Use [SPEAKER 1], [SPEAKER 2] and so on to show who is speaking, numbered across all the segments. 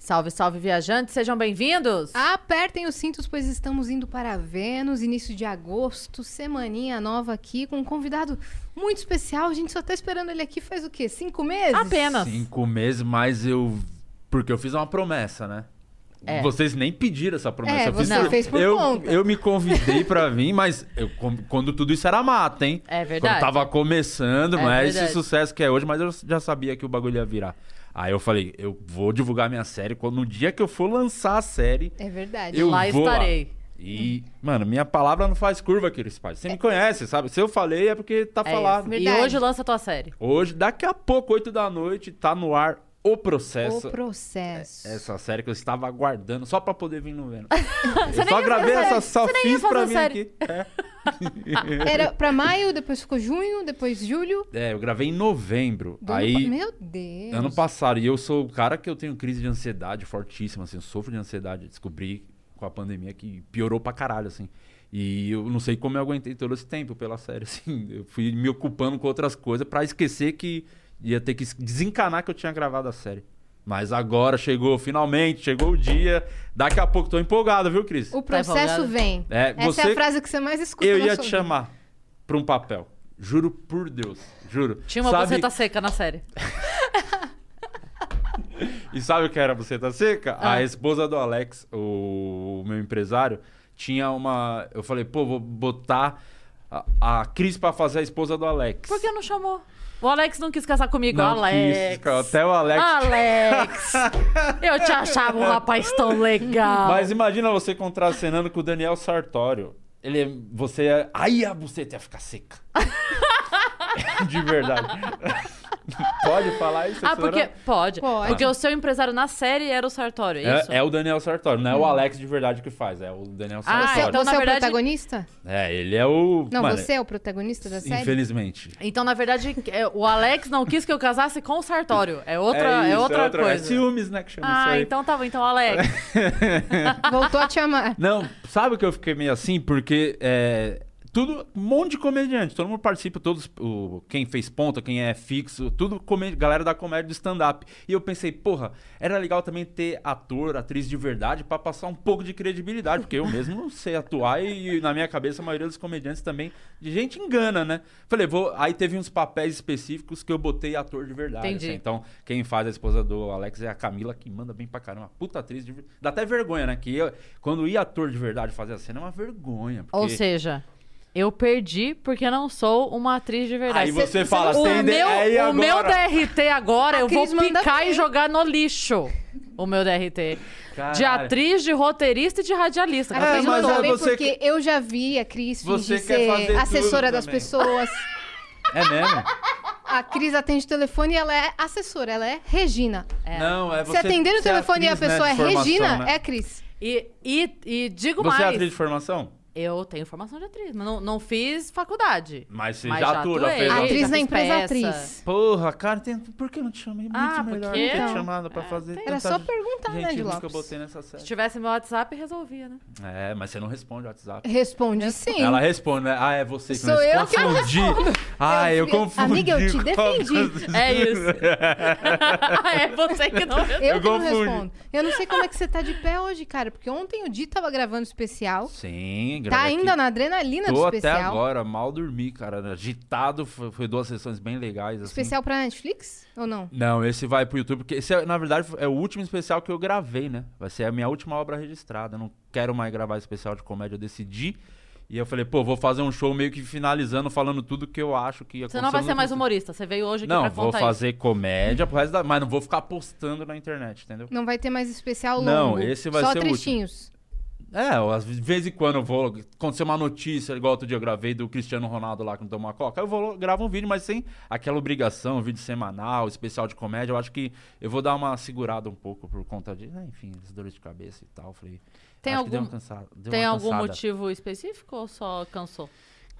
[SPEAKER 1] Salve, salve, viajantes, sejam bem-vindos!
[SPEAKER 2] Ah, Apertem os cintos, pois estamos indo para Vênus, início de agosto, semaninha nova aqui, com um convidado muito especial. A gente só tá esperando ele aqui faz o quê? Cinco meses?
[SPEAKER 1] Apenas!
[SPEAKER 3] Cinco meses, mas eu. Porque eu fiz uma promessa, né?
[SPEAKER 1] É.
[SPEAKER 3] Vocês nem pediram essa promessa.
[SPEAKER 2] É,
[SPEAKER 3] eu fiz
[SPEAKER 2] você fez por
[SPEAKER 3] eu,
[SPEAKER 2] conta.
[SPEAKER 3] eu me convidei pra vir, mas eu com- quando tudo isso era mata, hein?
[SPEAKER 1] É verdade.
[SPEAKER 3] Quando tava começando,
[SPEAKER 1] É
[SPEAKER 3] não é
[SPEAKER 1] verdade.
[SPEAKER 3] esse sucesso que é hoje, mas eu já sabia que o bagulho ia virar. Aí eu falei, eu vou divulgar minha série. Quando, no dia que eu for lançar a série,
[SPEAKER 2] É verdade.
[SPEAKER 3] eu
[SPEAKER 1] Lá
[SPEAKER 3] vou
[SPEAKER 1] estarei.
[SPEAKER 3] E, mano, minha palavra não faz curva, queridos pais. Você me conhece, sabe? Se eu falei é porque tá
[SPEAKER 1] É
[SPEAKER 3] falado.
[SPEAKER 1] isso. E
[SPEAKER 2] né? Verdade.
[SPEAKER 1] hoje lança a tua série.
[SPEAKER 3] Hoje, daqui a pouco, 8 da noite, tá no ar O Processo.
[SPEAKER 2] O processo.
[SPEAKER 3] Essa série que eu estava aguardando só pra poder vir no Vênus.
[SPEAKER 1] Você
[SPEAKER 3] eu
[SPEAKER 1] nem
[SPEAKER 3] só
[SPEAKER 1] ia
[SPEAKER 3] gravei
[SPEAKER 1] fazer
[SPEAKER 3] essa,
[SPEAKER 1] série.
[SPEAKER 3] só
[SPEAKER 1] Você nem ia
[SPEAKER 3] fiz pra
[SPEAKER 1] fazer
[SPEAKER 3] mim
[SPEAKER 1] série.
[SPEAKER 3] aqui. É.
[SPEAKER 2] Era pra maio, depois ficou junho, depois julho.
[SPEAKER 3] É, eu gravei em novembro.
[SPEAKER 2] do ano
[SPEAKER 3] aí,
[SPEAKER 2] pa- Meu Deus.
[SPEAKER 3] ano passado. E eu sou o cara que eu tenho crise de ansiedade fortíssima, assim. Eu sofro de ansiedade. Descobri com a pandemia que piorou pra caralho, assim. E eu não sei como eu aguentei todo esse tempo pela série, assim. Eu fui me ocupando com outras coisas pra esquecer que ia ter que es- desencanar que eu tinha gravado a série. Mas agora chegou, finalmente, chegou o dia. Daqui a pouco tô empolgado, viu, Cris?
[SPEAKER 1] Tá
[SPEAKER 2] O processo
[SPEAKER 1] empolgada?
[SPEAKER 2] vem.
[SPEAKER 3] É,
[SPEAKER 2] Essa é
[SPEAKER 3] você-
[SPEAKER 2] a frase que você mais escuta
[SPEAKER 3] Eu
[SPEAKER 2] na
[SPEAKER 3] ia
[SPEAKER 2] sua
[SPEAKER 3] te
[SPEAKER 2] vida.
[SPEAKER 3] chamar pra um papel. Juro por Deus. Juro.
[SPEAKER 1] Tinha uma
[SPEAKER 3] sabe,
[SPEAKER 1] buceta seca na série.
[SPEAKER 3] E sabe o que era você tá seca?
[SPEAKER 1] Ah.
[SPEAKER 3] A esposa do Alex, o, o meu empresário, tinha uma. Eu falei, pô, vou botar a, a Cris pra fazer a esposa do Alex.
[SPEAKER 1] Por que não chamou? O Alex não quis casar comigo.
[SPEAKER 3] Não
[SPEAKER 1] Alex.
[SPEAKER 3] quis, cara. Até o Alex.
[SPEAKER 1] Alex! eu te achava um rapaz tão legal.
[SPEAKER 3] Mas imagina você contracenando com o Daniel Sartório. Ele, é- você é. Ai, a buceta ia ficar seca. De verdade. Pode falar isso?
[SPEAKER 1] Ah,
[SPEAKER 3] senhora?
[SPEAKER 1] porque. Pode.
[SPEAKER 2] Pode.
[SPEAKER 1] Porque o seu empresário na série era o Sartório, é isso? Hum.
[SPEAKER 3] É, é o Daniel Sartori, não é o Alex de verdade que faz, é o Daniel
[SPEAKER 1] Ah,
[SPEAKER 2] Você,
[SPEAKER 3] Sartori.
[SPEAKER 1] então,
[SPEAKER 2] você
[SPEAKER 1] na
[SPEAKER 2] é o
[SPEAKER 1] verdade-
[SPEAKER 2] protagonista?
[SPEAKER 3] É, ele é o.
[SPEAKER 2] Não,
[SPEAKER 3] mano,
[SPEAKER 2] você é o protagonista da série?
[SPEAKER 3] Infelizmente.
[SPEAKER 1] Então, na verdade, é, o Alex não quis que eu casasse com o Sartório. É outra, é
[SPEAKER 3] isso,
[SPEAKER 1] outra,
[SPEAKER 3] É
[SPEAKER 1] coisa.
[SPEAKER 3] ciúmes, né, que chama isso
[SPEAKER 1] ah,
[SPEAKER 3] aí.
[SPEAKER 1] então tá bom. Então, Alex.
[SPEAKER 2] Voltou a te amar.
[SPEAKER 3] Não, sabe que eu fiquei meio assim? Porque é, tudo, um monte de comediante, todo mundo participa, todos, o, quem fez ponta, quem é fixo, tudo come- galera da comédia do stand-up. E eu pensei, porra, era legal também ter ator, atriz de verdade, pra passar um pouco de credibilidade, porque eu mesmo não sei atuar e na minha cabeça a maioria dos comediantes também, de gente engana, né? Falei, vou, aí teve uns papéis específicos que eu botei ator de verdade.
[SPEAKER 1] Entendi.
[SPEAKER 3] assim, então, quem faz a esposa do Alex é a Camila, que manda bem pra caramba. Puta atriz. De... ver- Dá até vergonha, né? Que eu- quando ia ator de verdade fazer a cena, é uma vergonha. Porque...
[SPEAKER 1] Ou seja, eu perdi porque não sou uma atriz de verdade.
[SPEAKER 3] Aí você fala,
[SPEAKER 1] o
[SPEAKER 3] tem
[SPEAKER 1] meu,
[SPEAKER 3] ideia
[SPEAKER 1] o
[SPEAKER 3] agora.
[SPEAKER 1] meu DRT agora,
[SPEAKER 2] A
[SPEAKER 1] eu vou
[SPEAKER 2] Cris manda
[SPEAKER 1] picar
[SPEAKER 2] bem.
[SPEAKER 1] e jogar no lixo. O meu DRT. De
[SPEAKER 3] Caralho.
[SPEAKER 1] atrix, de roteirista e de
[SPEAKER 2] A
[SPEAKER 1] radialista.
[SPEAKER 3] É,
[SPEAKER 2] Cris
[SPEAKER 3] mas
[SPEAKER 2] mandou
[SPEAKER 3] é
[SPEAKER 2] bem
[SPEAKER 3] você
[SPEAKER 2] porque eu já vi a Cris
[SPEAKER 3] Você
[SPEAKER 2] fingir
[SPEAKER 3] quer fazer
[SPEAKER 2] ser
[SPEAKER 3] tudo
[SPEAKER 2] assessora das
[SPEAKER 3] também.
[SPEAKER 2] pessoas.
[SPEAKER 3] É mesmo?
[SPEAKER 2] A Cris atende o telefone e ela é assessora, ela é Regina.
[SPEAKER 3] Não, é
[SPEAKER 2] Se
[SPEAKER 3] você.
[SPEAKER 2] atender o
[SPEAKER 3] você é
[SPEAKER 2] telefone e a
[SPEAKER 3] atriz, né,
[SPEAKER 2] pessoa
[SPEAKER 3] de
[SPEAKER 2] é
[SPEAKER 3] formação,
[SPEAKER 2] Regina,
[SPEAKER 3] né?
[SPEAKER 2] é Cris.
[SPEAKER 1] E, e- e digo
[SPEAKER 3] Você é
[SPEAKER 1] mais,
[SPEAKER 3] atriz de formação?
[SPEAKER 1] eu tenho formação de atriz, mas não, não fiz faculdade.
[SPEAKER 3] Mas você
[SPEAKER 1] Mas
[SPEAKER 3] já
[SPEAKER 1] já
[SPEAKER 3] atua, já
[SPEAKER 1] atuei.
[SPEAKER 3] fez.
[SPEAKER 1] Não,
[SPEAKER 2] Atriz
[SPEAKER 1] já
[SPEAKER 2] na
[SPEAKER 1] fiz
[SPEAKER 2] empresa
[SPEAKER 1] peça.
[SPEAKER 2] atriz.
[SPEAKER 3] Porra, cara, tem... por que eu não te chamei muito
[SPEAKER 1] Ah,
[SPEAKER 3] melhor?
[SPEAKER 1] porque-
[SPEAKER 3] Eu tinha
[SPEAKER 1] Não.
[SPEAKER 3] te chamado pra fazer.
[SPEAKER 2] É, Era
[SPEAKER 3] tanta
[SPEAKER 2] só
[SPEAKER 3] gente-
[SPEAKER 2] perguntar, né,
[SPEAKER 3] gente
[SPEAKER 2] de
[SPEAKER 3] que eu
[SPEAKER 2] Lopes?
[SPEAKER 3] botei nessa série.
[SPEAKER 1] Se tivesse meu WhatsApp, resolvia, né?
[SPEAKER 3] É, mas você não responde o WhatsApp.
[SPEAKER 2] Responde sim.
[SPEAKER 3] Ela responde, né? Ah, é você que
[SPEAKER 2] Sou
[SPEAKER 3] não
[SPEAKER 2] eu que não
[SPEAKER 3] confundi. Ah, eu,
[SPEAKER 2] Eu-
[SPEAKER 3] confundi.
[SPEAKER 2] Amiga, eu te
[SPEAKER 3] com a-
[SPEAKER 2] defendi.
[SPEAKER 1] É isso. é você que não
[SPEAKER 2] Eu,
[SPEAKER 3] Eu
[SPEAKER 2] que não
[SPEAKER 3] confundi.
[SPEAKER 2] respondo. Eu não sei como é que você tá de pé hoje, cara, porque ontem o Di tava gravando especial.
[SPEAKER 3] Sim,
[SPEAKER 2] Tá
[SPEAKER 3] grava aqui.
[SPEAKER 2] ainda na adrenalina
[SPEAKER 3] Tô
[SPEAKER 2] do
[SPEAKER 3] até
[SPEAKER 2] especial.
[SPEAKER 3] agora, mal dormi, cara. Agitado, foi, foi duas sessões bem legais. Assim.
[SPEAKER 2] Especial pra Netflix ou não?
[SPEAKER 3] Não, esse vai pro YouTube, porque esse, é, na verdade, é o último especial que eu gravei, né? Vai ser a minha última obra registrada. Eu não quero mais gravar especial de comédia, eu decidi. E eu falei, pô, vou fazer um show meio que finalizando, falando tudo que eu acho que aconteceu.
[SPEAKER 1] Você não vai ser
[SPEAKER 3] no-
[SPEAKER 1] mais humorista. Você veio hoje aqui
[SPEAKER 3] Não,
[SPEAKER 1] pra
[SPEAKER 3] vou
[SPEAKER 1] contar
[SPEAKER 3] fazer comédia pro resto da. Mas não vou ficar postando na internet, entendeu?
[SPEAKER 2] Não vai ter mais especial longo.
[SPEAKER 3] Não, esse vai
[SPEAKER 2] Só
[SPEAKER 3] ser o último.
[SPEAKER 2] trechinhos.
[SPEAKER 3] É, eu, às vezes- de vez em quando eu vou. Aconteceu uma notícia, igual outro dia eu gravei do Cristiano Ronaldo lá que não tomou uma coca. Eu vou, gravo um vídeo, mas sem aquela obrigação, um vídeo semanal, especial de comédia. Eu acho que eu vou dar uma segurada um pouco por conta de. né, enfim, as dores de cabeça e tal. Falei.
[SPEAKER 1] Tem
[SPEAKER 3] acho que deu
[SPEAKER 1] algum-
[SPEAKER 3] uma cansa- deu
[SPEAKER 1] Tem
[SPEAKER 3] uma
[SPEAKER 1] algum
[SPEAKER 3] cansada.
[SPEAKER 1] motivo específico ou só cansou?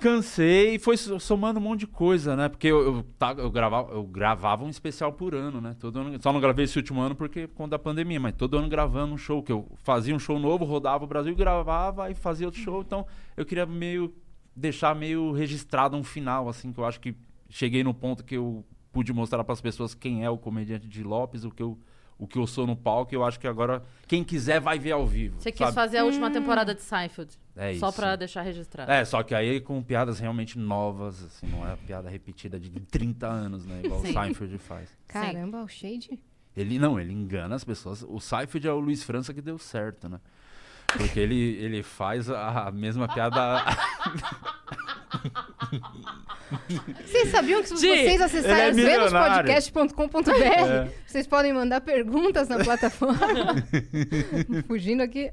[SPEAKER 3] Cansei e foi so- somando um monte de coisa, né? Porque eu, eu, ta- eu gravava, eu gravava um especial por ano, né? Todo ano, só não gravei esse último ano porque por conta da pandemia, mas todo ano gravando um show, que eu fazia um show novo, rodava o Brasil, gravava e fazia outro show. Então eu queria meio deixar meio registrado um final, assim, que eu acho que cheguei no ponto que eu pude mostrar para as pessoas quem é o comediante de Lopes, o que eu. O que eu sou no palco, e eu acho que agora quem quiser vai ver ao vivo.
[SPEAKER 1] Você quis
[SPEAKER 3] sabe?
[SPEAKER 1] fazer a
[SPEAKER 2] Hum.
[SPEAKER 1] última temporada de Seinfeld.
[SPEAKER 3] É
[SPEAKER 1] Só
[SPEAKER 3] isso.
[SPEAKER 1] pra deixar registrado.
[SPEAKER 3] É, só que aí com piadas realmente novas, assim, não é piada repetida de 30 anos, né? Igual
[SPEAKER 1] Sim.
[SPEAKER 3] o Seinfeld faz.
[SPEAKER 2] Caramba, o shade.
[SPEAKER 3] Ele não, ele engana as pessoas. O Seinfeld é o Luiz França que deu certo, né? Porque ele, ele faz a mesma piada.
[SPEAKER 2] Vocês sabiam que se
[SPEAKER 1] Gi,
[SPEAKER 2] vocês
[SPEAKER 3] ele é
[SPEAKER 2] acessarem
[SPEAKER 3] milionário.
[SPEAKER 2] venuspodcast.com.br, vocês podem mandar perguntas na plataforma? Fugindo aqui.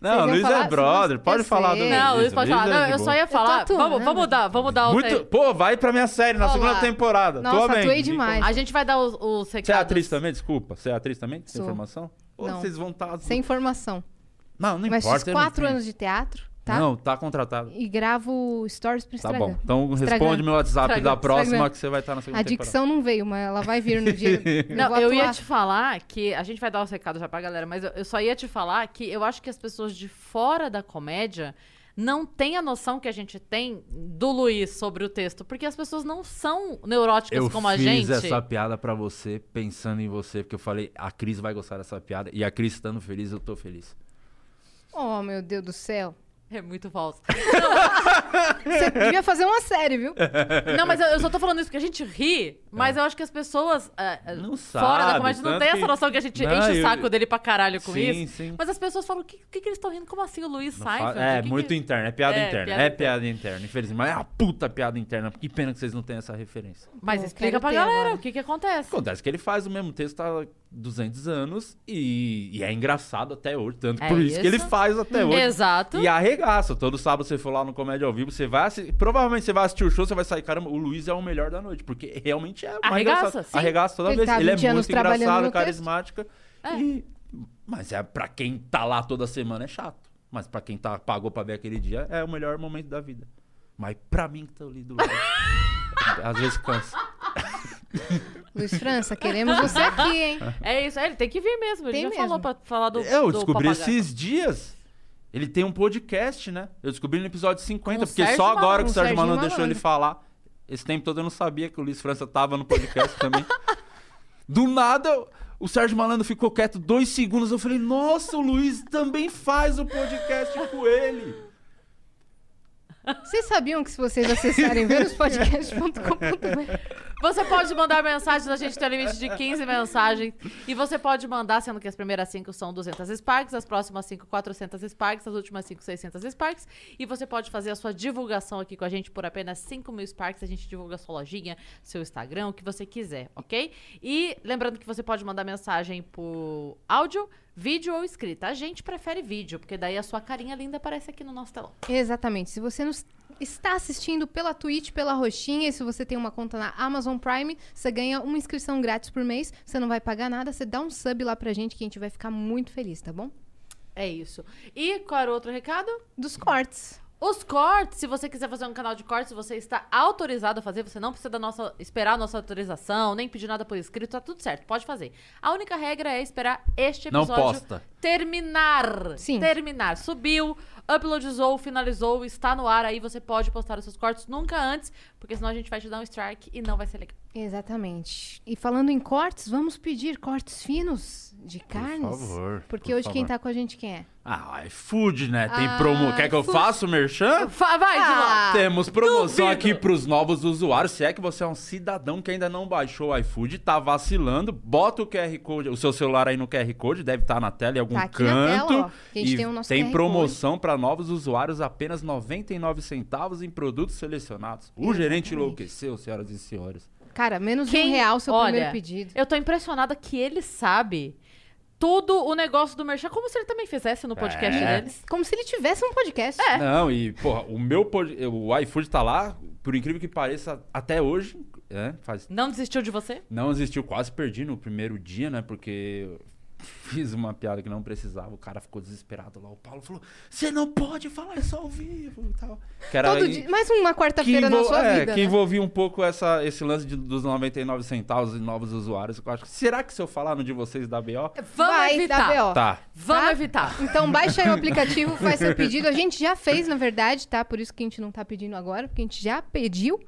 [SPEAKER 3] Não,
[SPEAKER 2] iam
[SPEAKER 3] Luiz
[SPEAKER 2] falar
[SPEAKER 3] é brother,
[SPEAKER 2] sobre-
[SPEAKER 3] pode
[SPEAKER 2] eu
[SPEAKER 3] falar do
[SPEAKER 2] sei.
[SPEAKER 3] Luiz.
[SPEAKER 1] Não, Luiz pode falar.
[SPEAKER 3] é
[SPEAKER 1] Não,
[SPEAKER 3] de
[SPEAKER 1] eu
[SPEAKER 3] boa.
[SPEAKER 1] só ia falar.
[SPEAKER 2] Eu tô atuando,
[SPEAKER 1] Vamos, vamos dar, vamos dar o.
[SPEAKER 3] Muito... Pô, vai pra minha série na
[SPEAKER 2] Olá.
[SPEAKER 3] segunda temporada.
[SPEAKER 2] Nossa,
[SPEAKER 3] tô amém.
[SPEAKER 2] atuei demais.
[SPEAKER 1] A gente vai dar os, os recados.
[SPEAKER 3] Você é atriz também? Desculpa. Você é atriz também? Sem
[SPEAKER 2] Sou.
[SPEAKER 3] formação? Pô,
[SPEAKER 2] Não.
[SPEAKER 3] vocês vão estar.
[SPEAKER 2] Sem formação.
[SPEAKER 3] Não, não
[SPEAKER 2] Mas
[SPEAKER 3] importa.
[SPEAKER 2] fiz
[SPEAKER 3] eu não
[SPEAKER 2] quatro
[SPEAKER 3] tenho.
[SPEAKER 2] anos de teatro, tá?
[SPEAKER 3] Não, tá contratado.
[SPEAKER 2] E gravo stories pro
[SPEAKER 3] Tá
[SPEAKER 2] Instagram.
[SPEAKER 3] bom. Então
[SPEAKER 2] Estragando.
[SPEAKER 3] responde meu WhatsApp
[SPEAKER 1] Estragando.
[SPEAKER 3] da próxima
[SPEAKER 2] Estragando.
[SPEAKER 3] que você vai estar na segunda
[SPEAKER 2] A dicção não veio, mas ela vai vir no dia.
[SPEAKER 1] Não,
[SPEAKER 2] vou
[SPEAKER 1] eu ia
[SPEAKER 2] atuar.
[SPEAKER 1] te falar que. A gente vai dar os recados já pra galera, mas eu, eu só ia te falar que eu acho que as pessoas de fora da comédia não têm a noção que a gente tem do Luiz sobre o texto. Porque as pessoas não são neuróticas
[SPEAKER 3] Eu
[SPEAKER 1] como a
[SPEAKER 3] fiz
[SPEAKER 1] gente.
[SPEAKER 3] essa piada pra você, pensando em você, porque eu falei, a Cris vai gostar dessa piada. E a Cris estando feliz, eu tô feliz.
[SPEAKER 2] Oh, meu Deus do céu.
[SPEAKER 1] É muito falso.
[SPEAKER 2] Você devia fazer uma série, viu?
[SPEAKER 1] Não, mas eu, eu só tô falando isso porque a gente ri, mas eu acho que as pessoas é, é,
[SPEAKER 3] Não
[SPEAKER 1] fora da
[SPEAKER 3] sabe,
[SPEAKER 1] comédia não
[SPEAKER 3] tanto
[SPEAKER 1] tem essa
[SPEAKER 3] que-
[SPEAKER 1] noção que a gente
[SPEAKER 3] Não,
[SPEAKER 1] enche o
[SPEAKER 3] eu-
[SPEAKER 1] saco dele pra caralho com
[SPEAKER 3] Sim,
[SPEAKER 1] isso.
[SPEAKER 3] sim.
[SPEAKER 1] Mas as pessoas falam, o que, o que, que eles estão rindo? Como assim o Luiz
[SPEAKER 3] Não
[SPEAKER 1] Seinfeld?
[SPEAKER 3] fa- É,
[SPEAKER 1] O que
[SPEAKER 3] muito
[SPEAKER 1] que...
[SPEAKER 3] interna, é piada
[SPEAKER 1] É,
[SPEAKER 3] interna.
[SPEAKER 1] piada
[SPEAKER 3] é
[SPEAKER 1] interna.
[SPEAKER 3] piada interna, infelizmente. Mas é uma puta piada interna. Que pena que vocês não têm essa referência.
[SPEAKER 1] Mas
[SPEAKER 2] Pô,
[SPEAKER 1] explica
[SPEAKER 2] quero
[SPEAKER 1] pra
[SPEAKER 2] ter
[SPEAKER 1] galera
[SPEAKER 2] agora.
[SPEAKER 1] o que que acontece.
[SPEAKER 3] Acontece que ele faz o mesmo texto há 200 anos e, e é engraçado até hoje. Tanto
[SPEAKER 1] É
[SPEAKER 3] por isso que ele
[SPEAKER 1] isso.
[SPEAKER 3] faz até hoje.
[SPEAKER 1] Exato.
[SPEAKER 3] E arregaça. Todo sábado você for lá no Comédia ao Vivo, você vai assi- Provavelmente você vai assistir o show, você vai sair, caramba, o Luiz é o melhor da noite. Porque realmente é o mais
[SPEAKER 1] Arregaça,
[SPEAKER 3] engraçado.
[SPEAKER 1] sim.
[SPEAKER 3] Arregaça toda
[SPEAKER 2] Ele
[SPEAKER 3] vez.
[SPEAKER 2] tá há
[SPEAKER 3] ele é
[SPEAKER 2] 20 anos
[SPEAKER 3] muito
[SPEAKER 2] trabalhando
[SPEAKER 3] engraçado,
[SPEAKER 2] no
[SPEAKER 3] carismática.
[SPEAKER 1] É.
[SPEAKER 3] E- Mas é pra quem tá lá toda semana é chato. Mas pra quem tá, pagou pra ver aquele dia, é o melhor momento da vida. Mas pra mim que tá ali do lado. Às vezes cansa.
[SPEAKER 2] Luiz França, queremos você aqui, hein?
[SPEAKER 1] É isso, é, ele tem que vir mesmo. Ele
[SPEAKER 2] Tem
[SPEAKER 1] já
[SPEAKER 2] mesmo.
[SPEAKER 1] falou pra falar do.
[SPEAKER 3] Eu
[SPEAKER 1] do
[SPEAKER 3] descobri
[SPEAKER 1] papagaio.
[SPEAKER 3] esses dias. Ele tem um podcast, né? Eu descobri no episódio 50,
[SPEAKER 1] Com o
[SPEAKER 3] porque
[SPEAKER 1] Sérgio
[SPEAKER 3] só agora
[SPEAKER 2] Malandro.
[SPEAKER 3] que
[SPEAKER 2] Com
[SPEAKER 3] o
[SPEAKER 2] o
[SPEAKER 3] Sérgio
[SPEAKER 2] Sérgio
[SPEAKER 3] Malandro deixou ele
[SPEAKER 2] Malandro.
[SPEAKER 3] falar. Esse tempo todo eu não sabia que o Luiz França tava no podcast também. Do nada, o Sérgio Malandro ficou quieto dois segundos. Eu falei, nossa, o Luiz também faz o podcast com ele.
[SPEAKER 2] Vocês sabiam que se vocês acessarem venuspodcast.com.br
[SPEAKER 1] Você pode mandar mensagens, a gente tem um limite de 15 mensagens. E você pode mandar, sendo que as primeiras 5 são 200 Sparks, as próximas 5, 400 Sparks, as últimas 5, 600 Sparks. E você pode fazer a sua divulgação aqui com a gente por apenas 5 mil Sparks. A gente divulga a sua lojinha, seu Instagram, o que você quiser, ok? E lembrando que você pode mandar mensagem por áudio, vídeo ou escrita. A gente prefere vídeo, porque daí a sua carinha linda aparece aqui no nosso telão.
[SPEAKER 2] Exatamente. Se você nos está assistindo pela Twitch, pela Roxinha, e se você tem uma conta na Amazon Prime, você ganha uma inscrição grátis por mês, você não vai pagar nada, você dá um sub lá pra gente que a gente vai ficar muito feliz, tá bom?
[SPEAKER 1] É isso. E qual era o outro recado?
[SPEAKER 2] Dos cortes.
[SPEAKER 1] Os cortes, se você quiser fazer um canal de cortes, você está autorizado a fazer, você não precisa da nossa, esperar a nossa autorização, nem pedir nada por escrito, tá tudo certo, pode fazer. A única regra é esperar este
[SPEAKER 3] Não
[SPEAKER 1] episódio
[SPEAKER 3] posta.
[SPEAKER 1] terminar.
[SPEAKER 2] Sim.
[SPEAKER 1] Terminar. Subiu, uploadizou, finalizou, está no ar, aí você pode postar os seus cortes nunca antes, porque senão a gente vai te dar um strike e não vai ser legal.
[SPEAKER 2] Exatamente. E falando em cortes, vamos pedir cortes finos de carnes.
[SPEAKER 3] favor,
[SPEAKER 2] Porque
[SPEAKER 3] por
[SPEAKER 2] hoje quem
[SPEAKER 3] favor.
[SPEAKER 2] tá com a gente quem é?
[SPEAKER 3] Ah, iFood, né? Tem
[SPEAKER 2] Ah,
[SPEAKER 3] promo. Quer que eu
[SPEAKER 2] iFood.
[SPEAKER 3] faça o merchan?
[SPEAKER 1] Fa- vai, de lá.
[SPEAKER 2] Ah,
[SPEAKER 3] Temos promoção
[SPEAKER 1] duvido.
[SPEAKER 3] aqui para os novos usuários. Se é que você é um cidadão que ainda não baixou o iFood, tá vacilando, bota o QR Code, o seu celular aí no QR Code, deve estar na tela em algum
[SPEAKER 2] Tá aqui na
[SPEAKER 3] Um canto.
[SPEAKER 2] tela, ó, que a gente
[SPEAKER 3] e
[SPEAKER 2] tem o nosso QR
[SPEAKER 3] promoção para novos usuários, apenas 99 centavos em produtos selecionados. O gerente enlouqueceu, senhoras e senhores.
[SPEAKER 2] Cara, menos de um
[SPEAKER 1] Quem-
[SPEAKER 2] real seu
[SPEAKER 1] Olha,
[SPEAKER 2] primeiro pedido. É
[SPEAKER 1] Eu tô impressionada que ele sabe tudo o negócio do merchan, como se ele também fizesse no podcast
[SPEAKER 3] É.
[SPEAKER 1] dele.
[SPEAKER 2] Como se ele tivesse um podcast.
[SPEAKER 3] Não, e porra, o meu pod- o iFood tá lá, por incrível que pareça, até hoje, né? Faz
[SPEAKER 1] Não desistiu de você?
[SPEAKER 3] Não existiu, quase perdi no primeiro dia, né? Porque Fiz uma piada que não precisava, o cara ficou desesperado lá. O Paulo falou: Você não pode falar isso ao vivo e tal. Que era
[SPEAKER 2] Todo
[SPEAKER 3] em-
[SPEAKER 2] dia, mais uma quarta-feira
[SPEAKER 3] envol-
[SPEAKER 2] na sua
[SPEAKER 3] é,
[SPEAKER 2] vida.
[SPEAKER 3] que
[SPEAKER 2] né?
[SPEAKER 3] envolvia um pouco essa, esse lance de- dos 99 centavos e novos usuários. que eu acho que- será que se eu falar no de vocês da BO?
[SPEAKER 1] Vamos
[SPEAKER 2] Vai
[SPEAKER 1] evitar.
[SPEAKER 2] dar B.O.
[SPEAKER 3] Tá.
[SPEAKER 1] Vamos
[SPEAKER 2] Tá?
[SPEAKER 1] evitar.
[SPEAKER 2] Então baixa aí o aplicativo, faz seu pedido. A gente já fez, na verdade, tá? Por isso que a gente não tá pedindo agora, porque a gente já pediu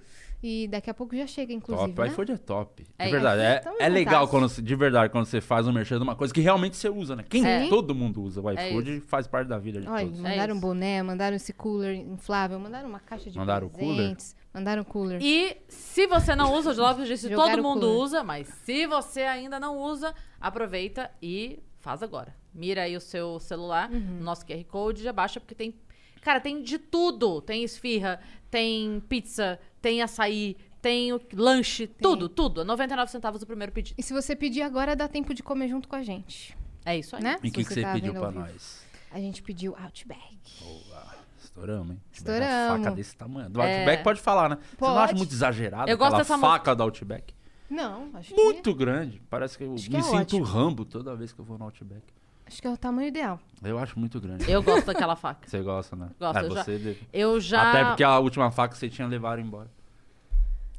[SPEAKER 2] e daqui a pouco já chega, inclusive.
[SPEAKER 3] Top.
[SPEAKER 2] né?
[SPEAKER 3] iFood é top.
[SPEAKER 1] É,
[SPEAKER 3] de verdade.
[SPEAKER 2] iFood é
[SPEAKER 3] É,
[SPEAKER 2] tão
[SPEAKER 3] é legal
[SPEAKER 2] fantástico.
[SPEAKER 3] quando, você- de verdade quando você faz um merchan de uma coisa que realmente você usa, né? Quem
[SPEAKER 2] É.
[SPEAKER 3] todo mundo usa o
[SPEAKER 1] É
[SPEAKER 3] iFood faz parte da vida de
[SPEAKER 2] Olha,
[SPEAKER 3] todos.
[SPEAKER 2] mandaram um
[SPEAKER 1] isso.
[SPEAKER 2] boné, mandaram esse cooler inflável, mandaram uma caixa de
[SPEAKER 3] Mandaram o cooler?
[SPEAKER 2] presentes, mandaram cooler.
[SPEAKER 1] E se você não usa, o Lopes disse que
[SPEAKER 2] Jogaram
[SPEAKER 1] todo mundo
[SPEAKER 2] cooler.
[SPEAKER 1] usa, mas se você ainda não usa, aproveita e faz agora. Mira aí o seu celular,
[SPEAKER 2] Uhum.
[SPEAKER 1] o nosso QR Code, já baixa, porque tem. Cara, tem de tudo. Tem esfirra, tem pizza, tem açaí, tem o lanche, tudo, tudo. É 99 centavos o primeiro pedido.
[SPEAKER 2] E se você pedir agora, dá tempo de comer junto com a gente,
[SPEAKER 1] É isso aí.
[SPEAKER 3] E
[SPEAKER 2] né?
[SPEAKER 3] o
[SPEAKER 2] Se
[SPEAKER 3] que, que você
[SPEAKER 2] tá
[SPEAKER 3] pediu
[SPEAKER 2] vendo
[SPEAKER 3] pra
[SPEAKER 2] ao vivo.
[SPEAKER 3] nós?
[SPEAKER 2] A gente pediu Outback.
[SPEAKER 3] Boa. Estouramos, hein? Tiver Uma
[SPEAKER 2] Estouramos.
[SPEAKER 3] faca desse tamanho. Do
[SPEAKER 1] É.
[SPEAKER 3] Outback pode falar, né? Você não
[SPEAKER 2] Pode.
[SPEAKER 3] acha muito exagerado
[SPEAKER 1] Eu gosto
[SPEAKER 3] aquela
[SPEAKER 1] dessa
[SPEAKER 3] faca do Outback?
[SPEAKER 2] Não, acho que,
[SPEAKER 3] Muito grande. Parece que eu
[SPEAKER 2] Acho que
[SPEAKER 3] me
[SPEAKER 2] é
[SPEAKER 3] sinto
[SPEAKER 2] ótimo.
[SPEAKER 3] rambo toda vez que eu vou no Outback.
[SPEAKER 2] acho que é o tamanho ideal.
[SPEAKER 3] Eu acho muito grande.
[SPEAKER 1] Eu gosto daquela faca.
[SPEAKER 3] Você gosta, né?
[SPEAKER 1] Gosto,
[SPEAKER 3] é,
[SPEAKER 1] eu já-
[SPEAKER 3] você deve-
[SPEAKER 1] Eu já.
[SPEAKER 3] Até porque a última faca que você tinha levaram embora.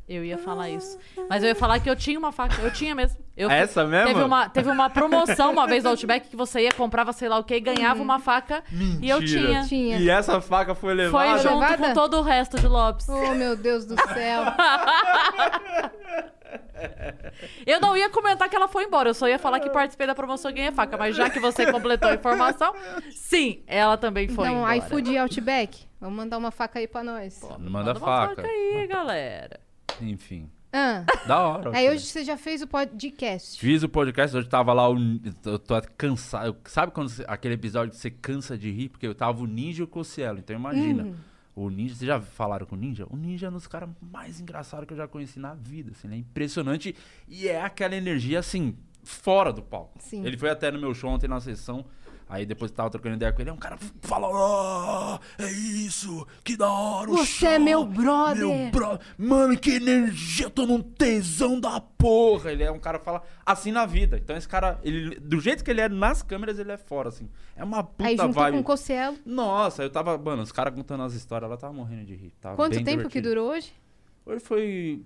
[SPEAKER 1] Eu ia falar isso. Mas eu ia falar que eu tinha uma faca. Eu tinha mesmo. Eu
[SPEAKER 3] É Essa mesmo?
[SPEAKER 1] Teve uma, teve uma promoção uma vez do Outback que você ia, comprava sei lá o que, e ganhava uma faca. E eu tinha.
[SPEAKER 2] Tinha.
[SPEAKER 3] E essa faca foi
[SPEAKER 1] Foi
[SPEAKER 3] levada.
[SPEAKER 1] junto
[SPEAKER 2] Levada?
[SPEAKER 1] com todo o resto de Lopes.
[SPEAKER 2] Oh, meu Deus do céu.
[SPEAKER 1] Eu não ia comentar que ela foi embora, eu só ia falar que participei da promoção e ganhei a faca. Mas já que você completou a informação, sim, ela também foi
[SPEAKER 2] então,
[SPEAKER 1] embora.
[SPEAKER 2] iFood e Outback, vamos mandar uma faca aí pra nós.
[SPEAKER 3] Manda,
[SPEAKER 1] Manda uma
[SPEAKER 3] faca.
[SPEAKER 1] faca aí, galera.
[SPEAKER 3] Enfim.
[SPEAKER 2] Ah,
[SPEAKER 3] Da hora.
[SPEAKER 2] aí
[SPEAKER 3] cara.
[SPEAKER 2] hoje você já fez o podcast.
[SPEAKER 3] Fiz o podcast, hoje tava lá, o, eu tô cansado. Eu- Sabe quando você- aquele episódio que você cansa de rir? Porque eu tava o Ninja e o Cocielo, então imagina.
[SPEAKER 2] Uhum.
[SPEAKER 3] O Ninja, vocês já falaram com o Ninja? O Ninja é um dos caras mais engraçados que eu já conheci na vida, assim, ele é impressionante. E é aquela energia, assim, fora do palco.
[SPEAKER 2] Sim.
[SPEAKER 3] Ele foi até no meu show ontem na sessão, aí depois eu tava trocando ideia com ele, é um cara que fala, "Ah, é isso, que da hora o
[SPEAKER 2] Você é
[SPEAKER 3] show,
[SPEAKER 2] meu brother."
[SPEAKER 3] meu Bro- Mano, que energia, tô num tesão da porra. Ele é um cara que fala assim na vida. Então esse cara, ele, do jeito que ele é nas câmeras, ele é fora, assim. É uma puta
[SPEAKER 2] aí juntou
[SPEAKER 3] vibe.
[SPEAKER 2] com o Cocielo.
[SPEAKER 3] Nossa, eu tava, mano, os caras contando as histórias, ela tava morrendo de rir. Tava
[SPEAKER 2] Quanto
[SPEAKER 3] Tá bem
[SPEAKER 2] tempo que
[SPEAKER 3] divertido.
[SPEAKER 2] durou hoje?
[SPEAKER 3] Hoje foi...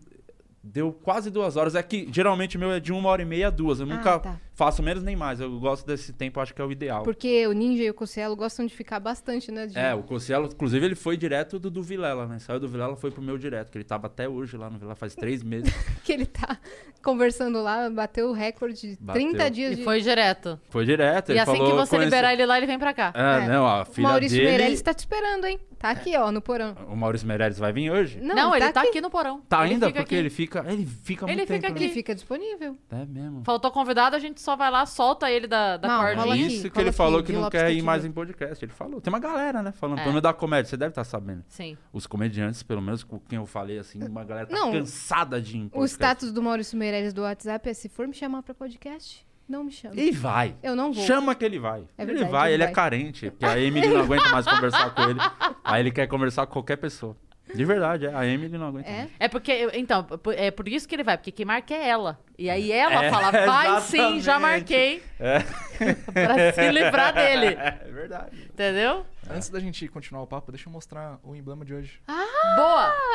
[SPEAKER 3] Deu quase duas horas. É que geralmente o meu é de uma hora e meia a duas. Eu
[SPEAKER 2] Ah,
[SPEAKER 3] nunca
[SPEAKER 2] tá.
[SPEAKER 3] faço menos nem mais. Eu gosto desse tempo, acho que é o ideal.
[SPEAKER 2] Porque o Ninja e o Cocielo gostam de ficar bastante, né? De...
[SPEAKER 3] É, o Cossielo, inclusive, ele foi direto do, do Vilela, né? Saiu do Vilela, foi pro meu direto, que ele tava até hoje lá no Vilela, faz três meses.
[SPEAKER 2] Que ele tá conversando lá, bateu o recorde de
[SPEAKER 3] Bateu.
[SPEAKER 2] 30 dias
[SPEAKER 1] E
[SPEAKER 2] de...
[SPEAKER 1] foi direto.
[SPEAKER 3] Foi direto,
[SPEAKER 1] E
[SPEAKER 3] ele
[SPEAKER 1] assim
[SPEAKER 3] falou...
[SPEAKER 1] que você
[SPEAKER 3] conhece-
[SPEAKER 1] liberar ele lá, ele vem pra cá.
[SPEAKER 3] Ah,
[SPEAKER 2] É.
[SPEAKER 3] não, a
[SPEAKER 2] O
[SPEAKER 3] filha
[SPEAKER 2] Maurício
[SPEAKER 3] dele...
[SPEAKER 2] Meirelles tá te esperando, hein? Tá aqui, ó, no porão.
[SPEAKER 3] O Maurício Meirelles vai vir hoje?
[SPEAKER 2] Não,
[SPEAKER 1] ele tá aqui.
[SPEAKER 2] aqui.
[SPEAKER 1] no porão.
[SPEAKER 3] Tá ainda?
[SPEAKER 1] fica
[SPEAKER 3] Porque
[SPEAKER 1] aqui.
[SPEAKER 3] ele fica... Ele fica muito
[SPEAKER 1] Ele
[SPEAKER 3] tempo,
[SPEAKER 1] fica
[SPEAKER 3] né?
[SPEAKER 2] Ele fica disponível.
[SPEAKER 3] É mesmo. É
[SPEAKER 1] Faltou convidado, a gente só vai lá, solta ele da, da
[SPEAKER 2] Não,
[SPEAKER 1] cordinha.
[SPEAKER 2] rola aqui,
[SPEAKER 3] Isso que
[SPEAKER 2] cola
[SPEAKER 3] ele falou
[SPEAKER 2] aqui,
[SPEAKER 3] que
[SPEAKER 2] Gil
[SPEAKER 3] não
[SPEAKER 2] Lopes
[SPEAKER 3] quer
[SPEAKER 2] tá
[SPEAKER 3] ir
[SPEAKER 2] te
[SPEAKER 3] mais
[SPEAKER 2] vendo.
[SPEAKER 3] em podcast. Ele falou. Tem uma galera, né? Falando.
[SPEAKER 1] É.
[SPEAKER 3] Pelo menos da comédia. Você deve estar sabendo.
[SPEAKER 1] Sim.
[SPEAKER 3] Os comediantes, pelo menos com quem eu falei, assim, uma galera tá
[SPEAKER 2] Não.
[SPEAKER 3] cansada de ir em
[SPEAKER 2] O
[SPEAKER 3] podcast.
[SPEAKER 2] status do Maurício Meirelles do WhatsApp é se for me chamar pra podcast, não me chama.
[SPEAKER 3] E vai.
[SPEAKER 2] Eu não vou.
[SPEAKER 3] Chama que ele vai.
[SPEAKER 2] Uhum. É
[SPEAKER 3] ele
[SPEAKER 2] verdade,
[SPEAKER 3] vai,
[SPEAKER 2] ele
[SPEAKER 3] ele é
[SPEAKER 2] vai.
[SPEAKER 3] carente. Porque a Emily não aguenta mais conversar com ele. Aí ele quer conversar com qualquer pessoa. De verdade, é. A Emily não aguenta.
[SPEAKER 2] É?
[SPEAKER 3] mais.
[SPEAKER 1] É porque, eu- então, por- é por isso que ele vai, porque quem marca é ela. E aí ela
[SPEAKER 3] É,
[SPEAKER 1] fala, vai sim, já
[SPEAKER 3] exatamente.
[SPEAKER 1] marquei,
[SPEAKER 3] É.
[SPEAKER 1] pra se livrar dele.
[SPEAKER 3] É verdade.
[SPEAKER 1] Entendeu?
[SPEAKER 4] Antes da gente continuar o papo, deixa eu mostrar o emblema de hoje.
[SPEAKER 1] Boa!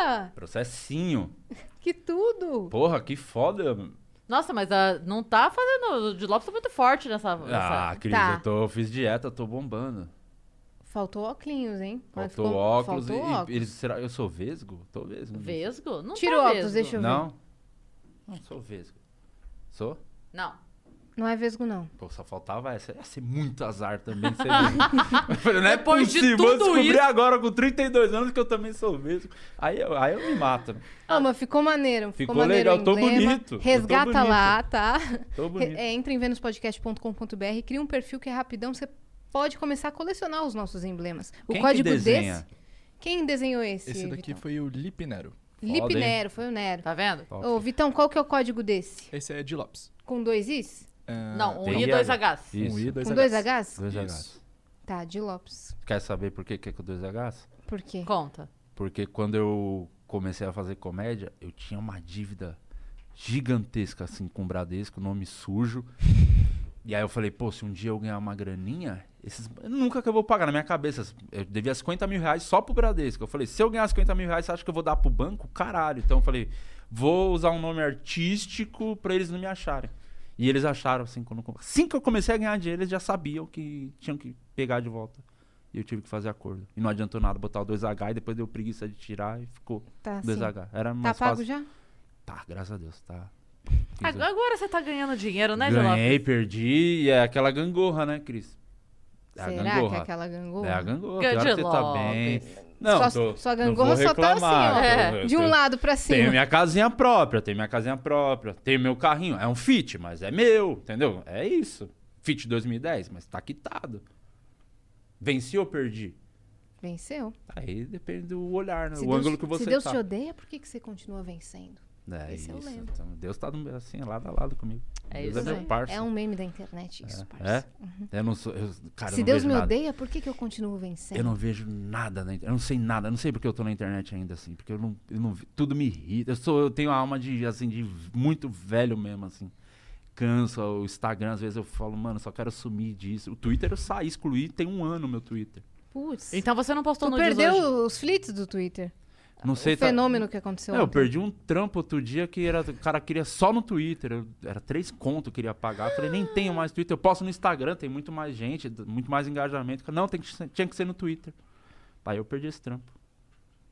[SPEAKER 2] Ah,
[SPEAKER 3] Processinho.
[SPEAKER 2] que tudo!
[SPEAKER 3] Porra, que foda.
[SPEAKER 1] Nossa, mas ah, não tá fazendo. O de Lopes tá muito forte nessa. nessa-
[SPEAKER 3] Ah, Cris,
[SPEAKER 2] Tá.
[SPEAKER 3] eu, tô, eu fiz dieta, tô bombando.
[SPEAKER 2] Faltou óculos, hein? Mas
[SPEAKER 3] Faltou
[SPEAKER 2] ficou-
[SPEAKER 3] óculos.
[SPEAKER 2] faltou
[SPEAKER 3] e-
[SPEAKER 2] óculos.
[SPEAKER 3] E, eles- será eu sou vesgo? Tô vesgo. né?
[SPEAKER 1] Vesgo? Não
[SPEAKER 2] Tira
[SPEAKER 1] tá
[SPEAKER 2] o óculos,
[SPEAKER 1] vesgo.
[SPEAKER 2] deixa eu ver.
[SPEAKER 3] Não? Não sou vesgo. Sou?
[SPEAKER 1] Não.
[SPEAKER 2] Não é vesgo, não.
[SPEAKER 3] Pô, só faltava essa. Ia ser muito azar também ser vesgo. Eu falei, não é
[SPEAKER 1] Depois de
[SPEAKER 3] possível. eu
[SPEAKER 1] tudo
[SPEAKER 3] descobri
[SPEAKER 1] isso.
[SPEAKER 3] agora com 32 anos que eu também sou vesgo. Aí eu, aí eu me mato. né?
[SPEAKER 2] Ah, mas ficou maneiro.
[SPEAKER 3] Ficou
[SPEAKER 2] Ficou, maneiro o
[SPEAKER 3] legal, tô
[SPEAKER 2] emblema.
[SPEAKER 3] bonito, eu tô
[SPEAKER 2] Resgata
[SPEAKER 3] bonito.
[SPEAKER 2] lá, tá?
[SPEAKER 3] Tô bonito.
[SPEAKER 2] É, entra em venuspodcast.com.br, cria um perfil que é rapidão, você pode começar a colecionar os nossos emblemas. O
[SPEAKER 3] Quem que
[SPEAKER 2] código
[SPEAKER 3] desenha?
[SPEAKER 2] desse. Quem desenhou esse?
[SPEAKER 4] Esse daqui
[SPEAKER 2] Vitão?
[SPEAKER 4] foi o Lipe Nero.
[SPEAKER 2] Lipe
[SPEAKER 3] Foda, hein?
[SPEAKER 2] Nero, foi o Nero.
[SPEAKER 1] Tá vendo?
[SPEAKER 3] Top.
[SPEAKER 2] Ô, Vitão, qual que é o código desse?
[SPEAKER 4] Esse é de Lopes.
[SPEAKER 2] Com dois Is?
[SPEAKER 4] Ah,
[SPEAKER 1] Não, um
[SPEAKER 3] tem
[SPEAKER 1] I e dois Hs.
[SPEAKER 4] um I e
[SPEAKER 3] Isso.
[SPEAKER 4] dois
[SPEAKER 2] Com
[SPEAKER 4] Hs.
[SPEAKER 2] dois Hs?
[SPEAKER 3] Dois
[SPEAKER 4] Isso.
[SPEAKER 3] Hs.
[SPEAKER 2] Tá, de Lopes.
[SPEAKER 3] Quer saber por que que é com dois Hs?
[SPEAKER 2] Por quê?
[SPEAKER 1] Conta.
[SPEAKER 3] Porque quando eu comecei a fazer comédia, eu tinha uma dívida gigantesca, assim, com o Bradesco, nome sujo. E aí eu falei, pô, se um dia eu ganhar uma graninha, esses... nunca que eu vou pagar na minha cabeça. assim, Eu devia 50 mil reais só pro Bradesco. Eu falei, se eu ganhar 50 mil reais, você acha que eu vou dar pro banco? Caralho. Então eu falei, vou usar um nome artístico pra eles não me acharem. E eles acharam, assim, quando... assim que eu comecei a ganhar dinheiro, eles já sabiam que tinham que pegar de volta. E eu tive que fazer acordo. E não adiantou nada botar o 2H e depois deu preguiça de tirar e ficou
[SPEAKER 2] Tá, sim.
[SPEAKER 3] 2H. Era
[SPEAKER 2] Tá
[SPEAKER 3] mais
[SPEAKER 2] pago
[SPEAKER 3] fácil.
[SPEAKER 2] já?
[SPEAKER 3] Tá, graças a Deus, tá. Fiz um-
[SPEAKER 1] Agora, agora você tá ganhando dinheiro, né, Geló?
[SPEAKER 3] Ganhei, perdi. E é aquela gangorra, né, Cris? É a
[SPEAKER 2] Será que
[SPEAKER 3] gangorra.
[SPEAKER 2] é aquela gangorra?
[SPEAKER 3] É a gangorra.
[SPEAKER 1] Good
[SPEAKER 3] Claro que você tá
[SPEAKER 1] Lopes.
[SPEAKER 3] bem. Não,
[SPEAKER 2] só,
[SPEAKER 3] tô,
[SPEAKER 2] só
[SPEAKER 3] não
[SPEAKER 2] gangorra
[SPEAKER 3] vou
[SPEAKER 2] só tá assim,
[SPEAKER 3] reclamar,
[SPEAKER 2] ó.
[SPEAKER 3] tô-
[SPEAKER 1] É.
[SPEAKER 3] eu
[SPEAKER 2] De um
[SPEAKER 3] tô-
[SPEAKER 2] lado pra
[SPEAKER 3] Tenho
[SPEAKER 2] cima.
[SPEAKER 3] minha casinha própria, tenho minha casinha própria, tenho meu carrinho. É um Fit, mas é meu, entendeu? É isso. Fit 2010, mas tá quitado. Venci ou perdi?
[SPEAKER 2] Venceu.
[SPEAKER 3] Aí depende do olhar, né? o
[SPEAKER 2] Se Deus-
[SPEAKER 3] ângulo que você
[SPEAKER 2] Se Deus
[SPEAKER 3] tá.
[SPEAKER 2] te odeia, por que, que você continua vencendo?
[SPEAKER 3] É
[SPEAKER 2] Esse eu
[SPEAKER 3] isso.
[SPEAKER 2] lembro.
[SPEAKER 3] então, Deus tá no- assim, lado a lado comigo.
[SPEAKER 1] É
[SPEAKER 3] Deus
[SPEAKER 1] isso
[SPEAKER 3] é
[SPEAKER 1] aí.
[SPEAKER 3] meu parça.
[SPEAKER 2] É um meme da internet isso,
[SPEAKER 3] É?
[SPEAKER 2] parça. Uhum.
[SPEAKER 3] Eu não sou. eu- cara, eu
[SPEAKER 2] Se
[SPEAKER 3] não
[SPEAKER 2] Deus
[SPEAKER 3] vejo
[SPEAKER 2] me
[SPEAKER 3] nada.
[SPEAKER 2] odeia, é. por que, que eu continuo vencendo?
[SPEAKER 3] Eu não vejo nada na internet. Eu não sei nada. Eu não sei porque eu tô na internet ainda, assim. Porque eu não. Eu não vi- tudo me irrita. Eu, sou, eu tenho a alma de, assim, de muito velho mesmo, assim. Cansa o Instagram, às vezes eu falo, mano, só quero sumir disso. O Twitter eu saí, excluí, tem um ano o meu Twitter.
[SPEAKER 2] Putz.
[SPEAKER 1] Então você não postou
[SPEAKER 2] Tu
[SPEAKER 1] no
[SPEAKER 2] perdeu os flits do Twitter.
[SPEAKER 3] Não sei.
[SPEAKER 2] o fenômeno que aconteceu.
[SPEAKER 3] Tá... É, eu
[SPEAKER 2] ontem.
[SPEAKER 3] perdi um trampo outro dia que era, o cara queria só no Twitter. Eu- era três conto que eu queria pagar. Eu falei, nem tenho mais Twitter. Eu posto no Instagram, tem muito mais gente, d- muito mais engajamento. Não, tem que ser- tinha que ser no Twitter. Aí eu perdi esse trampo.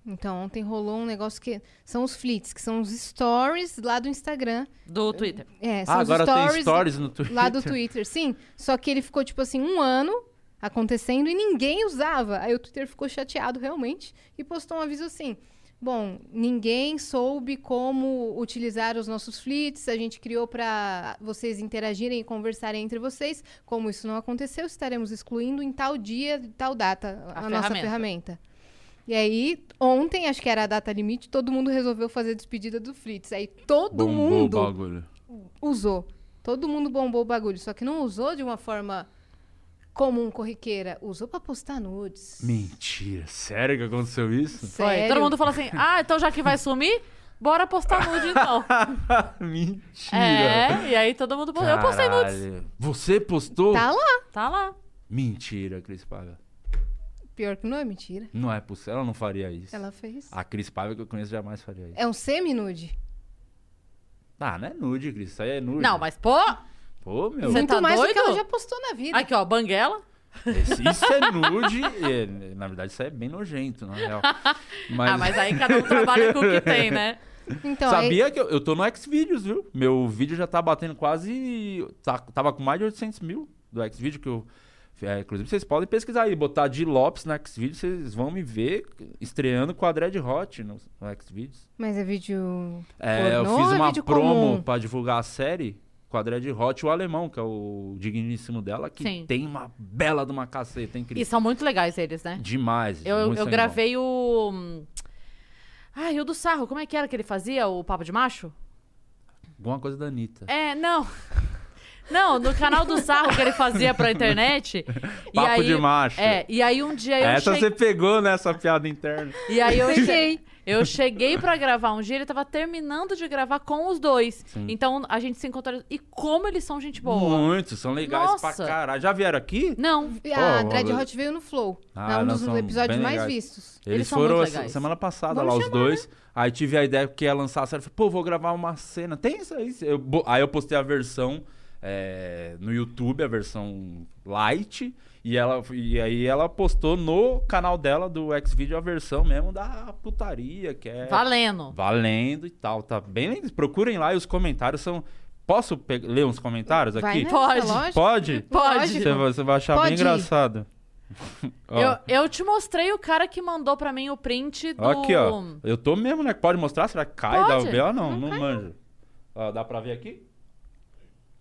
[SPEAKER 2] Então, ontem rolou um negócio que são os flits, que são os stories lá do Instagram.
[SPEAKER 1] Do Twitter.
[SPEAKER 2] É, são
[SPEAKER 3] Ah,
[SPEAKER 2] os
[SPEAKER 3] agora
[SPEAKER 2] stories,
[SPEAKER 3] tem stories no Twitter.
[SPEAKER 2] lá do Twitter. Sim, só que ele ficou, tipo assim, um ano acontecendo e ninguém usava. Aí o Twitter ficou chateado realmente e postou um aviso assim. Bom, ninguém soube como utilizar os nossos flits, a gente criou para vocês interagirem e conversarem entre vocês. Como isso não aconteceu, estaremos excluindo em tal dia, tal data, a,
[SPEAKER 1] A
[SPEAKER 2] nossa
[SPEAKER 1] ferramenta.
[SPEAKER 2] ferramenta. E aí, ontem, acho que era a data limite, todo mundo resolveu fazer a despedida do Fritz. Aí todo
[SPEAKER 3] Bombou o
[SPEAKER 2] mundo
[SPEAKER 3] bagulho.
[SPEAKER 2] usou. Todo mundo bombou o bagulho, só que não usou de uma forma comum, corriqueira. Usou pra postar nudes.
[SPEAKER 3] Mentira, sério que aconteceu isso?
[SPEAKER 1] Foi.
[SPEAKER 2] Sério?
[SPEAKER 1] Todo mundo falou assim: ah, então já que vai sumir, bora postar nude então.
[SPEAKER 3] Mentira.
[SPEAKER 1] é, e aí todo mundo postou. Eu postei nudes.
[SPEAKER 3] Caralho. Você postou?
[SPEAKER 2] Tá lá.
[SPEAKER 1] Tá lá.
[SPEAKER 3] Mentira, Cris Paiva.
[SPEAKER 2] Pior que não é mentira.
[SPEAKER 3] Não é possível, ela não faria isso.
[SPEAKER 2] Ela fez.
[SPEAKER 3] A Cris Paiva que eu conheço jamais faria isso.
[SPEAKER 2] É um semi-nude.
[SPEAKER 3] Ah, não é nude, Cris, isso aí é nude.
[SPEAKER 1] Não, mas pô,
[SPEAKER 3] Pô, meu,
[SPEAKER 1] Você
[SPEAKER 2] Muito
[SPEAKER 1] tá
[SPEAKER 2] mais do que
[SPEAKER 1] doido?
[SPEAKER 2] ela já postou na vida.
[SPEAKER 1] aqui ó, banguela.
[SPEAKER 3] esse- isso é nude. e, na verdade, isso aí é bem nojento, na real. Mas...
[SPEAKER 1] Ah, mas aí cada um trabalha com o que tem, né?
[SPEAKER 2] Então, aí-
[SPEAKER 3] Sabia que eu, eu tô no Xvideos, viu? Meu vídeo já tá batendo quase. tá- tava com mais de 800 mil do Xvideo que eu. é, inclusive, vocês podem pesquisar aí, botar de Lopes no Xvideos, vocês vão me ver estreando com a Dread Hot no, no Xvideos.
[SPEAKER 2] Mas é vídeo.
[SPEAKER 3] É, eu
[SPEAKER 2] Pornô
[SPEAKER 3] fiz
[SPEAKER 2] ou é
[SPEAKER 3] uma
[SPEAKER 2] vídeo
[SPEAKER 3] promo
[SPEAKER 2] comum?
[SPEAKER 3] pra divulgar a série com a Dread Hot e o alemão, que é o digníssimo dela, que
[SPEAKER 1] Sim.
[SPEAKER 3] tem uma bela de uma caceta, hein,
[SPEAKER 1] E
[SPEAKER 3] Cris?
[SPEAKER 1] são muito legais eles, né?
[SPEAKER 3] Demais.
[SPEAKER 1] Eu,
[SPEAKER 3] muito
[SPEAKER 1] eu
[SPEAKER 3] sangue
[SPEAKER 1] gravei o. hum, Ai, o do sarro, como é que era que ele fazia? O Papo de Macho?
[SPEAKER 3] bom. Alguma coisa da Anitta.
[SPEAKER 1] É, não. Não, no canal do sarro que ele fazia pra internet. e
[SPEAKER 3] Papo
[SPEAKER 1] aí-
[SPEAKER 3] de macho.
[SPEAKER 1] É, e aí um dia eu
[SPEAKER 3] Essa
[SPEAKER 1] cheguei.
[SPEAKER 3] você pegou nessa piada interna.
[SPEAKER 1] E aí eu
[SPEAKER 2] Peguei.
[SPEAKER 1] Eu cheguei pra gravar um dia, ele tava terminando de gravar com os dois. Então a gente se encontrou. E como eles são gente boa.
[SPEAKER 3] Muito, são legais
[SPEAKER 1] Nossa.
[SPEAKER 3] pra caralho. Já vieram aqui?
[SPEAKER 1] Não.
[SPEAKER 2] a
[SPEAKER 3] Pô,
[SPEAKER 2] Ah, Dread
[SPEAKER 3] eu-
[SPEAKER 2] Hot veio no Flow.
[SPEAKER 3] Ah,
[SPEAKER 2] é um
[SPEAKER 3] elas
[SPEAKER 2] dos
[SPEAKER 3] são
[SPEAKER 2] episódios
[SPEAKER 3] bem
[SPEAKER 2] mais
[SPEAKER 3] legais.
[SPEAKER 2] vistos.
[SPEAKER 3] Eles
[SPEAKER 1] são
[SPEAKER 3] foram
[SPEAKER 1] muito
[SPEAKER 3] essa-
[SPEAKER 1] legais. né?
[SPEAKER 3] semana passada
[SPEAKER 2] Vamos
[SPEAKER 3] lá, os
[SPEAKER 2] chamar,
[SPEAKER 3] dois. Aí tive a ideia que ia lançar a série. Falei, pô, vou gravar uma cena. Tem isso aí? Eu bo- aí eu postei a versão é, no YouTube, a versão light. E, ela, e aí ela postou no canal dela do Xvideo a versão mesmo da putaria, que é...
[SPEAKER 1] Valendo.
[SPEAKER 3] Valendo e tal. Tá bem lindo. Procurem lá e os comentários são... Posso pe- ler uns comentários
[SPEAKER 2] Vai
[SPEAKER 3] aqui?
[SPEAKER 2] nessa,
[SPEAKER 1] né? Pode.
[SPEAKER 2] É lógico.
[SPEAKER 3] Pode?
[SPEAKER 1] Pode.
[SPEAKER 3] Você vai, você vai achar
[SPEAKER 2] Pode
[SPEAKER 3] bem
[SPEAKER 2] ir.
[SPEAKER 3] engraçado. Ó.
[SPEAKER 1] Eu, eu te mostrei o cara que mandou pra mim o print do.
[SPEAKER 3] Ó Aqui, ó. Eu tô mesmo, né? Pode mostrar? Será que cai
[SPEAKER 1] Pode.
[SPEAKER 3] da UB? Ó, não, não, manjo. Ó, dá pra ver aqui?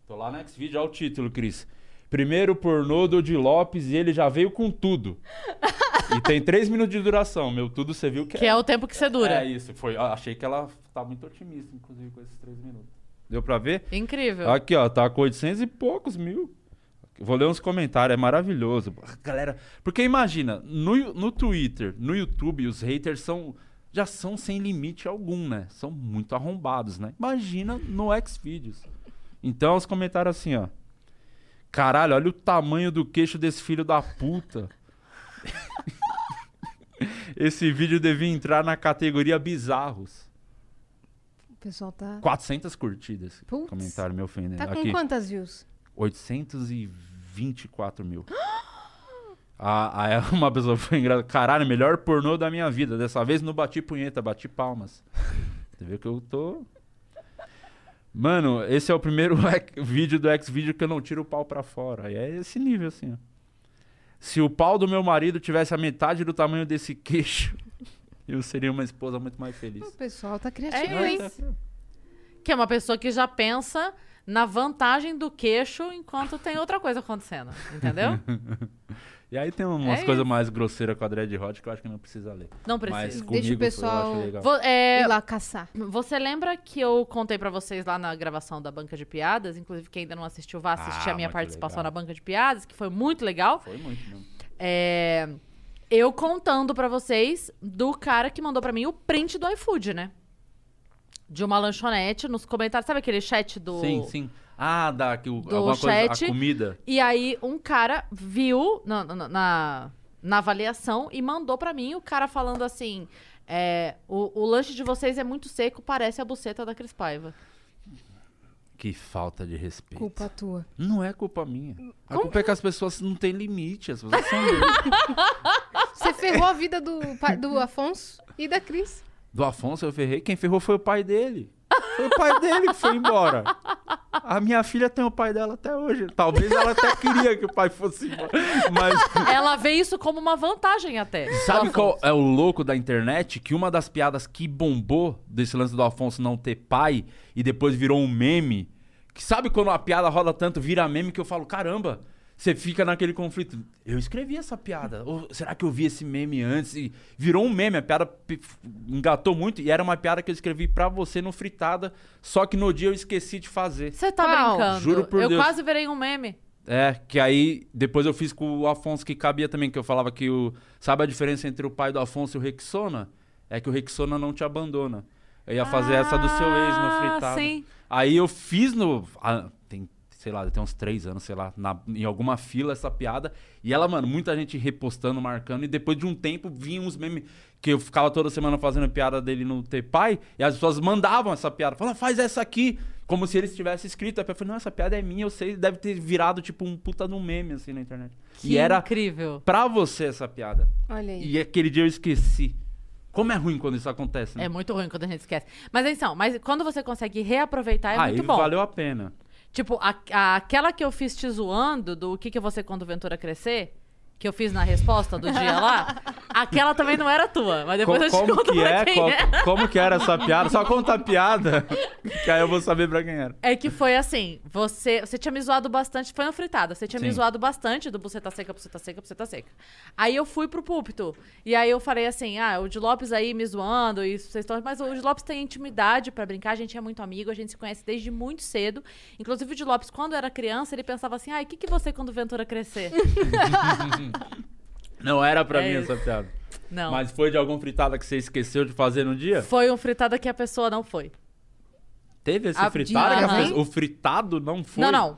[SPEAKER 3] Tô lá no Xvideo, olha o título, Cris. Primeiro pornô do Di Lopes e ele já veio com tudo. e tem três minutos de duração. Meu tudo você viu que,
[SPEAKER 1] Que é o tempo que você dura.
[SPEAKER 3] É isso, foi. ó, achei que ela tá muito otimista, inclusive, com esses três minutos. Deu pra ver?
[SPEAKER 1] Incrível.
[SPEAKER 3] Aqui, ó, tá com 800 e poucos mil. Vou ler uns comentários, é maravilhoso. Ah, Galera, porque imagina, no, no Twitter, no YouTube, os haters são já são sem limite algum, né? São muito arrombados, né? Imagina no Xvideos. Então, os comentários assim, ó. Caralho, olha o tamanho do queixo desse filho da puta. Esse vídeo devia entrar na categoria bizarros.
[SPEAKER 2] O pessoal tá.
[SPEAKER 3] 400 curtidas.
[SPEAKER 2] Putz.
[SPEAKER 3] Comentário me ofendendo.
[SPEAKER 2] Tá com
[SPEAKER 3] Aqui,
[SPEAKER 2] quantas views?
[SPEAKER 3] 824 mil. Ah, aí uma pessoa foi engraçada. Caralho, melhor pornô da minha vida. Dessa vez não bati punheta, bati palmas. Você vê que eu tô. Mano, esse é o primeiro ex- vídeo do X-Video que eu não tiro o pau pra fora. Aí é esse nível assim, ó. Se o pau do meu marido tivesse a metade do tamanho desse queixo, eu seria uma esposa muito mais
[SPEAKER 2] O
[SPEAKER 3] feliz.
[SPEAKER 2] pessoal tá criativo,
[SPEAKER 1] É
[SPEAKER 2] hein?
[SPEAKER 1] isso. Que é uma pessoa que já pensa na vantagem do queixo enquanto tem outra coisa acontecendo. Entendeu?
[SPEAKER 3] E aí tem umas
[SPEAKER 1] É
[SPEAKER 3] coisas mais grosseiras com a Dread Hot que eu acho que não precisa ler. Mas então.
[SPEAKER 1] Não precisa.
[SPEAKER 3] comigo
[SPEAKER 2] Deixa o pessoal-
[SPEAKER 3] eu acho legal.
[SPEAKER 1] Vo- é,
[SPEAKER 2] Ir lá caçar.
[SPEAKER 1] Você lembra que eu contei pra vocês lá na gravação da Banca de Piadas? Inclusive, quem ainda não assistiu, vá assistir
[SPEAKER 3] Ah,
[SPEAKER 1] a minha
[SPEAKER 3] muito
[SPEAKER 1] participação
[SPEAKER 3] legal.
[SPEAKER 1] na Banca de Piadas, que foi muito legal.
[SPEAKER 3] Foi muito mesmo.
[SPEAKER 1] É, eu contando pra vocês do cara que mandou pra mim o print do iFood, né? De uma lanchonete nos comentários. Sabe aquele chat do.
[SPEAKER 3] Sim, sim. Ah, dá que o,
[SPEAKER 1] do
[SPEAKER 3] alguma coisa,
[SPEAKER 1] chat.
[SPEAKER 3] a comida.
[SPEAKER 1] E aí, um cara viu na, na, na- na avaliação e mandou pra mim o cara falando assim: é, o, o lanche de vocês é muito seco, parece a buceta da Cris Paiva.
[SPEAKER 3] Que falta de respeito.
[SPEAKER 2] Culpa tua.
[SPEAKER 3] Não é culpa minha. A culpa é que as pessoas não têm limite, as pessoas são doidas.
[SPEAKER 2] Você ferrou a vida do, pa- do Afonso e da Cris.
[SPEAKER 3] Do Afonso eu ferrei, quem ferrou foi o pai dele. Foi o pai dele que foi embora. A minha filha tem o pai dela até hoje. Talvez ela até queria que o pai fosse embora. Mas
[SPEAKER 1] Ela vê isso como uma vantagem até.
[SPEAKER 3] Sabe qual é o louco da internet? Que uma das piadas que bombou desse lance do Afonso não ter pai e depois virou um meme. Que sabe quando a piada roda tanto, vira meme que eu falo, caramba, você fica naquele conflito. Eu escrevi essa piada. Ou será que eu vi esse meme antes? E virou um meme, a piada pi- engatou muito e era uma piada que eu escrevi pra você no fritada, só que no dia eu esqueci de fazer.
[SPEAKER 1] Você tá
[SPEAKER 2] Qual?
[SPEAKER 1] brincando.
[SPEAKER 3] Juro por
[SPEAKER 1] eu
[SPEAKER 3] Deus.
[SPEAKER 1] quase virei um meme.
[SPEAKER 3] É, que aí depois eu fiz com o Afonso que cabia também, que eu falava que o. Sabe a diferença entre o pai do Afonso e o Rexona? É que o Rexona não te abandona. Eu ia fazer essa do seu ex
[SPEAKER 1] Ah,
[SPEAKER 3] no fritado.
[SPEAKER 1] Sim.
[SPEAKER 3] Aí eu fiz no. ah, tem, sei lá, tem uns três anos, sei lá, na- em alguma fila essa piada. E ela, mano, muita gente repostando, marcando. E depois de um tempo vinham uns memes. Que eu ficava toda semana fazendo piada dele no ter pai. E as pessoas mandavam essa piada. Falavam, faz essa aqui. Como se eles tivessem escrito. Aí eu falei, não, essa piada é minha, eu sei. Deve ter virado tipo um puta de um meme assim na internet.
[SPEAKER 1] Que
[SPEAKER 3] e era
[SPEAKER 1] incrível.
[SPEAKER 3] pra você essa piada.
[SPEAKER 2] Olha aí.
[SPEAKER 3] E aquele dia eu esqueci. Como é ruim quando isso acontece, né?
[SPEAKER 1] É muito ruim quando a gente esquece. Mas então, mas quando você consegue reaproveitar é
[SPEAKER 3] Aí
[SPEAKER 1] muito bom.
[SPEAKER 3] Ah, valeu a pena.
[SPEAKER 1] Tipo, a- a- aquela que eu fiz te zoando, do o que, que você quando o Ventura crescer, que eu fiz na resposta do dia lá, aquela também não era tua. Mas depois
[SPEAKER 3] Co-
[SPEAKER 1] eu te
[SPEAKER 3] como
[SPEAKER 1] conto
[SPEAKER 3] que
[SPEAKER 1] pra
[SPEAKER 3] é,
[SPEAKER 1] quem
[SPEAKER 3] Co-
[SPEAKER 1] é.
[SPEAKER 3] como que era essa piada? Só conta a piada, que aí eu vou saber pra quem era.
[SPEAKER 1] É que foi assim, você, você tinha me zoado bastante, foi no fritada, você tinha me
[SPEAKER 3] Sim.
[SPEAKER 1] zoado bastante do buceta seca, buceta seca, buceta seca. Aí eu fui pro púlpito, e aí eu falei assim, ah, o de Lopes aí me zoando, e vocês estão... Mas o de Lopes tem intimidade pra brincar, a gente é muito amigo, a gente se conhece desde muito cedo. Inclusive o de Lopes, quando era criança, ele pensava assim, ai, o que, que você quando o Ventura crescer?
[SPEAKER 3] Não era pra
[SPEAKER 1] É
[SPEAKER 3] mim
[SPEAKER 1] isso.
[SPEAKER 3] essa piada.
[SPEAKER 1] Não.
[SPEAKER 3] Mas foi de algum fritada que você esqueceu de fazer no dia?
[SPEAKER 1] Foi um fritada que a pessoa não foi.
[SPEAKER 3] Teve esse
[SPEAKER 2] Ah,
[SPEAKER 3] fritada? que as
[SPEAKER 1] aham.
[SPEAKER 3] pessoas- O fritado não foi?
[SPEAKER 1] Não, não.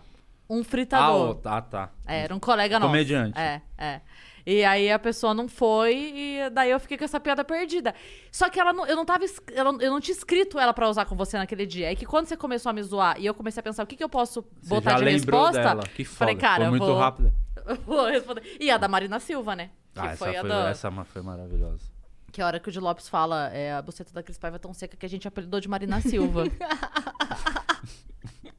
[SPEAKER 1] Um
[SPEAKER 3] Ah,
[SPEAKER 1] fritador.
[SPEAKER 3] o- ah, tá.
[SPEAKER 1] É, era um colega nosso.
[SPEAKER 3] Comediante.
[SPEAKER 1] É, é. E aí a pessoa não foi e daí eu fiquei com essa piada perdida. Só que ela não, eu não tava, es- ela- eu não tinha escrito ela pra usar com você naquele dia. É que quando você começou a me zoar e eu comecei a pensar o que, que eu posso
[SPEAKER 3] Você
[SPEAKER 1] botar
[SPEAKER 3] já
[SPEAKER 1] de
[SPEAKER 3] lembrou
[SPEAKER 1] resposta,
[SPEAKER 3] dela. Que foda.
[SPEAKER 1] falei, cara,
[SPEAKER 3] foi
[SPEAKER 1] eu
[SPEAKER 3] muito
[SPEAKER 1] vou,
[SPEAKER 3] rápida.
[SPEAKER 1] eu vou responder. E a da Marina Silva, né? Que
[SPEAKER 3] Ah,
[SPEAKER 1] foi
[SPEAKER 3] essa,
[SPEAKER 1] a
[SPEAKER 3] foi,
[SPEAKER 1] da.
[SPEAKER 3] essa ma- foi maravilhosa.
[SPEAKER 1] Que a hora que o de Lopes fala, é, a buceta da Cris Paiva é tão seca que a gente apelidou de Marina Silva.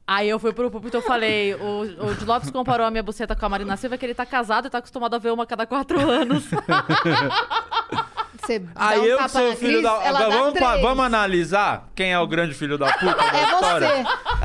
[SPEAKER 1] Aí eu fui pro púlpito e falei, o, o de Lopes comparou a minha buceta com a Marina Silva, que ele tá casado e tá acostumado a ver uma a cada quatro anos.
[SPEAKER 2] Você dá
[SPEAKER 3] Aí
[SPEAKER 2] um
[SPEAKER 3] eu
[SPEAKER 2] tapa
[SPEAKER 3] que sou
[SPEAKER 2] na
[SPEAKER 3] o filho
[SPEAKER 2] Cris,
[SPEAKER 3] da...
[SPEAKER 2] ela dá
[SPEAKER 3] Vamos, pa-
[SPEAKER 2] três.
[SPEAKER 3] vamos analisar quem é o grande filho da puta da
[SPEAKER 2] É
[SPEAKER 3] história?
[SPEAKER 2] você.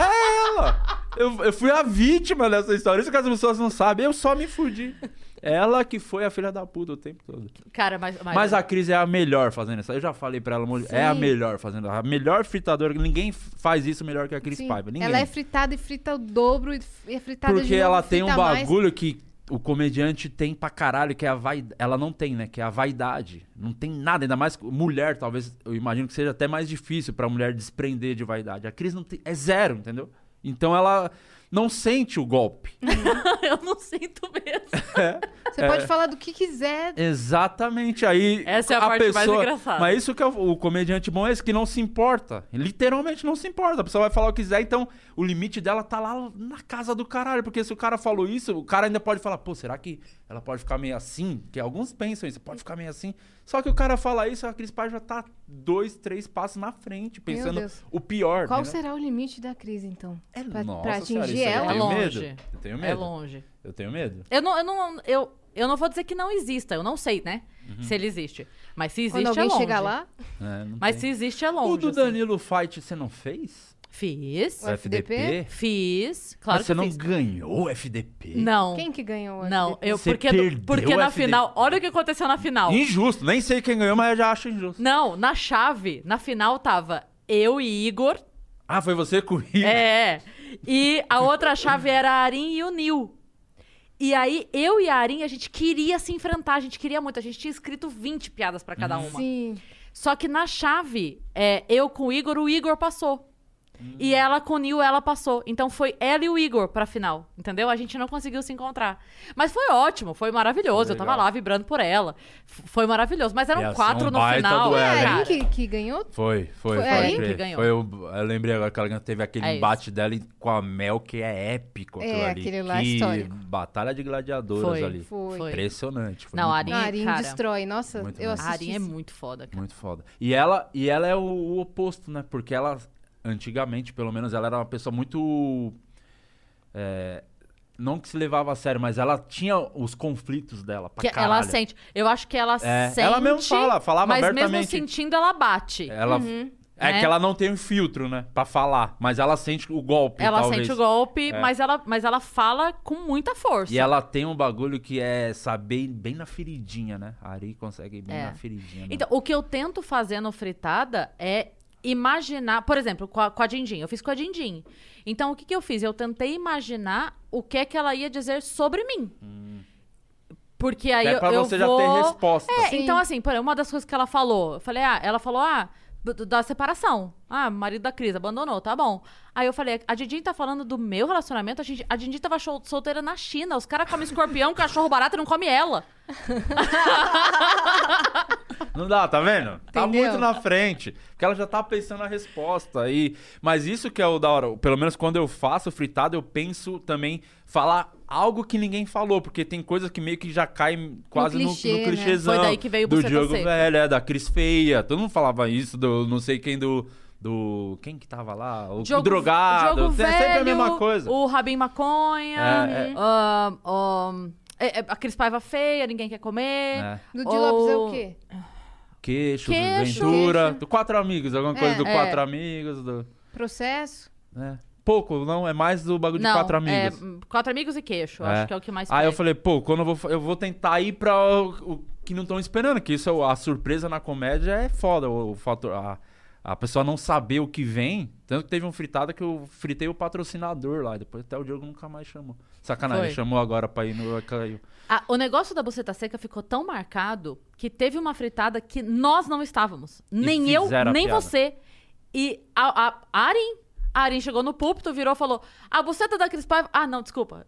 [SPEAKER 3] É ela! Eu, eu fui a vítima dessa história. Isso que as pessoas não sabem. Eu só me fudi. Ela que foi a filha da puta o tempo todo.
[SPEAKER 1] Cara, mas... mas-
[SPEAKER 3] Mas a Cris é a melhor fazendo isso. Eu já falei pra ela, mulher, é a
[SPEAKER 2] Sim.
[SPEAKER 3] melhor fazendo. A melhor fritadora. Ninguém f- faz isso melhor que a Cris
[SPEAKER 2] Sim.
[SPEAKER 3] Paiva. Ninguém.
[SPEAKER 2] Ela é fritada e frita o dobro e f- e é fritada de
[SPEAKER 3] Porque
[SPEAKER 2] novo,
[SPEAKER 3] ela tem um
[SPEAKER 2] frita mais.
[SPEAKER 3] bagulho que o comediante tem pra caralho, que é a vaidade. Ela não tem, né? Que é a vaidade. Não tem nada, ainda mais mulher, talvez. Eu imagino que seja até mais difícil pra mulher desprender de vaidade. A Cris não tem. É zero, entendeu? Então ela. não sente o golpe.
[SPEAKER 1] Eu não sinto mesmo.
[SPEAKER 2] Você
[SPEAKER 3] é.
[SPEAKER 2] pode falar do que quiser.
[SPEAKER 3] Exatamente. Aí
[SPEAKER 1] Essa é a parte mais engraçada.
[SPEAKER 3] Mas isso que é o, o comediante bom é esse que não se importa. Literalmente não se importa. A pessoa vai falar o que quiser, então o limite dela tá lá na casa do caralho. Porque se o cara falou isso, o cara ainda pode falar, pô, será que ela pode ficar meio assim? Que alguns pensam isso, pode ficar meio assim. Só que o cara fala isso, a Cris Paiva já tá dois, três passos na frente, pensando né?
[SPEAKER 2] Deus.
[SPEAKER 3] o pior.
[SPEAKER 2] Qual
[SPEAKER 3] entendeu?
[SPEAKER 2] será o limite da crise, então?
[SPEAKER 3] É,
[SPEAKER 2] pra-
[SPEAKER 3] nossa
[SPEAKER 2] pra
[SPEAKER 3] senhora,
[SPEAKER 2] atingir
[SPEAKER 3] isso aí
[SPEAKER 2] ela?
[SPEAKER 1] É
[SPEAKER 3] Eu tenho
[SPEAKER 1] longe.
[SPEAKER 3] medo. Eu tenho medo.
[SPEAKER 1] É longe.
[SPEAKER 3] Eu tenho medo.
[SPEAKER 1] Eu não, eu não, eu, eu não vou dizer que não exista. Eu não sei, né?
[SPEAKER 3] Uhum.
[SPEAKER 1] Se ele existe. Mas se existe,
[SPEAKER 2] Quando
[SPEAKER 1] é
[SPEAKER 2] alguém
[SPEAKER 1] longe.
[SPEAKER 2] chegar lá,
[SPEAKER 3] É, não
[SPEAKER 1] Mas
[SPEAKER 3] tem.
[SPEAKER 1] se existe, é longe.
[SPEAKER 3] o do
[SPEAKER 1] assim.
[SPEAKER 3] Danilo Fight você não fez?
[SPEAKER 1] Fiz.
[SPEAKER 2] O FDP?
[SPEAKER 1] Fiz. Claro
[SPEAKER 3] Mas você
[SPEAKER 1] que
[SPEAKER 3] não
[SPEAKER 1] fiz.
[SPEAKER 3] ganhou o FDP?
[SPEAKER 1] Não.
[SPEAKER 2] quem que ganhou? a
[SPEAKER 1] Não,
[SPEAKER 2] FDP?
[SPEAKER 1] eu
[SPEAKER 3] Você
[SPEAKER 1] porque,
[SPEAKER 3] perdeu
[SPEAKER 1] porque
[SPEAKER 3] o
[SPEAKER 1] na
[SPEAKER 3] FDP.
[SPEAKER 1] final, olha o que aconteceu na final.
[SPEAKER 3] Injusto, nem sei quem ganhou, mas eu já acho injusto.
[SPEAKER 1] Não, na chave, na final tava eu e Igor.
[SPEAKER 3] Ah, foi você com o Rio?
[SPEAKER 1] É. E a outra chave era a Arin e o Nil. E aí, eu e a Arin, a gente queria se enfrentar, a gente queria muito. A gente tinha escrito 20 piadas pra cada uma.
[SPEAKER 2] Sim.
[SPEAKER 1] Só que na chave, é, eu com o Igor, o Igor passou.
[SPEAKER 3] Hum.
[SPEAKER 1] E ela com o Nil, ela passou. Então foi ela e o Igor pra final, entendeu? A gente não conseguiu se encontrar. Mas foi ótimo, foi maravilhoso. Eu tava
[SPEAKER 3] Legal.
[SPEAKER 1] lá vibrando por ela. F- foi maravilhoso. Mas eram
[SPEAKER 3] Ia ser
[SPEAKER 1] quatro
[SPEAKER 3] um
[SPEAKER 1] no
[SPEAKER 3] baita
[SPEAKER 1] final.
[SPEAKER 3] duelo,
[SPEAKER 2] Foi
[SPEAKER 3] É,
[SPEAKER 2] a
[SPEAKER 1] cara.
[SPEAKER 2] Arin que, que ganhou?
[SPEAKER 3] Foi, foi,
[SPEAKER 2] Foi
[SPEAKER 3] foi.
[SPEAKER 2] ela
[SPEAKER 3] pode
[SPEAKER 1] que
[SPEAKER 3] crer.
[SPEAKER 1] ganhou.
[SPEAKER 3] Foi o- eu lembrei agora que ela ganhou- teve aquele
[SPEAKER 1] É isso.
[SPEAKER 3] embate dela em- com a Mel, que é épico aquilo
[SPEAKER 2] É,
[SPEAKER 3] ali.
[SPEAKER 2] aquele lá é
[SPEAKER 3] que
[SPEAKER 2] histórico.
[SPEAKER 3] Batalha de gladiadoras
[SPEAKER 1] Foi.
[SPEAKER 3] ali.
[SPEAKER 2] Foi.
[SPEAKER 1] Foi.
[SPEAKER 3] Impressionante. Foi
[SPEAKER 1] Não, a
[SPEAKER 3] muito,
[SPEAKER 1] Arin,
[SPEAKER 2] Não, a Arin
[SPEAKER 1] cara,
[SPEAKER 2] destrói. Nossa,
[SPEAKER 3] Muito
[SPEAKER 2] eu
[SPEAKER 3] bom.
[SPEAKER 1] a
[SPEAKER 2] assisti.
[SPEAKER 1] Arin é
[SPEAKER 2] isso.
[SPEAKER 1] muito foda, cara.
[SPEAKER 3] muito foda. E ela, e ela é o, o oposto, né? Porque ela, antigamente, pelo menos, ela era uma pessoa muito... é, não que se levava a sério, mas ela tinha os conflitos dela pra
[SPEAKER 1] Que
[SPEAKER 3] caralho.
[SPEAKER 1] ela sente. Eu acho que ela
[SPEAKER 3] É,
[SPEAKER 1] sente.
[SPEAKER 3] ela mesmo fala, falava
[SPEAKER 1] mas mesmo assim,
[SPEAKER 3] abertamente.
[SPEAKER 1] sentindo, ela bate.
[SPEAKER 3] Ela... É
[SPEAKER 1] né?
[SPEAKER 3] que ela não tem um filtro, né? Pra falar. Mas ela sente o golpe,
[SPEAKER 1] ela
[SPEAKER 3] talvez.
[SPEAKER 1] sente o golpe,
[SPEAKER 3] É.
[SPEAKER 1] mas, ela, mas ela fala com muita força.
[SPEAKER 3] E ela tem um bagulho que é saber bem na feridinha, né? A Ari consegue ir bem
[SPEAKER 1] É.
[SPEAKER 3] na feridinha. né?
[SPEAKER 1] Então, o que eu tento fazer no fritada é imaginar, por exemplo, com a, com a Dindin. Eu fiz com a Dindin. Então, o que, que eu fiz? Eu tentei imaginar o que é que ela ia dizer sobre mim. Porque aí
[SPEAKER 3] Hum. Até
[SPEAKER 1] eu,
[SPEAKER 3] pra
[SPEAKER 1] eu
[SPEAKER 3] você
[SPEAKER 1] vou...
[SPEAKER 3] já ter resposta.
[SPEAKER 1] É,
[SPEAKER 2] Sim.
[SPEAKER 1] então assim, por exemplo, uma das coisas que ela falou, eu falei, ah, ela falou, ah, do- do- da separação. Ah, marido da Cris abandonou, tá bom. Aí eu falei, a Dindin tá falando do meu relacionamento, a Dindin, a Dindin tava shol- solteira na China, os caras comem escorpião, cachorro barato e não come ela.
[SPEAKER 3] Não dá, tá vendo? Tá
[SPEAKER 2] Entendeu?
[SPEAKER 3] muito na frente. Porque ela já tá pensando a resposta. E... Mas isso que é o da hora. Pelo menos quando eu faço fritado, eu penso também falar algo que ninguém falou. Porque tem coisas que meio que já caem quase no, no,
[SPEAKER 2] clichê, né?
[SPEAKER 3] clichêzão.
[SPEAKER 1] Foi daí que veio o
[SPEAKER 3] Do
[SPEAKER 1] Buceta
[SPEAKER 3] Diogo
[SPEAKER 1] Seca.
[SPEAKER 3] Velho, é, da Cris Feia. Todo mundo falava isso, do não sei quem do... Do. Quem que tava lá? O
[SPEAKER 1] Diogo-
[SPEAKER 3] drogado.
[SPEAKER 1] Diogo
[SPEAKER 3] é sempre a
[SPEAKER 1] Velho,
[SPEAKER 3] mesma coisa.
[SPEAKER 1] O Rabin Maconha.
[SPEAKER 3] É, é.
[SPEAKER 1] ahn, ahn, é, é, a Cris Paiva feia, ninguém quer comer.
[SPEAKER 3] É.
[SPEAKER 2] Do Di Lopes é
[SPEAKER 1] Ou-
[SPEAKER 2] o quê?
[SPEAKER 3] Queixo,
[SPEAKER 1] Queixo.
[SPEAKER 3] Ventura.
[SPEAKER 2] Queixo.
[SPEAKER 3] Do Quatro Amigos, alguma
[SPEAKER 2] É,
[SPEAKER 3] coisa do
[SPEAKER 1] é.
[SPEAKER 3] Quatro Amigos. Do...
[SPEAKER 2] Processo?
[SPEAKER 3] É. Pouco, não, é mais do bagulho
[SPEAKER 1] Não,
[SPEAKER 3] de quatro amigos.
[SPEAKER 1] é, hum, quatro amigos e queixo.
[SPEAKER 3] É.
[SPEAKER 1] Acho que é o que mais
[SPEAKER 3] Aí eu
[SPEAKER 1] pega.
[SPEAKER 3] falei, pô, quando eu vou, fa- eu vou tentar ir pra o, o que não estão esperando, que isso é o- a surpresa na comédia é foda, o, o fator, a, a pessoa não saber o que vem. Tanto que teve um fritada que eu fritei o patrocinador lá, depois até o Diogo nunca mais chamou. Sacanagem,
[SPEAKER 1] Foi.
[SPEAKER 3] chamou agora pra ir no caiu.
[SPEAKER 1] Ah, o negócio da buceta seca ficou tão marcado que teve uma fritada que nós não estávamos. nem eu,
[SPEAKER 3] fizeram a
[SPEAKER 1] nem
[SPEAKER 3] piada.
[SPEAKER 1] você. E a, a a Arin. A Arin chegou no púlpito, virou e falou: A buceta da Cris Paiva. Ah, não, desculpa.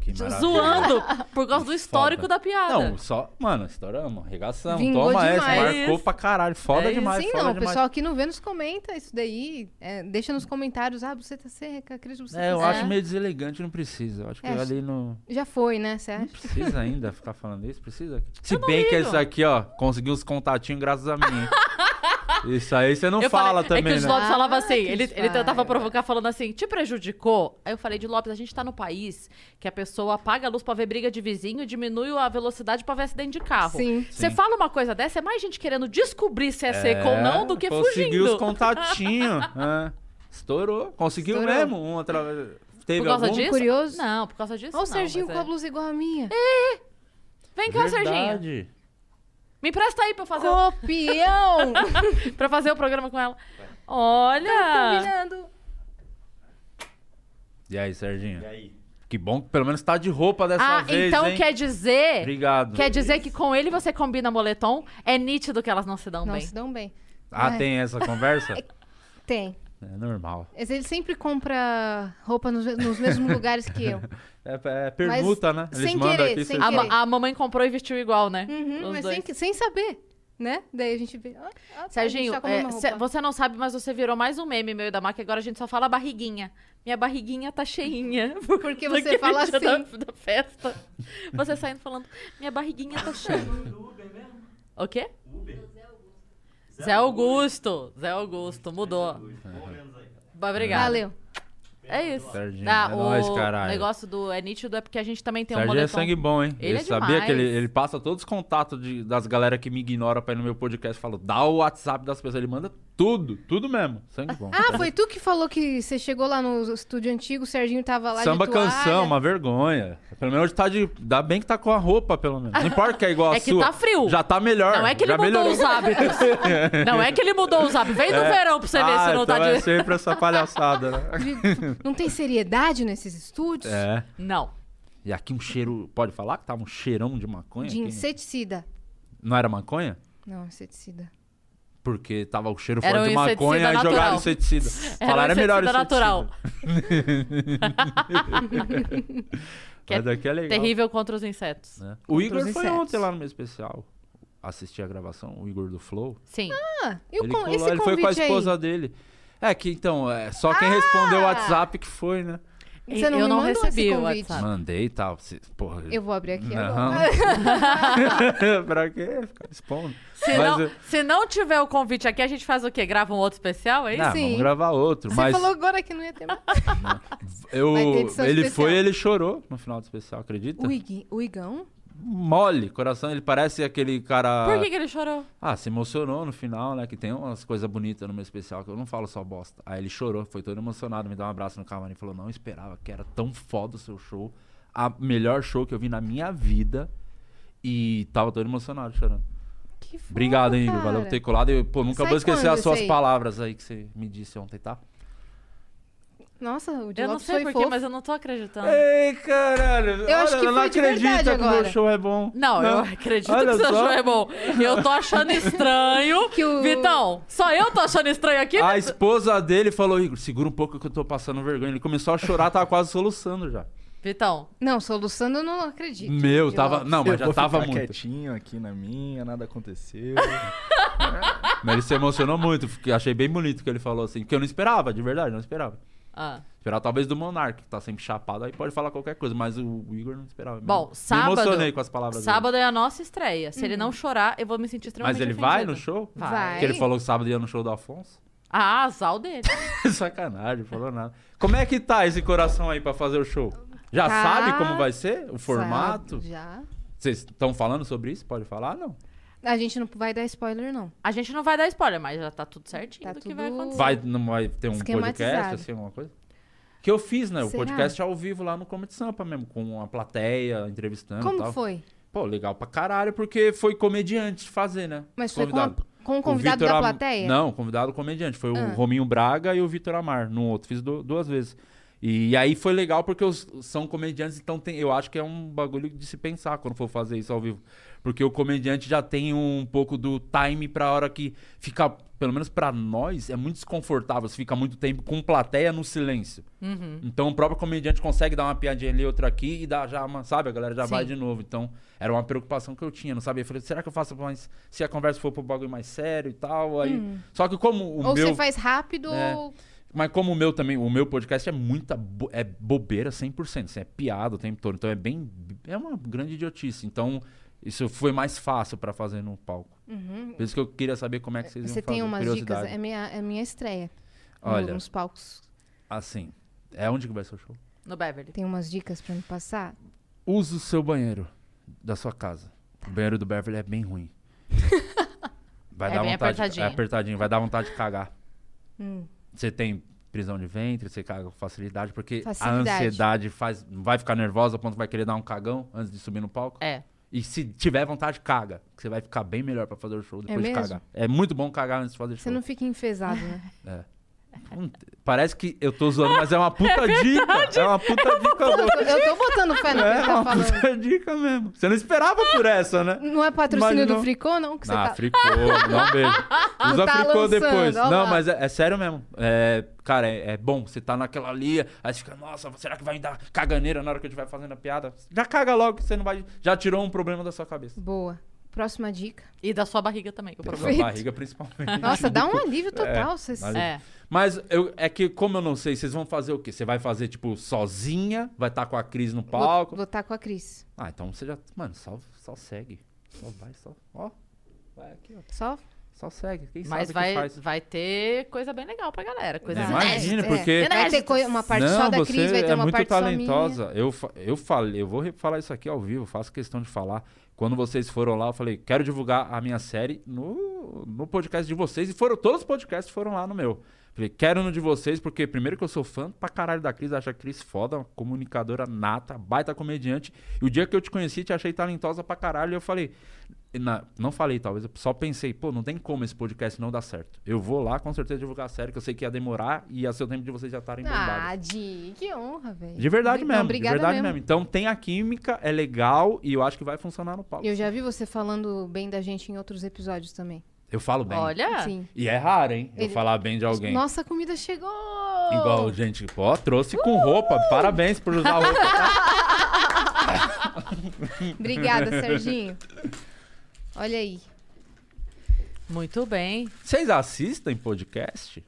[SPEAKER 3] Que maravilha.
[SPEAKER 1] Zoando por causa do
[SPEAKER 3] Foda.
[SPEAKER 1] histórico da piada.
[SPEAKER 3] Não, só, mano, estouramos, arregaçamos,
[SPEAKER 2] Vingou
[SPEAKER 3] toma
[SPEAKER 2] demais.
[SPEAKER 3] essa, marcou
[SPEAKER 1] Isso.
[SPEAKER 3] pra caralho, foda
[SPEAKER 1] É isso.
[SPEAKER 3] demais,
[SPEAKER 2] Sim,
[SPEAKER 3] foda
[SPEAKER 2] não. O
[SPEAKER 3] demais.
[SPEAKER 2] pessoal aqui no Vênus comenta isso daí. é, deixa nos comentários. Ah, você tá seca, Cris, você tá
[SPEAKER 3] É, eu
[SPEAKER 2] seca.
[SPEAKER 3] acho meio deselegante, não precisa. Eu acho que
[SPEAKER 2] É,
[SPEAKER 3] ali no
[SPEAKER 2] Já foi, né?
[SPEAKER 3] Hum.
[SPEAKER 2] Você acha?
[SPEAKER 3] Precisa ainda ficar falando isso? Precisa? Se bem que
[SPEAKER 1] ligo.
[SPEAKER 3] isso aqui, ó, conseguiu os contatinhos graças a mim. hein? isso aí você não
[SPEAKER 1] Eu
[SPEAKER 3] fala
[SPEAKER 1] falei-
[SPEAKER 3] também,
[SPEAKER 1] é que o
[SPEAKER 3] né?
[SPEAKER 1] Lopes falava
[SPEAKER 2] Ah, que
[SPEAKER 1] assim, ele, ele tentava
[SPEAKER 2] desfaz.
[SPEAKER 1] provocar falando assim, te prejudicou? Aí eu falei, de Lopes, a gente tá no país que a pessoa apaga a luz pra ver briga de vizinho e diminui a velocidade pra ver acidente de carro.
[SPEAKER 2] Sim.
[SPEAKER 1] Você
[SPEAKER 3] Sim.
[SPEAKER 1] fala uma coisa dessa, é mais gente querendo descobrir se é seco ou não do que
[SPEAKER 3] Conseguiu
[SPEAKER 1] fugindo.
[SPEAKER 3] os contatinhos. é. Estourou. Conseguiu
[SPEAKER 2] Estourou.
[SPEAKER 3] mesmo. Um através. Teve
[SPEAKER 1] Por causa
[SPEAKER 3] algum?
[SPEAKER 1] disso?
[SPEAKER 2] curioso?
[SPEAKER 1] Não, por causa disso
[SPEAKER 2] Olha o
[SPEAKER 1] não,
[SPEAKER 2] Serginho
[SPEAKER 1] mas
[SPEAKER 2] com
[SPEAKER 1] é.
[SPEAKER 2] a blusa igual a minha.
[SPEAKER 1] Vem cá, Serginho.
[SPEAKER 3] Verdade.
[SPEAKER 1] Me empresta aí pra eu fazer, o-
[SPEAKER 2] Copião!
[SPEAKER 1] pra fazer o programa com ela. Olha!
[SPEAKER 2] Combinando.
[SPEAKER 3] E aí, Serginho? E aí? Que bom que pelo menos tá de roupa dessa
[SPEAKER 1] Ah,
[SPEAKER 3] vez,
[SPEAKER 1] então
[SPEAKER 3] hein?
[SPEAKER 1] quer dizer...
[SPEAKER 3] Obrigado.
[SPEAKER 1] Quer dizer que com ele você combina moletom, é nítido que elas não se dão
[SPEAKER 2] Não
[SPEAKER 1] bem.
[SPEAKER 2] se dão bem.
[SPEAKER 3] Ah,
[SPEAKER 2] Ai.
[SPEAKER 3] tem essa conversa?
[SPEAKER 2] Tem.
[SPEAKER 3] É normal.
[SPEAKER 2] Mas Ele sempre compra roupa nos, nos mesmos lugares que eu.
[SPEAKER 3] É, é permuta, né? Eles
[SPEAKER 2] sem
[SPEAKER 3] mandam
[SPEAKER 2] querer,
[SPEAKER 3] aqui,
[SPEAKER 2] sem
[SPEAKER 3] vocês-
[SPEAKER 1] A,
[SPEAKER 2] querer.
[SPEAKER 1] ma- a mamãe comprou e vestiu igual, né?
[SPEAKER 2] Uhum,
[SPEAKER 1] Os
[SPEAKER 2] mas
[SPEAKER 1] dois.
[SPEAKER 2] sem, que- sem saber, né? Daí a gente vê. ah, ah, tá,
[SPEAKER 1] Serginho,
[SPEAKER 2] a gente tá com a mesma
[SPEAKER 1] é,
[SPEAKER 2] roupa.
[SPEAKER 1] cê- você não sabe, mas você virou mais um meme meu e da marca. Agora a gente só fala barriguinha. Minha barriguinha tá cheinha.
[SPEAKER 2] Porque você
[SPEAKER 1] Daquele
[SPEAKER 2] fala
[SPEAKER 1] dia da-
[SPEAKER 2] assim.
[SPEAKER 1] Da, festa. Você saindo falando, minha barriguinha tá cheia. O quê? Zé Augusto. Zé Augusto, mudou. Ba- Obrigada.
[SPEAKER 2] Valeu.
[SPEAKER 1] É isso.
[SPEAKER 3] Serginho,
[SPEAKER 1] Ah,
[SPEAKER 3] é
[SPEAKER 1] o
[SPEAKER 3] nóis, caralho.
[SPEAKER 1] negócio do é nítido é porque a gente também tem um
[SPEAKER 3] Sérgio é
[SPEAKER 1] moletom.
[SPEAKER 3] sangue bom, hein?
[SPEAKER 1] Ele é
[SPEAKER 3] sabia que ele,
[SPEAKER 1] demais.
[SPEAKER 3] ele passa todos os contatos de- das galera que me ignora pra ir no meu podcast e fala, dá o WhatsApp das pessoas. Ele manda tudo, tudo mesmo. Sangue bom.
[SPEAKER 2] Ah, foi tu que falou que você chegou lá no estúdio antigo, o Serginho tava lá
[SPEAKER 3] Samba
[SPEAKER 2] de toalha.
[SPEAKER 3] canção, uma vergonha. Pelo menos tá de. Dá bem que tá com a roupa, pelo menos. Não importa que é igual a
[SPEAKER 1] É que
[SPEAKER 3] sua.
[SPEAKER 1] tá frio.
[SPEAKER 3] Já tá melhor.
[SPEAKER 1] Não é que ele
[SPEAKER 3] já
[SPEAKER 1] mudou
[SPEAKER 3] melhorou.
[SPEAKER 1] os hábitos. Não é que ele mudou os hábitos. Vem no verão pra você ver
[SPEAKER 3] Ah,
[SPEAKER 1] se não
[SPEAKER 3] então
[SPEAKER 1] tá de.
[SPEAKER 3] é sempre essa palhaçada, né?
[SPEAKER 2] De- Não tem seriedade nesses estúdios?
[SPEAKER 3] É.
[SPEAKER 1] Não.
[SPEAKER 3] E aqui um cheiro. Pode falar que tava um cheirão de maconha?
[SPEAKER 2] De
[SPEAKER 3] aqui?
[SPEAKER 2] inseticida.
[SPEAKER 3] Não era maconha?
[SPEAKER 2] Não, inseticida.
[SPEAKER 3] Porque tava o cheiro
[SPEAKER 1] Era
[SPEAKER 3] forte
[SPEAKER 1] um
[SPEAKER 3] de
[SPEAKER 1] inseticida
[SPEAKER 3] maconha e
[SPEAKER 1] natural.
[SPEAKER 3] jogaram inseticida.
[SPEAKER 1] Era um
[SPEAKER 3] Falaram, é melhor
[SPEAKER 1] inseticida
[SPEAKER 3] inseticida.
[SPEAKER 1] natural. Que é
[SPEAKER 3] Mas aqui é legal.
[SPEAKER 1] Terrível contra os insetos.
[SPEAKER 3] né? O Igor
[SPEAKER 2] os
[SPEAKER 3] foi
[SPEAKER 2] insetos.
[SPEAKER 3] ontem lá no meu especial. Assistir a gravação, o Igor do Flow.
[SPEAKER 1] Sim.
[SPEAKER 2] Ah, e o
[SPEAKER 3] ele,
[SPEAKER 2] con-
[SPEAKER 3] colou-
[SPEAKER 2] esse
[SPEAKER 3] ele foi com a
[SPEAKER 2] convite aí? Ah!
[SPEAKER 3] esposa dele. É que então, é só quem respondeu o WhatsApp que foi, né?
[SPEAKER 2] Você não
[SPEAKER 1] eu
[SPEAKER 2] me
[SPEAKER 1] não
[SPEAKER 2] mandou
[SPEAKER 1] recebi
[SPEAKER 2] esse
[SPEAKER 1] o
[SPEAKER 2] convite.
[SPEAKER 1] WhatsApp.
[SPEAKER 3] Mandei e tal. se- Porra.
[SPEAKER 2] Tá. Eu vou abrir aqui agora.
[SPEAKER 3] não. pra quê? Ficar expondo.
[SPEAKER 1] Se
[SPEAKER 3] Mas
[SPEAKER 1] não,
[SPEAKER 3] eu-
[SPEAKER 1] se não tiver o convite aqui, a gente faz o quê? Grava um outro especial, é isso?
[SPEAKER 3] Não,
[SPEAKER 2] sim.
[SPEAKER 3] vamos gravar outro.
[SPEAKER 2] Você
[SPEAKER 3] mas
[SPEAKER 2] falou agora que não ia ter mais.
[SPEAKER 3] eu,
[SPEAKER 2] vai ter
[SPEAKER 3] ele
[SPEAKER 2] edição especial.
[SPEAKER 3] foi ele chorou no final do especial, acredita?
[SPEAKER 2] O, Ig, o Igão?
[SPEAKER 3] Mole, coração. Ele parece aquele cara.
[SPEAKER 1] Por que, que ele chorou?
[SPEAKER 3] Ah, se emocionou no final, né? Que tem umas coisas bonitas no meu especial que eu não falo só bosta. Aí ele chorou, foi todo emocionado, me deu um abraço no camarim e falou: Não esperava que era tão foda o seu show, a melhor show que eu vi na minha vida. E tava todo emocionado chorando.
[SPEAKER 2] Que foda,
[SPEAKER 3] Obrigado, hein, Igor,
[SPEAKER 2] cara.
[SPEAKER 3] valeu por ter colado. Eu, pô, nunca
[SPEAKER 2] Sai
[SPEAKER 3] vou esquecer
[SPEAKER 2] quando
[SPEAKER 3] as suas
[SPEAKER 2] isso aí?
[SPEAKER 3] palavras aí que você me disse ontem, tá?
[SPEAKER 2] Nossa, o de
[SPEAKER 1] Eu não
[SPEAKER 2] Lopes
[SPEAKER 1] sei
[SPEAKER 2] foi
[SPEAKER 1] porquê,
[SPEAKER 2] fofo.
[SPEAKER 1] mas eu não tô acreditando.
[SPEAKER 3] Ei, caralho!
[SPEAKER 2] Ah. Eu acho olha, que ela
[SPEAKER 3] ela
[SPEAKER 2] não foi de acredita verdade
[SPEAKER 3] acredita
[SPEAKER 2] que o meu
[SPEAKER 3] que o
[SPEAKER 2] agora.
[SPEAKER 3] meu show é bom.
[SPEAKER 1] Não, eu acredito
[SPEAKER 3] Olha
[SPEAKER 1] que seu
[SPEAKER 3] só.
[SPEAKER 1] show é bom. Eu tô achando estranho.
[SPEAKER 2] Que o-
[SPEAKER 1] Vitão, só eu tô achando estranho aqui?
[SPEAKER 3] A esposa dele falou, Igor, segura um pouco que eu tô passando vergonha. Ele começou a chorar, tava quase soluçando já.
[SPEAKER 1] Vitão,
[SPEAKER 2] Não, soluçando eu não acredito.
[SPEAKER 3] Meu,
[SPEAKER 2] de
[SPEAKER 3] tava.
[SPEAKER 2] Lopes.
[SPEAKER 3] Não, mas
[SPEAKER 4] Eu
[SPEAKER 3] já
[SPEAKER 4] vou
[SPEAKER 3] tava
[SPEAKER 4] ficar
[SPEAKER 3] muito.
[SPEAKER 4] quietinho aqui na minha, nada aconteceu.
[SPEAKER 3] Mas ele se emocionou muito. Fiquei, achei bem bonito o que ele falou assim. Porque eu não esperava, de verdade, não esperava.
[SPEAKER 1] ah,
[SPEAKER 3] Esperava talvez do Monark, que tá sempre chapado, aí pode falar qualquer coisa. Mas o Igor não esperava. mesmo.
[SPEAKER 1] Bom, sábado-
[SPEAKER 3] Me emocionei com as palavras
[SPEAKER 1] sábado é a nossa estreia. Se ele não chorar, eu vou me sentir
[SPEAKER 3] dele. Mas
[SPEAKER 1] extremamente
[SPEAKER 3] ele vai no
[SPEAKER 1] ofendida.
[SPEAKER 3] show?
[SPEAKER 1] Vai.
[SPEAKER 3] Porque ele falou que sábado ia no show do Afonso.
[SPEAKER 1] Ah, azal dele.
[SPEAKER 3] Sacanagem, falou nada. Como é que tá esse coração aí pra fazer o show? Já
[SPEAKER 2] Tá.
[SPEAKER 3] sabe como vai ser? O formato?
[SPEAKER 2] Sabe, Já.
[SPEAKER 3] Vocês estão falando sobre isso? Pode falar? Não.
[SPEAKER 2] A gente não vai dar spoiler, não.
[SPEAKER 1] A gente não vai dar spoiler, mas já tá tudo certinho
[SPEAKER 2] Tá
[SPEAKER 1] do que vai
[SPEAKER 2] tudo-
[SPEAKER 1] acontecer.
[SPEAKER 3] Vai, não vai ter um podcast,
[SPEAKER 2] Esquematizado.
[SPEAKER 3] assim, alguma coisa? Que eu fiz, né? O
[SPEAKER 2] Será?
[SPEAKER 3] podcast ao vivo lá no Comedy Sampa mesmo, com a plateia, entrevistando e
[SPEAKER 2] Como
[SPEAKER 3] tal.
[SPEAKER 2] foi?
[SPEAKER 3] Pô, legal pra caralho, porque foi comediante fazer, né?
[SPEAKER 2] Mas foi com, a- com o
[SPEAKER 3] O
[SPEAKER 2] um convidado
[SPEAKER 3] Vitor
[SPEAKER 2] da
[SPEAKER 3] Am-
[SPEAKER 2] plateia?
[SPEAKER 3] Não, convidado comediante. Foi
[SPEAKER 2] Ah.
[SPEAKER 3] o Rominho Braga e o Vitor Amar, no outro. Fiz du- duas vezes. E aí foi legal porque os, são comediantes, então tem, eu acho que é um bagulho de se pensar quando for fazer isso ao vivo. Porque o comediante já tem um pouco do time pra hora que fica, pelo menos pra nós, é muito desconfortável. Você fica muito tempo com plateia no silêncio.
[SPEAKER 1] Uhum.
[SPEAKER 3] Então o próprio comediante consegue dar uma piadinha ali, outra aqui e dá já uma, sabe? A galera já
[SPEAKER 1] Sim.
[SPEAKER 3] vai de novo. Então era uma preocupação que eu tinha, não sabia. Eu falei, será que eu faço mais. Se a conversa for pro bagulho mais sério e tal? Aí... Só que como o
[SPEAKER 2] Hum. ou
[SPEAKER 3] meu.
[SPEAKER 2] você faz rápido
[SPEAKER 3] É.
[SPEAKER 2] ou...
[SPEAKER 3] Mas como o meu também, o meu podcast é muita bo- é bobeira 100%, assim, é piada o tempo todo, então é bem é uma grande idiotice. Então isso foi mais fácil pra fazer no palco. Por isso que eu queria saber como é que vocês iam
[SPEAKER 2] Uhum. Você tem
[SPEAKER 3] fazer,
[SPEAKER 2] umas dicas?
[SPEAKER 3] curiosidade.
[SPEAKER 2] É minha, é minha estreia. no-
[SPEAKER 3] Olha.
[SPEAKER 2] Nos palcos.
[SPEAKER 3] Assim, é onde que vai ser o show?
[SPEAKER 1] No Beverly.
[SPEAKER 2] Tem umas dicas pra me passar?
[SPEAKER 3] Use o seu banheiro da sua casa. O banheiro do Beverly é bem ruim. Vai
[SPEAKER 1] É
[SPEAKER 3] dar
[SPEAKER 1] bem
[SPEAKER 3] vontade,
[SPEAKER 1] apertadinho.
[SPEAKER 3] É apertadinho, vai dar vontade de cagar.
[SPEAKER 2] Hum.
[SPEAKER 3] Você tem prisão de ventre, você caga com facilidade, porque
[SPEAKER 2] Facilidade.
[SPEAKER 3] a ansiedade faz, vai ficar nervosa, a ponto que vai querer dar um cagão antes de subir no palco.
[SPEAKER 1] É.
[SPEAKER 3] E se tiver vontade, caga. Que você vai ficar bem melhor pra fazer o show depois de É
[SPEAKER 2] mesmo?
[SPEAKER 3] cagar. É muito bom cagar antes de fazer
[SPEAKER 2] Você
[SPEAKER 3] show.
[SPEAKER 2] não fica enfesado, né?
[SPEAKER 3] Puta, Parece que eu tô zoando, mas é uma puta dica. É uma puta dica.
[SPEAKER 2] Eu tô, eu tô botando fé no que
[SPEAKER 3] É
[SPEAKER 2] ele tá
[SPEAKER 3] uma
[SPEAKER 2] falando.
[SPEAKER 3] puta dica mesmo. Você não esperava por essa, né?
[SPEAKER 2] Não é patrocínio
[SPEAKER 3] Mas
[SPEAKER 2] do
[SPEAKER 3] não.
[SPEAKER 2] Fricô, não? Que você
[SPEAKER 3] ah,
[SPEAKER 2] tá...
[SPEAKER 3] fricô, não beijo. Usa
[SPEAKER 2] tá
[SPEAKER 3] fricô
[SPEAKER 2] lançando,
[SPEAKER 3] depois.
[SPEAKER 2] ó
[SPEAKER 3] Não,
[SPEAKER 2] lá.
[SPEAKER 3] mas é, é sério mesmo. É, cara, é, é bom. Você tá naquela ali, aí você fica, nossa, será que vai me dar caganeira na hora que eu estiver fazendo a piada? Já caga logo que você não vai. Já tirou um problema da sua cabeça.
[SPEAKER 2] Boa. Próxima dica.
[SPEAKER 1] E da sua barriga também, é o
[SPEAKER 3] Da
[SPEAKER 1] problema.
[SPEAKER 3] sua barriga, principalmente.
[SPEAKER 2] Nossa, dá um alívio total. vocês-
[SPEAKER 3] mas-
[SPEAKER 1] É.
[SPEAKER 3] Mas eu- é que, como eu não sei, vocês vão fazer o quê? Você vai fazer, tipo, sozinha? Vai estar com a Cris no palco?
[SPEAKER 2] Lutar com a Cris.
[SPEAKER 3] Ah, então você já. Mano, só, só segue. Só vai, só. Ó. Vai aqui, ó.
[SPEAKER 2] Só?
[SPEAKER 3] Só segue. Quem sabe
[SPEAKER 1] Mas
[SPEAKER 3] que
[SPEAKER 1] vai,
[SPEAKER 3] faz.
[SPEAKER 1] vai ter coisa bem legal pra galera. Coisa
[SPEAKER 3] Não,
[SPEAKER 1] inédita.
[SPEAKER 3] imagina,
[SPEAKER 2] É,
[SPEAKER 3] porque-
[SPEAKER 2] Vai ter coi- uma parte só da
[SPEAKER 3] você
[SPEAKER 2] Cris, vai ter
[SPEAKER 3] é
[SPEAKER 2] uma
[SPEAKER 3] muito
[SPEAKER 2] parte só minha.
[SPEAKER 3] talentosa. Eu, fa- eu falei, eu vou re- falar isso aqui ao vivo, faço questão de falar. Quando vocês foram lá, eu falei, quero divulgar a minha série no, no podcast de vocês. E foram, todos os podcasts foram lá no meu. Falei, quero no de vocês, porque primeiro que eu sou fã pra caralho da Cris, acho a Cris foda, uma comunicadora nata, baita comediante. E o dia que eu te conheci, te achei talentosa pra caralho. E eu falei, na- não falei, talvez, eu só pensei, pô, não tem como esse podcast não dar certo. Eu vou lá com certeza divulgar a série, que eu sei que ia demorar e ia ser o tempo de vocês já estarem bombados.
[SPEAKER 2] Ah, Di, que honra, velho.
[SPEAKER 3] De verdade
[SPEAKER 2] Não,
[SPEAKER 3] mesmo.
[SPEAKER 2] obrigada
[SPEAKER 3] de verdade mesmo. Então tem a química, é legal e eu acho que vai funcionar no palco.
[SPEAKER 2] Eu já vi você falando bem da gente em outros episódios também.
[SPEAKER 3] Eu falo bem.
[SPEAKER 1] Olha.
[SPEAKER 2] Sim.
[SPEAKER 3] E é raro, hein? Eu
[SPEAKER 2] Ele-
[SPEAKER 3] falar bem de alguém.
[SPEAKER 2] Nossa, a comida chegou!
[SPEAKER 3] Igual, gente, pô, trouxe com roupa. Parabéns por usar roupa. tá?
[SPEAKER 2] Obrigada, Serginho. Olha aí.
[SPEAKER 1] Muito bem.
[SPEAKER 3] Vocês assistem podcast?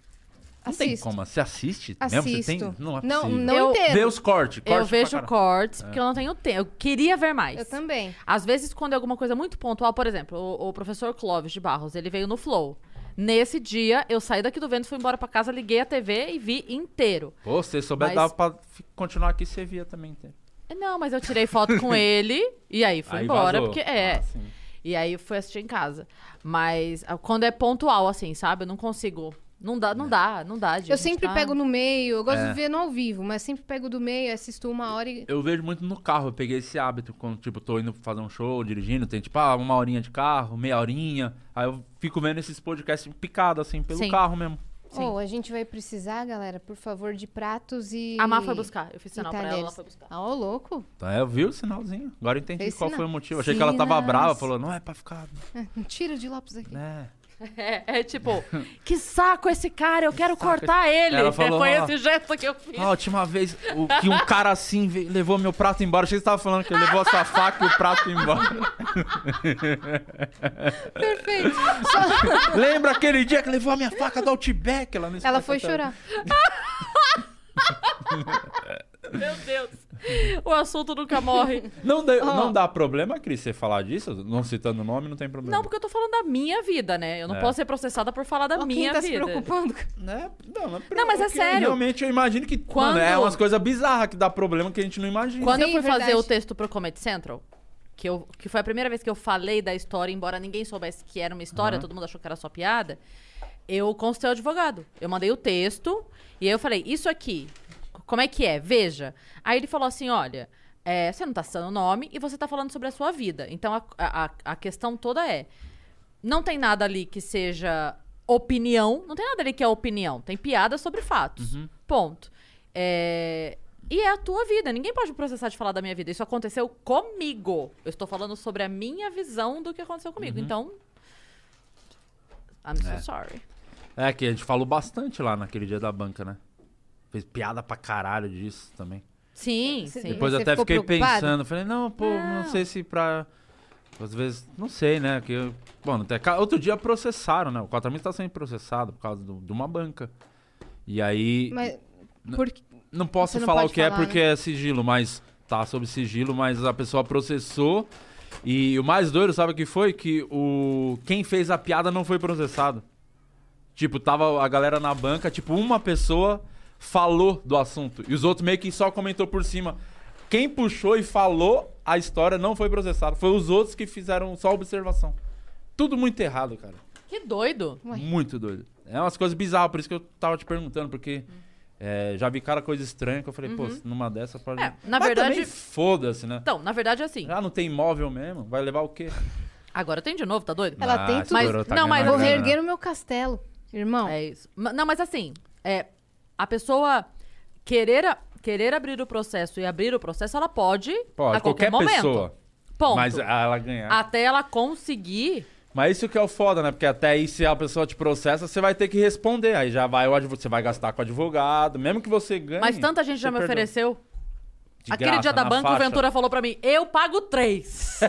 [SPEAKER 3] Não tem
[SPEAKER 2] Assisto.
[SPEAKER 3] como. Você assiste mesmo? Você tem?
[SPEAKER 2] Assisto.
[SPEAKER 3] Não, é
[SPEAKER 2] Não,
[SPEAKER 3] possível.
[SPEAKER 2] não
[SPEAKER 1] Eu-
[SPEAKER 2] inteiro.
[SPEAKER 3] Vê os cortes. corte
[SPEAKER 1] eu
[SPEAKER 3] pra
[SPEAKER 1] vejo
[SPEAKER 3] caralho. É.
[SPEAKER 1] cortes, porque eu não tenho tempo. Eu queria ver mais.
[SPEAKER 2] Eu também.
[SPEAKER 1] Às vezes, quando é alguma coisa muito pontual, por exemplo, o, o professor Clóvis de Barros, ele veio no Flow. Nesse dia, eu saí daqui do vento, fui embora pra casa, liguei a TV e vi inteiro.
[SPEAKER 3] Pô, se você souber,
[SPEAKER 1] Mas-
[SPEAKER 3] dava pra fi- continuar aqui, você via também. inteiro.
[SPEAKER 1] Não, mas eu tirei foto com ele e aí fui
[SPEAKER 3] Aí
[SPEAKER 1] embora,
[SPEAKER 3] vazou.
[SPEAKER 1] porque é.
[SPEAKER 3] Ah, sim.
[SPEAKER 1] E aí eu fui assistir em casa. Mas ah, quando é pontual, assim, sabe? Eu não consigo. Não dá, não dá, não dá, gente.
[SPEAKER 2] Eu sempre
[SPEAKER 1] tá?
[SPEAKER 2] pego no meio, eu gosto
[SPEAKER 3] É.
[SPEAKER 2] de ver no ao vivo, mas sempre pego do meio, assisto uma hora e.
[SPEAKER 3] Eu vejo muito no carro, eu peguei esse hábito quando, tipo, tô indo fazer um show, dirigindo, tem, tipo, ah, uma horinha de carro, meia horinha. Aí eu fico vendo esses podcasts picado, assim, pelo
[SPEAKER 1] Sim.
[SPEAKER 3] carro mesmo.
[SPEAKER 1] Sim.
[SPEAKER 2] oh, a gente vai precisar, galera, por favor, de pratos e.
[SPEAKER 1] A Má foi buscar. Eu fiz
[SPEAKER 2] e
[SPEAKER 1] sinal pra ela, ela
[SPEAKER 2] talheres.
[SPEAKER 1] foi buscar.
[SPEAKER 2] Ah, ô, louco.
[SPEAKER 3] Então, eu vi o sinalzinho. Agora eu entendi
[SPEAKER 2] Fez
[SPEAKER 3] qual
[SPEAKER 2] sinal.
[SPEAKER 3] foi o motivo. Achei que ela tava
[SPEAKER 2] Sinais.
[SPEAKER 3] brava, falou, não é pra ficar,
[SPEAKER 2] Um tiro de Lopes aqui.
[SPEAKER 3] né?
[SPEAKER 1] É, é tipo, que saco esse cara, eu quero
[SPEAKER 3] saco
[SPEAKER 1] cortar ele. É,
[SPEAKER 3] Ela falou,
[SPEAKER 1] foi
[SPEAKER 3] ó.
[SPEAKER 1] esse gesto que eu fiz.
[SPEAKER 3] A última vez o- que um cara assim veio- levou meu prato embora. Achei que você tava falando que ele levou a sua faca e o prato embora.
[SPEAKER 2] Perfeito. Só-
[SPEAKER 3] Lembra aquele dia que levou a minha faca do Outback? Ela, não
[SPEAKER 2] Ela
[SPEAKER 3] esquece
[SPEAKER 2] foi
[SPEAKER 3] até hoje.
[SPEAKER 2] chorar.
[SPEAKER 1] Meu Deus. O assunto nunca morre.
[SPEAKER 3] Não, dá- não dá problema, Cris, você falar disso? Não citando o nome, não tem problema.
[SPEAKER 1] Não, porque eu tô falando da minha vida, né? Eu não
[SPEAKER 3] É.
[SPEAKER 1] posso ser processada por falar da
[SPEAKER 2] Ó,
[SPEAKER 1] minha
[SPEAKER 2] quem tá se
[SPEAKER 1] vida.
[SPEAKER 2] preocupando?
[SPEAKER 3] Né? Não, mas,
[SPEAKER 1] Não, mas é
[SPEAKER 3] porque
[SPEAKER 1] sério.
[SPEAKER 3] Realmente eu imagino que
[SPEAKER 1] Quando-
[SPEAKER 3] mano, é umas coisas bizarras que dá problema que a gente não imagina.
[SPEAKER 1] Quando eu
[SPEAKER 2] Sim,
[SPEAKER 1] fui fazer o
[SPEAKER 2] verdade.
[SPEAKER 1] texto pro Comedy Central, que, eu, que foi a primeira vez que eu falei da história, embora ninguém soubesse que era uma história, todo mundo achou que era só piada, eu consultei o advogado. Eu mandei o texto e aí eu falei, isso aqui, c- como é que é? Veja. Aí ele falou assim, olha... é, você não tá citando o nome e você tá falando sobre a sua vida. Então a- a- a, a questão toda é: não tem nada ali que seja opinião. Não tem nada ali que é opinião. Tem piada sobre fatos.
[SPEAKER 3] Uhum.
[SPEAKER 1] Ponto. É, E é a tua vida. Ninguém pode me processar de falar da minha vida. Isso aconteceu comigo. Eu estou falando sobre a minha visão do que aconteceu comigo. Então. I'm so
[SPEAKER 3] Uhum. É.
[SPEAKER 1] sorry.
[SPEAKER 3] É que a gente falou bastante lá naquele dia da banca, né? Fez piada pra caralho disso também.
[SPEAKER 1] Sim, sim.
[SPEAKER 2] E
[SPEAKER 3] Depois
[SPEAKER 2] você
[SPEAKER 3] eu até
[SPEAKER 2] ficou
[SPEAKER 3] fiquei
[SPEAKER 2] preocupado?
[SPEAKER 3] pensando, falei, não, pô, não. sei se pra. Às vezes, não sei, né? Que, eu- bom, não tem- ca- outro dia processaram, né? O Quatramista tá sendo processado por causa do- de uma banca. E aí.
[SPEAKER 2] Mas.
[SPEAKER 3] Não.
[SPEAKER 2] Por...
[SPEAKER 3] Não posso
[SPEAKER 2] Você não
[SPEAKER 3] falar o
[SPEAKER 2] pode
[SPEAKER 3] que é
[SPEAKER 2] falar, né?
[SPEAKER 3] porque é sigilo, mas tá sob sigilo, mas a pessoa processou. E o mais doido, sabe o que foi? Que o quem fez a piada não foi processado. Tipo, tava a galera na banca, tipo, uma pessoa falou do assunto e os outros meio que só comentou por cima. Quem puxou e falou a história não foi processado, foi os outros que fizeram só observação. Tudo muito errado, cara.
[SPEAKER 1] Que doido.
[SPEAKER 2] Ué.
[SPEAKER 3] Muito doido. É umas coisas bizarras, por isso que eu tava te perguntando, porque é, já vi cara coisa estranha que eu falei, pô, numa dessa pode.
[SPEAKER 1] Uhum. É, na
[SPEAKER 3] Mas
[SPEAKER 1] verdade-
[SPEAKER 3] também Foda-se, né?
[SPEAKER 1] Então, na verdade é assim.
[SPEAKER 3] Ah, não tem imóvel mesmo? Vai levar o quê?
[SPEAKER 1] Agora tem de novo, tá doido?
[SPEAKER 2] Ela tem
[SPEAKER 3] Ah,
[SPEAKER 2] tudo.
[SPEAKER 3] estourou,
[SPEAKER 1] Mas-
[SPEAKER 3] tá
[SPEAKER 1] não,
[SPEAKER 3] ganhando
[SPEAKER 1] mas
[SPEAKER 3] uma
[SPEAKER 2] Vou
[SPEAKER 3] grana.
[SPEAKER 2] reerguer o meu castelo, irmão.
[SPEAKER 1] É isso. É Ma- Não, mas assim, é, a pessoa querer, a- querer abrir o processo e abrir o processo, ela pode,
[SPEAKER 3] Pode,
[SPEAKER 1] a
[SPEAKER 3] qualquer,
[SPEAKER 1] qualquer, momento.
[SPEAKER 3] pessoa.
[SPEAKER 1] Ponto.
[SPEAKER 3] Mas ela ganhar.
[SPEAKER 1] Até ela conseguir
[SPEAKER 3] Mas isso que é o foda, né? Porque até aí, se a pessoa te processa, você vai ter que responder. Aí já vai, o advo- você vai gastar com o advogado, mesmo que você ganhe.
[SPEAKER 1] Mas tanta gente já
[SPEAKER 3] você
[SPEAKER 1] me
[SPEAKER 3] perdeu.
[SPEAKER 1] ofereceu.
[SPEAKER 3] De
[SPEAKER 1] Aquele
[SPEAKER 3] graça,
[SPEAKER 1] dia da
[SPEAKER 3] na
[SPEAKER 1] banca, o
[SPEAKER 3] faixa.
[SPEAKER 1] Ventura falou pra mim: eu pago três.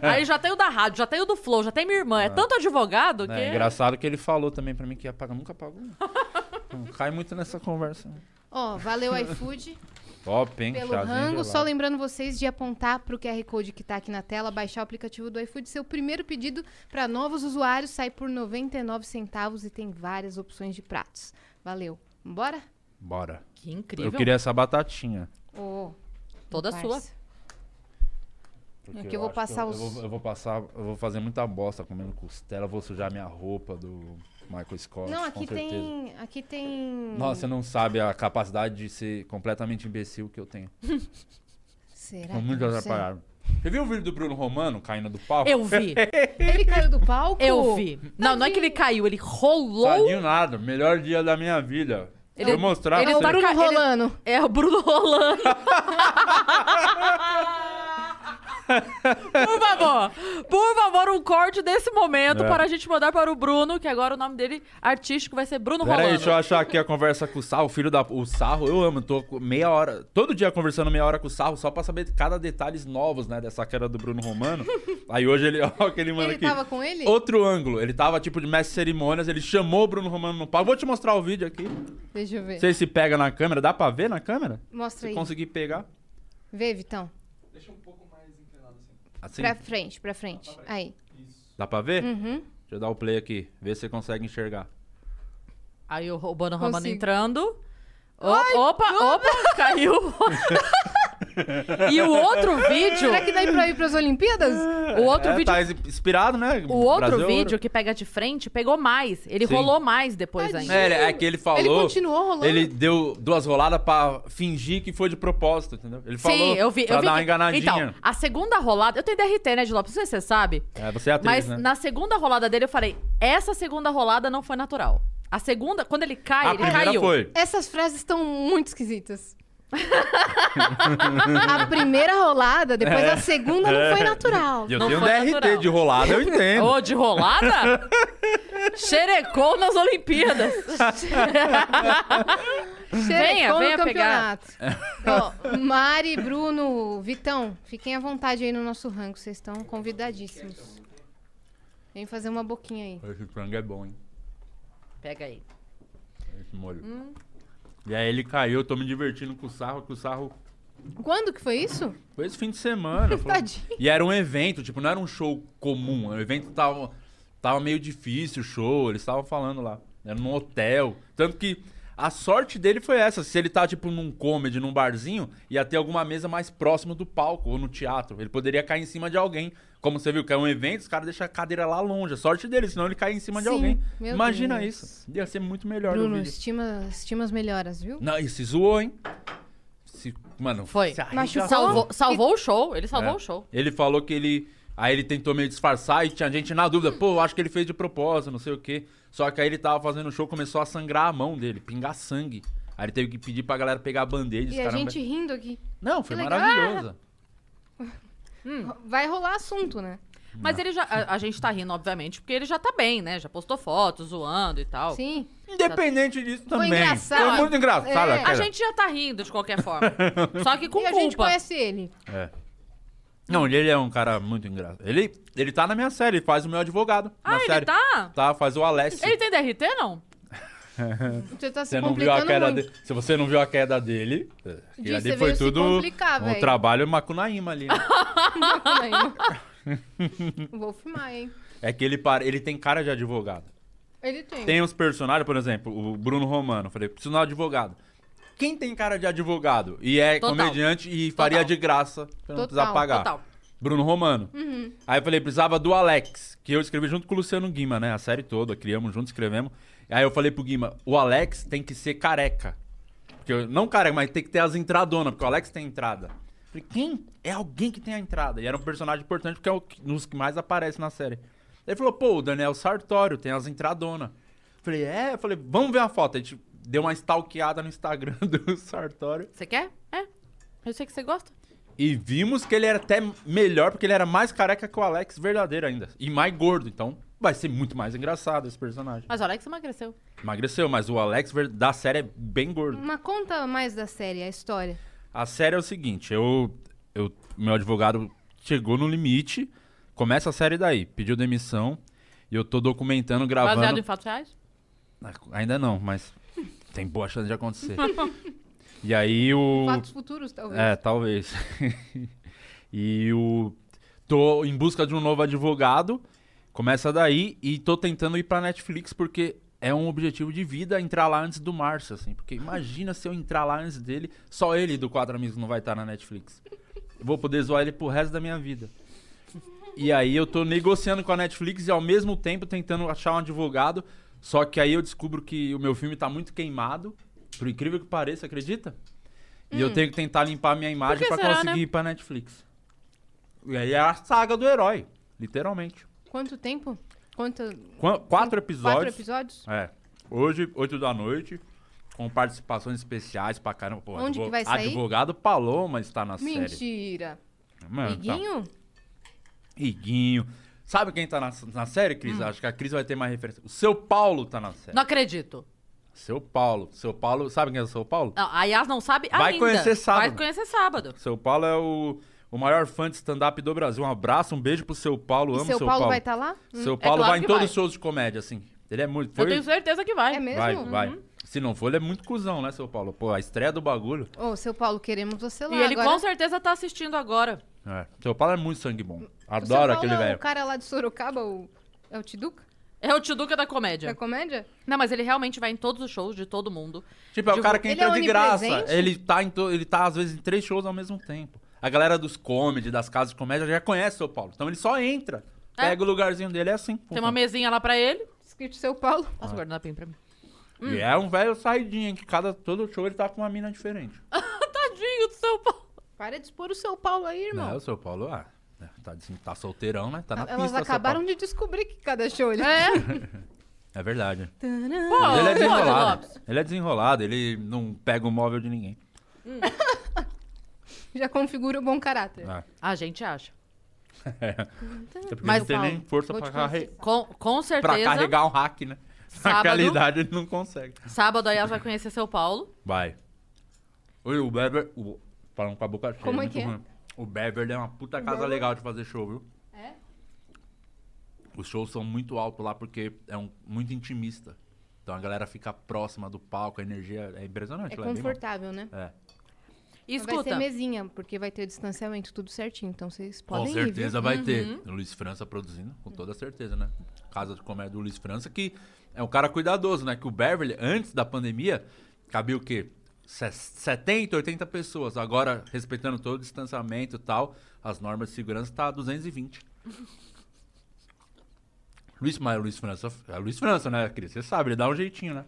[SPEAKER 1] Aí já tem o da rádio, já tem o do Flow, já tem minha irmã. É tanto advogado
[SPEAKER 3] Ah. É,
[SPEAKER 1] que.
[SPEAKER 3] engraçado que ele falou também pra mim que ia pagar, nunca pagou. Não cai muito nessa conversa. né?
[SPEAKER 2] Ó, valeu iFood
[SPEAKER 3] Top, hein?
[SPEAKER 2] pelo
[SPEAKER 3] Chazinho é
[SPEAKER 2] rango.
[SPEAKER 3] gelado.
[SPEAKER 2] Só lembrando vocês de apontar pro QR Code que tá aqui na tela, baixar o aplicativo do iFood. Seu primeiro pedido para novos usuários sai por 99 centavos e tem várias opções de pratos. Valeu. Bora?
[SPEAKER 3] Bora.
[SPEAKER 1] Que incrível.
[SPEAKER 3] Eu queria essa batatinha.
[SPEAKER 2] Ô,
[SPEAKER 1] Toda sua.
[SPEAKER 2] parça.
[SPEAKER 3] porque
[SPEAKER 2] Aqui É eu vou
[SPEAKER 3] acho que
[SPEAKER 2] passar
[SPEAKER 3] eu,
[SPEAKER 2] os-
[SPEAKER 3] Eu vou, eu vou passar, eu vou fazer muita bosta comendo costela, eu vou sujar minha roupa do Michael Scott.
[SPEAKER 2] Não,
[SPEAKER 3] com
[SPEAKER 2] aqui
[SPEAKER 3] certeza.
[SPEAKER 2] tem. Aqui tem.
[SPEAKER 3] Nossa, você não sabe a capacidade de ser completamente imbecil que eu tenho. Tô
[SPEAKER 2] Será? que
[SPEAKER 3] muito
[SPEAKER 2] É, não sei?
[SPEAKER 3] atrapalhado. Você viu o vídeo do Bruno Romano caindo do palco?
[SPEAKER 1] Eu vi,
[SPEAKER 2] Ele caiu do palco?
[SPEAKER 1] eu vi. Não, não é que ele caiu, ele rolou.
[SPEAKER 3] Tadinho nada, melhor dia da minha vida.
[SPEAKER 1] Ele-
[SPEAKER 3] Vou mostrar
[SPEAKER 1] ele
[SPEAKER 3] pra você.
[SPEAKER 1] tá
[SPEAKER 2] Bruno
[SPEAKER 1] Ele-
[SPEAKER 2] Rolando.
[SPEAKER 1] É o Bruno rolando. por favor, por favor, um corte desse momento
[SPEAKER 3] É.
[SPEAKER 1] para a gente mandar para o Bruno, que agora o nome dele artístico vai ser Bruno
[SPEAKER 3] Pera aí,
[SPEAKER 1] Tá Rolando.
[SPEAKER 3] deixa eu achar aqui a conversa com o Sarro, o filho da... O Sarro, eu amo, tô com meia hora... Todo dia conversando meia hora com o Sarro, só pra saber cada detalhes novos, né, dessa queda do Bruno Romano. aí hoje ele... Ó, que ele manda
[SPEAKER 2] Ele
[SPEAKER 3] aqui.
[SPEAKER 2] tava com ele?
[SPEAKER 3] Outro ângulo. Ele tava, tipo, de mestre de cerimônias, ele chamou o Bruno Romano no palco. Vou te mostrar o vídeo aqui.
[SPEAKER 2] Deixa eu ver.
[SPEAKER 1] É.
[SPEAKER 3] Não sei se pega na câmera. Dá pra ver na câmera?
[SPEAKER 2] Mostra
[SPEAKER 3] Se
[SPEAKER 2] aí.
[SPEAKER 3] conseguir pegar.
[SPEAKER 2] Vê, Vitão.
[SPEAKER 4] Deixa um pouco mais inclinado assim.
[SPEAKER 3] Assim,
[SPEAKER 2] Pra frente, pra frente. Aí.
[SPEAKER 3] dá pra ver?
[SPEAKER 1] Hum.
[SPEAKER 2] Uhum.
[SPEAKER 3] Deixa eu dar o play aqui, ver se você consegue enxergar.
[SPEAKER 1] Aí o o Bruno Romano
[SPEAKER 2] Consigo.
[SPEAKER 1] entrando. O- opa, opa, caiu. e o outro vídeo,
[SPEAKER 2] Será que daí pra ir pras Olimpíadas?
[SPEAKER 1] o outro
[SPEAKER 3] É,
[SPEAKER 1] vídeo,
[SPEAKER 3] Tá inspirado, né?
[SPEAKER 1] o outro
[SPEAKER 3] Brasil,
[SPEAKER 1] vídeo que pega de frente pegou mais. Ele
[SPEAKER 3] Sim.
[SPEAKER 1] rolou mais depois ainda.
[SPEAKER 3] É, ele- é que ele falou.
[SPEAKER 2] Ele continuou rolando?
[SPEAKER 3] Ele deu duas roladas pra fingir que foi de propósito, entendeu? Ele falou
[SPEAKER 1] Sim, eu vi.
[SPEAKER 3] pra
[SPEAKER 1] eu vi
[SPEAKER 3] dar
[SPEAKER 1] que-
[SPEAKER 3] uma enganadinha.
[SPEAKER 1] Então, a segunda rolada. Eu tenho DRT, né, de Lopes? Não sei se você sabe.
[SPEAKER 3] É, você é atriz,
[SPEAKER 1] mas
[SPEAKER 3] né?
[SPEAKER 1] na segunda rolada dele, eu falei: essa segunda rolada não foi natural. A segunda, quando ele cai,
[SPEAKER 3] a
[SPEAKER 1] ele
[SPEAKER 3] primeira
[SPEAKER 1] caiu.
[SPEAKER 3] foi.
[SPEAKER 2] Essas frases estão muito esquisitas. a primeira rolada, depois a segunda não foi natural.
[SPEAKER 3] E É. Eu
[SPEAKER 1] Não
[SPEAKER 3] tenho um
[SPEAKER 1] foi
[SPEAKER 3] DRT
[SPEAKER 1] natural.
[SPEAKER 3] de rolada, eu
[SPEAKER 1] Ô,
[SPEAKER 3] entendo.
[SPEAKER 1] de rolada? Xerecou nas Olimpíadas. Venha,
[SPEAKER 2] Xerecou no
[SPEAKER 1] venha
[SPEAKER 2] campeonato.
[SPEAKER 3] É.
[SPEAKER 2] Ó, Mari, Bruno, Vitão, fiquem à vontade aí no nosso rango. Vocês estão convidadíssimos. Vem fazer uma boquinha aí.
[SPEAKER 3] Esse frango é bom, hein?
[SPEAKER 1] Pega aí.
[SPEAKER 3] Esse molho.
[SPEAKER 1] Hum.
[SPEAKER 3] E aí ele caiu, eu tô me divertindo com o sarro, que o sarro
[SPEAKER 2] Quando que foi isso?
[SPEAKER 3] Foi esse fim de semana. falou-
[SPEAKER 2] Tadinho.
[SPEAKER 3] E era um evento, tipo, não era um show comum. O evento tava, tava meio difícil, o show, eles estavam falando lá. Era num hotel. Tanto que a sorte dele foi essa. Se ele tá, tipo, num comedy, num barzinho, ia ter alguma mesa mais próximo do palco ou no teatro. Ele poderia cair em cima de alguém. Como você viu que é um evento, os caras deixam a cadeira lá longe. A sorte dele, senão ele cai em cima de
[SPEAKER 2] Sim,
[SPEAKER 3] alguém.
[SPEAKER 2] meu
[SPEAKER 3] Imagina
[SPEAKER 2] Deus.
[SPEAKER 3] isso. Ia ser muito melhor no
[SPEAKER 2] Bruno,
[SPEAKER 3] vídeo.
[SPEAKER 2] estima, estima as melhoras, viu?
[SPEAKER 3] Não, e se zoou, hein? Se- mano,
[SPEAKER 1] Foi.
[SPEAKER 3] se
[SPEAKER 2] Machucou?
[SPEAKER 3] arregaçou.
[SPEAKER 1] Salvou, salvou o show. Ele salvou
[SPEAKER 3] É.
[SPEAKER 1] o show.
[SPEAKER 3] Ele falou que ele. Aí ele tentou meio disfarçar e tinha gente na dúvida. Pô, eu acho que ele fez de propósito, não sei o quê. Só que aí ele tava fazendo o show, começou a sangrar a mão dele, pingar sangue. Aí ele teve que pedir pra galera pegar a band-aid.
[SPEAKER 2] E
[SPEAKER 3] os
[SPEAKER 2] a
[SPEAKER 3] caramba.
[SPEAKER 2] gente rindo aqui.
[SPEAKER 3] Não, foi
[SPEAKER 2] Que legal.
[SPEAKER 3] maravilhoso.
[SPEAKER 2] Vai rolar assunto, né?
[SPEAKER 1] Mas ele já. A, a gente tá rindo, obviamente, porque ele já tá bem, né? Já postou fotos, zoando e tal.
[SPEAKER 2] Sim.
[SPEAKER 3] Independente disso também.
[SPEAKER 2] engraçado.
[SPEAKER 3] Foi muito engraçado.
[SPEAKER 2] É.
[SPEAKER 3] aquela.
[SPEAKER 1] A gente já tá rindo de qualquer forma. Só que com
[SPEAKER 2] e a
[SPEAKER 1] culpa.
[SPEAKER 2] gente conhece ele.
[SPEAKER 3] É. Não, ele é um cara muito engraçado. Ele, ele tá na minha série, ele faz o meu advogado.
[SPEAKER 1] ah,
[SPEAKER 3] na
[SPEAKER 1] ele
[SPEAKER 3] série.
[SPEAKER 1] tá?
[SPEAKER 3] Tá, faz o Alessio.
[SPEAKER 1] Ele tem DRT, não?
[SPEAKER 2] Você tá se
[SPEAKER 3] Você não viu a
[SPEAKER 2] complicando
[SPEAKER 3] queda
[SPEAKER 2] muito.
[SPEAKER 3] dele. Se você não viu a queda dele,
[SPEAKER 2] Diz,
[SPEAKER 3] aquilo
[SPEAKER 2] você
[SPEAKER 3] ali foi
[SPEAKER 2] veio se
[SPEAKER 3] tudo
[SPEAKER 2] complicar,
[SPEAKER 3] um
[SPEAKER 2] velho.
[SPEAKER 3] trabalho macunaíma ali. né?
[SPEAKER 2] Vou filmar, hein?
[SPEAKER 3] é que ele, pare- ele tem cara de advogado.
[SPEAKER 2] Ele tem.
[SPEAKER 3] Tem os personagens, por exemplo, o Bruno Romano. Eu Falei, preciso de um advogado. Quem tem cara de advogado e é
[SPEAKER 1] Total.
[SPEAKER 3] comediante e faria
[SPEAKER 1] Total.
[SPEAKER 3] de graça pra não
[SPEAKER 2] Total,
[SPEAKER 3] precisar pagar?
[SPEAKER 1] Total.
[SPEAKER 3] Bruno Romano. Aí eu falei, precisava do Alex, que eu escrevi junto com o Luciano Guima, né? A série toda, criamos junto, escrevemos. Aí eu falei pro Guima, o Alex tem que ser careca. Porque eu- não careca, mas tem que ter as entradonas, porque o Alex tem entrada. Falei, quem? É alguém que tem a entrada. E era um personagem importante, porque é um dos que mais aparece na série. Ele falou, pô, o Daniel Sartório tem as entradonas. Falei, é? Eu falei, vamos ver a foto. A gente dei uma stalkeada no Instagram do Sartório.
[SPEAKER 1] Você quer? É. Eu sei que você gosta.
[SPEAKER 3] E vimos que ele era até melhor, porque ele era mais careca que o Alex verdadeiro ainda. E mais gordo, então vai ser muito mais engraçado esse personagem.
[SPEAKER 1] Mas o Alex emagreceu.
[SPEAKER 3] Emagreceu, mas o Alex ver- da série é bem gordo.
[SPEAKER 2] Uma conta mais da série, a história.
[SPEAKER 3] A série é o seguinte, eu, eu meu advogado chegou no limite, começa a série daí, pediu demissão, e eu tô documentando,
[SPEAKER 1] Baseado
[SPEAKER 3] gravando. Ah,
[SPEAKER 1] em fatos reais?
[SPEAKER 3] Ainda não, mas tem boa chance de acontecer. e aí o
[SPEAKER 2] Fatos futuros, talvez.
[SPEAKER 3] é, talvez. e o. Tô em busca de um novo advogado. Começa daí. E tô tentando ir pra Netflix porque é um objetivo de vida entrar lá antes do Márcio, assim. Porque imagina se eu entrar lá antes dele, só ele do Quatro Amigos não vai estar na Netflix. Eu vou poder zoar ele pro resto da minha vida. E aí eu tô negociando com a Netflix e ao mesmo tempo tentando achar um advogado. Só que aí eu descubro que o meu filme tá muito queimado. Por incrível que pareça, acredita? E eu tenho que tentar limpar a minha imagem
[SPEAKER 1] que
[SPEAKER 3] pra
[SPEAKER 1] será,
[SPEAKER 3] conseguir
[SPEAKER 1] né?
[SPEAKER 3] ir pra Netflix. E aí é a saga do herói, literalmente.
[SPEAKER 2] Quanto tempo? Quanto...
[SPEAKER 3] Qua- Quatro episódios.
[SPEAKER 2] Quatro episódios?
[SPEAKER 3] É. Hoje, 8 da noite, com participações especiais pra caramba. Pô,
[SPEAKER 2] Onde que vai sair?
[SPEAKER 3] Advogado Paloma está na série.
[SPEAKER 2] Mentira.
[SPEAKER 3] Mano, tá-
[SPEAKER 2] Iguinho?
[SPEAKER 3] Iguinho. Sabe quem tá na, na série,
[SPEAKER 2] Hum.
[SPEAKER 3] Cris? Acho que a Cris vai ter mais referência. O seu Paulo tá na série.
[SPEAKER 1] Não acredito.
[SPEAKER 3] Seu Paulo. Seu Paulo. Sabe quem é o seu Paulo?
[SPEAKER 1] Não, a Yas não sabe
[SPEAKER 3] Vai
[SPEAKER 1] ainda.
[SPEAKER 3] conhecer sábado.
[SPEAKER 1] Vai conhecer sábado.
[SPEAKER 3] Seu Paulo é o, o maior fã de stand-up do Brasil. Um abraço, um beijo pro seu Paulo.
[SPEAKER 2] E
[SPEAKER 3] Amo
[SPEAKER 2] seu
[SPEAKER 3] seu
[SPEAKER 2] Paulo, vai tá- Hum, estar lá?
[SPEAKER 3] Seu
[SPEAKER 1] É
[SPEAKER 3] Paulo
[SPEAKER 1] claro
[SPEAKER 3] vai em
[SPEAKER 1] que
[SPEAKER 3] todos
[SPEAKER 1] vai.
[SPEAKER 3] os shows de comédia, assim. Ele é muito.
[SPEAKER 1] Eu
[SPEAKER 3] Foi?
[SPEAKER 1] tenho certeza que vai.
[SPEAKER 2] É mesmo?
[SPEAKER 3] Vai, vai. Se não for, ele é muito cuzão, né, seu Paulo? Pô, a estreia do bagulho.
[SPEAKER 2] Ô, seu Paulo, queremos você lá
[SPEAKER 1] E ele
[SPEAKER 2] agora.
[SPEAKER 1] com certeza tá assistindo agora.
[SPEAKER 3] É. Seu Paulo é muito sangue bom.
[SPEAKER 2] O seu
[SPEAKER 3] Adoro
[SPEAKER 2] Paulo
[SPEAKER 3] aquele
[SPEAKER 2] é
[SPEAKER 3] velho.
[SPEAKER 2] o cara lá de Sorocaba, o... É o Tiduca?
[SPEAKER 1] É o Tiduca da
[SPEAKER 2] Da
[SPEAKER 1] comédia.
[SPEAKER 2] comédia?
[SPEAKER 1] Não, mas ele realmente vai em todos os shows de todo mundo.
[SPEAKER 3] Tipo, é o
[SPEAKER 1] Digo,
[SPEAKER 3] cara que
[SPEAKER 2] ele
[SPEAKER 3] entra
[SPEAKER 2] é
[SPEAKER 3] de graça.
[SPEAKER 2] onipresente?
[SPEAKER 3] Ele tá, em to- ele tá, às vezes, em três shows ao mesmo tempo. A galera dos comedy, das casas de comédia, já conhece o seu Paulo. Então ele só entra.
[SPEAKER 1] É.
[SPEAKER 3] Pega o lugarzinho dele, é assim.
[SPEAKER 1] Tem uma mesinha lá pra ele.
[SPEAKER 2] Escrito seu Paulo.
[SPEAKER 1] Passa o guardanapinho pra mim. Hum.
[SPEAKER 3] E é um velho saidinho, que cada todo show ele tá com uma mina diferente.
[SPEAKER 1] Ah, Tadinho do seu Paulo.
[SPEAKER 2] Para de expor o seu Paulo aí, irmão.
[SPEAKER 3] Não, o seu Paulo, ah, tá, tá solteirão, né?
[SPEAKER 1] Ah,
[SPEAKER 3] Tá na pista,
[SPEAKER 2] Elas
[SPEAKER 3] seu
[SPEAKER 2] acabaram
[SPEAKER 3] Paulo.
[SPEAKER 2] de descobrir que cada show ele...
[SPEAKER 1] É.
[SPEAKER 3] É verdade.
[SPEAKER 1] Pô,
[SPEAKER 3] Mas ele é
[SPEAKER 1] um Jorge
[SPEAKER 3] desenrolado.
[SPEAKER 1] Lopes.
[SPEAKER 3] Ele é desenrolado, ele não pega o móvel de ninguém.
[SPEAKER 2] Já configura o bom caráter.
[SPEAKER 3] Ah,
[SPEAKER 1] A gente acha.
[SPEAKER 3] até porque
[SPEAKER 1] Mas,
[SPEAKER 3] não tem
[SPEAKER 1] Paulo,
[SPEAKER 3] nem força
[SPEAKER 2] vou
[SPEAKER 3] pra,
[SPEAKER 2] te
[SPEAKER 3] carre-
[SPEAKER 1] Com, com
[SPEAKER 3] pra
[SPEAKER 1] certeza,
[SPEAKER 3] carregar um hack, né? Na
[SPEAKER 1] Sábado.
[SPEAKER 3] realidade ele não consegue.
[SPEAKER 1] sábado a Yas vai conhecer seu Paulo.
[SPEAKER 3] Vai. Oi, o Bever. o- Falando com a boca cheia.
[SPEAKER 2] Como é
[SPEAKER 3] muito
[SPEAKER 2] que é?
[SPEAKER 3] ruim. O Beverly é uma puta casa legal de fazer show, viu?
[SPEAKER 2] É?
[SPEAKER 3] Os shows são muito altos lá porque é um, muito intimista. Então a galera fica próxima do palco, a energia é impressionante.
[SPEAKER 2] É
[SPEAKER 3] lá, bem bom.
[SPEAKER 2] confortável, né?
[SPEAKER 3] É.
[SPEAKER 1] E
[SPEAKER 2] Então Vai ser
[SPEAKER 1] escuta,
[SPEAKER 2] mesinha, porque vai ter o distanciamento tudo certinho, então vocês
[SPEAKER 3] Com
[SPEAKER 2] podem ir, viu? Uhum.
[SPEAKER 3] certeza vai ter. O Luiz França produzindo, com toda certeza, né? Casa de comédia do Luiz França, que é um cara cuidadoso, né? Que o Beverly, antes da pandemia, cabia o quê? Se- 70, 80 pessoas. Agora, respeitando todo o distanciamento e tal, as normas de segurança tá 220. Luiz, mas o Luiz França. É o Luiz França, né, Cris? Você sabe, ele dá um jeitinho, né?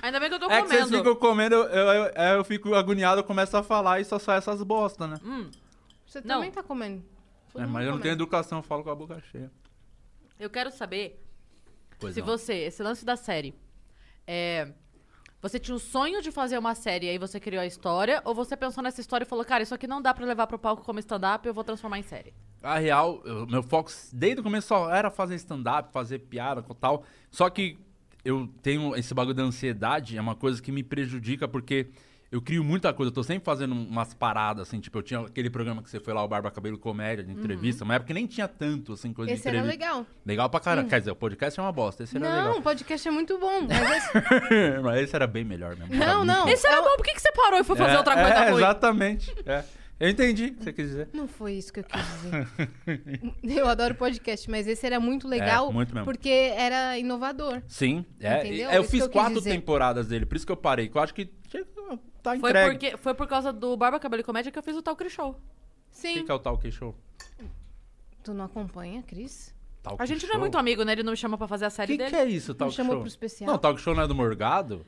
[SPEAKER 1] ainda bem que eu tô
[SPEAKER 3] é que vocês
[SPEAKER 1] comendo.
[SPEAKER 3] ficam comendo, eu, eu, é, eu- eu fico agoniado, eu começo a falar e só sai essas bostas, né?
[SPEAKER 1] Hum,
[SPEAKER 2] Você
[SPEAKER 1] Não.
[SPEAKER 2] também tá comendo. Todo
[SPEAKER 3] É,
[SPEAKER 2] mundo
[SPEAKER 3] mas eu não
[SPEAKER 2] comendo.
[SPEAKER 3] tenho educação, eu falo com a boca cheia.
[SPEAKER 1] Eu quero saber
[SPEAKER 3] Pois é.
[SPEAKER 1] se
[SPEAKER 3] não.
[SPEAKER 1] você, esse lance da série, é, você tinha um sonho de fazer uma série e aí você criou a história, ou você pensou nessa história e falou, cara, isso aqui não dá pra levar pro palco como stand-up, eu vou transformar em série.
[SPEAKER 3] A real, eu- meu foco desde o começo só era fazer stand-up, fazer piada e tal. Só que eu tenho esse bagulho da ansiedade, é uma coisa que me prejudica porque eu crio muita coisa. Eu tô sempre fazendo umas paradas, assim, tipo, eu tinha aquele programa que você foi lá, o Barba Cabelo Comédia, de entrevista, mas é porque nem tinha tanto, assim, coisa
[SPEAKER 2] Uhum. Esse
[SPEAKER 3] de
[SPEAKER 2] era
[SPEAKER 3] entrevista.
[SPEAKER 2] legal.
[SPEAKER 3] Legal pra caralho. Quer dizer, o podcast é uma bosta, esse era
[SPEAKER 2] Não, o podcast é muito bom. Mas esse...
[SPEAKER 3] legal. mas esse era bem melhor mesmo. era
[SPEAKER 2] não,
[SPEAKER 3] muito
[SPEAKER 2] não.
[SPEAKER 3] bom.
[SPEAKER 1] Esse era bom, por que, que você parou e foi fazer
[SPEAKER 3] É,
[SPEAKER 1] outra coisa
[SPEAKER 3] é,
[SPEAKER 1] ruim?
[SPEAKER 3] Exatamente. é. Eu entendi o que você quis dizer.
[SPEAKER 2] Não foi isso que eu quis dizer. eu adoro podcast, mas esse era muito legal.
[SPEAKER 3] É, muito mesmo.
[SPEAKER 2] Porque era inovador.
[SPEAKER 3] Sim, é.
[SPEAKER 2] Entendeu?
[SPEAKER 3] Eu
[SPEAKER 2] Isso
[SPEAKER 3] fiz
[SPEAKER 2] que eu quis
[SPEAKER 3] quatro
[SPEAKER 2] dizer.
[SPEAKER 3] temporadas dele, por isso que eu parei. Que eu acho que tá
[SPEAKER 1] Foi,
[SPEAKER 3] entregue.
[SPEAKER 1] porque, foi por causa do Barba Cabelo e Comédia que eu fiz o Talk Show.
[SPEAKER 3] O que,
[SPEAKER 2] Sim.
[SPEAKER 3] que é o Talk Show?
[SPEAKER 2] Tu não acompanha, Cris?
[SPEAKER 3] Talk
[SPEAKER 1] A gente não é
[SPEAKER 3] show?
[SPEAKER 1] muito amigo, né? Ele não me chama pra fazer a
[SPEAKER 3] O
[SPEAKER 1] série
[SPEAKER 3] que,
[SPEAKER 1] dele.
[SPEAKER 3] que é isso, Talk
[SPEAKER 2] chamou
[SPEAKER 3] Show?
[SPEAKER 2] pro especial?
[SPEAKER 3] Não, Talk Show não é do Morgado?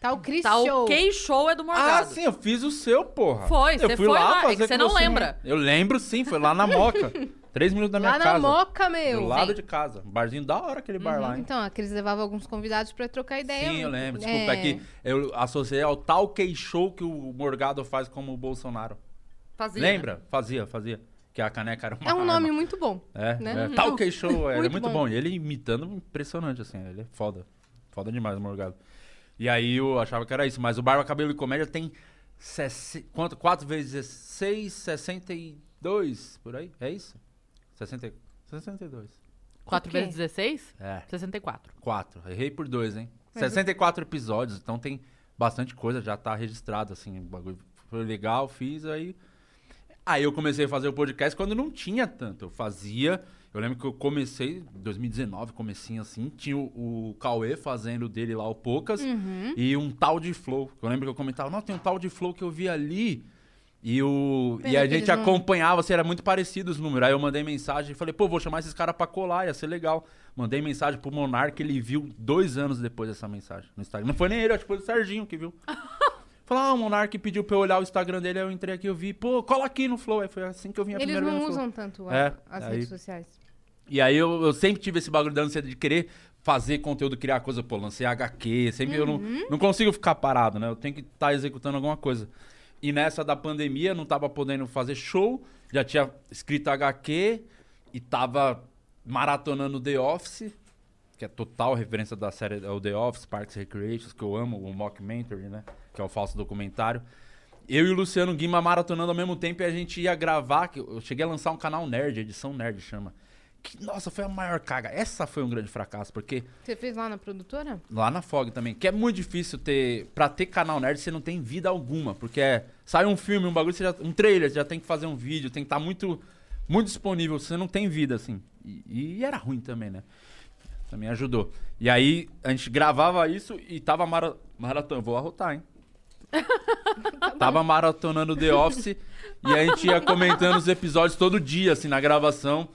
[SPEAKER 2] Tá o Cris
[SPEAKER 1] Tá
[SPEAKER 2] Show.
[SPEAKER 1] o Quem Show é do Morgado.
[SPEAKER 3] Ah, sim, eu fiz o seu, porra.
[SPEAKER 1] Foi,
[SPEAKER 3] eu
[SPEAKER 1] você
[SPEAKER 3] fui
[SPEAKER 1] foi
[SPEAKER 3] lá
[SPEAKER 1] lá, é
[SPEAKER 3] fazer
[SPEAKER 1] que você
[SPEAKER 3] com
[SPEAKER 1] não lembra.
[SPEAKER 3] Eu lembro sim, foi lá na Moca. Três minutos da minha
[SPEAKER 2] Lá na
[SPEAKER 3] casa.
[SPEAKER 2] moca, meu.
[SPEAKER 3] do lado
[SPEAKER 2] Vem.
[SPEAKER 3] de casa. Um barzinho da hora aquele bar lá, hein?
[SPEAKER 2] Então, aqueles levavam alguns convidados pra trocar ideia.
[SPEAKER 3] Sim, eu lembro. Desculpa, é,
[SPEAKER 2] É.
[SPEAKER 3] que eu associei ao tal queixou que o Morgado faz como o Bolsonaro.
[SPEAKER 1] Fazia. né?
[SPEAKER 3] Lembra? Fazia, fazia. Que a caneca era uma
[SPEAKER 2] É um
[SPEAKER 3] arma.
[SPEAKER 2] nome muito bom.
[SPEAKER 3] É,
[SPEAKER 2] né?
[SPEAKER 3] é.
[SPEAKER 2] Hum.
[SPEAKER 3] tal queixou. É, é
[SPEAKER 2] Muito
[SPEAKER 3] muito
[SPEAKER 2] bom.
[SPEAKER 3] bom. E ele imitando, impressionante, assim. Ele é foda. Foda demais o Morgado. E aí eu achava que era isso. Mas o Barba Cabelo e Comédia tem... sesse- Quanto? 4 vezes 16, 62, por aí? É isso? 60, 62.
[SPEAKER 1] 4
[SPEAKER 2] O quê?
[SPEAKER 1] vezes 16?
[SPEAKER 3] É.
[SPEAKER 1] 64.
[SPEAKER 3] 4. Errei por dois, hein?
[SPEAKER 2] Mas o-
[SPEAKER 3] 64 episódios, então tem bastante coisa, já tá registrado, assim, o bagulho foi legal, fiz, aí... Aí eu comecei a fazer o podcast quando não tinha tanto, eu fazia... Eu lembro que eu comecei, 2019, comecinho assim, tinha o, o Cauê fazendo dele lá, o Poucas,
[SPEAKER 1] Uhum.
[SPEAKER 2] Uhum.
[SPEAKER 3] e um tal de Flow. Eu lembro que eu comentava, nossa, tem um tal de Flow que eu vi ali... E, o, e
[SPEAKER 2] Pena
[SPEAKER 3] a
[SPEAKER 2] que
[SPEAKER 3] gente
[SPEAKER 2] eles não-
[SPEAKER 3] acompanhava, assim, era muito parecido os números. Aí eu mandei mensagem e falei, pô, vou chamar esses caras pra colar, ia ser legal. Mandei mensagem pro Monark, ele viu dois anos depois dessa mensagem no Instagram. Não foi nem ele, acho que foi o Serginho que viu. Falou, ah, o Monark pediu pra eu olhar o Instagram dele, aí eu entrei aqui, eu vi, pô, cola aqui no Flow. Aí foi assim que eu vim a
[SPEAKER 2] Eles
[SPEAKER 3] primeira vez
[SPEAKER 2] não
[SPEAKER 3] no Flow.
[SPEAKER 2] usam tanto a-
[SPEAKER 3] É,
[SPEAKER 2] as
[SPEAKER 3] aí-
[SPEAKER 2] redes sociais.
[SPEAKER 3] E aí eu, eu sempre tive esse bagulho da ansiedade de querer fazer conteúdo, criar coisa, pô, lancei HQ, sempre eu não, não consigo ficar parado, né? Eu tenho que estar executando alguma coisa. E nessa da pandemia, eu não tava podendo fazer show, já tinha escrito HQ e tava maratonando The Office, que é total referência da série ao The Office, Parks and Recreations, que eu amo, o Mockumentary, né? Que é o falso documentário. Eu e o Luciano Guima maratonando ao mesmo tempo e a gente ia gravar. que Eu eu cheguei a lançar um canal nerd, edição nerd chama. Que, nossa, foi a maior caga. Essa foi um grande fracasso, porque
[SPEAKER 2] Você fez lá na produtora?
[SPEAKER 3] lá na Fog também, que é muito difícil ter. Pra ter canal nerd, você não tem vida alguma. Porque é, sai um filme, um bagulho, você já, um trailer, você já tem que fazer um vídeo, tem que estar muito, muito disponível. Você não tem vida, assim. E- e era ruim também, né? Também ajudou. E aí, a gente gravava isso e tava mara... maratona. Vou arrotar, hein? tava maratonando The Office e a gente ia comentando os episódios todo dia, assim, na gravação.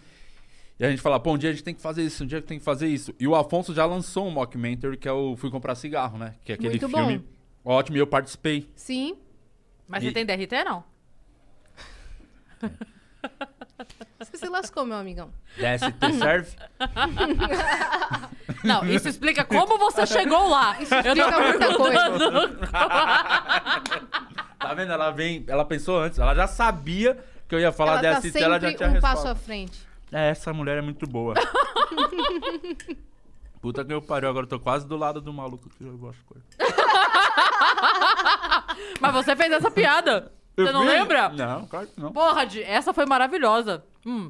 [SPEAKER 3] E a gente falava, pô, um dia a gente tem que fazer isso, um dia tem que fazer isso. E o Afonso já lançou um mockumentary, que é o Fui Comprar Cigarro, né? Que é aquele
[SPEAKER 2] Muito
[SPEAKER 3] filme
[SPEAKER 2] bom.
[SPEAKER 3] ótimo e eu participei.
[SPEAKER 2] Sim.
[SPEAKER 1] Mas
[SPEAKER 3] E-
[SPEAKER 1] você tem DRT, não?
[SPEAKER 2] Você se lascou, meu amigão.
[SPEAKER 3] DST serve?
[SPEAKER 1] Não, isso explica como você chegou lá. Isso eu
[SPEAKER 2] Explica muita coisa.
[SPEAKER 3] Tá vendo? Ela vem, ela pensou antes, ela já sabia que eu ia falar
[SPEAKER 2] Ela tá
[SPEAKER 3] DST, ela já
[SPEAKER 2] sempre
[SPEAKER 3] tinha
[SPEAKER 2] um
[SPEAKER 3] resposta.
[SPEAKER 2] passo à frente.
[SPEAKER 3] É, essa mulher é muito boa. Puta que eu pariu, agora eu tô quase do lado do maluco que eu as coisas.
[SPEAKER 1] Mas você fez essa piada. Você não lembra?
[SPEAKER 3] Não, claro que não.
[SPEAKER 1] Porra, Di, essa foi maravilhosa. Hum.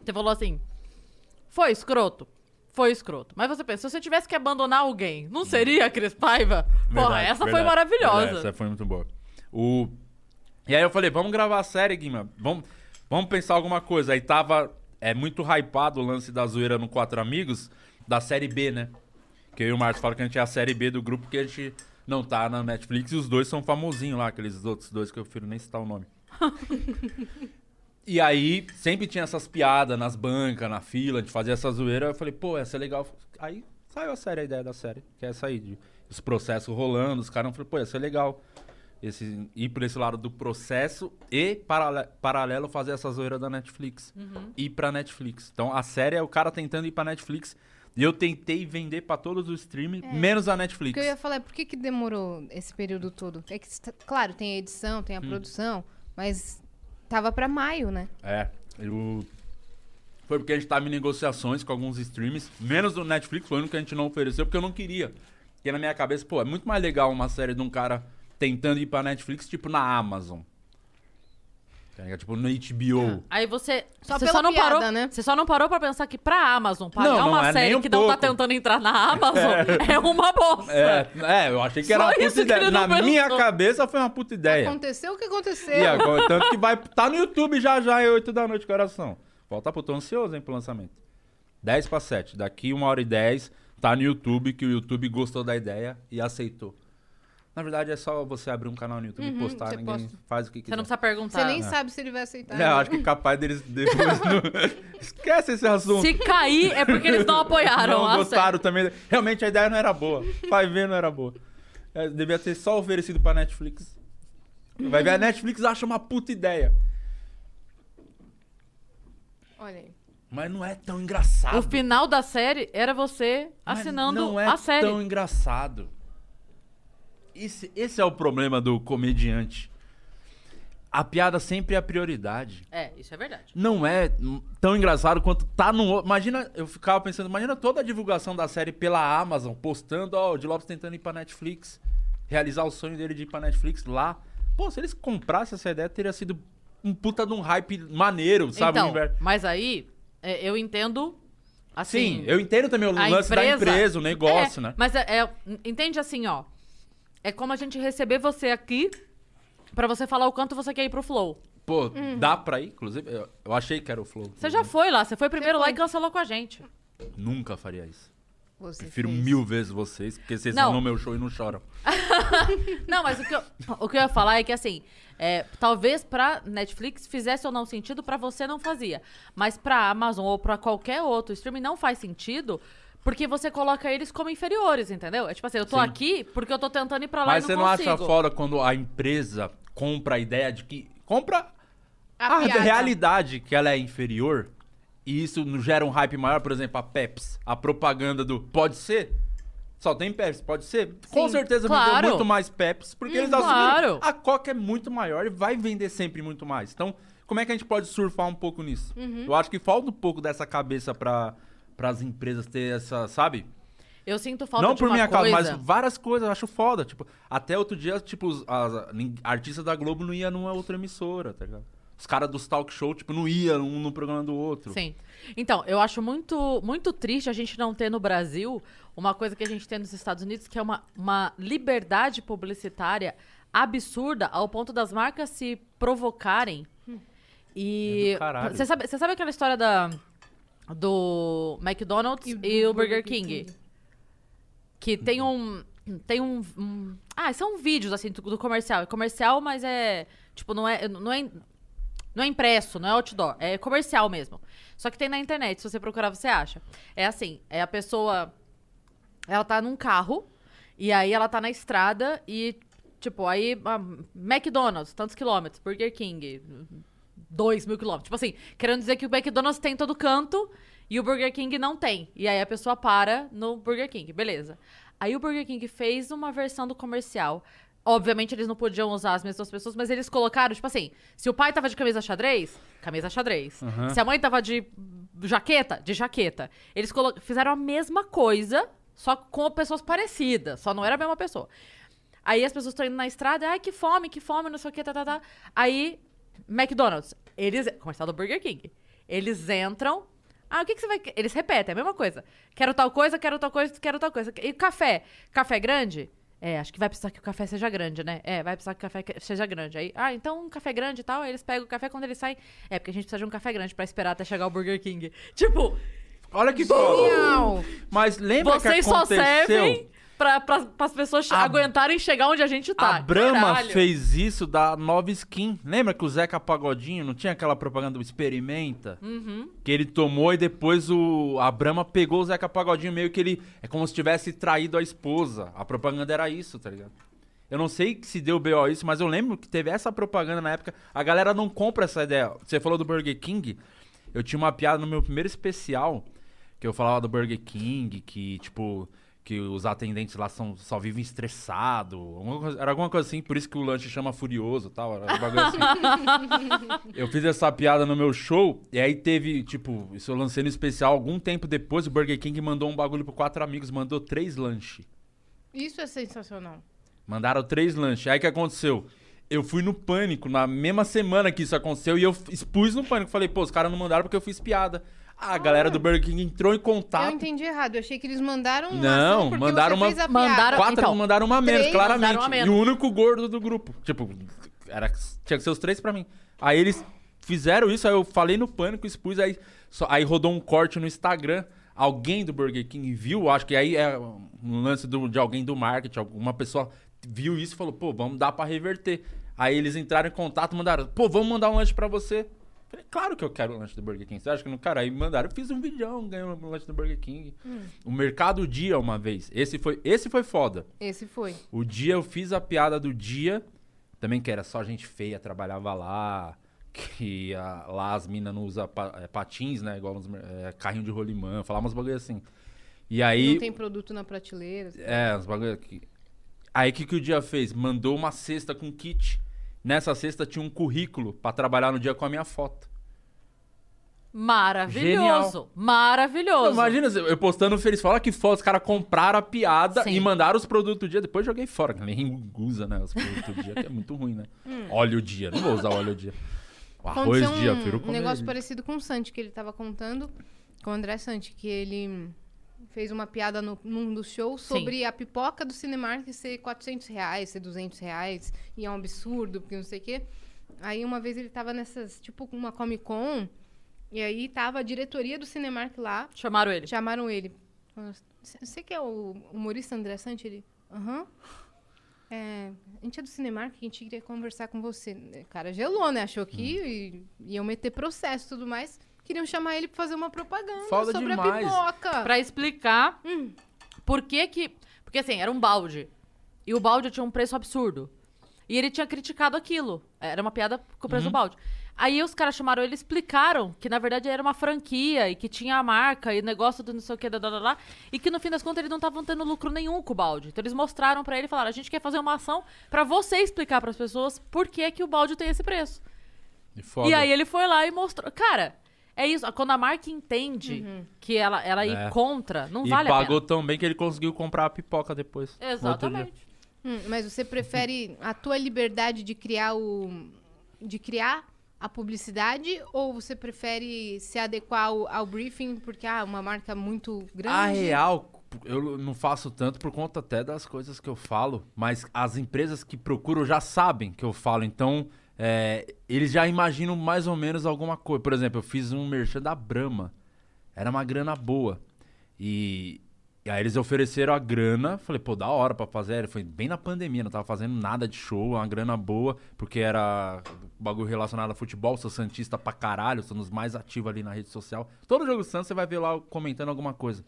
[SPEAKER 1] Você falou assim: foi escroto. Foi escroto. Mas você pensa, se você tivesse que abandonar alguém, não seria a Cris Paiva? Porra,
[SPEAKER 3] Verdade,
[SPEAKER 1] essa foi
[SPEAKER 3] verdade.
[SPEAKER 1] maravilhosa.
[SPEAKER 3] Verdade, essa foi muito boa. O... E aí eu falei, vamos gravar a série, Guima. Vamos, vamos pensar alguma coisa. Aí tava. É muito hypado o lance da zoeira no Quatro Amigos, da série B, né? Que eu e o Marcos falam que a gente é a série B do grupo, que a gente não tá na Netflix e os dois são famosinhos lá, aqueles outros dois que eu prefiro nem citar o nome. E aí, sempre tinha essas piadas nas bancas, na fila, de fazer essa zoeira. Eu falei, pô, essa é legal. Aí saiu a série, a ideia da série, que é essa aí, de, os processos rolando, os caras falaram, pô, essa é legal. Esse, ir por esse lado do processo e, parale- paralelo, fazer essa zoeira da Netflix.
[SPEAKER 2] Uhum.
[SPEAKER 3] Ir pra Netflix. Então, a série é o cara tentando ir pra Netflix. E eu tentei vender pra todos os streams, menos a
[SPEAKER 2] O
[SPEAKER 3] Netflix.
[SPEAKER 2] que É. eu ia falar é por que, que demorou esse período todo? É que, tá- claro, tem a edição, tem a
[SPEAKER 3] Hum.
[SPEAKER 2] produção, mas tava pra maio, né?
[SPEAKER 3] É. Eu... Foi porque a gente tava em negociações com alguns streams, menos do Netflix, foi o único que a gente não ofereceu, porque eu não queria. Porque na minha cabeça, pô, é muito mais legal uma série de um cara tentando ir pra Netflix, tipo na Amazon. Tá ligado? Tipo no HBO.
[SPEAKER 1] Aí você.
[SPEAKER 2] Só
[SPEAKER 1] você
[SPEAKER 2] pela
[SPEAKER 1] só não
[SPEAKER 2] piada,
[SPEAKER 1] parou,
[SPEAKER 2] né?
[SPEAKER 1] Você só não parou pra pensar que pra Amazon pagar
[SPEAKER 3] Não, não
[SPEAKER 1] uma
[SPEAKER 3] é nem
[SPEAKER 1] série
[SPEAKER 3] um
[SPEAKER 1] que não tá
[SPEAKER 3] pouco.
[SPEAKER 1] tentando entrar na Amazon é, uma bosta.
[SPEAKER 3] É, é, eu achei que era
[SPEAKER 1] Só
[SPEAKER 3] uma
[SPEAKER 1] isso
[SPEAKER 3] puta
[SPEAKER 1] que
[SPEAKER 3] ideia.
[SPEAKER 1] ele
[SPEAKER 3] Na
[SPEAKER 1] não
[SPEAKER 3] minha
[SPEAKER 1] pensou.
[SPEAKER 3] cabeça foi uma puta ideia.
[SPEAKER 2] Aconteceu o que aconteceu.
[SPEAKER 3] É. E agora, tanto que vai. Tá no YouTube já já, é 8 da noite, coração. Volta pro. Tô ansioso, hein, pro lançamento. 10 pra 7. Daqui 1 hora e 10. Tá no YouTube, que o YouTube gostou da ideia e aceitou. Na verdade, é só você abrir um canal no YouTube e postar.
[SPEAKER 2] você
[SPEAKER 3] Ninguém
[SPEAKER 2] posta.
[SPEAKER 3] faz o que quiser.
[SPEAKER 1] Você não precisa perguntar.
[SPEAKER 2] Você nem sabe se ele vai aceitar.
[SPEAKER 3] Ah.
[SPEAKER 2] né?
[SPEAKER 3] É, eu acho que capaz deles depois. não- Esquece esse assunto.
[SPEAKER 1] Se ah, cair, é porque eles não apoiaram.
[SPEAKER 3] Não
[SPEAKER 1] a
[SPEAKER 3] gostaram
[SPEAKER 1] série.
[SPEAKER 3] também. Realmente a ideia não era boa. Vai ver, não era boa. É, devia ter só oferecido pra Netflix. Vai ver, a Netflix acha uma puta ideia.
[SPEAKER 2] Olha aí.
[SPEAKER 3] Mas não é tão engraçado.
[SPEAKER 1] O final da série era você
[SPEAKER 3] Mas
[SPEAKER 1] assinando
[SPEAKER 3] não é
[SPEAKER 1] a série.
[SPEAKER 3] tão engraçado. Esse, esse é o problema do comediante. A piada sempre é a prioridade.
[SPEAKER 1] É, isso é verdade.
[SPEAKER 3] Não é hum, tão engraçado quanto tá no outro. Imagina, eu ficava pensando, imagina toda a divulgação da série pela Amazon, postando, ó, o de Lopes tentando ir pra Netflix, realizar o sonho dele de ir pra Netflix lá. Pô, se eles comprassem essa ideia, teria sido um puta de um hype maneiro, sabe?
[SPEAKER 1] então,
[SPEAKER 3] Humberto?
[SPEAKER 1] mas aí, é, eu entendo. Assim,
[SPEAKER 3] Sim, eu entendo também o
[SPEAKER 1] a
[SPEAKER 3] lance da empresa, o negócio,
[SPEAKER 1] É,
[SPEAKER 3] né?
[SPEAKER 1] Mas é, é- entende assim, ó. É como a gente receber você aqui pra você falar o quanto você quer ir pro Flow.
[SPEAKER 3] Pô, dá pra ir, inclusive? Eu, eu achei que era o Flow.
[SPEAKER 1] Uhum. Você já foi lá, você foi primeiro lá
[SPEAKER 2] foi.
[SPEAKER 1] e cancelou com a gente.
[SPEAKER 3] Nunca faria isso.
[SPEAKER 2] Você
[SPEAKER 3] Prefiro
[SPEAKER 2] fez.
[SPEAKER 3] mil vezes vocês, porque vocês
[SPEAKER 1] Não.
[SPEAKER 3] vão no meu show e não choram.
[SPEAKER 1] Não, mas o que eu, o que eu ia falar é que assim, é, talvez pra Netflix fizesse ou não sentido, pra você não fazia. Mas pra Amazon ou pra qualquer outro streaming não faz sentido. Porque você coloca eles como inferiores, entendeu? É tipo assim, eu tô
[SPEAKER 3] Sim.
[SPEAKER 1] aqui porque eu tô tentando ir pra lá
[SPEAKER 3] Mas
[SPEAKER 1] e
[SPEAKER 3] você
[SPEAKER 1] não
[SPEAKER 3] não
[SPEAKER 1] consigo.
[SPEAKER 3] acha foda quando a empresa compra a ideia de que. Compra
[SPEAKER 2] A
[SPEAKER 3] a
[SPEAKER 2] piada.
[SPEAKER 3] Ah, é realidade que ela é inferior e isso não gera um hype maior, por exemplo, a Pepsi, a propaganda do pode ser? Só tem Pepsi, pode ser? Com certeza
[SPEAKER 1] claro.
[SPEAKER 3] vendeu muito mais Pepsi, porque
[SPEAKER 1] Hum,
[SPEAKER 3] eles assumiram.
[SPEAKER 1] claro.
[SPEAKER 3] A Coca é muito maior e vai vender sempre muito mais. Então, como é que a gente pode surfar um pouco nisso? Eu acho que falta um pouco dessa cabeça para as empresas ter essa, sabe?
[SPEAKER 1] Eu sinto falta
[SPEAKER 3] não
[SPEAKER 1] de
[SPEAKER 3] por
[SPEAKER 1] uma
[SPEAKER 3] minha
[SPEAKER 1] coisa.
[SPEAKER 3] causa, mas várias coisas eu acho foda. Tipo, até outro dia, tipo, os- as- nin- artistas da Globo não ia numa outra emissora, tá ligado? Os caras dos talk show, tipo, não iam um no programa do outro.
[SPEAKER 1] Sim. Então, eu acho muito, muito triste a gente não ter no Brasil uma coisa que a gente tem nos Estados Unidos, que é uma, uma liberdade publicitária absurda ao ponto das marcas se provocarem.
[SPEAKER 3] É
[SPEAKER 1] E.
[SPEAKER 3] do caralho.
[SPEAKER 1] Você sabe, você sabe aquela história da, do McDonald's e, o Burger King? Que tem um. Tem um, um- Ah, são vídeos, assim, do, do comercial. É comercial, mas é. Tipo, não é. Não é não é impresso, não é outdoor, é comercial mesmo. Só que tem na internet, se você procurar, você acha. É assim, é a pessoa. Ela tá num carro, e aí ela tá na estrada e, tipo, aí. ah, McDonald's, tantos quilômetros, Burger King, dois mil quilômetros. Tipo assim, querendo dizer que o McDonald's tem em todo canto e o Burger King não tem. E aí a pessoa para no Burger King, beleza. Aí o Burger King fez uma versão do comercial. Obviamente eles não podiam usar as mesmas pessoas, mas eles colocaram, tipo assim, se o pai tava de camisa xadrez, camisa xadrez.
[SPEAKER 3] Uhum.
[SPEAKER 1] Se a mãe tava de jaqueta, de jaqueta. Eles colo- fizeram a mesma coisa, só com pessoas parecidas, só não era a mesma pessoa. Aí as pessoas estão indo na estrada, ai, que fome, que fome, não sei o que, tá, tá, tá. Aí, McDonald's, eles. Comercial do Burger King. Eles entram. Ah, o que, que você vai. que-" Eles repetem, é a mesma coisa. Quero tal coisa, quero tal coisa, quero tal coisa. E café? Café grande? É, acho que vai precisar que o café seja grande, né? É, vai precisar que o café que- seja grande. Aí, ah, então um café grande e tal. Aí eles pegam o café quando eles saem. É, porque a gente precisa de um café grande pra esperar até chegar o Burger King. Tipo,
[SPEAKER 3] Olha que foda.
[SPEAKER 2] Miau.
[SPEAKER 3] Mas lembra que
[SPEAKER 1] vocês
[SPEAKER 3] aconteceu...
[SPEAKER 1] só servem pra, pra, pras pessoas che-
[SPEAKER 3] A-
[SPEAKER 1] aguentarem chegar onde a gente tá.
[SPEAKER 3] A Brahma
[SPEAKER 1] Caralho.
[SPEAKER 3] fez isso da nova skin. Lembra que o Zeca Pagodinho não tinha aquela propaganda do Experimenta?
[SPEAKER 1] Uhum.
[SPEAKER 3] Que ele tomou e depois o, a Brahma pegou o Zeca Pagodinho meio que ele. É como se tivesse traído a esposa. A propaganda era isso, tá ligado? Eu não sei se deu B.O. isso, mas eu lembro que teve essa propaganda na época. A galera não compra essa ideia. Você falou do Burger King. Eu tinha uma piada no meu primeiro especial que eu falava do Burger King, que, tipo, que os atendentes lá são, só vivem estressados. Era alguma coisa assim, por isso que o lanche chama Furioso e tal. Era um bagulho assim. eu fiz essa piada no meu show, e aí teve, tipo, isso eu lancei no especial. Algum tempo depois, o Burger King mandou um bagulho pro quatro amigos, mandou três lanches.
[SPEAKER 2] Isso é sensacional.
[SPEAKER 3] Mandaram três lanches. Aí o que aconteceu? Eu fui no pânico na mesma semana que isso aconteceu e eu f- expus no pânico. Falei, pô, os caras não mandaram porque eu fiz piada. A galera do Burger King entrou em
[SPEAKER 2] Eu
[SPEAKER 3] contato.
[SPEAKER 2] entendi errado. Eu achei que eles mandaram
[SPEAKER 3] Tá.
[SPEAKER 2] uma
[SPEAKER 3] Não,
[SPEAKER 2] ação porque
[SPEAKER 3] mandaram
[SPEAKER 2] você
[SPEAKER 3] uma-
[SPEAKER 2] fez a piada.
[SPEAKER 1] mandaram-
[SPEAKER 3] Quatro
[SPEAKER 1] Então,
[SPEAKER 3] mandaram uma menos,
[SPEAKER 2] três
[SPEAKER 3] claramente.
[SPEAKER 1] mandaram uma
[SPEAKER 3] E o
[SPEAKER 1] menos.
[SPEAKER 3] único gordo do grupo. Tipo, era, tinha que ser os três pra mim. Aí eles fizeram isso, aí eu falei no pânico, expus, aí, só- aí rodou um corte no Instagram. Alguém do Burger King viu, acho que aí é um lance do- de alguém do marketing, alguma pessoa viu isso e falou, pô, vamos dar pra reverter. Aí eles entraram em contato, mandaram, pô, vamos mandar um lanche pra você. Falei, claro que eu quero o lanche do Burger King. Você acha que eu não quero? Aí mandaram, eu fiz um videão, ganhei um lanche do Burger King. O Mercado Dia uma vez. Esse foi, esse foi foda.
[SPEAKER 2] Esse foi.
[SPEAKER 3] O dia eu fiz a piada do dia, também que era só gente feia, trabalhava lá, que a- lá as minas não usam pa- é, patins, né? Igual nos, mer- é, carrinho de rolimã, falar umas bagulho assim. E aí.
[SPEAKER 2] Não tem produto na prateleira.
[SPEAKER 3] É, uns bagulho aqui. Aí o que, que o dia fez? Mandou uma cesta com kit. Nessa cesta tinha um currículo pra trabalhar no dia com a minha foto.
[SPEAKER 1] Maravilhoso. Maravilhoso.
[SPEAKER 3] Pô, imagina eu eu postando feliz. Fala que foto, os caras compraram a piada
[SPEAKER 1] Sim.
[SPEAKER 3] e mandaram os produtos do dia. Depois joguei fora. que Nem usa, né? Os produtos do dia, que é muito ruim, né?
[SPEAKER 1] Hum.
[SPEAKER 3] Óleo dia. Não vou usar óleo dia. O arroz
[SPEAKER 2] Aconteceu um,
[SPEAKER 3] dia, peru
[SPEAKER 2] um
[SPEAKER 3] comer.
[SPEAKER 2] negócio parecido com o Santi, que ele tava contando, com o André Santi, que ele fez uma piada no, num dos shows
[SPEAKER 1] Sim.
[SPEAKER 2] sobre a pipoca do Cinemark ser 400 reais, ser 200 reais, e é um absurdo, porque não sei o quê. Aí uma vez ele tava nessas, tipo, uma Comic Con, e aí tava a diretoria do Cinemark lá,
[SPEAKER 1] Chamaram ele.
[SPEAKER 2] Chamaram ele. Falaram, "C- Você que é o humorista André Sante? Ele, aham. É, a gente é do Cinemark, a gente queria conversar com você. O cara gelou, né? Achou que
[SPEAKER 3] Hum.
[SPEAKER 2] i- iam meter processo e tudo mais. Queriam chamar ele pra fazer uma propaganda
[SPEAKER 3] Foda
[SPEAKER 2] sobre
[SPEAKER 3] demais.
[SPEAKER 2] a pipoca.
[SPEAKER 1] Pra explicar por que que... Porque assim, era um balde. E o balde tinha um preço absurdo. E ele tinha criticado aquilo. Era uma piada com o preço do balde. Aí os caras chamaram ele, explicaram que na verdade era uma franquia e que tinha a marca e negócio do não sei o que, da, da, da, da, e que no fim das contas eles não estavam tendo lucro nenhum com o balde. Então eles mostraram pra ele e falaram: a gente quer fazer uma ação pra você explicar pras pessoas por que, que o balde tem esse preço.
[SPEAKER 3] E foda.
[SPEAKER 1] E aí ele foi lá e mostrou. Cara, é isso. Quando a marca entende que ela, ela ir
[SPEAKER 3] É.
[SPEAKER 1] contra, não
[SPEAKER 3] E
[SPEAKER 1] vale
[SPEAKER 3] pagou
[SPEAKER 1] a
[SPEAKER 3] tão bem que ele conseguiu comprar a pipoca depois.
[SPEAKER 1] pena.
[SPEAKER 3] no outro dia.
[SPEAKER 1] Exatamente.
[SPEAKER 2] Hum, mas você prefere a tua liberdade de criar o. de criar a publicidade ou você prefere se adequar ao, ao briefing porque ah, uma marca muito grande?
[SPEAKER 3] A real, eu não faço tanto por conta até das coisas que eu falo, mas as empresas que procuram já sabem que eu falo, então é, eles já imaginam mais ou menos alguma coisa. Por exemplo, eu fiz um merchan da Brahma, era uma grana boa. E, e aí eles ofereceram a grana, falei, pô, da hora pra fazer. Ele foi bem na pandemia, não tava fazendo nada de show, uma grana boa, porque era bagulho relacionado a futebol, sou Santista pra caralho, sou um dos mais ativos ali na rede social. Todo jogo do Santos você vai ver lá eu comentando alguma coisa.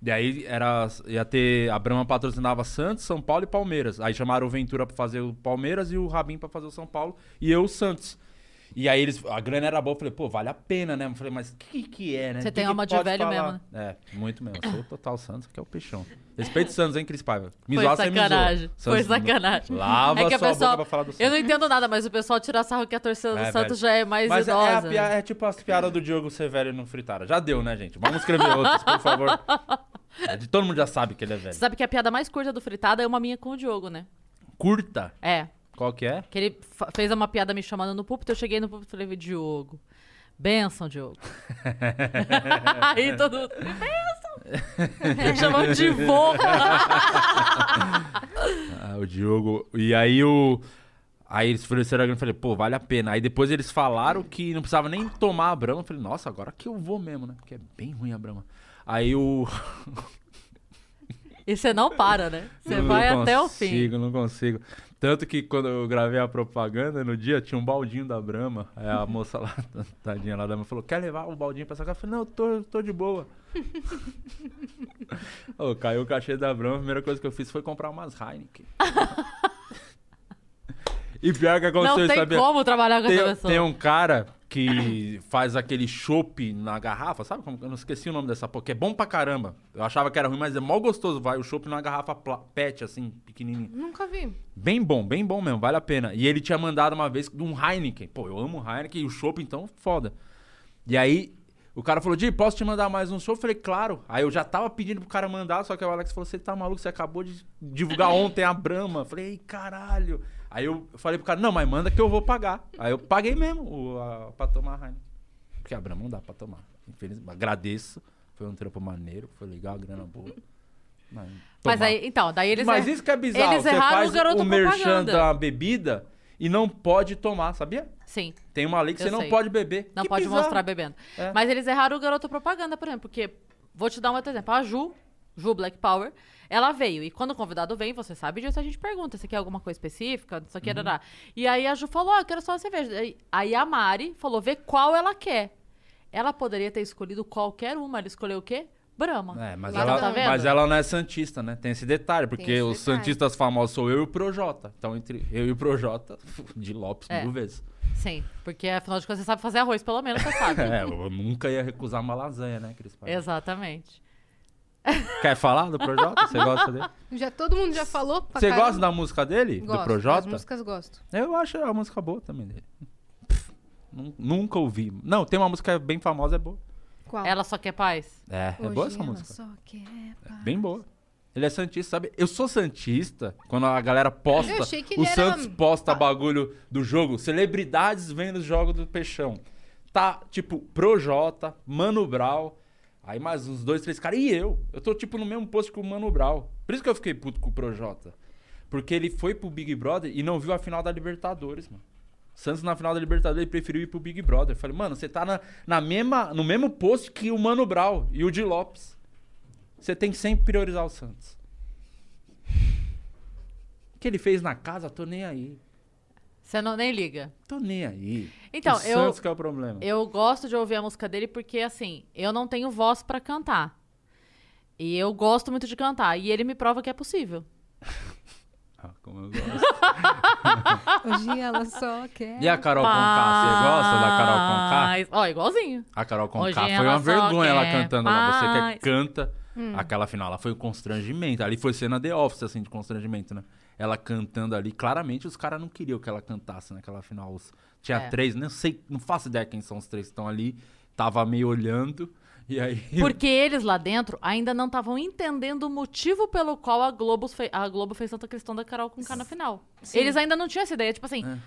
[SPEAKER 3] E aí era, ia ter. A Brahma patrocinava Santos, São Paulo e Palmeiras. Aí chamaram o Ventura pra fazer o Palmeiras e o Rabin pra fazer o São Paulo. E eu o Santos. E aí eles. A grana era boa, eu falei, pô, vale a pena, né? Eu falei, mas o que, que é, né?
[SPEAKER 1] Você
[SPEAKER 3] Que
[SPEAKER 1] tem
[SPEAKER 3] que
[SPEAKER 1] alma de
[SPEAKER 3] pode
[SPEAKER 1] velho
[SPEAKER 3] falar?
[SPEAKER 1] mesmo,
[SPEAKER 3] É,
[SPEAKER 1] né?
[SPEAKER 3] muito mesmo. Eu sou o total Santos, que é o peixão. Respeito o Santos, hein, Cris Paiva? Me
[SPEAKER 1] Foi
[SPEAKER 3] zoar, você me zoa.
[SPEAKER 1] sacanagem. Foi
[SPEAKER 3] Santos,
[SPEAKER 1] sacanagem.
[SPEAKER 3] Lava
[SPEAKER 1] é que a
[SPEAKER 3] sua
[SPEAKER 1] pessoa,
[SPEAKER 3] boca pra falar do
[SPEAKER 1] Eu
[SPEAKER 3] Santos.
[SPEAKER 1] não entendo nada, mas o pessoal tira sarro que a torcida do
[SPEAKER 3] É,
[SPEAKER 1] Santos
[SPEAKER 3] velho.
[SPEAKER 1] já é mais
[SPEAKER 3] Mas é, é, a
[SPEAKER 1] idosa.
[SPEAKER 3] pia- é tipo as piadas do Diogo Severo no Fritara. Já deu, né, gente? Vamos escrever outras, por favor. É de- Todo mundo já sabe que ele é velho.
[SPEAKER 1] Você sabe que a piada mais curta do Fritada é uma minha com o Diogo, né?
[SPEAKER 3] Curta.
[SPEAKER 1] É.
[SPEAKER 3] Qual que é?
[SPEAKER 1] Que ele fa- fez uma piada me chamando no púlpito, eu cheguei no púlpito e falei, Diogo. Benção, Diogo. Aí todo mundo. Benção! Chamando de vô.
[SPEAKER 3] Ah, o Diogo. E aí o. Aí eles ofereceram a grana, eu falei, pô, vale a pena. Aí depois eles falaram que não precisava nem tomar a Brahma. Eu falei, nossa, agora que eu vou mesmo, né? Porque é bem ruim a Brahma. Aí o.
[SPEAKER 1] E você não para, né? Você
[SPEAKER 3] Não
[SPEAKER 1] vai até o
[SPEAKER 3] consigo,
[SPEAKER 1] fim.
[SPEAKER 3] Não consigo, Tanto que quando eu gravei a propaganda, no dia tinha um baldinho da Brahma. Aí a moça lá, tadinha lá da Brahma, falou, quer levar o baldinho pra essa casa? Eu falei, não, eu tô, tô de boa. Ô, caiu o cachê da Brahma, a primeira coisa que eu fiz foi comprar umas Heineken. e pior que
[SPEAKER 1] Não
[SPEAKER 3] aconteceu,
[SPEAKER 1] tem
[SPEAKER 3] sabia?
[SPEAKER 1] como trabalhar com essa
[SPEAKER 3] Tem,
[SPEAKER 1] pessoa.
[SPEAKER 3] tem um cara que faz aquele chopp na garrafa, sabe? como- Eu não esqueci o nome dessa porra, que é bom pra caramba. Eu achava que era ruim, mas é mó gostoso, vai. O chopp numa garrafa pla- pet, assim, pequenininha.
[SPEAKER 2] Nunca vi.
[SPEAKER 3] Bem bom, bem bom mesmo, vale a pena. E ele tinha mandado uma vez de um Heineken. Pô, eu amo Heineken e o chopp, então, foda. E aí, o cara falou, Di, posso te mandar mais um show? Eu falei, claro. Aí eu já tava pedindo pro cara mandar, só que o Alex falou, você tá maluco, você acabou de divulgar ontem a Brahma. Eu falei, "Ei, caralho. Aí eu falei pro cara, não, mas manda que eu vou pagar. Aí eu paguei mesmo o, a, pra tomar a Heineken. Porque a Brahma não dá pra tomar. Infelizmente, agradeço. Foi um trampo maneiro, foi legal, grana boa. Mas,
[SPEAKER 1] Mas
[SPEAKER 3] tomar.
[SPEAKER 1] aí, então, daí eles.
[SPEAKER 3] Mas
[SPEAKER 1] er-
[SPEAKER 3] isso que é bizarro.
[SPEAKER 1] Eles
[SPEAKER 3] você
[SPEAKER 1] erraram
[SPEAKER 3] faz
[SPEAKER 1] o garoto tá
[SPEAKER 3] merchan
[SPEAKER 1] propaganda.
[SPEAKER 3] da bebida e não pode tomar, sabia?
[SPEAKER 1] Sim.
[SPEAKER 3] Tem uma lei que
[SPEAKER 1] Eu
[SPEAKER 3] você
[SPEAKER 1] sei.
[SPEAKER 3] não pode beber.
[SPEAKER 1] Não
[SPEAKER 3] Que
[SPEAKER 1] pode
[SPEAKER 3] bizarro.
[SPEAKER 1] mostrar bebendo.
[SPEAKER 3] É.
[SPEAKER 1] Mas eles erraram o garoto propaganda, por exemplo. Porque, vou te dar um outro exemplo. A Ju, Ju Black Power, ela veio. E quando o convidado vem, você sabe disso, a gente pergunta. Você quer alguma coisa específica? Não sei o
[SPEAKER 3] Uhum.
[SPEAKER 1] que, dará. E aí a Ju falou, ah, eu quero só uma cerveja. Aí- Aí a Mari falou, vê qual ela quer. Ela poderia ter escolhido qualquer uma. Ela escolheu o quê? Brahma.
[SPEAKER 3] É, mas,
[SPEAKER 2] Lá
[SPEAKER 3] ela,
[SPEAKER 2] tá vendo?
[SPEAKER 3] mas ela não é santista, né? Tem esse detalhe, porque
[SPEAKER 2] esse
[SPEAKER 3] os
[SPEAKER 2] detalhe.
[SPEAKER 3] santistas famosos sou eu e o Projota. Então, entre eu e o Projota, de Lopes
[SPEAKER 1] É.
[SPEAKER 3] mil vezes.
[SPEAKER 1] Sim, porque afinal de contas você sabe fazer arroz, pelo menos você sabe.
[SPEAKER 3] É, eu nunca ia recusar uma lasanha, né, Cris? Paiva?
[SPEAKER 1] Exatamente.
[SPEAKER 3] Quer falar do Projota? Você gosta dele?
[SPEAKER 1] Tá
[SPEAKER 2] Já, todo mundo já falou. pra
[SPEAKER 3] Você
[SPEAKER 2] caramba.
[SPEAKER 3] gosta da música dele?
[SPEAKER 2] Gosto,
[SPEAKER 3] do Projota?
[SPEAKER 2] As músicas gosto.
[SPEAKER 3] Eu acho a música boa também dele. Pff, nun- Nunca ouvi. Não, tem uma música bem famosa, é boa.
[SPEAKER 2] Qual?
[SPEAKER 1] Ela só quer paz.
[SPEAKER 3] É, é
[SPEAKER 2] Hoje
[SPEAKER 3] boa essa
[SPEAKER 2] ela
[SPEAKER 3] música. Tá
[SPEAKER 2] só quer paz.
[SPEAKER 3] Bem boa. Ele é santista, sabe? Eu sou santista. Quando a galera posta,
[SPEAKER 2] Eu achei que ele
[SPEAKER 3] o
[SPEAKER 2] era- um-
[SPEAKER 3] Santos posta bagulho do jogo, celebridades vendo o jogo do Peixão. Tá, tipo, Projota, Mano Brau, aí mais uns dois, três caras, e eu. Eu tô, tipo, no mesmo posto que o Mano Brau. Por isso que eu fiquei puto com o Projota. Porque ele foi pro Big Brother e não viu a final da Libertadores, mano. Santos na final da Libertadores ele preferiu ir pro Big Brother. Falei, mano, você tá na, na mesma, no mesmo posto que o Mano Brau e o Di Lopes. Você tem que sempre priorizar o Santos. O que ele fez na casa, tô nem aí.
[SPEAKER 1] Você não, nem liga.
[SPEAKER 3] Tô nem aí.
[SPEAKER 1] Então,
[SPEAKER 3] o
[SPEAKER 1] eu-
[SPEAKER 3] Santos que é o problema.
[SPEAKER 1] Eu gosto de ouvir a música dele porque, assim, eu não tenho voz pra cantar. E eu gosto muito de cantar. E ele me prova que é possível.
[SPEAKER 3] Ah, como eu gosto.
[SPEAKER 2] Hoje ela só quer.
[SPEAKER 3] E a Carol Conká, você gosta da Carol Conká?
[SPEAKER 1] Paz. Ó, igualzinho.
[SPEAKER 3] A Carol
[SPEAKER 1] Hoje
[SPEAKER 3] Conká foi
[SPEAKER 1] ela
[SPEAKER 3] uma
[SPEAKER 1] só
[SPEAKER 3] vergonha ela
[SPEAKER 1] quer
[SPEAKER 3] cantando lá. Você que é
[SPEAKER 1] paz. Hum.
[SPEAKER 3] canta aquela final, ela foi um constrangimento. Ali foi cena The Office, assim, de constrangimento, né? Ela cantando ali, claramente os caras não queriam que ela cantasse naquela final. Os- Tinha
[SPEAKER 1] É.
[SPEAKER 3] três, não sei, não faço ideia quem são os três que estão ali. Tava meio olhando, e aí...
[SPEAKER 1] Porque eles lá dentro ainda não estavam entendendo o motivo pelo qual a Globo, fe- a Globo fez Santa Cristão da Carol Conká na final.
[SPEAKER 2] Sim.
[SPEAKER 1] Eles ainda não tinham essa ideia. Tipo assim,
[SPEAKER 3] É.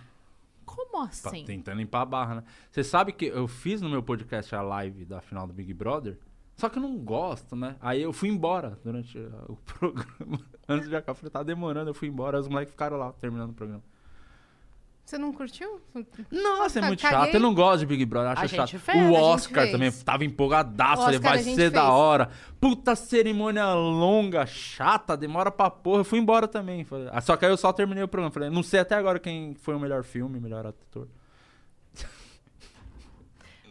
[SPEAKER 1] como
[SPEAKER 3] Tá
[SPEAKER 1] assim?
[SPEAKER 3] tentando limpar a barra, né? Você sabe que eu fiz no meu podcast a live da final do Big Brother, só que eu não gosto, né? Aí eu fui embora durante uh, o programa. Antes de acabar, eu falei, tá demorando, eu fui embora, os moleques ficaram lá terminando o programa.
[SPEAKER 2] Você não curtiu?
[SPEAKER 3] Nossa, é
[SPEAKER 2] Ca-
[SPEAKER 3] muito
[SPEAKER 2] caguei.
[SPEAKER 3] chato. Eu não gosto de Big Brother, acho
[SPEAKER 1] A
[SPEAKER 3] chato.
[SPEAKER 1] gente fez,
[SPEAKER 3] o
[SPEAKER 2] a
[SPEAKER 3] Oscar
[SPEAKER 2] gente fez.
[SPEAKER 3] também tava empolgadaço, ele
[SPEAKER 2] Oscar,
[SPEAKER 3] vai
[SPEAKER 2] a gente
[SPEAKER 3] ser da
[SPEAKER 2] fez.
[SPEAKER 3] hora. Puta cerimônia longa, chata, demora pra porra. Eu fui embora também. Falei- ah, Só que aí eu só terminei o programa. Falei, não sei até agora quem foi o melhor filme, melhor ator.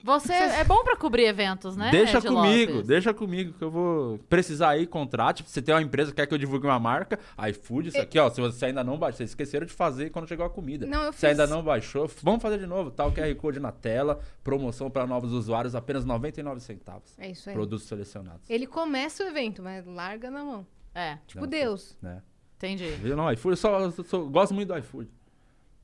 [SPEAKER 1] Você é bom pra cobrir eventos, né?
[SPEAKER 3] Deixa
[SPEAKER 1] Ed
[SPEAKER 3] comigo,
[SPEAKER 1] Lopes?
[SPEAKER 3] deixa comigo que eu vou precisar aí contrate. Você tem uma empresa quer que eu divulgue uma marca, iFood, isso aqui, ó. Se você ainda não baixou, vocês esqueceram de fazer quando chegou a comida.
[SPEAKER 2] Não, eu
[SPEAKER 3] Se ainda
[SPEAKER 2] fiz.
[SPEAKER 3] não baixou, f- vamos fazer de novo. Tá o QR Code na tela, promoção para novos usuários, apenas 99 centavos.
[SPEAKER 2] É isso aí.
[SPEAKER 3] Produtos selecionados.
[SPEAKER 2] Ele começa o evento, mas larga na mão.
[SPEAKER 1] É,
[SPEAKER 2] Tipo
[SPEAKER 3] Não,
[SPEAKER 2] Deus.
[SPEAKER 3] Né?
[SPEAKER 1] entendi.
[SPEAKER 3] Eu não, iFood, eu só, eu só- gosto muito do iFood.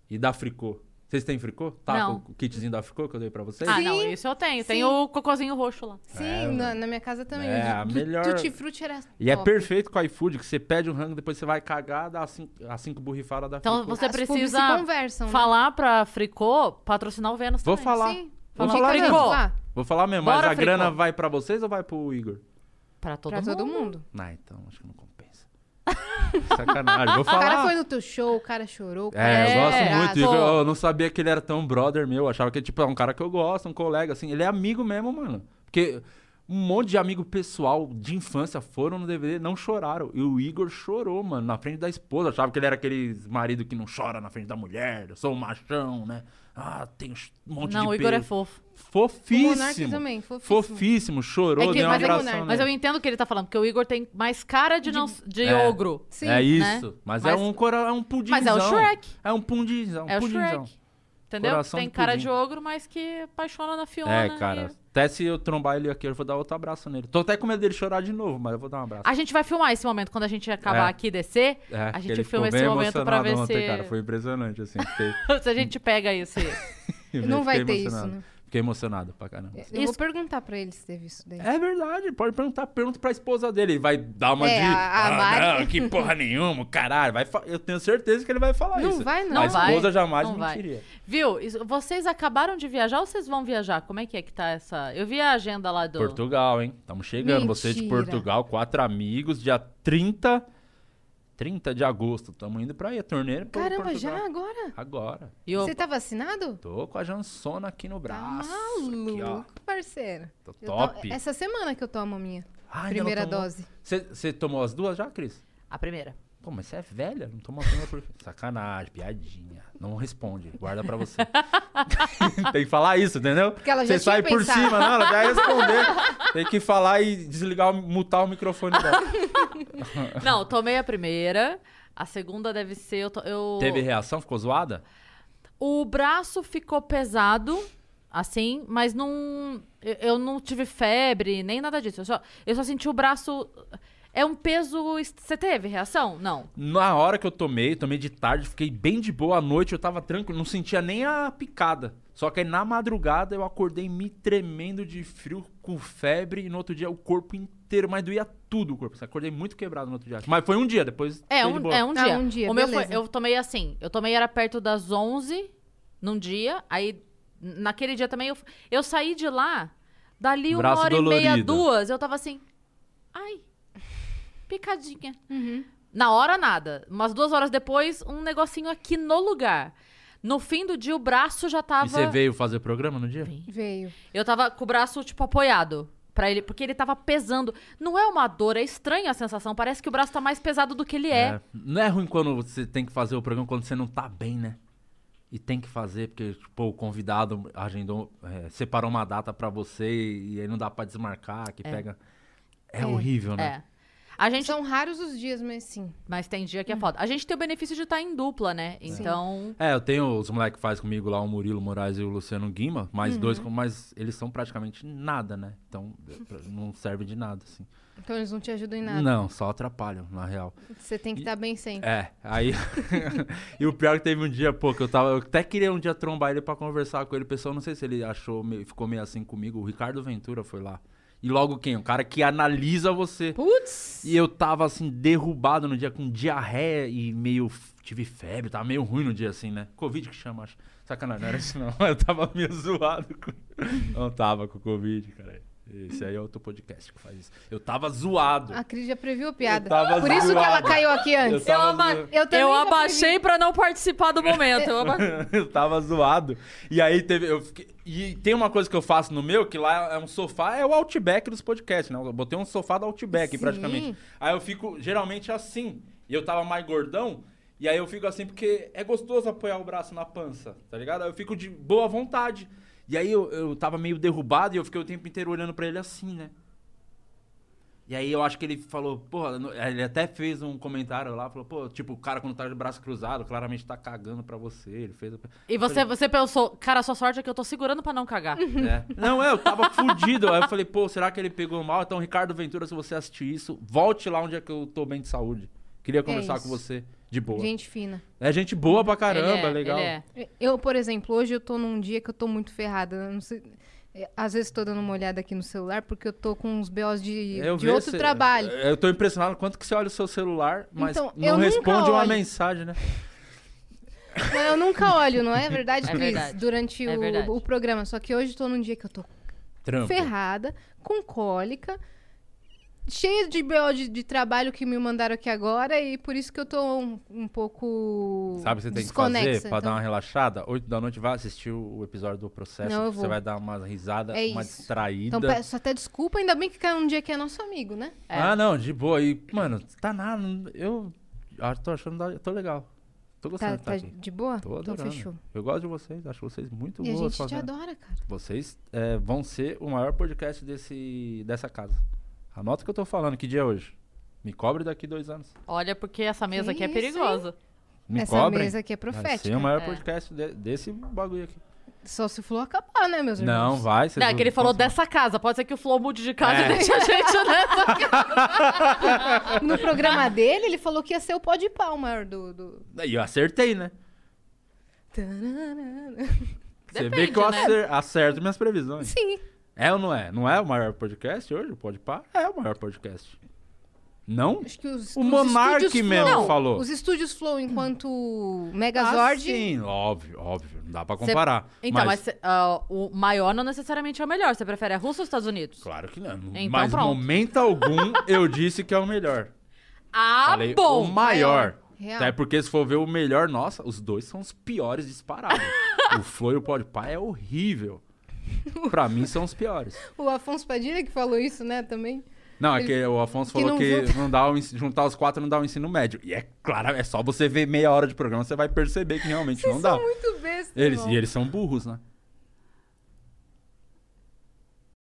[SPEAKER 3] E da Fricô. Vocês têm Fricô? Tá
[SPEAKER 1] Não.
[SPEAKER 3] com o kitzinho da Fricô que eu dei pra vocês?
[SPEAKER 1] Ah,
[SPEAKER 2] Sim,
[SPEAKER 1] não, isso eu tenho. Tem
[SPEAKER 2] sim.
[SPEAKER 1] o cocôzinho roxo lá.
[SPEAKER 2] Sim,
[SPEAKER 3] É,
[SPEAKER 2] na, na minha casa também.
[SPEAKER 3] é,
[SPEAKER 2] O
[SPEAKER 3] a
[SPEAKER 2] tu-
[SPEAKER 3] melhor-
[SPEAKER 2] Tutti-frutti era
[SPEAKER 3] E é
[SPEAKER 2] top.
[SPEAKER 3] perfeito com o iFood, que você pede um rango, depois você vai cagar, dá as cinco, as cinco borrifadas da
[SPEAKER 1] Então
[SPEAKER 3] Fricô.
[SPEAKER 1] você
[SPEAKER 2] As pubs
[SPEAKER 1] precisa
[SPEAKER 2] se conversam, né?
[SPEAKER 1] falar pra Fricô patrocinar o Vênus
[SPEAKER 3] Vou
[SPEAKER 1] também.
[SPEAKER 3] falar.
[SPEAKER 2] Sim.
[SPEAKER 3] Vou
[SPEAKER 1] Fala
[SPEAKER 3] falar
[SPEAKER 1] aí,
[SPEAKER 3] mesmo.
[SPEAKER 1] Fricô.
[SPEAKER 2] Lá,
[SPEAKER 3] Vou falar mesmo,
[SPEAKER 1] Bora,
[SPEAKER 3] mas a
[SPEAKER 1] Fricô.
[SPEAKER 3] grana vai pra vocês ou vai pro Igor?
[SPEAKER 1] Pra todo
[SPEAKER 2] pra
[SPEAKER 1] mundo.
[SPEAKER 2] todo mundo.
[SPEAKER 3] Ah, então, acho que não compensa. Sacanagem, vou
[SPEAKER 2] O
[SPEAKER 3] falar.
[SPEAKER 2] cara foi no teu show, o cara chorou. o cara
[SPEAKER 3] É, eu
[SPEAKER 1] É,
[SPEAKER 3] gosto
[SPEAKER 2] desesperado.
[SPEAKER 3] muito.
[SPEAKER 1] pô.
[SPEAKER 3] Igor. Eu não sabia que ele era tão brother meu. Eu achava que, tipo, é um cara que eu gosto, um colega, assim. Ele é amigo mesmo, mano. Porque um monte de amigo pessoal de infância foram no DVD, não choraram. E o Igor chorou, mano, na frente da esposa. Eu achava que ele era aquele marido que não chora na frente da mulher. Eu sou um machão, né? Ah, tem um monte de
[SPEAKER 1] Não, o Igor
[SPEAKER 3] pelo.
[SPEAKER 1] é fofo.
[SPEAKER 3] Fofíssimo.
[SPEAKER 2] O Monark também, fofíssimo.
[SPEAKER 3] Fofíssimo, chorou,
[SPEAKER 2] É que-
[SPEAKER 3] deu um
[SPEAKER 2] mas é
[SPEAKER 3] abração.
[SPEAKER 2] Monark.
[SPEAKER 3] nele.
[SPEAKER 1] Mas eu entendo o que ele tá falando, porque o Igor tem mais cara de, não, de
[SPEAKER 3] É.
[SPEAKER 1] ogro.
[SPEAKER 2] Sim,
[SPEAKER 3] é
[SPEAKER 1] né?
[SPEAKER 3] isso. Mas, é
[SPEAKER 1] Mas-
[SPEAKER 3] um cora... é um pudinzão.
[SPEAKER 1] Mas é o Shrek.
[SPEAKER 3] É um pudinzão.
[SPEAKER 1] É o
[SPEAKER 3] pudinzão.
[SPEAKER 1] Shrek. Entendeu?
[SPEAKER 3] Coração
[SPEAKER 1] tem
[SPEAKER 3] de
[SPEAKER 1] cara
[SPEAKER 3] pudim.
[SPEAKER 1] de ogro, mas que apaixona na Fiona.
[SPEAKER 3] É,
[SPEAKER 1] né? e-
[SPEAKER 3] cara. Até se eu trombar ele aqui, eu vou dar outro abraço nele. Tô até com medo dele chorar de novo, mas eu vou dar um abraço.
[SPEAKER 1] A gente vai filmar esse momento quando a gente acabar
[SPEAKER 3] É.
[SPEAKER 1] aqui e descer.
[SPEAKER 3] É,
[SPEAKER 1] a
[SPEAKER 3] que ele
[SPEAKER 1] gente
[SPEAKER 3] ficou
[SPEAKER 1] filma esse
[SPEAKER 3] bem
[SPEAKER 1] momento pra
[SPEAKER 3] emocionado
[SPEAKER 1] ver
[SPEAKER 3] ontem,
[SPEAKER 1] se.
[SPEAKER 3] cara. Foi impressionante, assim. Fiquei,
[SPEAKER 1] se a gente pega esse.
[SPEAKER 2] Não vai
[SPEAKER 3] fiquei
[SPEAKER 2] ter isso,
[SPEAKER 3] emocionado.
[SPEAKER 2] né?
[SPEAKER 3] Fiquei emocionado pra caramba.
[SPEAKER 2] Eu
[SPEAKER 1] Isso-
[SPEAKER 2] vou perguntar pra ele se teve isso daí.
[SPEAKER 3] É verdade, pode perguntar. Pergunta pra esposa dele. Ele vai dar uma
[SPEAKER 2] É,
[SPEAKER 3] de.
[SPEAKER 2] a- a
[SPEAKER 3] "Ah,
[SPEAKER 2] Mari-
[SPEAKER 3] não, que porra nenhuma, caralho. Vai fa- Eu tenho certeza que ele vai falar
[SPEAKER 2] Não
[SPEAKER 3] isso.
[SPEAKER 2] vai, não.
[SPEAKER 3] A
[SPEAKER 1] Não vai,
[SPEAKER 3] esposa jamais
[SPEAKER 1] não vai.
[SPEAKER 3] mentiria.
[SPEAKER 1] Viu? Isso- Vocês acabaram de viajar ou vocês vão viajar? Como é que é que tá essa. Eu vi a agenda lá do.
[SPEAKER 3] Portugal, hein? Estamos chegando. Você é de
[SPEAKER 2] Mentira.
[SPEAKER 3] Portugal, quatro amigos, dia 30. 30 de agosto. Estamos indo pra aí. A torneira. pro
[SPEAKER 2] Caramba,
[SPEAKER 3] Portugal.
[SPEAKER 2] já agora?
[SPEAKER 3] Agora.
[SPEAKER 1] E o-
[SPEAKER 2] Você tá vacinado?
[SPEAKER 3] Tô com a Jansona aqui no
[SPEAKER 2] Tá
[SPEAKER 3] braço. aqui, ó.
[SPEAKER 2] maluco, parceiro.
[SPEAKER 3] Tô
[SPEAKER 2] Eu
[SPEAKER 3] top.
[SPEAKER 2] to- Essa semana que eu tomo a minha
[SPEAKER 3] Ah, ainda não
[SPEAKER 2] primeira
[SPEAKER 3] tomou.
[SPEAKER 2] dose.
[SPEAKER 3] Você- Você tomou as duas já, Cris?
[SPEAKER 1] A primeira.
[SPEAKER 3] Pô, mas você é velha, não tomou a primeira por... Sacanagem, piadinha. Não responde, guarda pra você. Tem que falar isso, entendeu?
[SPEAKER 2] Porque ela já
[SPEAKER 3] Você
[SPEAKER 2] tinha
[SPEAKER 3] sai por
[SPEAKER 2] pensado.
[SPEAKER 3] cima, não, ela vai responder. Tem que falar e desligar, o- mutar o microfone dela.
[SPEAKER 1] Não, eu tomei a primeira. A segunda deve ser. Eu. to- eu...
[SPEAKER 3] Teve reação? Ficou zoada?
[SPEAKER 1] O braço ficou pesado, assim, mas não. Eu, eu não tive febre, nem nada disso. Eu só, eu só senti o braço. É um peso. est- Você teve reação? Não.
[SPEAKER 3] Na hora que eu tomei, tomei de tarde, fiquei bem de boa. À noite eu tava tranquilo, não sentia nem a picada. Só que aí na madrugada eu acordei me tremendo de frio, com febre, e no outro dia o corpo inteiro, mas doía tudo o corpo. Acordei muito quebrado no outro dia. Mas foi um dia, depois
[SPEAKER 1] É
[SPEAKER 3] foi de
[SPEAKER 1] um,
[SPEAKER 3] boa.
[SPEAKER 1] é um
[SPEAKER 2] Ah,
[SPEAKER 1] dia.
[SPEAKER 2] um dia,
[SPEAKER 1] o meu
[SPEAKER 2] beleza.
[SPEAKER 1] foi, eu tomei assim, eu tomei era perto das 11 num dia, aí naquele dia também eu, f- eu saí de lá, dali uma
[SPEAKER 3] Braço
[SPEAKER 1] hora e meia,
[SPEAKER 3] dolorido.
[SPEAKER 1] duas, eu tava assim, ai, picadinha.
[SPEAKER 2] Uhum.
[SPEAKER 1] Na hora nada, umas duas horas depois, um negocinho aqui no lugar. No fim do dia o braço já tava...
[SPEAKER 3] E você veio fazer programa no dia?
[SPEAKER 2] Veio.
[SPEAKER 1] Eu tava com o braço, tipo, apoiado. Pra ele, porque ele tava pesando. Não é uma dor, é estranha a sensação. Parece que o braço tá mais pesado do que ele é.
[SPEAKER 3] Não é ruim quando você tem que fazer o programa quando você não tá bem, né? E tem que fazer, porque, tipo, o convidado agendou, é, separou uma data pra você e aí não dá pra desmarcar, que pega. É, horrível, né?
[SPEAKER 1] É. A gente
[SPEAKER 2] São raros os dias, mas sim.
[SPEAKER 1] Mas tem dia que
[SPEAKER 2] Hum.
[SPEAKER 1] é foda. A gente tem o benefício de estar em dupla, né? Então.
[SPEAKER 3] É, eu tenho os moleques que faz comigo lá, o Murilo Moraes e o Luciano Guima, mais dois, com- mas eles são praticamente nada, né? Então pra- não serve de nada, assim.
[SPEAKER 2] Então eles não te ajudam em nada.
[SPEAKER 3] Não, só atrapalham, na real.
[SPEAKER 2] Você tem que
[SPEAKER 3] E-
[SPEAKER 2] estar bem sempre.
[SPEAKER 3] É, aí. e o pior é que teve um dia, pô, que eu tava. Eu até queria um dia trombar ele pra conversar com ele. Pessoal, não sei se ele achou, meio- ficou meio assim comigo. O Ricardo Ventura foi lá. E logo quem? O cara que analisa você.
[SPEAKER 2] Putz!
[SPEAKER 3] E eu tava assim, derrubado no dia com diarreia e meio. f- Tive febre, tava meio ruim no dia assim, né? Covid que chama, acho. Sacanagem, não era isso não. Eu tava meio zoado. Com... Não tava com Covid, cara. Esse aí é outro podcast que faz isso. Eu tava zoado.
[SPEAKER 2] A Cris já previu a piada.
[SPEAKER 3] Eu tava
[SPEAKER 2] Por isso que ela
[SPEAKER 3] zoado.
[SPEAKER 2] caiu aqui antes.
[SPEAKER 3] Eu tava
[SPEAKER 1] aba-
[SPEAKER 3] zoando.
[SPEAKER 2] Eu também já
[SPEAKER 1] pra não participar do momento. Eu aba-
[SPEAKER 3] eu tava zoado. E aí teve. Eu fiquei- E tem uma coisa que eu faço no meu, que lá é um sofá, é o outback dos podcasts, né? Eu botei um sofá do outback
[SPEAKER 2] Sim.
[SPEAKER 3] praticamente. Aí eu fico geralmente assim. E eu tava mais gordão. E aí eu fico assim, porque é gostoso apoiar o braço na pança, tá ligado? Aí eu fico de boa vontade. E aí eu, eu tava meio derrubado e eu fiquei o tempo inteiro olhando pra ele assim, né? E aí eu acho que ele falou, porra, no- ele até fez um comentário lá, falou, pô, tipo, o cara quando tá de braço cruzado, claramente tá cagando pra você. Ele fez. a-
[SPEAKER 1] E você, você pensou, cara, a sua sorte é que eu tô segurando pra não cagar.
[SPEAKER 2] Uhum.
[SPEAKER 3] É. Não, é, eu tava fudido. Aí eu falei, pô, será que ele pegou mal? Então, Ricardo Ventura, se você assistir isso, volte lá onde é que eu tô bem de saúde. Queria conversar
[SPEAKER 2] É
[SPEAKER 3] com
[SPEAKER 2] isso.
[SPEAKER 3] você de boa.
[SPEAKER 2] Gente fina.
[SPEAKER 3] É gente boa pra
[SPEAKER 1] Ele
[SPEAKER 3] caramba,
[SPEAKER 1] é,
[SPEAKER 3] legal.
[SPEAKER 1] ele é.
[SPEAKER 2] Eu, por exemplo, hoje eu tô num dia que eu tô muito ferrada. eu não sei- é, Às vezes tô dando uma olhada aqui no celular porque eu tô com uns BOs de,
[SPEAKER 3] É, Eu
[SPEAKER 2] de
[SPEAKER 3] vi
[SPEAKER 2] outro
[SPEAKER 3] esse- É,
[SPEAKER 2] trabalho.
[SPEAKER 3] Eu tô impressionado com quanto que você olha o seu celular, mas
[SPEAKER 2] Então, eu
[SPEAKER 3] não
[SPEAKER 2] nunca
[SPEAKER 3] responde uma
[SPEAKER 2] olho.
[SPEAKER 3] mensagem, né?
[SPEAKER 2] Mas eu nunca olho, não é verdade,
[SPEAKER 1] É
[SPEAKER 2] Cris?
[SPEAKER 1] verdade.
[SPEAKER 2] Durante
[SPEAKER 1] É
[SPEAKER 2] o,
[SPEAKER 1] verdade.
[SPEAKER 2] o programa. Só que hoje tô num dia que eu tô
[SPEAKER 3] Trampo.
[SPEAKER 2] ferrada, com cólica, cheia de BO de, de trabalho que me mandaram aqui agora e por isso que eu tô um, um pouco
[SPEAKER 3] Sabe o que você tem que
[SPEAKER 2] desconexa.
[SPEAKER 3] fazer pra
[SPEAKER 2] então.
[SPEAKER 3] dar uma relaxada? 8 da noite vai assistir o o episódio do processo.
[SPEAKER 2] Não, eu
[SPEAKER 3] que
[SPEAKER 2] vou.
[SPEAKER 3] Você vai dar uma risada,
[SPEAKER 2] É
[SPEAKER 3] uma
[SPEAKER 2] isso.
[SPEAKER 3] distraída.
[SPEAKER 2] Então peço até desculpa, ainda bem que caiu um dia que é nosso amigo, né?
[SPEAKER 1] É.
[SPEAKER 3] Ah, não, de boa. E, mano, tá nada. não- Eu acho- tô achando. da- Tô legal. Tô
[SPEAKER 2] Tá,
[SPEAKER 3] gostando de
[SPEAKER 2] tá
[SPEAKER 3] estar aqui.
[SPEAKER 2] de boa?
[SPEAKER 3] Tô
[SPEAKER 2] então
[SPEAKER 3] adorando.
[SPEAKER 2] fechou.
[SPEAKER 3] Eu gosto de vocês, acho vocês muito
[SPEAKER 2] E a
[SPEAKER 3] boas.
[SPEAKER 2] gente te
[SPEAKER 3] fazendo.
[SPEAKER 2] adora, cara.
[SPEAKER 3] Vocês é, vão ser o maior podcast desse, dessa casa. Anota o que eu tô falando, que dia é hoje. Me cobre daqui dois anos.
[SPEAKER 1] Olha, porque essa mesa aqui é
[SPEAKER 2] Que isso, hein?
[SPEAKER 1] perigosa.
[SPEAKER 3] Me
[SPEAKER 2] Essa
[SPEAKER 3] cobrem.
[SPEAKER 2] mesa aqui é
[SPEAKER 3] Vai ser
[SPEAKER 2] profética.
[SPEAKER 3] o maior
[SPEAKER 1] É.
[SPEAKER 3] podcast de- desse bagulho aqui.
[SPEAKER 2] Só se o flow acabar, né, meus
[SPEAKER 3] Não,
[SPEAKER 2] irmãos?
[SPEAKER 3] vai. vocês
[SPEAKER 1] Não, é que ele
[SPEAKER 3] vão-
[SPEAKER 1] falou dessa casa. Pode ser que o Flow mude de casa
[SPEAKER 3] É.
[SPEAKER 1] e deixe a gente né? nessa.
[SPEAKER 2] No programa dele, ele falou que ia ser o pó de pau maior do... do...
[SPEAKER 3] E eu acertei, né?
[SPEAKER 2] Tararara.
[SPEAKER 3] Você vê
[SPEAKER 1] Depende,
[SPEAKER 3] que eu
[SPEAKER 1] né?
[SPEAKER 3] acer- acerto minhas previsões.
[SPEAKER 2] Sim.
[SPEAKER 3] É ou não é? Não é o maior podcast hoje? Pode pá? É o maior podcast. Não?
[SPEAKER 2] Acho que os,
[SPEAKER 3] O
[SPEAKER 2] os
[SPEAKER 3] Monark
[SPEAKER 2] estúdios
[SPEAKER 3] mesmo
[SPEAKER 2] Flow-
[SPEAKER 3] falou.
[SPEAKER 2] Os estúdios Flow enquanto Megazord.
[SPEAKER 3] Ah, sim, óbvio, óbvio. Não dá pra comparar.
[SPEAKER 1] Então, mas, cê- ah, o maior não necessariamente é o melhor. Você prefere a Rússia ou os Estados Unidos?
[SPEAKER 3] Claro que não.
[SPEAKER 1] Então,
[SPEAKER 3] mas em
[SPEAKER 1] pronto.
[SPEAKER 3] momento algum eu disse que é o melhor.
[SPEAKER 1] Ah,
[SPEAKER 3] Falei
[SPEAKER 1] bom!
[SPEAKER 3] o maior.
[SPEAKER 2] Real.
[SPEAKER 3] Até porque se for ver o melhor, nossa, os dois são os piores disparados. o Flow e o Podpah é horrível. Pra mim são os piores.
[SPEAKER 2] O Afonso Padilha que falou isso, né, também.
[SPEAKER 3] Não, é que o Afonso
[SPEAKER 2] que
[SPEAKER 3] falou
[SPEAKER 2] não
[SPEAKER 3] que
[SPEAKER 2] junta.
[SPEAKER 3] não dá o ens- juntar os quatro não dá o ensino médio. E é claro, é só você ver meia hora de programa, você vai perceber que realmente não dá.
[SPEAKER 2] Muito besta.
[SPEAKER 3] Eles,
[SPEAKER 2] irmão.
[SPEAKER 3] e eles são burros, né?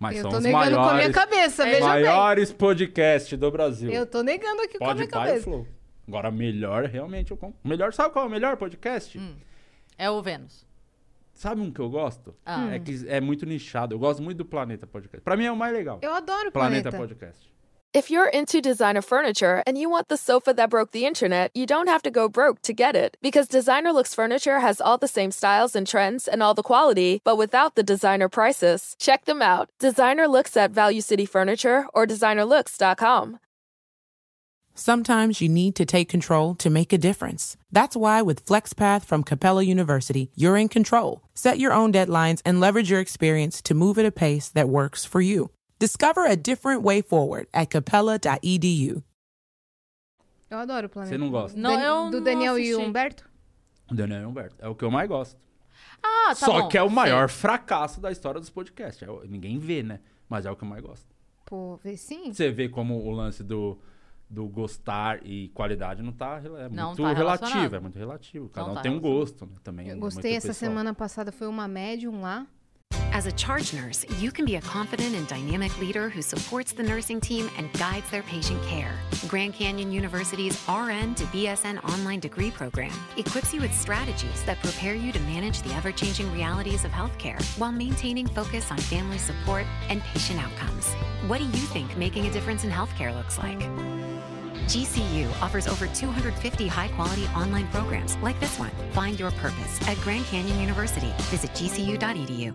[SPEAKER 3] Mas
[SPEAKER 2] Eu
[SPEAKER 3] são
[SPEAKER 2] tô
[SPEAKER 3] os
[SPEAKER 2] negando com a minha
[SPEAKER 3] maiores,
[SPEAKER 2] cabeça, veja
[SPEAKER 3] maiores podcasts do Brasil.
[SPEAKER 2] bem. Eu tô negando aqui com a
[SPEAKER 3] Pode
[SPEAKER 2] minha
[SPEAKER 3] pai e
[SPEAKER 2] cabeça.
[SPEAKER 3] Flow. Agora, melhor, realmente, eu compro. Melhor, sabe qual é o melhor podcast?
[SPEAKER 2] Hum.
[SPEAKER 1] É o Vênus.
[SPEAKER 3] Sabe um que eu gosto?
[SPEAKER 1] Ah.
[SPEAKER 3] É que é muito nichado. Eu gosto muito do Planeta Podcast. Pra mim é o mais legal.
[SPEAKER 2] Eu adoro o
[SPEAKER 3] Planeta,
[SPEAKER 2] planeta.
[SPEAKER 3] Podcast.
[SPEAKER 5] If you're into designer furniture and you want the sofa that broke the internet, you don't have to go broke to get it. Because Designer Looks Furniture has all the same styles and trends and all the quality, but without the designer prices. Check them out. Designer Looks at Value City Furniture or designerlooks.com.
[SPEAKER 6] Sometimes you need to take control to make a difference. That's why with FlexPath from Capella University, you're in control. Set your own deadlines and leverage your experience to move at a pace that works for you. Discover a different way forward at E capella.edu.
[SPEAKER 2] Eu adoro o planeta.
[SPEAKER 3] Você não gosta?
[SPEAKER 1] Não,
[SPEAKER 2] Dan-
[SPEAKER 1] eu
[SPEAKER 2] do
[SPEAKER 1] não
[SPEAKER 2] Daniel e
[SPEAKER 1] assisti.
[SPEAKER 2] o Humberto?
[SPEAKER 3] O Daniel Humberto. É o que eu mais gosto.
[SPEAKER 1] Ah, tá
[SPEAKER 3] Só
[SPEAKER 1] bom.
[SPEAKER 3] que é o
[SPEAKER 1] Sei.
[SPEAKER 3] maior fracasso da história dos podcasts. É o- ninguém vê, né? Mas é o que eu mais gosto.
[SPEAKER 2] Pô, vê sim.
[SPEAKER 3] Você vê como o lance do, do gostar e qualidade não tá. rela- É muito
[SPEAKER 1] Não tá relacionado.
[SPEAKER 3] relativo. É muito relativo. Cada
[SPEAKER 1] Não
[SPEAKER 3] um
[SPEAKER 1] tá
[SPEAKER 3] tem um
[SPEAKER 1] relacionado.
[SPEAKER 3] gosto, né? Também. é
[SPEAKER 2] Eu
[SPEAKER 3] muito
[SPEAKER 2] gostei essa
[SPEAKER 3] pessoal.
[SPEAKER 2] semana passada, foi uma médium lá.
[SPEAKER 7] As a charge nurse, you can be a confident and dynamic leader who supports the nursing team and guides their patient care. Grand Canyon University's RN to BSN online degree program equips you with strategies that prepare you to manage the ever changing realities of healthcare while maintaining focus on family support and patient outcomes. What do you think making a difference in healthcare looks like? GCU offers over 250 high quality online programs like this one. Find your purpose at Grand Canyon University. Visit gcu.edu.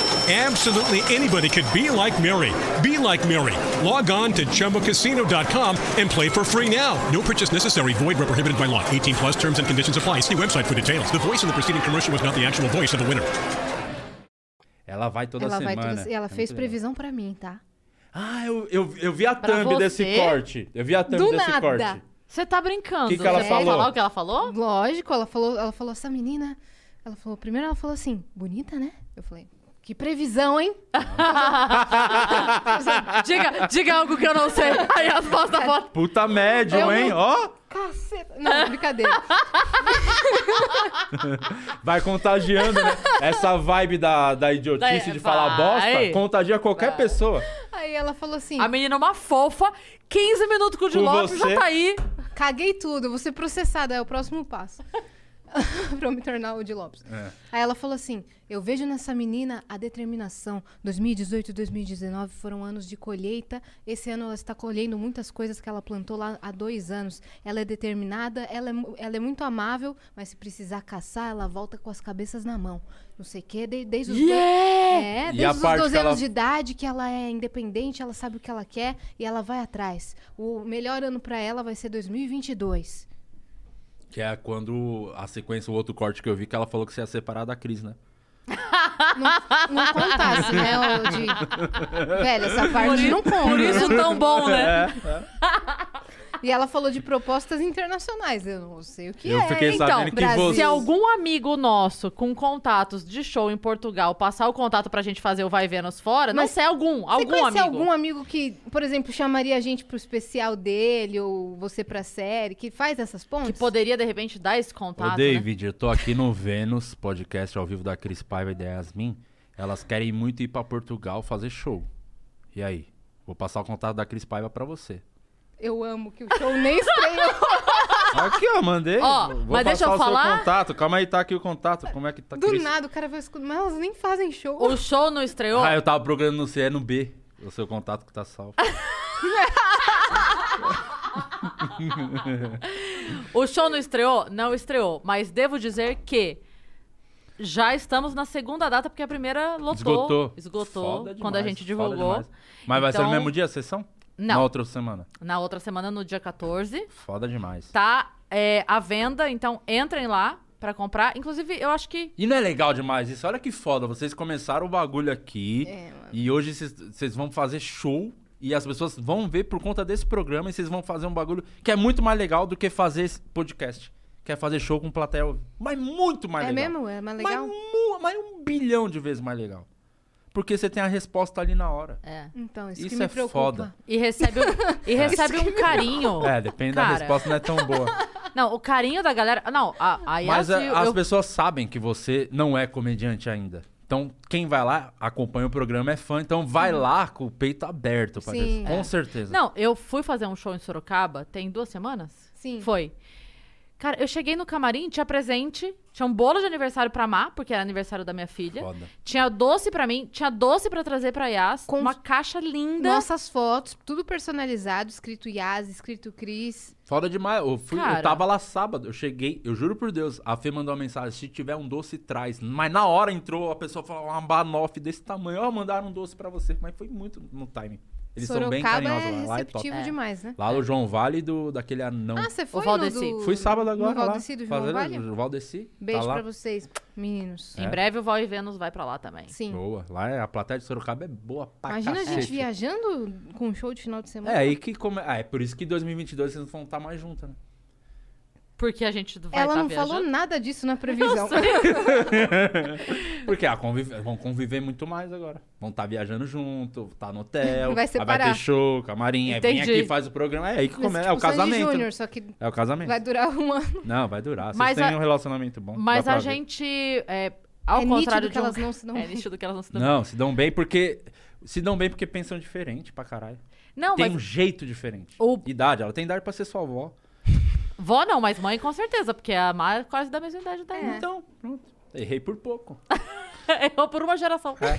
[SPEAKER 8] Absolutely anybody could be like Mary. Be like Mary. Log on to chumbacasino.com and play for free now. No purchase necessary. Void where prohibited by law. 18 plus terms and conditions apply. See website for details. The voice in the preceding commercial was not the actual voice of the winner.
[SPEAKER 3] Ela vai toda
[SPEAKER 2] ela
[SPEAKER 3] semana.
[SPEAKER 2] vai todas- e ela
[SPEAKER 3] É muito
[SPEAKER 2] fez
[SPEAKER 3] legal.
[SPEAKER 2] previsão pra mim, tá?
[SPEAKER 3] Ah, eu, eu, eu vi a
[SPEAKER 1] Pra
[SPEAKER 3] thumb
[SPEAKER 1] você?
[SPEAKER 3] desse corte. Eu vi a thumb
[SPEAKER 2] Do
[SPEAKER 3] desse
[SPEAKER 2] nada.
[SPEAKER 3] corte.
[SPEAKER 1] Você tá brincando.
[SPEAKER 3] Que que ela
[SPEAKER 1] Você
[SPEAKER 3] falou?
[SPEAKER 1] Vai falar o que ela falou?
[SPEAKER 2] Lógico, ela falou, ela falou essa menina. Ela falou, primeiro ela falou assim, bonita, né? Eu falei, que previsão, hein?
[SPEAKER 1] diga, diga algo que eu não sei. Aí as vozes da foto.
[SPEAKER 3] Puta médium,
[SPEAKER 2] Eu
[SPEAKER 3] hein?
[SPEAKER 2] não-
[SPEAKER 3] Ó,
[SPEAKER 2] Caceta. Não, brincadeira.
[SPEAKER 3] vai contagiando, né? Essa vibe da, da idiotice
[SPEAKER 1] Vai-
[SPEAKER 3] de falar
[SPEAKER 1] vai.
[SPEAKER 3] bosta contagia qualquer pessoa.
[SPEAKER 2] Aí ela falou assim,
[SPEAKER 1] A menina é uma fofa. 15 minutos com o de
[SPEAKER 3] Com
[SPEAKER 1] Lopes,
[SPEAKER 3] você.
[SPEAKER 1] já tá aí.
[SPEAKER 2] caguei tudo, vou ser processada, é o próximo passo. pra eu me tornar o de Lopes.
[SPEAKER 3] É.
[SPEAKER 2] Aí ela falou assim: Eu vejo nessa menina a determinação. 2018 e 2019 foram anos de colheita. Esse ano ela está colhendo muitas coisas que ela plantou lá há dois anos. Ela é determinada, ela é, mu- ela é muito amável, mas se precisar caçar, ela volta com as cabeças na mão. Não sei o quê, de- desde os dois- É,
[SPEAKER 3] E
[SPEAKER 2] desde
[SPEAKER 3] a
[SPEAKER 2] os
[SPEAKER 3] parte
[SPEAKER 2] 12
[SPEAKER 3] que ela-
[SPEAKER 2] anos de idade que ela é independente, ela sabe o que ela quer e ela vai atrás. O melhor ano pra ela vai ser 2022.
[SPEAKER 3] Que é quando a sequência, o outro corte que eu vi, que ela falou que você ia separar da Cris, né?
[SPEAKER 2] Não contasse, né, ô, de... Velho, essa parte não conta.
[SPEAKER 1] Por isso
[SPEAKER 2] né?
[SPEAKER 1] tão bom, né?
[SPEAKER 2] E ela falou de propostas internacionais. Eu não sei o que
[SPEAKER 3] Eu
[SPEAKER 2] é.
[SPEAKER 3] fiquei
[SPEAKER 2] hein?
[SPEAKER 3] sabendo que
[SPEAKER 2] Brasil.
[SPEAKER 3] você-
[SPEAKER 1] Se algum amigo nosso com contatos de show em Portugal passar o contato pra gente fazer o Vai Vênus fora, não
[SPEAKER 2] Mas
[SPEAKER 1] sei algum,
[SPEAKER 2] Você
[SPEAKER 1] algum
[SPEAKER 2] conhece
[SPEAKER 1] amigo.
[SPEAKER 2] algum amigo que, por exemplo, chamaria a gente pro especial dele ou você pra série, que faz essas pontes?
[SPEAKER 1] Que poderia, de repente, dar esse contato. né?
[SPEAKER 3] Ô, David, eu tô aqui no Vênus, podcast ao vivo da Cris Paiva e da Yasmin. Elas querem muito ir pra Portugal fazer show. E aí? Vou passar o contato da Cris Paiva pra você.
[SPEAKER 2] Eu amo que o show nem estreou.
[SPEAKER 3] Aqui, ó, mandei.
[SPEAKER 1] Ó,
[SPEAKER 3] Vou
[SPEAKER 1] mas deixa
[SPEAKER 3] passar
[SPEAKER 1] eu
[SPEAKER 3] o seu
[SPEAKER 1] falar-
[SPEAKER 3] contato. Calma aí, tá aqui o contato. Como é que tá
[SPEAKER 2] Do
[SPEAKER 3] Cris?
[SPEAKER 2] nada, o cara vai escutar. Mas elas nem fazem show.
[SPEAKER 1] O show não estreou?
[SPEAKER 3] Ah, eu tava procurando no C, é no B. O seu contato que tá salvo.
[SPEAKER 1] Ah, O show não estreou? Não estreou. Mas devo dizer que já estamos na segunda data, porque a primeira lotou.
[SPEAKER 3] Esgotou.
[SPEAKER 1] Esgotou
[SPEAKER 3] Foda
[SPEAKER 1] quando a
[SPEAKER 3] demais,
[SPEAKER 1] gente
[SPEAKER 3] foda
[SPEAKER 1] divulgou.
[SPEAKER 3] demais. Mas vai ser no
[SPEAKER 1] Então-
[SPEAKER 3] mesmo dia a sessão?
[SPEAKER 1] Não.
[SPEAKER 3] Na outra semana.
[SPEAKER 1] Na outra semana, no dia 14,
[SPEAKER 3] Foda demais.
[SPEAKER 1] tá é, à venda, então entrem lá pra comprar. Inclusive, eu acho que.
[SPEAKER 3] E não é legal demais isso? Olha que foda. Vocês começaram o bagulho aqui.
[SPEAKER 2] É,
[SPEAKER 3] e hoje vocês- vocês vão fazer show. E as pessoas vão ver por conta desse programa. E vocês vão fazer um bagulho que é muito mais legal do que fazer esse podcast. Que é fazer show com plateia. ao vivo. Mas muito mais
[SPEAKER 2] é
[SPEAKER 3] legal.
[SPEAKER 2] mesmo? É mais
[SPEAKER 3] Mas,
[SPEAKER 2] legal?
[SPEAKER 3] mu- mas um bilhão de vezes mais legal. Porque você tem a resposta ali na hora.
[SPEAKER 1] É.
[SPEAKER 2] Então, isso, que
[SPEAKER 3] Isso
[SPEAKER 2] me
[SPEAKER 3] é
[SPEAKER 2] preocupa.
[SPEAKER 3] foda.
[SPEAKER 1] E recebe, um- e recebe um carinho.
[SPEAKER 3] É, depende da
[SPEAKER 1] Cara.
[SPEAKER 3] resposta, não é tão boa.
[SPEAKER 1] Não, o carinho da galera. Não, a, a
[SPEAKER 2] É
[SPEAKER 3] Mas
[SPEAKER 1] Yas
[SPEAKER 2] assim,
[SPEAKER 3] a-
[SPEAKER 1] e
[SPEAKER 3] as
[SPEAKER 1] eu-
[SPEAKER 3] pessoas sabem que você não é comediante ainda. Então, quem vai lá, acompanha o programa, é fã. Então, vai lá com o peito aberto, pra
[SPEAKER 2] Uhum. Sim. é.
[SPEAKER 3] Deus. Com certeza.
[SPEAKER 1] Não, eu fui fazer um show em Sorocaba tem duas semanas?
[SPEAKER 2] Sim.
[SPEAKER 1] Foi. Cara, eu cheguei no camarim, tinha presente, tinha um bolo de aniversário pra Má, porque era aniversário da minha filha.
[SPEAKER 3] Foda.
[SPEAKER 1] Tinha doce pra mim, tinha doce pra trazer pra Yas,
[SPEAKER 2] Com-
[SPEAKER 1] uma caixa linda.
[SPEAKER 2] Nossas fotos, tudo personalizado, escrito Yas, escrito Cris.
[SPEAKER 3] Foda demais. Eu, fui, eu
[SPEAKER 1] Cara.
[SPEAKER 3] tava lá sábado, eu cheguei, eu juro por Deus, a Fê mandou uma mensagem, se tiver um doce, traz. Mas na hora entrou, a pessoa falou uma banofe desse tamanho. Ó, mandaram um doce pra você. Mas foi muito no time. Eles são bem
[SPEAKER 2] Sorocaba
[SPEAKER 3] carinhosos
[SPEAKER 2] é
[SPEAKER 3] lá. Lá é top.
[SPEAKER 2] receptivo demais, né?
[SPEAKER 3] Lá no João Vale do, daquele anão.
[SPEAKER 2] Ah, você foi no
[SPEAKER 1] Valdeci.
[SPEAKER 2] do...
[SPEAKER 3] Fui sábado agora
[SPEAKER 2] no
[SPEAKER 3] lá.
[SPEAKER 2] Valdeci do João
[SPEAKER 3] fazendo-
[SPEAKER 2] Vale?
[SPEAKER 3] o Valdeci. tá
[SPEAKER 2] Beijo
[SPEAKER 3] lá.
[SPEAKER 2] pra vocês, meninos.
[SPEAKER 3] É.
[SPEAKER 1] Em breve o Val e Vênus vai pra lá também.
[SPEAKER 2] Sim.
[SPEAKER 3] Boa. Lá é, a plateia de Sorocaba é boa pra
[SPEAKER 2] Imagina a gente
[SPEAKER 3] cacete.
[SPEAKER 2] viajando com um show de final de semana.
[SPEAKER 3] É, aí que come... ah, é por isso que em 2022 vocês não vão estar mais juntas, né?
[SPEAKER 1] Porque a gente vai
[SPEAKER 2] Ela
[SPEAKER 1] tá
[SPEAKER 2] não
[SPEAKER 1] viajando.
[SPEAKER 2] falou nada disso na previsão.
[SPEAKER 3] Porque ah, convive- vão conviver muito mais agora. Vão estar viajando junto, tá no hotel,
[SPEAKER 2] Vai
[SPEAKER 3] aí vai
[SPEAKER 2] separar.
[SPEAKER 3] ter show, camarim, aí vem
[SPEAKER 1] Entendi.
[SPEAKER 3] aqui faz o programa. É aí que começa. É o
[SPEAKER 2] tipo Sandy
[SPEAKER 3] casamento. né?
[SPEAKER 2] Júnior, só que
[SPEAKER 3] É o casamento.
[SPEAKER 2] vai durar um ano.
[SPEAKER 3] Não, vai durar. Vocês
[SPEAKER 1] Mas
[SPEAKER 3] têm
[SPEAKER 1] a-
[SPEAKER 3] um relacionamento bom.
[SPEAKER 1] Mas
[SPEAKER 3] dá pra
[SPEAKER 1] a
[SPEAKER 3] ver.
[SPEAKER 1] gente. É, ao
[SPEAKER 2] é nítido
[SPEAKER 1] contrário de
[SPEAKER 2] que
[SPEAKER 1] um-
[SPEAKER 2] elas não se dão
[SPEAKER 1] É
[SPEAKER 2] bem.
[SPEAKER 1] nítido que elas não se dão bem.
[SPEAKER 3] Não, se dão bem porque. Se dão bem porque pensam diferente pra caralho.
[SPEAKER 1] Não,
[SPEAKER 3] tem
[SPEAKER 1] mas.
[SPEAKER 3] um jeito diferente.
[SPEAKER 1] Ou-
[SPEAKER 3] Idade, ela tem idade pra ser sua avó.
[SPEAKER 1] Vó não, mas mãe com certeza, porque a Má é quase da mesma idade da Yas.
[SPEAKER 3] Então, pronto. Errei por pouco.
[SPEAKER 1] Errou por uma geração.
[SPEAKER 3] É.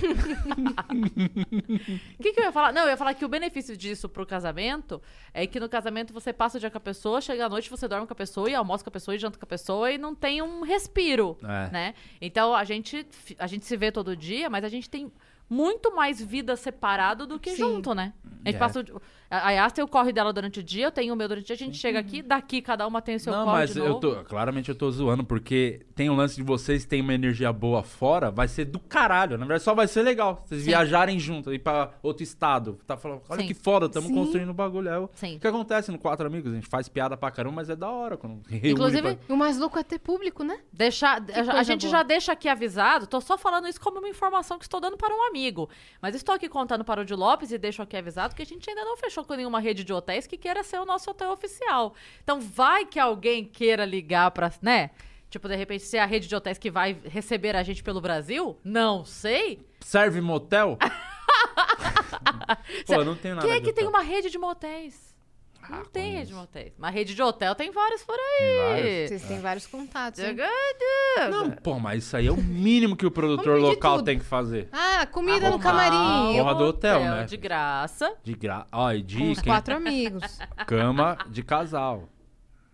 [SPEAKER 1] O que, que eu ia falar? Não, eu ia falar que o benefício disso pro casamento é que no casamento você passa o dia com a pessoa, chega à noite você dorme com a pessoa e almoça com a pessoa e janta com a pessoa e não tem um respiro,
[SPEAKER 3] É.
[SPEAKER 1] né? Então a gente, fi- a gente se vê todo dia, mas a gente tem muito mais vida separado do que
[SPEAKER 2] Sim.
[SPEAKER 1] junto, né? A gente
[SPEAKER 3] É.
[SPEAKER 1] passa o, di- a a Yas tem o corre dela durante o dia, eu tenho o meu durante o dia, a gente chega aqui, daqui cada uma tem o seu
[SPEAKER 3] não,
[SPEAKER 1] corre
[SPEAKER 3] mas
[SPEAKER 1] de novo.
[SPEAKER 3] eu tô. Claramente eu tô zoando, porque tem um lance de vocês tem uma energia boa fora, vai ser do caralho. Na verdade, só vai ser legal. Vocês viajarem junto, ir pra outro estado. Tá falando, olha
[SPEAKER 1] Sim.
[SPEAKER 3] que foda, estamos
[SPEAKER 2] Sim.
[SPEAKER 3] construindo o bagulho. É o
[SPEAKER 1] Sim.
[SPEAKER 3] o que acontece no Quatro Amigos? A gente faz piada pra caramba, mas é da hora quando reúne
[SPEAKER 1] Inclusive,
[SPEAKER 3] pra-
[SPEAKER 2] E o mais louco é ter público, né?
[SPEAKER 1] Deixar, a
[SPEAKER 2] coisa
[SPEAKER 1] gente
[SPEAKER 2] boa.
[SPEAKER 1] já deixa aqui avisado, tô só falando isso como uma informação que estou dando para um amigo. Mas estou aqui contando para o de Lopes e deixo aqui avisado que a gente ainda não fechou com nenhuma rede de hotéis que queira ser o nosso hotel oficial. Então vai que alguém queira ligar para, né? Tipo, de repente, ser a rede de hotéis que vai receber a gente pelo Brasil? Não sei.
[SPEAKER 3] Serve motel? Pô, eu não tenho nada
[SPEAKER 1] Quem é
[SPEAKER 3] de
[SPEAKER 1] que tem
[SPEAKER 3] hotel.
[SPEAKER 1] uma rede de motéis? Não tem rede de motéis. Mas rede de hotel tem vários por
[SPEAKER 3] Tem vários.
[SPEAKER 1] aí.
[SPEAKER 2] Vocês têm vários contatos. hein?
[SPEAKER 1] Jogando.
[SPEAKER 3] Não, pô, mas isso aí é o mínimo que o produtor
[SPEAKER 2] Vamos pedir
[SPEAKER 3] local
[SPEAKER 2] tudo.
[SPEAKER 3] tem que fazer.
[SPEAKER 2] Ah, comida no
[SPEAKER 1] Arrumar
[SPEAKER 2] camarim.
[SPEAKER 3] Porra do hotel, né?
[SPEAKER 1] De graça.
[SPEAKER 3] De graça. Ó, e
[SPEAKER 2] Com
[SPEAKER 3] de
[SPEAKER 2] os
[SPEAKER 3] quem-
[SPEAKER 2] quatro amigos.
[SPEAKER 3] cama de casal.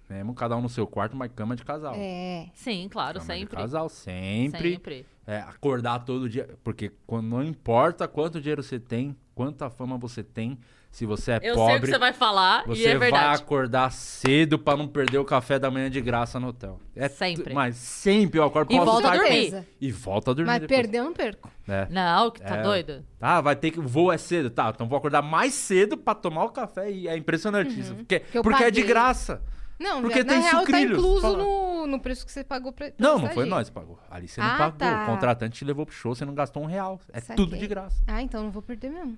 [SPEAKER 3] Mesmo cada um no seu quarto, mas cama de casal.
[SPEAKER 2] É.
[SPEAKER 1] Sim, claro,
[SPEAKER 3] Cama de
[SPEAKER 1] sempre.
[SPEAKER 3] casal, sempre.
[SPEAKER 1] Sempre.
[SPEAKER 3] É, acordar todo dia. Porque quando, não importa quanto dinheiro você tem, quanta fama você tem, se você é
[SPEAKER 1] Eu
[SPEAKER 3] pobre,
[SPEAKER 1] sei o que você vai falar
[SPEAKER 3] você
[SPEAKER 1] e é
[SPEAKER 3] vai
[SPEAKER 1] verdade.
[SPEAKER 3] acordar cedo pra não perder o café da manhã de graça no hotel. É tu-
[SPEAKER 1] Sempre.
[SPEAKER 3] Mas sempre eu acordo
[SPEAKER 1] E
[SPEAKER 3] posso
[SPEAKER 1] volta a
[SPEAKER 3] estar aqui.
[SPEAKER 1] dormir.
[SPEAKER 3] E volta a dormir.
[SPEAKER 2] Mas
[SPEAKER 3] depois.
[SPEAKER 2] perder eu não perco.
[SPEAKER 3] É.
[SPEAKER 1] Não, que tá
[SPEAKER 3] É.
[SPEAKER 1] doido?
[SPEAKER 3] Ah, vai ter que. O voo é cedo. Tá, então vou acordar mais cedo pra tomar o café. E é impressionante
[SPEAKER 1] Uhum.
[SPEAKER 3] isso. Porque,
[SPEAKER 2] eu
[SPEAKER 3] porque é de
[SPEAKER 2] paguei.
[SPEAKER 3] graça.
[SPEAKER 2] Não,
[SPEAKER 3] Porque
[SPEAKER 2] na
[SPEAKER 3] tem
[SPEAKER 2] real tá
[SPEAKER 3] sucrilhos,
[SPEAKER 2] incluso
[SPEAKER 3] fala.
[SPEAKER 2] no, no preço que você pagou pra. pra
[SPEAKER 3] Não, não
[SPEAKER 2] essa
[SPEAKER 3] foi
[SPEAKER 2] gente.
[SPEAKER 3] nós que pagou. Ali você não
[SPEAKER 2] Ah,
[SPEAKER 3] pagou.
[SPEAKER 2] tá.
[SPEAKER 3] O contratante te levou pro show, você não gastou um real. É
[SPEAKER 2] Saquei.
[SPEAKER 3] tudo de graça.
[SPEAKER 2] Ah, então não vou perder mesmo.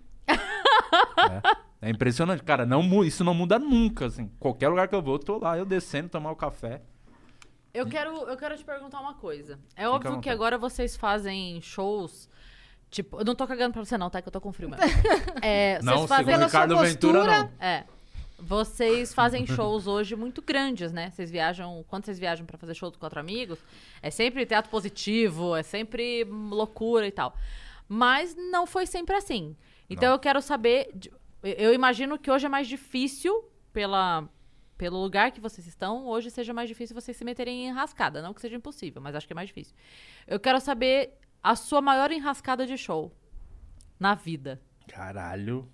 [SPEAKER 3] É impressionante, cara. Não, mu- isso não muda nunca, assim. Qualquer lugar que eu vou, eu tô lá, eu descendo, tomar o café.
[SPEAKER 1] Eu quero, eu quero te perguntar uma coisa. É
[SPEAKER 3] à
[SPEAKER 1] óbvio que
[SPEAKER 3] vontade.
[SPEAKER 1] agora vocês fazem shows. Tipo, eu não tô cagando pra você, não, tá? Que eu tô com frio mesmo. É,
[SPEAKER 3] não,
[SPEAKER 1] vocês
[SPEAKER 3] segundo
[SPEAKER 1] fazem.
[SPEAKER 2] Pela sua
[SPEAKER 3] Ricardo Ventura,
[SPEAKER 2] postura-
[SPEAKER 3] não.
[SPEAKER 1] É. Vocês fazem shows hoje muito grandes, né? Vocês viajam, quando vocês viajam pra fazer shows com quatro amigos, é sempre teatro positivo, é sempre hum, loucura e tal. Mas não foi sempre assim. Então eu quero saber, de- eu imagino que hoje é mais difícil pela pelo lugar que vocês estão, hoje seja mais difícil vocês se meterem em enrascada, não que seja impossível, mas acho que é mais difícil. Eu quero saber a sua maior enrascada de show na vida.
[SPEAKER 3] Caralho.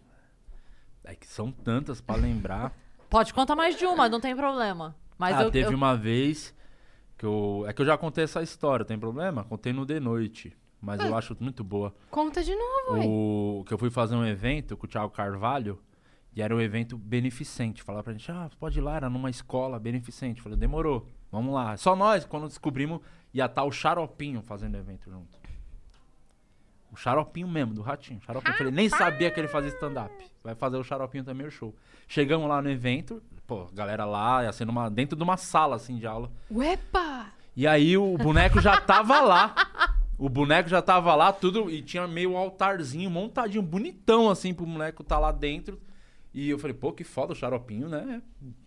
[SPEAKER 3] É que são tantas pra lembrar.
[SPEAKER 1] Pode contar mais de uma, não tem problema. Mas
[SPEAKER 3] ah,
[SPEAKER 1] eu,
[SPEAKER 3] teve
[SPEAKER 1] eu-
[SPEAKER 3] uma vez que eu. É que eu já contei essa história, tem problema? Contei no de noite. Mas
[SPEAKER 1] Ah.
[SPEAKER 3] eu acho muito boa.
[SPEAKER 2] Conta de novo, ué.
[SPEAKER 3] O que eu fui fazer um evento com o Thiago Carvalho e era um evento beneficente. Falaram pra gente, ah, pode ir lá, era numa escola beneficente. Eu Falei, demorou, vamos lá. Só nós, quando descobrimos, ia estar o Xaropinho fazendo o evento junto. O Xaropinho mesmo, do Ratinho. Xaropinho. Eu Falei, nem sabia que ele fazia stand-up. Vai fazer o Xaropinho também o show. Chegamos lá no evento, pô, galera lá, ia ser numa, dentro de uma sala assim de aula.
[SPEAKER 2] Uepa!
[SPEAKER 3] E aí o boneco já tava lá. O boneco já tava lá, tudo, e tinha meio um altarzinho montadinho, bonitão, assim, pro boneco tá lá dentro. E eu falei, pô, que foda o xaropinho, né?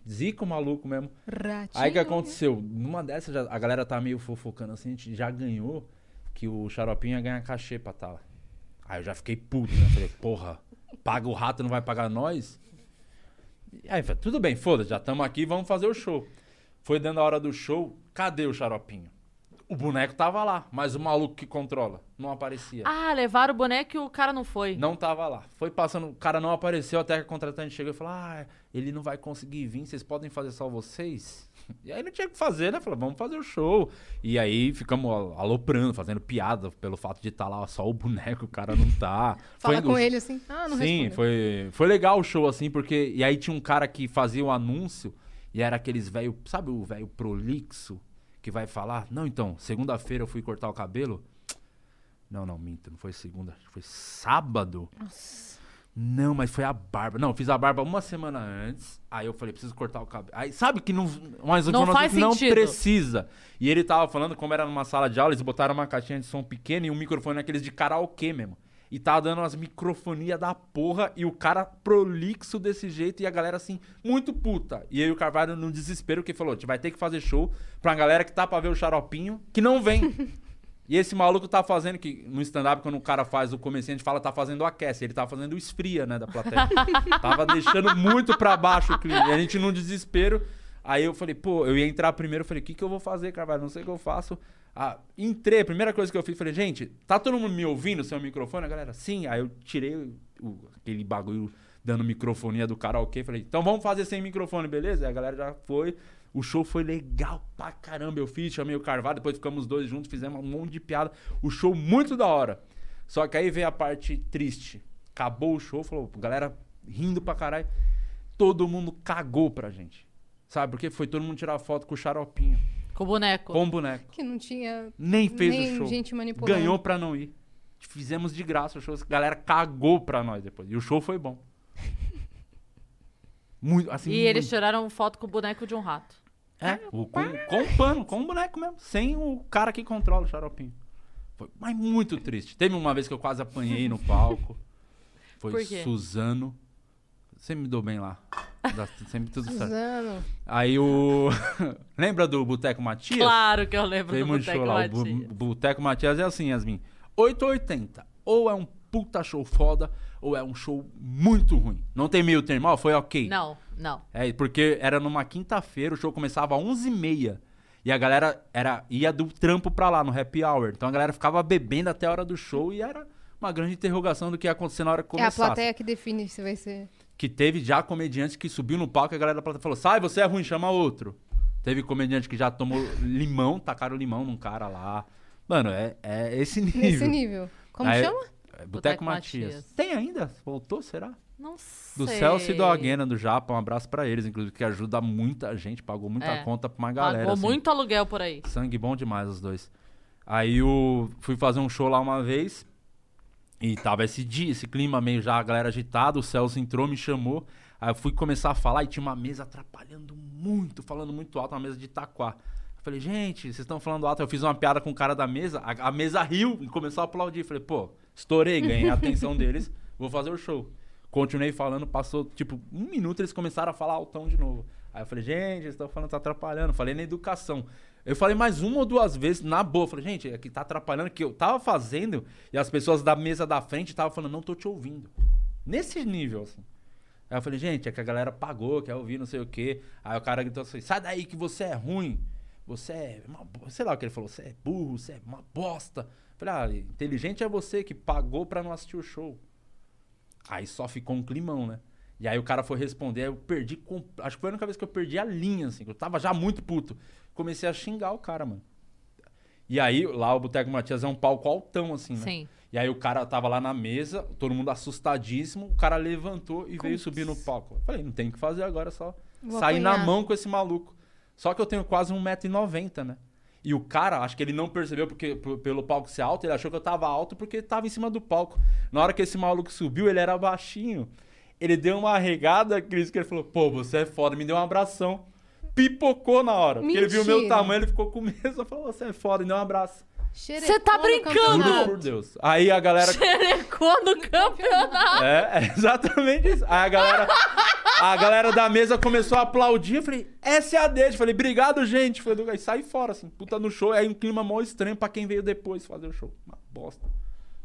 [SPEAKER 3] Zica o maluco mesmo.
[SPEAKER 2] Ratinho.
[SPEAKER 3] Aí o que aconteceu? Numa dessas, já- a galera tá meio fofocando assim, a gente já ganhou que o xaropinho ia ganhar cachê pra tá lá. Aí eu já fiquei puto, né? Falei, porra, paga o rato, não vai pagar nós? E Aí eu falei, tudo bem, foda-se, já estamos aqui, vamos fazer o show. Foi dando a hora do show, cadê o xaropinho? O boneco tava lá, mas o maluco que controla não aparecia.
[SPEAKER 1] Ah, levaram o boneco e o cara não foi.
[SPEAKER 3] Não tava lá. Foi passando, o cara não apareceu até que a contratante chegou e falou: Ah, ele não vai conseguir vir, vocês podem fazer só vocês? E aí não tinha o que fazer, né? Falou, vamos fazer o show. E aí ficamos al- aloprando, fazendo piada pelo fato de estar lá só o boneco, o cara não tá.
[SPEAKER 2] Fala
[SPEAKER 3] Foi-
[SPEAKER 2] com ele assim. Ah, não
[SPEAKER 3] Sim,
[SPEAKER 2] respondeu.
[SPEAKER 3] foi, foi legal o show, assim, porque. E aí tinha um cara que fazia o anúncio e era aqueles velho. Sabe o velho prolixo que vai falar? Não, então, segunda-feira eu fui cortar o cabelo. Não, não, minto, não foi segunda, acho que foi sábado. Não, mas foi a barba. Não, eu fiz a barba uma semana antes. Aí eu falei, preciso cortar o cabelo. Aí sabe que não. Mas
[SPEAKER 1] Não faz
[SPEAKER 3] não
[SPEAKER 1] sentido.
[SPEAKER 3] precisa. E ele tava falando, como era numa sala de aula, eles botaram uma caixinha de som pequena e um microfone aqueles de karaokê mesmo. E tava dando umas microfonia da porra e o cara prolixo desse jeito e a galera assim, muito puta. E aí o Carvalho no desespero que falou: "A gente vai ter que fazer show pra galera que tá pra ver o xaropinho, que não vem. E esse maluco tá fazendo que no stand-up, quando o cara faz o comerciante, fala tá fazendo o aquece. Ele tá fazendo o esfria, né, da plateia. Tava deixando muito pra baixo o clima. E a gente num desespero. Aí eu falei, pô, eu ia entrar primeiro. Eu falei, o que, que eu vou fazer, Carvalho? Não sei o que eu faço. Ah, entrei, a primeira coisa que eu fiz, falei, gente, tá todo mundo me ouvindo, seu microfone? A galera, sim. Aí eu tirei o- aquele bagulho dando microfonia do karaokê. Falei, então vamos fazer sem microfone, beleza? Aí a galera já foi. O show foi legal pra caramba. Eu fiz, chamei o Carvalho, depois ficamos os dois juntos, fizemos um monte de piada. O show muito da hora. Só que aí veio a parte triste. Acabou o show, falou, galera rindo pra caralho. Todo mundo cagou pra gente. Sabe por quê? Foi todo mundo tirar foto com o xaropinho,
[SPEAKER 1] Com o boneco.
[SPEAKER 3] com o boneco.
[SPEAKER 2] Que não tinha
[SPEAKER 3] Nem fez
[SPEAKER 2] nem
[SPEAKER 3] o show.
[SPEAKER 2] gente manipulando.
[SPEAKER 3] Ganhou pra não ir. Fizemos de graça o show. A galera cagou pra nós depois. E o show foi bom. Muito, assim,
[SPEAKER 1] E eles
[SPEAKER 3] muito.
[SPEAKER 1] tiraram foto com o boneco de um rato.
[SPEAKER 3] É, o, com, com o pano, com o boneco mesmo. Sem o cara que controla o xaropinho. Foi, mas muito triste. Teve uma vez que eu quase apanhei no palco. Foi
[SPEAKER 1] Por quê?
[SPEAKER 3] Suzano. Você me deu bem lá. Dá sempre tudo certo.
[SPEAKER 2] Suzano.
[SPEAKER 3] Aí o. Lembra do Boteco Matias?
[SPEAKER 1] Claro que eu lembro
[SPEAKER 3] Tem
[SPEAKER 1] do
[SPEAKER 3] muito
[SPEAKER 1] boneco
[SPEAKER 3] show lá. O Bu-
[SPEAKER 1] latinha.
[SPEAKER 3] Boteco Matias é assim, Yasmin. 880. Ou é um puta show foda, ou é um show muito ruim. Não tem meio termo, ó, foi ok.
[SPEAKER 1] Não, não.
[SPEAKER 3] É, porque era numa quinta-feira, o show começava às 11h30. E a galera era, ia do trampo pra lá, no happy hour. Então a galera ficava bebendo até a hora do show e era uma grande interrogação do que ia acontecer na hora que
[SPEAKER 2] É a
[SPEAKER 3] começasse.
[SPEAKER 2] plateia que define se vai ser.
[SPEAKER 3] Que teve já comediante que subiu no palco e a galera da plateia falou: sai, você é ruim, chama outro. Teve comediante que já tomou limão, tacaram limão num cara lá. Mano, é, é esse nível.
[SPEAKER 2] Nesse nível. Como
[SPEAKER 3] Aí-
[SPEAKER 2] chama?
[SPEAKER 3] É Boteco,
[SPEAKER 1] Boteco
[SPEAKER 3] Matias.
[SPEAKER 1] Matias.
[SPEAKER 3] Tem ainda? Voltou, será?
[SPEAKER 1] Não sei.
[SPEAKER 3] Do Celso e do Aguena, do Japa. Um abraço pra eles, inclusive, que ajuda muita gente. Pagou muita
[SPEAKER 1] É.
[SPEAKER 3] conta pra uma galera.
[SPEAKER 1] Pagou
[SPEAKER 3] assim.
[SPEAKER 1] muito aluguel por aí.
[SPEAKER 3] Sangue bom demais os dois. Aí eu fui fazer um show lá uma vez. E tava esse dia, esse clima meio já, a galera agitada. O Celso entrou, me chamou. Aí eu fui começar a falar e tinha uma mesa atrapalhando muito, falando muito alto, uma mesa de taquá. Eu falei, gente, vocês estão falando alto. Eu fiz uma piada com o cara da mesa, a, a mesa riu e começou a aplaudir. Eu Falei, pô, estourei, ganhei a atenção deles, vou fazer o show. Continuei falando, passou tipo um minuto, eles começaram a falar altão de novo. Aí eu falei, gente, eles estão falando, tá atrapalhando. Falei na educação. Eu falei mais uma ou duas vezes, na boa. Falei, gente, é que tá atrapalhando, que eu tava fazendo e as pessoas da mesa da frente estavam falando, não tô te ouvindo. Nesse nível, assim. Aí eu falei, gente, é que a galera pagou, quer ouvir, não sei o quê. Aí o cara gritou assim, sai daí que você é ruim. Você é uma... bo- Sei lá o que ele falou, você é burro, você é uma bosta. Eu Falei, ah, inteligente é você que pagou pra não assistir o show. Aí só ficou um climão, né? E aí o cara foi responder, aí eu perdi. com- Acho que foi a única vez que eu perdi a linha, assim, que eu tava já muito puto. Comecei a xingar o cara, mano. E aí, lá o Boteco Matias é um palco altão, assim, né?
[SPEAKER 1] Sim.
[SPEAKER 3] E aí o cara tava lá na mesa, todo mundo assustadíssimo, o cara levantou e veio subir no palco. Eu falei, não tem o que fazer agora, é só
[SPEAKER 2] Vou
[SPEAKER 3] sair na
[SPEAKER 2] apanhar.
[SPEAKER 3] mão com esse maluco. Só que eu tenho quase 1,90m, né? E o cara, acho que ele não percebeu porque p- pelo palco ser alto, ele achou que eu tava alto porque ele tava em cima do palco. Na hora que esse maluco subiu, ele era baixinho. Ele deu uma regada, Cris, que ele falou: "Pô, você é foda", me deu um abração. Pipocou na hora, porque ele viu o meu
[SPEAKER 2] Mentira.
[SPEAKER 3] tamanho, ele ficou com medo, eu falou: "Você é foda", me deu um abraço.
[SPEAKER 1] Você tá brincando?
[SPEAKER 3] Juro por Deus. Aí a galera
[SPEAKER 1] Xerecou no campeonato.
[SPEAKER 3] É, é exatamente isso. Aí a galera, a galera da mesa começou a aplaudir. Eu falei, essa é a dele. Eu Falei, obrigado, gente. Falei, do... sai fora, assim, puta no show. Aí um clima mó estranho pra quem veio depois fazer o show. Uma bosta.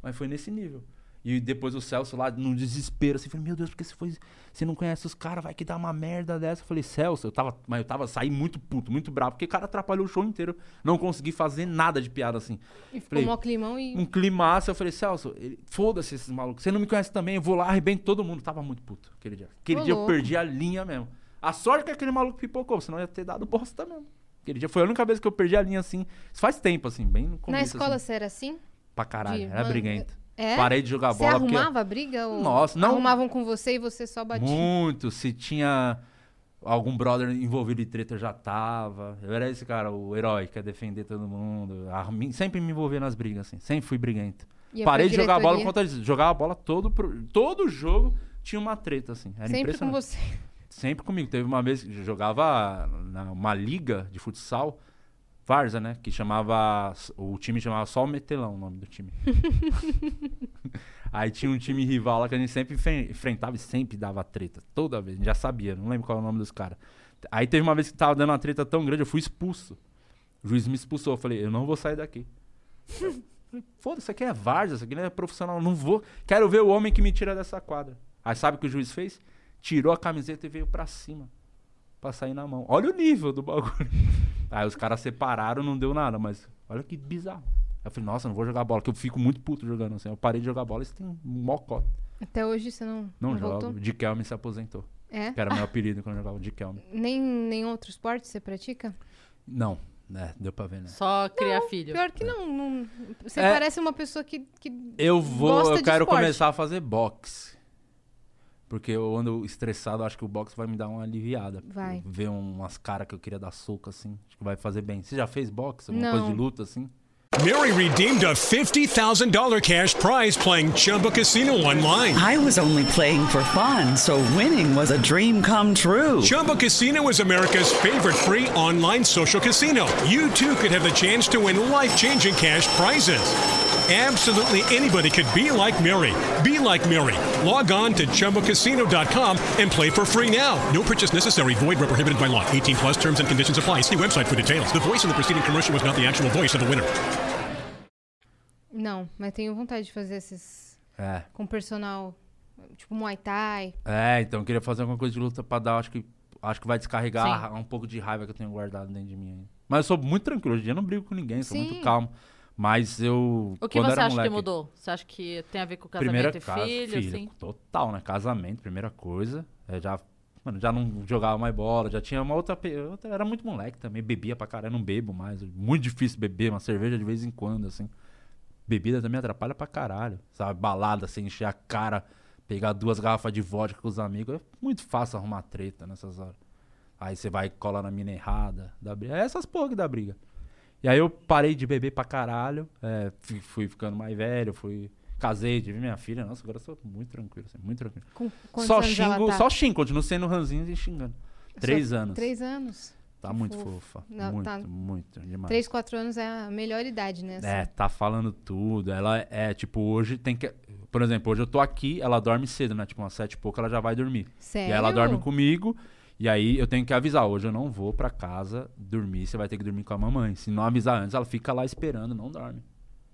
[SPEAKER 3] Mas foi nesse nível. E depois o Celso lá, num desespero, assim, falei, meu Deus, porque você foi. Você não conhece os caras, vai que dá uma merda dessa. Eu falei, Celso, eu tava. Mas eu tava, saí muito puto, muito bravo, porque o cara atrapalhou o show inteiro. Não consegui fazer nada de piada assim.
[SPEAKER 2] E ficou
[SPEAKER 3] Falei,
[SPEAKER 2] mó climão e.
[SPEAKER 3] um climaço. Eu falei, Celso, ele- foda-se esses malucos. Você não me conhece também, eu vou lá, arrebento todo mundo. Tava muito puto aquele dia. Aquele
[SPEAKER 2] Ô,
[SPEAKER 3] dia
[SPEAKER 2] louco.
[SPEAKER 3] eu perdi a linha mesmo. A sorte que aquele maluco pipocou, senão ia ter dado bosta mesmo. Aquele dia foi a única vez que eu perdi a linha assim. Isso faz tempo, assim, bem no começo.
[SPEAKER 2] Na escola
[SPEAKER 3] assim,
[SPEAKER 2] você era assim?
[SPEAKER 3] pra caralho,
[SPEAKER 2] de-
[SPEAKER 3] era
[SPEAKER 2] mano,
[SPEAKER 3] briguento.
[SPEAKER 2] É?
[SPEAKER 3] Parei de jogar
[SPEAKER 2] Você
[SPEAKER 3] Tá, bola porque-
[SPEAKER 2] arrumava a briga? Ou
[SPEAKER 3] Nossa, não-
[SPEAKER 2] Arrumavam com você e você só batia?
[SPEAKER 3] Muito. Se tinha algum brother envolvido em treta, eu já tava. Eu era esse cara, o herói, que é defender todo mundo. A mim- Sempre me envolvia nas brigas, assim. Sempre fui briguento.
[SPEAKER 2] Ia pra
[SPEAKER 3] Parei de jogar bola
[SPEAKER 2] diretoria.
[SPEAKER 3] por conta disso. Jogava bola todo, pro- todo jogo, tinha uma treta, assim. Era
[SPEAKER 2] Sempre com
[SPEAKER 3] impressionante.
[SPEAKER 2] você.
[SPEAKER 3] Sempre comigo. Teve uma vez que eu jogava numa liga de futsal, Varza, né? Que chamava. O time chamava só o Metelão, o nome do time. Aí tinha um time rival lá que a gente sempre enfren- enfrentava e sempre dava treta. Toda vez. A gente já sabia, não lembro qual é o nome dos caras. Aí teve uma vez que tava dando uma treta tão grande, eu fui expulso. O juiz me expulsou. Eu falei, eu não vou sair daqui. Falei, Foda-se, isso aqui é Varza, isso aqui não é profissional, não vou. Quero ver o homem que me tira dessa quadra. Aí sabe o que o juiz fez? Tirou a camiseta e veio pra cima. Pra sair na mão. Olha o nível do bagulho. Aí os caras separaram, não deu nada, mas olha que bizarro. Aí eu falei, nossa, não vou jogar bola, que eu fico muito puto jogando assim. Eu parei de jogar bola, isso tem mocó.
[SPEAKER 2] Até hoje você não,
[SPEAKER 3] Não,
[SPEAKER 2] não
[SPEAKER 3] jogo.
[SPEAKER 2] voltou?
[SPEAKER 3] O Dikelme se aposentou.
[SPEAKER 2] É?
[SPEAKER 3] Que era meu apelido quando eu jogava o Dikelme.
[SPEAKER 2] Nem, nem outro esporte você pratica?
[SPEAKER 3] Não, né? Deu pra ver, né?
[SPEAKER 1] Só criar filho.
[SPEAKER 2] Pior que não. não- Você
[SPEAKER 3] É.
[SPEAKER 2] parece uma pessoa que. que
[SPEAKER 3] Eu vou,
[SPEAKER 2] gosta
[SPEAKER 3] eu
[SPEAKER 2] de
[SPEAKER 3] quero
[SPEAKER 2] esporte.
[SPEAKER 3] começar a fazer boxe. Porque eu ando estressado, acho que o boxe vai me dar uma aliviada.
[SPEAKER 2] Vai.
[SPEAKER 3] Ver umas caras que eu queria dar soco assim, acho que vai fazer bem. Você já fez boxe? Alguma
[SPEAKER 2] Não.
[SPEAKER 3] coisa de luta assim?
[SPEAKER 8] Mary redeemed a $50,000 cash prize playing Chumba Casino online.
[SPEAKER 9] I was only playing for
[SPEAKER 3] Ah,
[SPEAKER 9] fun, so winning was a dream come true.
[SPEAKER 8] Chumba Casino is America's favorite free online social casino. You too could have the chance to win life changing cash prizes. Absolutely anybody could be like Mary. Be like Mary. Log on to chumbacasino.com and play for free now. No purchase necessary. Void where prohibited by law. 18 plus terms and conditions apply. See website for details. The voice in the preceding commercial was not the actual voice of the winner.
[SPEAKER 2] Não, mas tenho vontade de fazer esses.
[SPEAKER 3] É.
[SPEAKER 2] Com personal. Tipo Muay Thai.
[SPEAKER 3] É, então eu queria fazer alguma coisa de luta pra dar, acho que acho que vai descarregar um pouco de raiva que eu tenho guardado dentro de mim ainda. Mas eu sou muito tranquilo, hoje em dia eu não brigo com ninguém, sou
[SPEAKER 2] Sim.
[SPEAKER 3] muito calmo. Mas eu
[SPEAKER 1] O que
[SPEAKER 3] quando
[SPEAKER 1] você
[SPEAKER 3] era
[SPEAKER 1] acha
[SPEAKER 3] moleque,
[SPEAKER 1] que mudou? Você acha que tem a ver com casamento
[SPEAKER 3] Primeira
[SPEAKER 1] e
[SPEAKER 3] casa,
[SPEAKER 1] filho, assim?
[SPEAKER 3] Total, né? Casamento, primeira coisa. Eu já, mano, já não jogava mais bola, já tinha uma outra, pe- outra- Era muito moleque também, bebia pra caralho, não bebo mais. Muito difícil beber uma cerveja de vez em quando, assim. Bebida também atrapalha pra caralho. Sabe, balada, você encher a cara, pegar duas garrafas de vodka com os amigos. É muito fácil arrumar treta nessas horas. Aí você vai e cola na mina errada. Dá briga. É essas porra que dá briga. E aí eu parei de beber pra caralho. é, fui, fui ficando mais velho, fui. Casei, tive minha filha. Nossa, agora eu sou muito tranquilo, assim, muito tranquilo.
[SPEAKER 2] Com quantos
[SPEAKER 3] só
[SPEAKER 2] anos ela
[SPEAKER 3] xingo,
[SPEAKER 2] tá?
[SPEAKER 3] só xingo, continuo sendo ranzinho e xingando. Três
[SPEAKER 2] Só-
[SPEAKER 3] anos.
[SPEAKER 2] Três anos.
[SPEAKER 3] Tá
[SPEAKER 2] que
[SPEAKER 3] muito
[SPEAKER 2] fofa.
[SPEAKER 3] fofa.
[SPEAKER 2] Não,
[SPEAKER 3] muito,
[SPEAKER 2] tá-
[SPEAKER 3] muito. Demais.
[SPEAKER 2] Três, quatro anos é a melhor idade, né?
[SPEAKER 3] É, tá falando tudo. Ela é, tipo, hoje tem que. Por exemplo, hoje eu tô aqui, ela dorme cedo, né? Tipo, umas sete e pouco ela já vai dormir. E aí ela
[SPEAKER 2] Sério?
[SPEAKER 3] dorme comigo. E aí eu tenho que avisar, hoje eu não vou pra casa dormir, você vai ter que dormir com a mamãe. Se não avisar antes, ela fica lá esperando, não dorme.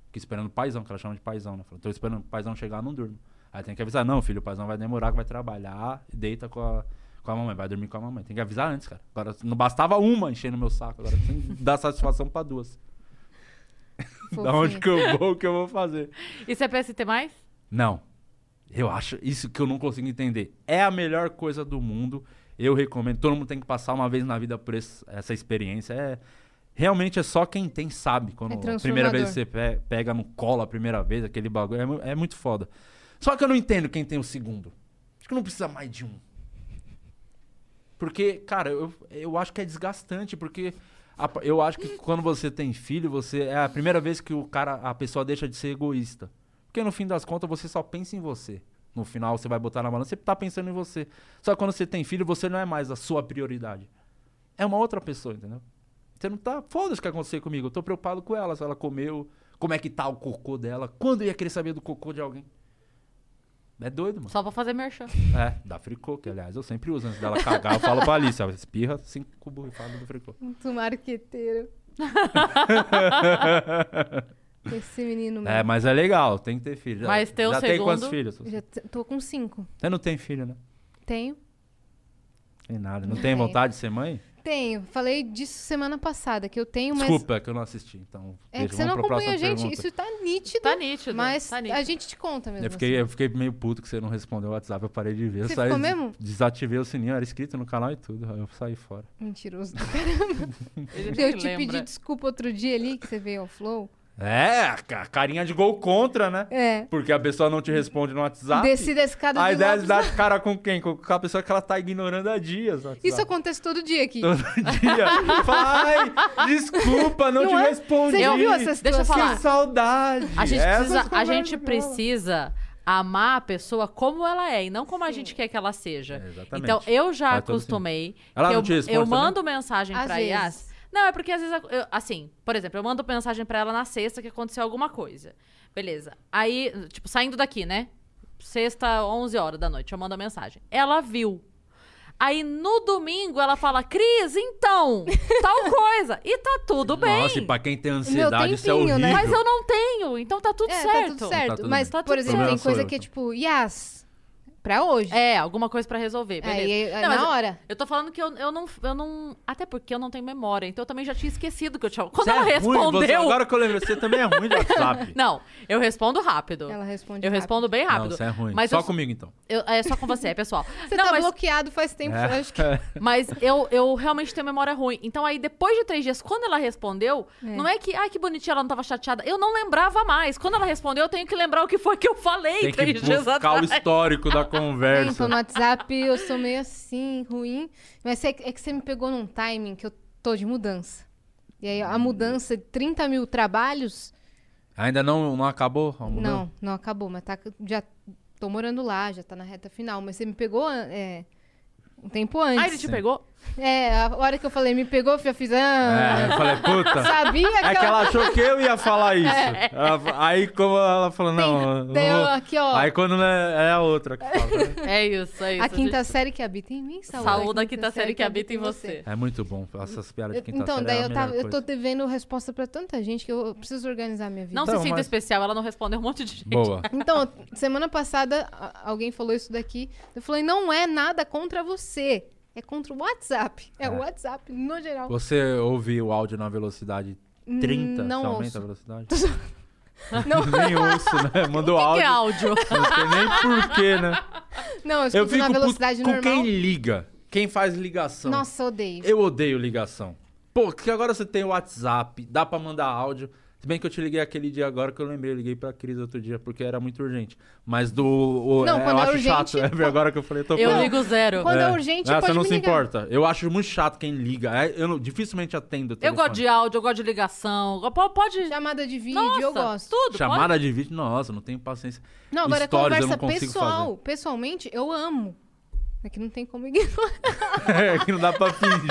[SPEAKER 3] Fica esperando o paizão, que ela chama de paizão, né? Fala, tô esperando o paizão chegar, não durmo. Aí tem que avisar, não, filho, o paizão vai demorar, que vai trabalhar, deita com a, com a mamãe, vai dormir com a mamãe. Tem que avisar antes, cara. Agora não bastava uma enchendo meu saco, agora tem que dar satisfação pra duas. da onde que eu vou, o que eu vou fazer?
[SPEAKER 1] E você pensa em ter mais?
[SPEAKER 3] Não. Eu acho isso que eu não consigo entender. É a melhor coisa do mundo. Eu recomendo. Todo mundo tem que passar uma vez na vida por esse- essa experiência. É realmente é só quem tem sabe quando
[SPEAKER 2] É
[SPEAKER 3] a primeira vez que
[SPEAKER 2] transformador.
[SPEAKER 3] você pe- pega no colo a primeira vez aquele bagulho é, mu- é muito foda. Só que eu não entendo quem tem o segundo. Acho que não precisa mais de um. Porque, cara, eu, eu acho que é desgastante, porque a- eu acho que quando você tem filho, você é a primeira vez que o cara, a pessoa deixa de ser egoísta. Porque no fim das contas, você só pensa em você. No final, você vai botar na balança, você tá pensando em você. Só que quando você tem filho, você não é mais a sua prioridade. É uma outra pessoa, entendeu? Você não tá. Foda-se o que aconteceu comigo. Eu tô preocupado com ela, se ela comeu, como é que tá o cocô dela, quando eu ia querer saber do cocô de alguém. É doido, mano.
[SPEAKER 1] Só pra fazer merchan.
[SPEAKER 3] É, da Fricô, que aliás eu sempre uso antes dela cagar. Eu falo pra Alice, ela espirra cinco borrifadas do Fricô.
[SPEAKER 2] Muito marqueteiro. Esse menino
[SPEAKER 3] É,
[SPEAKER 2] meu.
[SPEAKER 3] mas é legal, tem que ter filho. Já-
[SPEAKER 1] Mas ter o
[SPEAKER 3] Já tem
[SPEAKER 1] segundo-
[SPEAKER 3] quantos filhos? Você
[SPEAKER 2] Já t- tô com cinco.
[SPEAKER 3] não tem filho, né?
[SPEAKER 2] Tenho?
[SPEAKER 3] Tem nada. Não
[SPEAKER 2] Não
[SPEAKER 3] tem
[SPEAKER 2] tenho.
[SPEAKER 3] vontade de ser mãe?
[SPEAKER 2] Tenho. Falei disso semana passada, que eu tenho, mas.
[SPEAKER 3] Desculpa, é que eu não assisti. Então,
[SPEAKER 2] É
[SPEAKER 3] deixa,
[SPEAKER 2] que você não
[SPEAKER 3] vamos pra
[SPEAKER 2] acompanha a
[SPEAKER 3] próxima
[SPEAKER 2] gente.
[SPEAKER 3] pergunta. É
[SPEAKER 2] Isso tá nítido.
[SPEAKER 1] Tá nítido.
[SPEAKER 2] mas
[SPEAKER 1] tá nítido.
[SPEAKER 2] a gente te conta mesmo. assim.
[SPEAKER 3] Eu fiquei, eu fiquei meio puto que você não respondeu o WhatsApp, eu parei de ver. Eu
[SPEAKER 2] Você
[SPEAKER 3] saí,
[SPEAKER 2] ficou mesmo?
[SPEAKER 3] Desativei o sininho, era inscrito no canal e tudo. aí Eu saí fora.
[SPEAKER 2] assim. Mentiroso do caramba.
[SPEAKER 1] Ele nem
[SPEAKER 2] eu te
[SPEAKER 1] lembra.
[SPEAKER 2] pedi desculpa outro dia ali, que você veio ao Flow.
[SPEAKER 3] É, a carinha de gol contra, né?
[SPEAKER 2] É.
[SPEAKER 3] Porque a pessoa não te responde no WhatsApp.
[SPEAKER 2] Desci da escada
[SPEAKER 3] A
[SPEAKER 2] de
[SPEAKER 3] ideia de
[SPEAKER 2] Lopes.
[SPEAKER 3] dar de cara com quem? Com a pessoa que ela tá ignorando há dias. no
[SPEAKER 2] Isso é
[SPEAKER 3] WhatsApp.
[SPEAKER 2] acontece todo dia aqui.
[SPEAKER 3] Tá. Todo dia. Fala, Ai, desculpa, não,
[SPEAKER 2] Não
[SPEAKER 3] te
[SPEAKER 2] é?
[SPEAKER 3] respondi.
[SPEAKER 2] Você já viu essa
[SPEAKER 1] Deixa eu
[SPEAKER 2] situação?
[SPEAKER 1] falar.
[SPEAKER 3] Que saudade.
[SPEAKER 1] A gente,
[SPEAKER 3] Essas
[SPEAKER 1] precisa, a
[SPEAKER 3] conversas
[SPEAKER 1] gente
[SPEAKER 3] dela.
[SPEAKER 1] precisa amar a pessoa como ela é e não como a gente quer que ela seja.
[SPEAKER 3] É, exatamente.
[SPEAKER 1] Então, eu já
[SPEAKER 3] Faz todo
[SPEAKER 1] acostumei.
[SPEAKER 3] Ela
[SPEAKER 1] que
[SPEAKER 3] não
[SPEAKER 1] eu,
[SPEAKER 3] te responde
[SPEAKER 1] eu
[SPEAKER 3] também?
[SPEAKER 1] mando mensagem
[SPEAKER 2] Às
[SPEAKER 1] pra
[SPEAKER 2] vezes.
[SPEAKER 1] Yas. Não, é porque às vezes, eu- assim, por exemplo, eu mando mensagem pra ela na sexta que aconteceu alguma coisa. Beleza. Aí, tipo, saindo daqui, né? Sexta, 11 horas da noite, eu mando a mensagem. Ela viu. Aí no domingo ela fala, Cris, então, tal coisa. E tá tudo bem.
[SPEAKER 3] Nossa, e pra quem tem ansiedade, isso é
[SPEAKER 2] tempinho,
[SPEAKER 3] horrível.
[SPEAKER 2] né?
[SPEAKER 1] Mas eu não tenho, então tá tudo
[SPEAKER 2] é,
[SPEAKER 1] certo.
[SPEAKER 2] tá tudo certo.
[SPEAKER 3] Tá tudo
[SPEAKER 2] mas,
[SPEAKER 3] bem.
[SPEAKER 1] Tá
[SPEAKER 2] por
[SPEAKER 1] tudo
[SPEAKER 2] exemplo,
[SPEAKER 3] bem.
[SPEAKER 2] tem coisa
[SPEAKER 3] Problema sou
[SPEAKER 2] que é
[SPEAKER 3] eu,
[SPEAKER 2] tipo, Yas, pra hoje.
[SPEAKER 1] É, alguma coisa pra resolver, beleza.
[SPEAKER 2] Aí, aí,
[SPEAKER 1] Não, mas
[SPEAKER 2] na
[SPEAKER 1] eu-
[SPEAKER 2] hora.
[SPEAKER 1] Eu tô falando que eu, eu, não, eu não. Até porque eu não tenho memória. Então eu também já tinha esquecido que eu tinha. Quando
[SPEAKER 3] Você
[SPEAKER 1] ela
[SPEAKER 3] é ruim,
[SPEAKER 1] respondeu.
[SPEAKER 3] você- agora que eu lembro, você também é ruim de WhatsApp.
[SPEAKER 1] Não, eu respondo rápido.
[SPEAKER 2] Ela responde
[SPEAKER 1] Eu
[SPEAKER 2] rápido.
[SPEAKER 1] respondo bem rápido.
[SPEAKER 3] Não, você é ruim.
[SPEAKER 1] Mas
[SPEAKER 3] Só
[SPEAKER 1] eu-
[SPEAKER 3] comigo, então.
[SPEAKER 1] eu- é só com você, pessoal.
[SPEAKER 2] Você
[SPEAKER 1] não,
[SPEAKER 2] tá
[SPEAKER 1] mas,
[SPEAKER 2] bloqueado faz tempo.
[SPEAKER 3] É.
[SPEAKER 2] Acho que
[SPEAKER 1] mas eu, eu realmente tenho memória ruim. Então aí, depois de três dias, quando ela respondeu, não é que. Ai, que bonitinha, ela não tava chateada. Eu não lembrava mais. Quando ela respondeu, eu tenho que lembrar o que foi que eu falei
[SPEAKER 3] Tem que
[SPEAKER 1] três dias
[SPEAKER 3] buscar o
[SPEAKER 1] atrás.
[SPEAKER 3] histórico da
[SPEAKER 2] Então,
[SPEAKER 3] conversa.
[SPEAKER 2] no WhatsApp eu sou meio assim, ruim. Mas é, que- é que você me pegou num timing que eu tô de mudança. E aí
[SPEAKER 3] Hum.
[SPEAKER 2] a mudança de 30 mil trabalhos.
[SPEAKER 3] Ainda não, não acabou? a mudança?
[SPEAKER 2] Não, não acabou, mas tá, já tô morando lá, já tá na reta final. Mas você me pegou é, um tempo antes.
[SPEAKER 1] Ai, ele te pegou?
[SPEAKER 2] É, a hora que eu falei, me pegou, eu já fiz. Ah,
[SPEAKER 3] É, eu falei, puta.
[SPEAKER 2] Sabia que,
[SPEAKER 3] É que
[SPEAKER 2] ela-
[SPEAKER 3] ela achou que eu ia falar isso.
[SPEAKER 2] É.
[SPEAKER 3] Ela- Aí como ela falou, não. não
[SPEAKER 2] Tem
[SPEAKER 3] vou.
[SPEAKER 2] aqui, ó.
[SPEAKER 3] Aí quando não é, é a outra que fala. né?
[SPEAKER 1] É isso, é isso.
[SPEAKER 2] a quinta
[SPEAKER 1] gente.
[SPEAKER 2] série que habita em mim, saúde.
[SPEAKER 1] Saúde da quinta série que habita em você.
[SPEAKER 3] É muito bom. Essas piadas de
[SPEAKER 2] Eu-
[SPEAKER 3] quinta
[SPEAKER 2] então,
[SPEAKER 3] série
[SPEAKER 2] daí
[SPEAKER 3] é a
[SPEAKER 2] eu, tava,
[SPEAKER 3] melhor
[SPEAKER 2] eu tô
[SPEAKER 3] coisa.
[SPEAKER 2] devendo resposta pra tanta gente que eu, eu preciso organizar minha vida.
[SPEAKER 1] Não tá.
[SPEAKER 3] Então,
[SPEAKER 1] se sinta
[SPEAKER 3] mas-
[SPEAKER 1] especial, ela não respondeu um monte de gente.
[SPEAKER 3] Boa.
[SPEAKER 2] Então, semana passada a- alguém falou isso daqui. Eu falei, não é nada contra você. É contra o WhatsApp. É o WhatsApp no geral.
[SPEAKER 3] Você ouve o áudio na velocidade 30?
[SPEAKER 2] Hum, não
[SPEAKER 3] Você aumenta
[SPEAKER 2] ouço.
[SPEAKER 3] a velocidade?
[SPEAKER 2] Não,
[SPEAKER 3] Nem ouço, né? Mandou
[SPEAKER 1] O
[SPEAKER 3] áudio.
[SPEAKER 1] que é áudio?
[SPEAKER 3] Não sei nem porquê, né?
[SPEAKER 2] não, eu
[SPEAKER 3] Eu
[SPEAKER 2] escuto
[SPEAKER 3] fico
[SPEAKER 2] na
[SPEAKER 3] puto
[SPEAKER 2] velocidade
[SPEAKER 3] com
[SPEAKER 2] normal.
[SPEAKER 3] quem liga. Quem faz ligação.
[SPEAKER 2] Nossa, eu odeio.
[SPEAKER 3] Eu odeio ligação. Pô, porque agora você tem o WhatsApp, dá pra mandar áudio. Se bem que eu te liguei aquele dia agora que eu lembrei, eu liguei pra Cris outro dia, porque era muito urgente. Mas do. o-
[SPEAKER 2] Não,
[SPEAKER 3] é, eu
[SPEAKER 2] quando é
[SPEAKER 3] acho
[SPEAKER 2] urgente,
[SPEAKER 3] chato. É agora que eu falei, eu tô
[SPEAKER 1] Eu
[SPEAKER 3] falando.
[SPEAKER 1] ligo zero.
[SPEAKER 2] Quando é urgente,
[SPEAKER 3] ah,
[SPEAKER 2] pode
[SPEAKER 3] você não
[SPEAKER 2] me
[SPEAKER 3] se
[SPEAKER 2] ligar.
[SPEAKER 3] importa. Eu acho muito chato quem liga. É, eu não- dificilmente atendo. o
[SPEAKER 1] Eu gosto de
[SPEAKER 3] telefone.
[SPEAKER 1] áudio, eu gosto de ligação. eu po- Pode.
[SPEAKER 2] Chamada de vídeo,
[SPEAKER 1] Nossa,
[SPEAKER 2] eu gosto.
[SPEAKER 1] Tudo.
[SPEAKER 3] Chamada de vídeo, nossa, não tenho paciência.
[SPEAKER 2] Não, agora é
[SPEAKER 3] Stories eu
[SPEAKER 2] conversa
[SPEAKER 3] não consigo
[SPEAKER 2] pessoal. Pessoalmente, eu amo. É que não tem como ignorar.
[SPEAKER 3] fazer. É, que não dá pra fingir.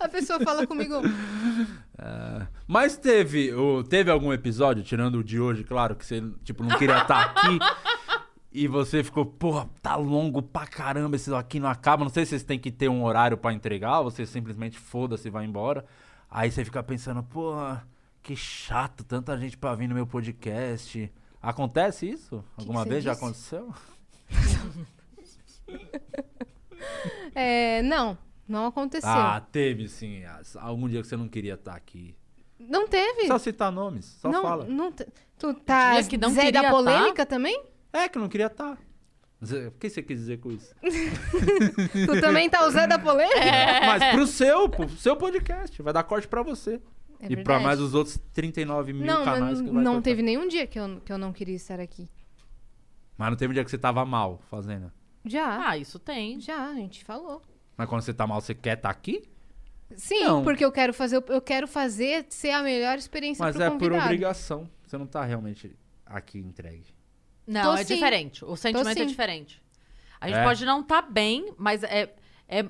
[SPEAKER 2] A pessoa fala comigo.
[SPEAKER 3] É. Mas teve, o- teve algum episódio, tirando o de hoje, claro, que você tipo, não queria estar aqui. E você ficou, porra, tá longo pra caramba, esse aqui não acaba. Não sei se vocês têm que ter um horário pra entregar, ou você simplesmente foda-se e vai embora. Aí você fica pensando, porra, que chato, tanta gente pra vir no meu podcast. Acontece isso? Alguma
[SPEAKER 2] você
[SPEAKER 3] vez já
[SPEAKER 2] disse?
[SPEAKER 3] aconteceu?
[SPEAKER 2] É, não, não aconteceu.
[SPEAKER 3] Ah, teve sim. Algum dia que você não queria estar aqui.
[SPEAKER 2] não teve.
[SPEAKER 3] Só citar nomes, só
[SPEAKER 2] não,
[SPEAKER 3] fala.
[SPEAKER 2] não te- tu tá
[SPEAKER 1] Dias que não
[SPEAKER 2] Zé da
[SPEAKER 1] queria tá?
[SPEAKER 2] polêmica também?
[SPEAKER 3] É que eu não queria estar. Zé, O que você quis dizer com isso?
[SPEAKER 2] Tu também tá o Zé da polêmica?
[SPEAKER 3] Mas pro seu, pro seu podcast. Vai dar corte pra você.
[SPEAKER 2] É
[SPEAKER 3] e pra
[SPEAKER 2] verdade.
[SPEAKER 3] mais os outros 39 mil
[SPEAKER 2] Não,
[SPEAKER 3] canais
[SPEAKER 2] mas
[SPEAKER 3] que vai
[SPEAKER 2] não
[SPEAKER 3] cortar.
[SPEAKER 2] teve nenhum dia que eu, que eu não queria estar aqui.
[SPEAKER 3] Mas não teve um dia que você tava mal fazendo.
[SPEAKER 2] Já,
[SPEAKER 1] Ah, isso tem.
[SPEAKER 2] já, a gente falou.
[SPEAKER 3] Mas quando você tá mal, você quer estar aqui?
[SPEAKER 2] Sim,
[SPEAKER 3] Não.
[SPEAKER 2] porque eu quero fazer, eu quero fazer ser a melhor experiência
[SPEAKER 3] Mas
[SPEAKER 2] pro
[SPEAKER 3] é
[SPEAKER 2] convidado.
[SPEAKER 3] por obrigação. Você não tá realmente aqui entregue.
[SPEAKER 1] Não,
[SPEAKER 2] Tô
[SPEAKER 1] é
[SPEAKER 2] sim.
[SPEAKER 1] diferente. O sentimento é
[SPEAKER 2] sim.
[SPEAKER 1] diferente. A gente
[SPEAKER 3] É?
[SPEAKER 1] pode não estar bem, mas é, é.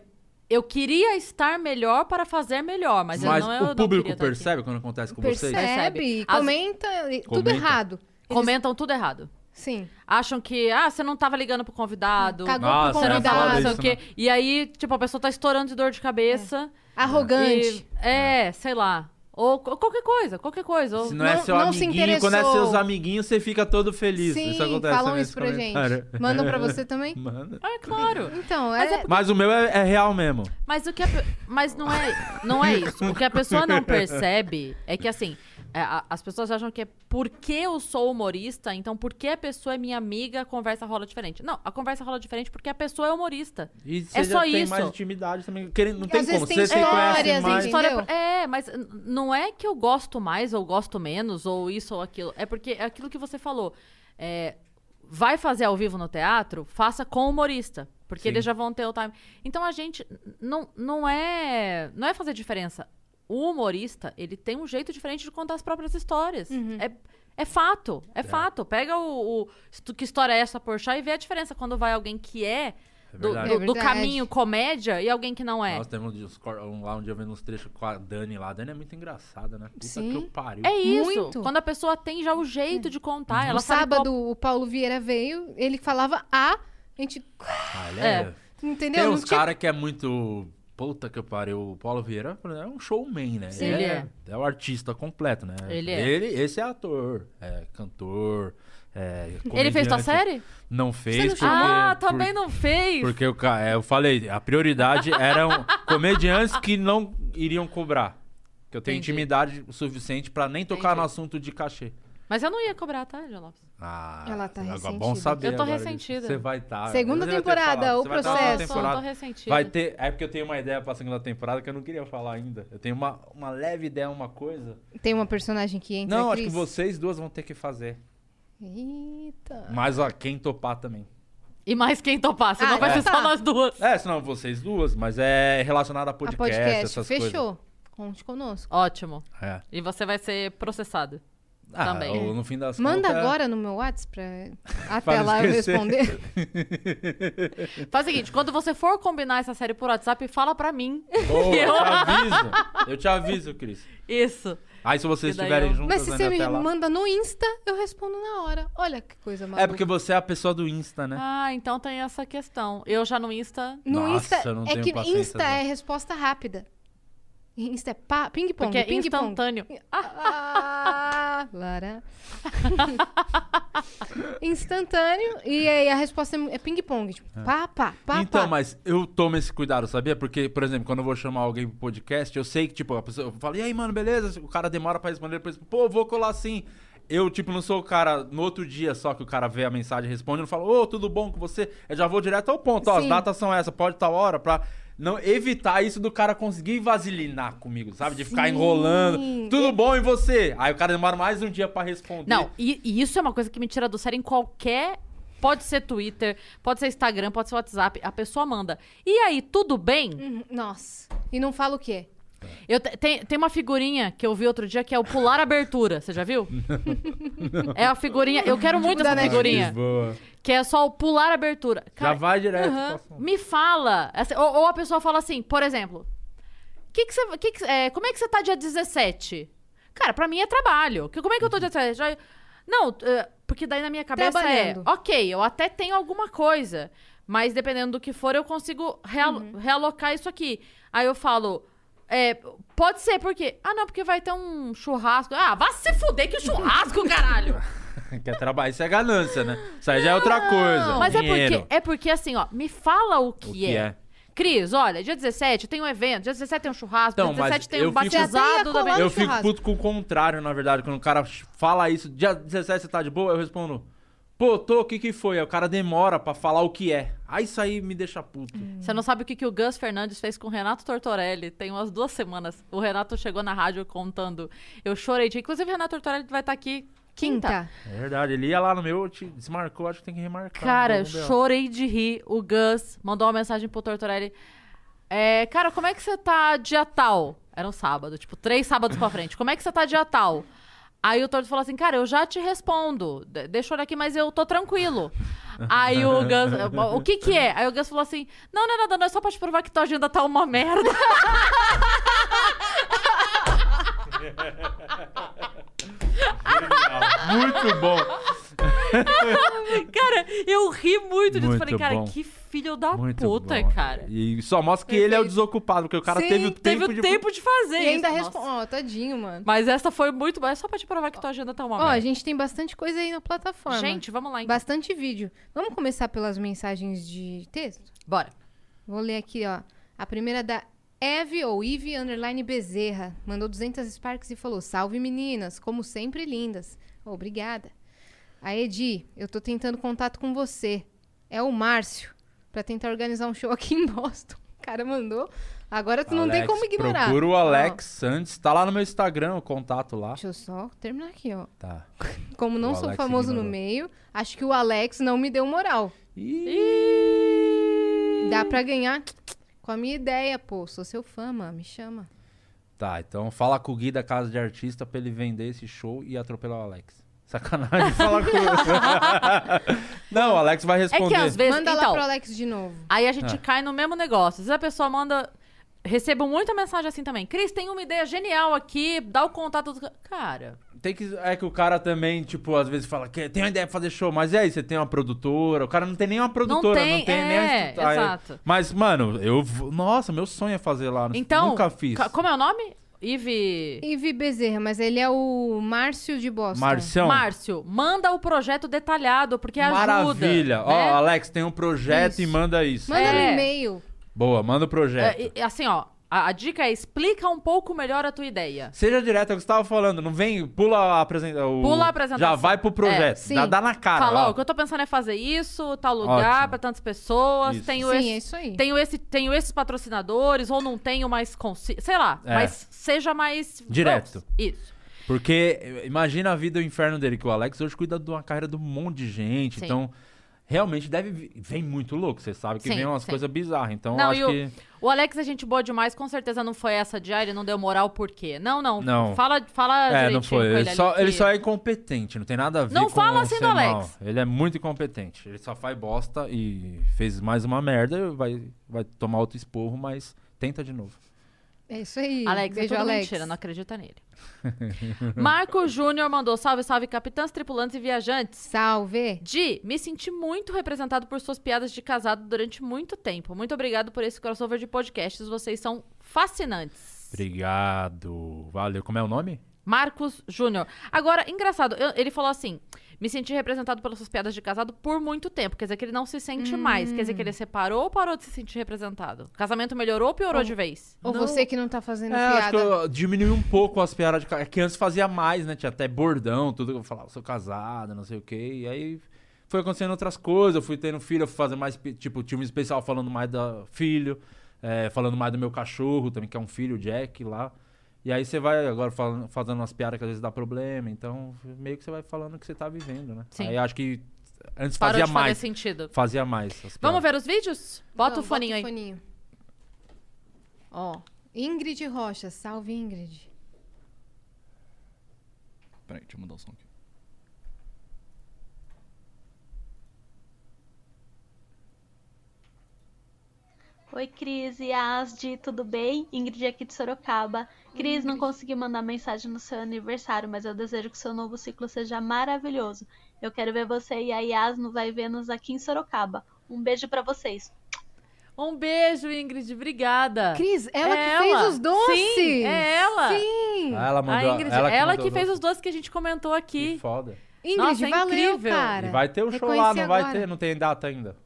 [SPEAKER 1] Eu queria estar melhor para fazer melhor,
[SPEAKER 3] Mas,
[SPEAKER 1] mas, eu
[SPEAKER 2] é
[SPEAKER 1] não eu
[SPEAKER 3] o
[SPEAKER 1] não
[SPEAKER 3] público
[SPEAKER 1] queria tá aqui.
[SPEAKER 3] percebe quando acontece com
[SPEAKER 2] Percebe,
[SPEAKER 3] vocês?
[SPEAKER 1] Percebe. As-
[SPEAKER 2] comenta, e- tudo
[SPEAKER 3] Comenta.
[SPEAKER 2] errado.
[SPEAKER 1] Comentam tudo errado.
[SPEAKER 2] Sim.
[SPEAKER 1] Acham que, ah, você não tava ligando pro convidado.
[SPEAKER 2] Cagou
[SPEAKER 3] Nossa,
[SPEAKER 2] pro
[SPEAKER 1] Você
[SPEAKER 3] era
[SPEAKER 1] não
[SPEAKER 3] foda
[SPEAKER 1] tava não
[SPEAKER 2] convidado.
[SPEAKER 1] sei o
[SPEAKER 3] isso,
[SPEAKER 1] quê.
[SPEAKER 3] né?
[SPEAKER 1] E aí, tipo, a pessoa tá estourando de dor de cabeça.
[SPEAKER 2] Arrogante.
[SPEAKER 1] E- é, sei lá. Ou co- qualquer coisa, qualquer coisa. Ou...
[SPEAKER 3] Se não, é
[SPEAKER 2] Não-
[SPEAKER 3] seu
[SPEAKER 2] não se
[SPEAKER 3] amiguinho, quando é
[SPEAKER 2] interessou.
[SPEAKER 3] seus amiguinhos, você fica todo feliz.
[SPEAKER 2] Sim,
[SPEAKER 3] isso acontece
[SPEAKER 2] falam
[SPEAKER 3] nesse
[SPEAKER 2] isso pra gente.
[SPEAKER 3] comentário.
[SPEAKER 2] Mandam pra você também?
[SPEAKER 3] Manda.
[SPEAKER 1] É claro.
[SPEAKER 2] Então,
[SPEAKER 1] Mas
[SPEAKER 2] é,
[SPEAKER 1] é
[SPEAKER 3] Mas o meu é, é real mesmo.
[SPEAKER 1] Mas o que a pe- mas não é, não é isso. O que a pessoa não percebe é que assim, é, a- as pessoas acham que é porque eu sou humorista, então porque a pessoa é minha amiga, a conversa rola diferente. Não, a conversa rola diferente porque a pessoa é humorista.
[SPEAKER 3] E
[SPEAKER 1] É
[SPEAKER 3] já
[SPEAKER 1] só
[SPEAKER 3] tem
[SPEAKER 1] isso.
[SPEAKER 3] mais intimidade também. Querendo, não tem
[SPEAKER 2] Às
[SPEAKER 3] como.
[SPEAKER 2] vezes
[SPEAKER 3] Você
[SPEAKER 2] tem
[SPEAKER 3] se conhece
[SPEAKER 2] histórias,
[SPEAKER 3] mais.
[SPEAKER 2] enfim.
[SPEAKER 1] História-
[SPEAKER 2] Entendeu?
[SPEAKER 1] é, mas n- não é que eu gosto mais ou gosto menos ou isso ou aquilo. É porque é aquilo que você falou. É, vai fazer ao vivo no teatro, faça com humorista. Porque
[SPEAKER 3] Sim.
[SPEAKER 1] eles já vão ter o time. Então a gente n- não, não é não é fazer diferença. O humorista, ele tem um jeito diferente de contar as próprias histórias.
[SPEAKER 2] Uhum.
[SPEAKER 1] É, é fato, é, fato. Pega o, o estu- que história é essa Porchat e vê a diferença quando vai alguém que é, do,
[SPEAKER 3] verdade.
[SPEAKER 1] do-
[SPEAKER 2] É
[SPEAKER 1] do
[SPEAKER 2] verdade.
[SPEAKER 1] caminho comédia e alguém que não é.
[SPEAKER 3] Nós temos uns cor- um, lá um dia vendo uns trechos com a Dani lá. A Dani é muito engraçada, né? Puta
[SPEAKER 2] Sim.
[SPEAKER 3] que eu pariu.
[SPEAKER 1] É isso.
[SPEAKER 2] Muito.
[SPEAKER 1] Quando a pessoa tem já o jeito de contar,
[SPEAKER 2] no
[SPEAKER 1] ela sabe qual-
[SPEAKER 2] sábado o Paulo Vieira veio, ele falava A, a gente...
[SPEAKER 3] Ah, ele
[SPEAKER 1] É.
[SPEAKER 3] é-
[SPEAKER 2] Entendeu?
[SPEAKER 3] Tem
[SPEAKER 2] Não
[SPEAKER 3] uns
[SPEAKER 2] tinha-
[SPEAKER 3] caras que é muito. Puta que eu pariu. O Paulo Vieira por exemplo, é um showman, né?
[SPEAKER 1] Sim, ele é.
[SPEAKER 3] É o artista completo, né?
[SPEAKER 1] Ele é.
[SPEAKER 3] esse é ator, é cantor. É
[SPEAKER 1] Ele fez tua
[SPEAKER 3] comediante.
[SPEAKER 1] série?
[SPEAKER 3] Não fez. porque-
[SPEAKER 1] Ah,
[SPEAKER 3] por-
[SPEAKER 1] também não fez.
[SPEAKER 3] Porque eu, ca- é, eu falei, a prioridade eram comediantes que não iriam cobrar. Que eu tenho
[SPEAKER 1] Entendi.
[SPEAKER 3] intimidade o suficiente pra nem tocar no assunto de cachê.
[SPEAKER 1] Mas eu não ia cobrar, tá, Angela Lopes?
[SPEAKER 3] Ah,
[SPEAKER 2] Ela tá
[SPEAKER 3] agora,
[SPEAKER 2] ressentida.
[SPEAKER 3] bom saber.
[SPEAKER 1] Eu tô
[SPEAKER 3] agora
[SPEAKER 1] ressentida.
[SPEAKER 3] disso. Você vai tá, estar.
[SPEAKER 2] Segunda temporada, o processo.
[SPEAKER 1] Nossa, eu tô
[SPEAKER 3] tá
[SPEAKER 1] ressentida.
[SPEAKER 3] Vai ter. É porque eu tenho uma ideia pra segunda temporada que eu não queria falar ainda. Eu tenho uma, uma leve ideia, uma coisa.
[SPEAKER 2] Tem uma personagem que entra,
[SPEAKER 3] não,
[SPEAKER 2] a
[SPEAKER 3] acho que
[SPEAKER 2] Cris.
[SPEAKER 3] vocês duas vão ter que fazer.
[SPEAKER 2] Eita.
[SPEAKER 3] Mas ó, quem topar também.
[SPEAKER 1] E mais quem topar, senão
[SPEAKER 2] Ah,
[SPEAKER 1] vai ser
[SPEAKER 2] então
[SPEAKER 1] só
[SPEAKER 2] tá.
[SPEAKER 1] nós duas.
[SPEAKER 3] É, senão vocês duas, mas é relacionado a
[SPEAKER 2] A
[SPEAKER 3] podcast,
[SPEAKER 2] podcast,
[SPEAKER 3] essas
[SPEAKER 2] fechou. Conte conosco.
[SPEAKER 1] Ótimo.
[SPEAKER 3] coisas. É.
[SPEAKER 1] E você vai ser processado.
[SPEAKER 3] Ah,
[SPEAKER 1] Também.
[SPEAKER 3] ou no fim das
[SPEAKER 2] Manda
[SPEAKER 3] contas-
[SPEAKER 2] agora no meu WhatsApp pra até
[SPEAKER 3] Pra
[SPEAKER 2] lá eu
[SPEAKER 3] esquecer.
[SPEAKER 2] responder.
[SPEAKER 1] Faz o seguinte, quando você for combinar essa série por WhatsApp, fala pra mim.
[SPEAKER 3] Boa, eu te aviso. Eu te aviso, Cris.
[SPEAKER 1] Isso.
[SPEAKER 3] Aí se vocês
[SPEAKER 1] E daí
[SPEAKER 3] estiverem
[SPEAKER 1] eu-
[SPEAKER 3] juntos
[SPEAKER 2] Mas se você me
[SPEAKER 3] até lá.
[SPEAKER 2] manda no Insta, eu respondo na hora. Olha que coisa maluca.
[SPEAKER 3] É porque você é a pessoa do Insta, né?
[SPEAKER 1] Ah, então tem essa questão. Eu já no Insta...
[SPEAKER 2] No
[SPEAKER 3] Nossa,
[SPEAKER 2] Insta
[SPEAKER 3] eu não
[SPEAKER 2] é
[SPEAKER 3] tenho
[SPEAKER 2] que
[SPEAKER 3] paciência,
[SPEAKER 2] Insta
[SPEAKER 3] não.
[SPEAKER 2] é resposta rápida. Insta é pá, ping pong,
[SPEAKER 1] Porque é
[SPEAKER 2] ping pong.
[SPEAKER 1] instantâneo.
[SPEAKER 2] Ah, Lara. instantâneo e aí a resposta é ping pong, tipo, pá, pá, pá,
[SPEAKER 3] então,
[SPEAKER 2] pá.
[SPEAKER 3] mas eu tomo esse cuidado, sabia? Porque, por exemplo, quando eu vou chamar alguém pro podcast, eu sei que, tipo, a pessoa fala, e aí, mano, beleza? O cara demora pra responder, depois, pô, vou colar sim. Eu, tipo, não sou o cara, no outro dia só que o cara vê a mensagem e responde, eu não falo, ô, tudo bom com você? Eu já vou direto ao ponto, ó, as
[SPEAKER 2] Sim.
[SPEAKER 3] datas são essas, pode tal hora, pra não evitar isso do cara conseguir vasilinar comigo, sabe? De ficar
[SPEAKER 2] Sim.
[SPEAKER 3] enrolando, tudo bom e você? Aí o cara demora mais um dia pra responder.
[SPEAKER 1] Não, e, e isso é uma coisa que me tira do sério em qualquer. Pode ser Twitter, pode ser Instagram, pode ser WhatsApp. A pessoa manda. E aí, tudo bem?
[SPEAKER 2] Uhum, Nossa. E não fala o quê?
[SPEAKER 1] Eu te- tem, tem uma figurinha que eu vi outro dia que é o pular abertura. Você já viu? é a figurinha. Eu quero muito essa figurinha.
[SPEAKER 3] Boa.
[SPEAKER 1] Que é só o pular abertura.
[SPEAKER 3] Já
[SPEAKER 1] Cara,
[SPEAKER 3] vai direto.
[SPEAKER 1] Aham.
[SPEAKER 3] passa um-
[SPEAKER 1] Me fala. assim, ou, ou a pessoa fala assim, por exemplo, que que cê- que que- é, como é que você tá dia 17? Cara, pra mim é trabalho. Que- Como é que eu tô de atrás? Já- Não, eh, porque daí na minha cabeça é,
[SPEAKER 2] Trabalhando.
[SPEAKER 1] ok, eu até tenho alguma coisa, mas dependendo do que for, eu consigo real- realocar isso aqui. Aí eu falo, é, pode ser, porque. Ah, não, porque vai ter um churrasco. Ah, vá se fuder que churrasco, caralho!
[SPEAKER 3] Quer trabalhar, isso é ganância, né? Isso aí já é outra coisa.
[SPEAKER 1] Mas é
[SPEAKER 3] dinheiro.
[SPEAKER 1] porque, é porque, assim, ó, me fala o que,
[SPEAKER 3] que é.
[SPEAKER 1] Cris, olha, dia 17 tem um evento, dia 17 tem um churrasco,
[SPEAKER 3] Então,
[SPEAKER 1] dia
[SPEAKER 3] mas
[SPEAKER 1] 17 tem
[SPEAKER 3] eu
[SPEAKER 1] um
[SPEAKER 3] fico-
[SPEAKER 1] batizado da
[SPEAKER 3] Eu fico puto com o contrário, na verdade. Quando o cara fala isso, dia 17 você tá de boa, eu respondo, pô, tô, o que que foi? Aí o cara demora pra falar o que é. Aí isso aí me deixa puto.
[SPEAKER 1] Você não sabe o que, que o Gus Fernandes fez com o Renato Tortorelli. Tem umas duas semanas. O Renato chegou na rádio contando. Eu chorei. de- Inclusive, o Renato Tortorelli vai estar aqui quinta.
[SPEAKER 2] Quinta.
[SPEAKER 3] É verdade, ele ia lá no meu, te desmarcou, acho que tem que
[SPEAKER 2] Tá
[SPEAKER 3] remarcar.
[SPEAKER 1] Cara, eu
[SPEAKER 3] Vamos ver.
[SPEAKER 1] chorei de rir. O Gus mandou uma mensagem pro Tortorelli. É, cara, como é que você tá dia tal? Era um sábado, tipo, três sábados pra frente. Como é que você tá dia tal? Aí o Torto falou assim, cara, eu já te respondo. De- Deixa eu olhar aqui, mas eu tô tranquilo. Aí o Gus... O que que é? Aí o Gus falou assim, não, não é nada, não. É só pra te provar que tua agenda tá uma merda.
[SPEAKER 3] Ah, Muito bom.
[SPEAKER 1] cara, eu ri muito disso.
[SPEAKER 3] Muito
[SPEAKER 1] Falei, cara,
[SPEAKER 3] bom.
[SPEAKER 1] que filho da
[SPEAKER 3] Muito
[SPEAKER 1] Tá puta,
[SPEAKER 3] bom.
[SPEAKER 1] cara.
[SPEAKER 3] E só mostra que ele é o desocupado, porque o cara
[SPEAKER 2] Sim,
[SPEAKER 3] teve o
[SPEAKER 1] Teve
[SPEAKER 3] tempo
[SPEAKER 1] o
[SPEAKER 3] de...
[SPEAKER 1] tempo de
[SPEAKER 2] E
[SPEAKER 1] fazer
[SPEAKER 2] ainda
[SPEAKER 1] isso.
[SPEAKER 2] responde.
[SPEAKER 1] Nossa.
[SPEAKER 2] Ó, tadinho, mano.
[SPEAKER 1] Mas essa foi muito boa. É só pra te provar que tua agenda tá uma
[SPEAKER 2] Ó,
[SPEAKER 1] merda.
[SPEAKER 2] a gente tem bastante coisa aí na plataforma.
[SPEAKER 1] Gente, vamos lá, então.
[SPEAKER 2] Bastante vídeo. Vamos começar pelas mensagens de texto?
[SPEAKER 1] Bora.
[SPEAKER 2] Vou ler aqui, ó. A primeira é da Eve ou Eve underline Bezerra. Mandou 200 Sparks e falou: Salve meninas, como sempre lindas. Obrigada. A Edi, eu tô tentando contato com você. É o Márcio, pra tentar organizar um show aqui em Boston. O cara mandou. Agora tu não tem
[SPEAKER 3] Alex,
[SPEAKER 2] como ignorar.
[SPEAKER 3] Procura o
[SPEAKER 2] Ó,
[SPEAKER 3] Alex Santos, tá lá no meu Instagram, o contato lá.
[SPEAKER 2] deixa eu só terminar aqui, ó.
[SPEAKER 3] Tá.
[SPEAKER 2] Como não
[SPEAKER 3] O
[SPEAKER 2] sou
[SPEAKER 3] Alex
[SPEAKER 2] famoso no
[SPEAKER 3] ignorou.
[SPEAKER 2] meio, acho que o Alex não me deu moral. Dá pra ganhar com a minha ideia, pô. Sou seu fã, mano. Me chama.
[SPEAKER 3] Tá, então fala com o Gui da Casa de Artista pra ele vender esse show e atropelar o Alex. Sacanagem, fala com Não, o Alex vai
[SPEAKER 1] É
[SPEAKER 3] responder.
[SPEAKER 1] que às vezes.
[SPEAKER 2] Manda lá
[SPEAKER 1] então,
[SPEAKER 2] pro Alex de novo.
[SPEAKER 1] aí a gente
[SPEAKER 3] Ah.
[SPEAKER 1] cai no mesmo negócio. Às vezes a pessoa manda. Recebo muita mensagem assim também. Cris, tem uma ideia genial aqui, dá o contato do. ca-". Cara.
[SPEAKER 3] Tem que, é que o cara também, tipo, às vezes fala que tem uma ideia pra fazer show, mas e aí, você tem uma produtora? O cara não tem nenhuma produtora, não tem,
[SPEAKER 1] tem,
[SPEAKER 3] nem a
[SPEAKER 1] é,
[SPEAKER 3] estrutura. Aí-
[SPEAKER 1] exato.
[SPEAKER 3] Mas, mano, eu. vou- Nossa, meu sonho é fazer lá.
[SPEAKER 1] Então.
[SPEAKER 3] Nunca fiz.
[SPEAKER 1] ca- Como é o nome? Ive.
[SPEAKER 2] Ivi Bezerra, mas ele é o Márcio de Boston.
[SPEAKER 3] Marcião.
[SPEAKER 1] Márcio, manda o projeto detalhado, porque ajuda.
[SPEAKER 3] Maravilha. Ó,
[SPEAKER 1] né?
[SPEAKER 3] Alex, tem um projeto e
[SPEAKER 2] Isso.
[SPEAKER 3] manda isso.
[SPEAKER 2] Manda
[SPEAKER 1] É.
[SPEAKER 2] um e-mail.
[SPEAKER 3] Boa, manda o projeto.
[SPEAKER 1] É, e- e assim, ó, a, a dica é explica um pouco melhor a tua ideia.
[SPEAKER 3] Seja direto, é o que você tava falando. Não vem, pula a apresentação.
[SPEAKER 1] Pula a apresentação.
[SPEAKER 3] Já vai pro projeto.
[SPEAKER 1] É,
[SPEAKER 2] sim.
[SPEAKER 3] dá, dá na cara.
[SPEAKER 1] Fala, ó,
[SPEAKER 3] ó.
[SPEAKER 1] o que eu tô pensando é fazer isso, tal lugar,
[SPEAKER 3] Ótimo.
[SPEAKER 1] pra tantas pessoas,
[SPEAKER 3] Isso.
[SPEAKER 1] tenho
[SPEAKER 2] Sim,
[SPEAKER 1] esse,
[SPEAKER 2] é isso aí.
[SPEAKER 1] Tenho, esse, tenho esses patrocinadores, ou não tenho mais consi... Sei lá,
[SPEAKER 3] É.
[SPEAKER 1] mas seja mais...
[SPEAKER 3] Direto.
[SPEAKER 1] Vamos, Isso.
[SPEAKER 3] Porque eh, imagina a vida e o inferno dele, que o Alex hoje cuida de uma carreira de um monte de gente.
[SPEAKER 1] Sim.
[SPEAKER 3] Então, realmente deve. vi- Vem muito louco. Você sabe que
[SPEAKER 1] Sim,
[SPEAKER 3] vem umas
[SPEAKER 1] sim.
[SPEAKER 3] coisas bizarras. Então,
[SPEAKER 1] não,
[SPEAKER 3] acho
[SPEAKER 1] e o,
[SPEAKER 3] que.
[SPEAKER 1] o Alex é gente boa demais, com certeza não foi essa de, ah, ele não deu moral por quê. Não, não.
[SPEAKER 3] Não.
[SPEAKER 1] Fala, fala
[SPEAKER 3] É,
[SPEAKER 1] direitinho
[SPEAKER 3] não foi.
[SPEAKER 1] com
[SPEAKER 3] Ele,
[SPEAKER 1] ele ali
[SPEAKER 3] só,
[SPEAKER 1] que-
[SPEAKER 3] ele só é incompetente, não tem nada a ver
[SPEAKER 1] Não
[SPEAKER 3] com
[SPEAKER 1] fala assim
[SPEAKER 3] ser
[SPEAKER 1] do Alex.
[SPEAKER 3] mal. Ele é muito incompetente. Ele só faz bosta e fez mais uma merda, e vai, vai tomar outro esporro, mas tenta de novo.
[SPEAKER 2] É isso aí.
[SPEAKER 1] Alex,
[SPEAKER 2] Beijo,
[SPEAKER 1] é tudo
[SPEAKER 2] Alex.
[SPEAKER 1] mentira, não acredita nele. Marco Júnior mandou salve, salve, capitãs, tripulantes e viajantes.
[SPEAKER 2] Salve.
[SPEAKER 1] Di, me senti muito representado por suas piadas de casado durante muito tempo. Muito obrigado por esse crossover de podcasts, vocês são fascinantes.
[SPEAKER 3] Obrigado. Valeu. Como é o nome?
[SPEAKER 1] Marcos Júnior. Agora, engraçado, eu- ele falou assim: me senti representado pelas suas piadas de casado por muito tempo. Quer dizer que ele não se
[SPEAKER 2] Hum.
[SPEAKER 1] sente mais. Quer dizer que ele separou ou parou de se sentir representado? Casamento melhorou ou piorou
[SPEAKER 2] Ou-
[SPEAKER 1] de vez?
[SPEAKER 2] Ou
[SPEAKER 3] Não.
[SPEAKER 2] você que não tá fazendo
[SPEAKER 3] É, acho que
[SPEAKER 2] piada.
[SPEAKER 3] eu diminui um pouco as piadas de casado. Que antes fazia mais, né? Tinha até bordão, tudo que eu falava, "Ah, sou casado, não sei o quê. E aí foi acontecendo outras coisas. Eu fui tendo filho, eu fui fazer mais. pi- Tipo, tinha um especial falando mais do filho, é, falando mais do meu cachorro também, que é um filho, o Jack lá. E aí você vai agora falando, fazendo umas piadas que às vezes dá problema. Então, meio que você vai falando o que você tá vivendo, né?
[SPEAKER 1] Sim.
[SPEAKER 3] Aí acho que antes
[SPEAKER 1] Parou
[SPEAKER 3] fazia
[SPEAKER 1] de
[SPEAKER 3] mais.
[SPEAKER 1] fazer sentido.
[SPEAKER 3] Fazia mais. as piadas.
[SPEAKER 1] Vamos ver os vídeos? Bota o
[SPEAKER 2] Então,
[SPEAKER 1] foninho aí.
[SPEAKER 2] foninho. Ó. Ingrid Rocha. Salve, Ingrid.
[SPEAKER 4] Peraí, deixa eu mudar o som aqui.
[SPEAKER 10] Oi, Cris e Asdi, tudo bem? Ingrid aqui de Sorocaba. Cris, não consegui mandar mensagem no seu aniversário, mas eu desejo que seu novo ciclo seja maravilhoso. Eu quero ver você e a Yas no Vai Vênus aqui em Sorocaba. Um beijo pra vocês.
[SPEAKER 1] Um beijo, Ingrid. Obrigada.
[SPEAKER 2] Cris, ela que fez os doces.
[SPEAKER 1] Tá. É Sim, é ela.
[SPEAKER 2] Sim.
[SPEAKER 3] Ah, ela mandou-
[SPEAKER 1] A Ingrid,
[SPEAKER 3] ela
[SPEAKER 1] ela
[SPEAKER 3] que
[SPEAKER 1] que,
[SPEAKER 3] mandou os
[SPEAKER 1] fez
[SPEAKER 3] doces.
[SPEAKER 1] os doces que a gente comentou aqui.
[SPEAKER 3] Foda.
[SPEAKER 2] Ingrid,
[SPEAKER 1] Nossa, é
[SPEAKER 2] valeu,
[SPEAKER 1] incrível.
[SPEAKER 2] cara.
[SPEAKER 3] E vai ter o show lá,
[SPEAKER 2] reconheci
[SPEAKER 3] não vai
[SPEAKER 2] agora.
[SPEAKER 3] ter, não tem data ainda.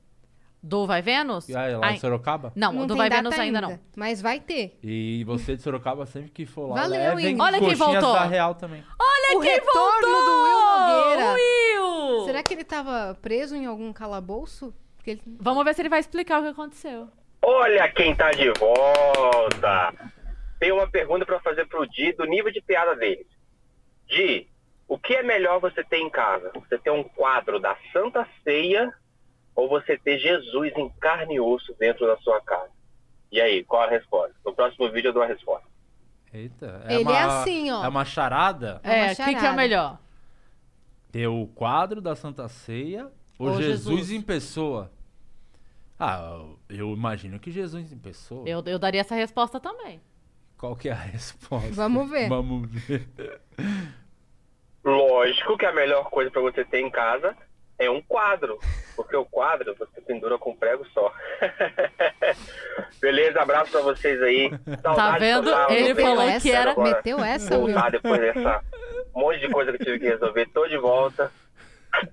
[SPEAKER 1] Do Vai Vênus?
[SPEAKER 3] E aí, lá
[SPEAKER 1] Ai,
[SPEAKER 3] em Sorocaba?
[SPEAKER 1] Não, do
[SPEAKER 2] tem
[SPEAKER 1] Vai
[SPEAKER 2] data
[SPEAKER 1] Vênus ainda não.
[SPEAKER 2] Mas vai ter.
[SPEAKER 3] E você de Sorocaba, sempre que for lá,
[SPEAKER 2] Valeu,
[SPEAKER 3] levem
[SPEAKER 2] Ingrid. Olha quem
[SPEAKER 3] coxinhas
[SPEAKER 1] voltou.
[SPEAKER 3] da Real também.
[SPEAKER 1] Olha
[SPEAKER 2] o
[SPEAKER 1] quem
[SPEAKER 2] retorno do Will Nogueira.
[SPEAKER 1] Will!
[SPEAKER 2] Será que ele tava preso em algum calabouço? Porque ele...
[SPEAKER 1] Vamos ver se ele vai explicar o que aconteceu.
[SPEAKER 11] Olha quem tá de volta! Tenho uma pergunta pra fazer pro Di do nível de piada deles. Di, o que é melhor você ter em casa? Você ter um quadro da Santa Ceia ou você ter Jesus em carne e osso dentro da sua casa? E aí, qual a resposta? No próximo vídeo eu dou a resposta.
[SPEAKER 3] Eita,
[SPEAKER 2] Ele é assim, ó.
[SPEAKER 3] É uma charada?
[SPEAKER 2] É uma
[SPEAKER 1] É, o que, que é
[SPEAKER 2] charada.
[SPEAKER 1] o melhor?
[SPEAKER 3] Ter o quadro da Santa Ceia ou
[SPEAKER 1] Ou
[SPEAKER 3] Jesus,
[SPEAKER 1] Jesus.
[SPEAKER 3] em pessoa? Ah, eu imagino que Jesus em pessoa.
[SPEAKER 1] Eu, eu daria essa resposta também.
[SPEAKER 3] Qual que é a resposta?
[SPEAKER 2] Vamos ver.
[SPEAKER 3] Vamos ver.
[SPEAKER 11] Lógico que a melhor coisa pra você ter em casa é um quadro, porque o quadro você pendura com um prego só. Beleza, abraço pra vocês aí.
[SPEAKER 1] Tá vendo? Ele falou que era-
[SPEAKER 2] Meteu essa,
[SPEAKER 11] Vou
[SPEAKER 2] Will.
[SPEAKER 11] voltar ah, depois dessa monte de coisa que eu tive que resolver. Tô de volta.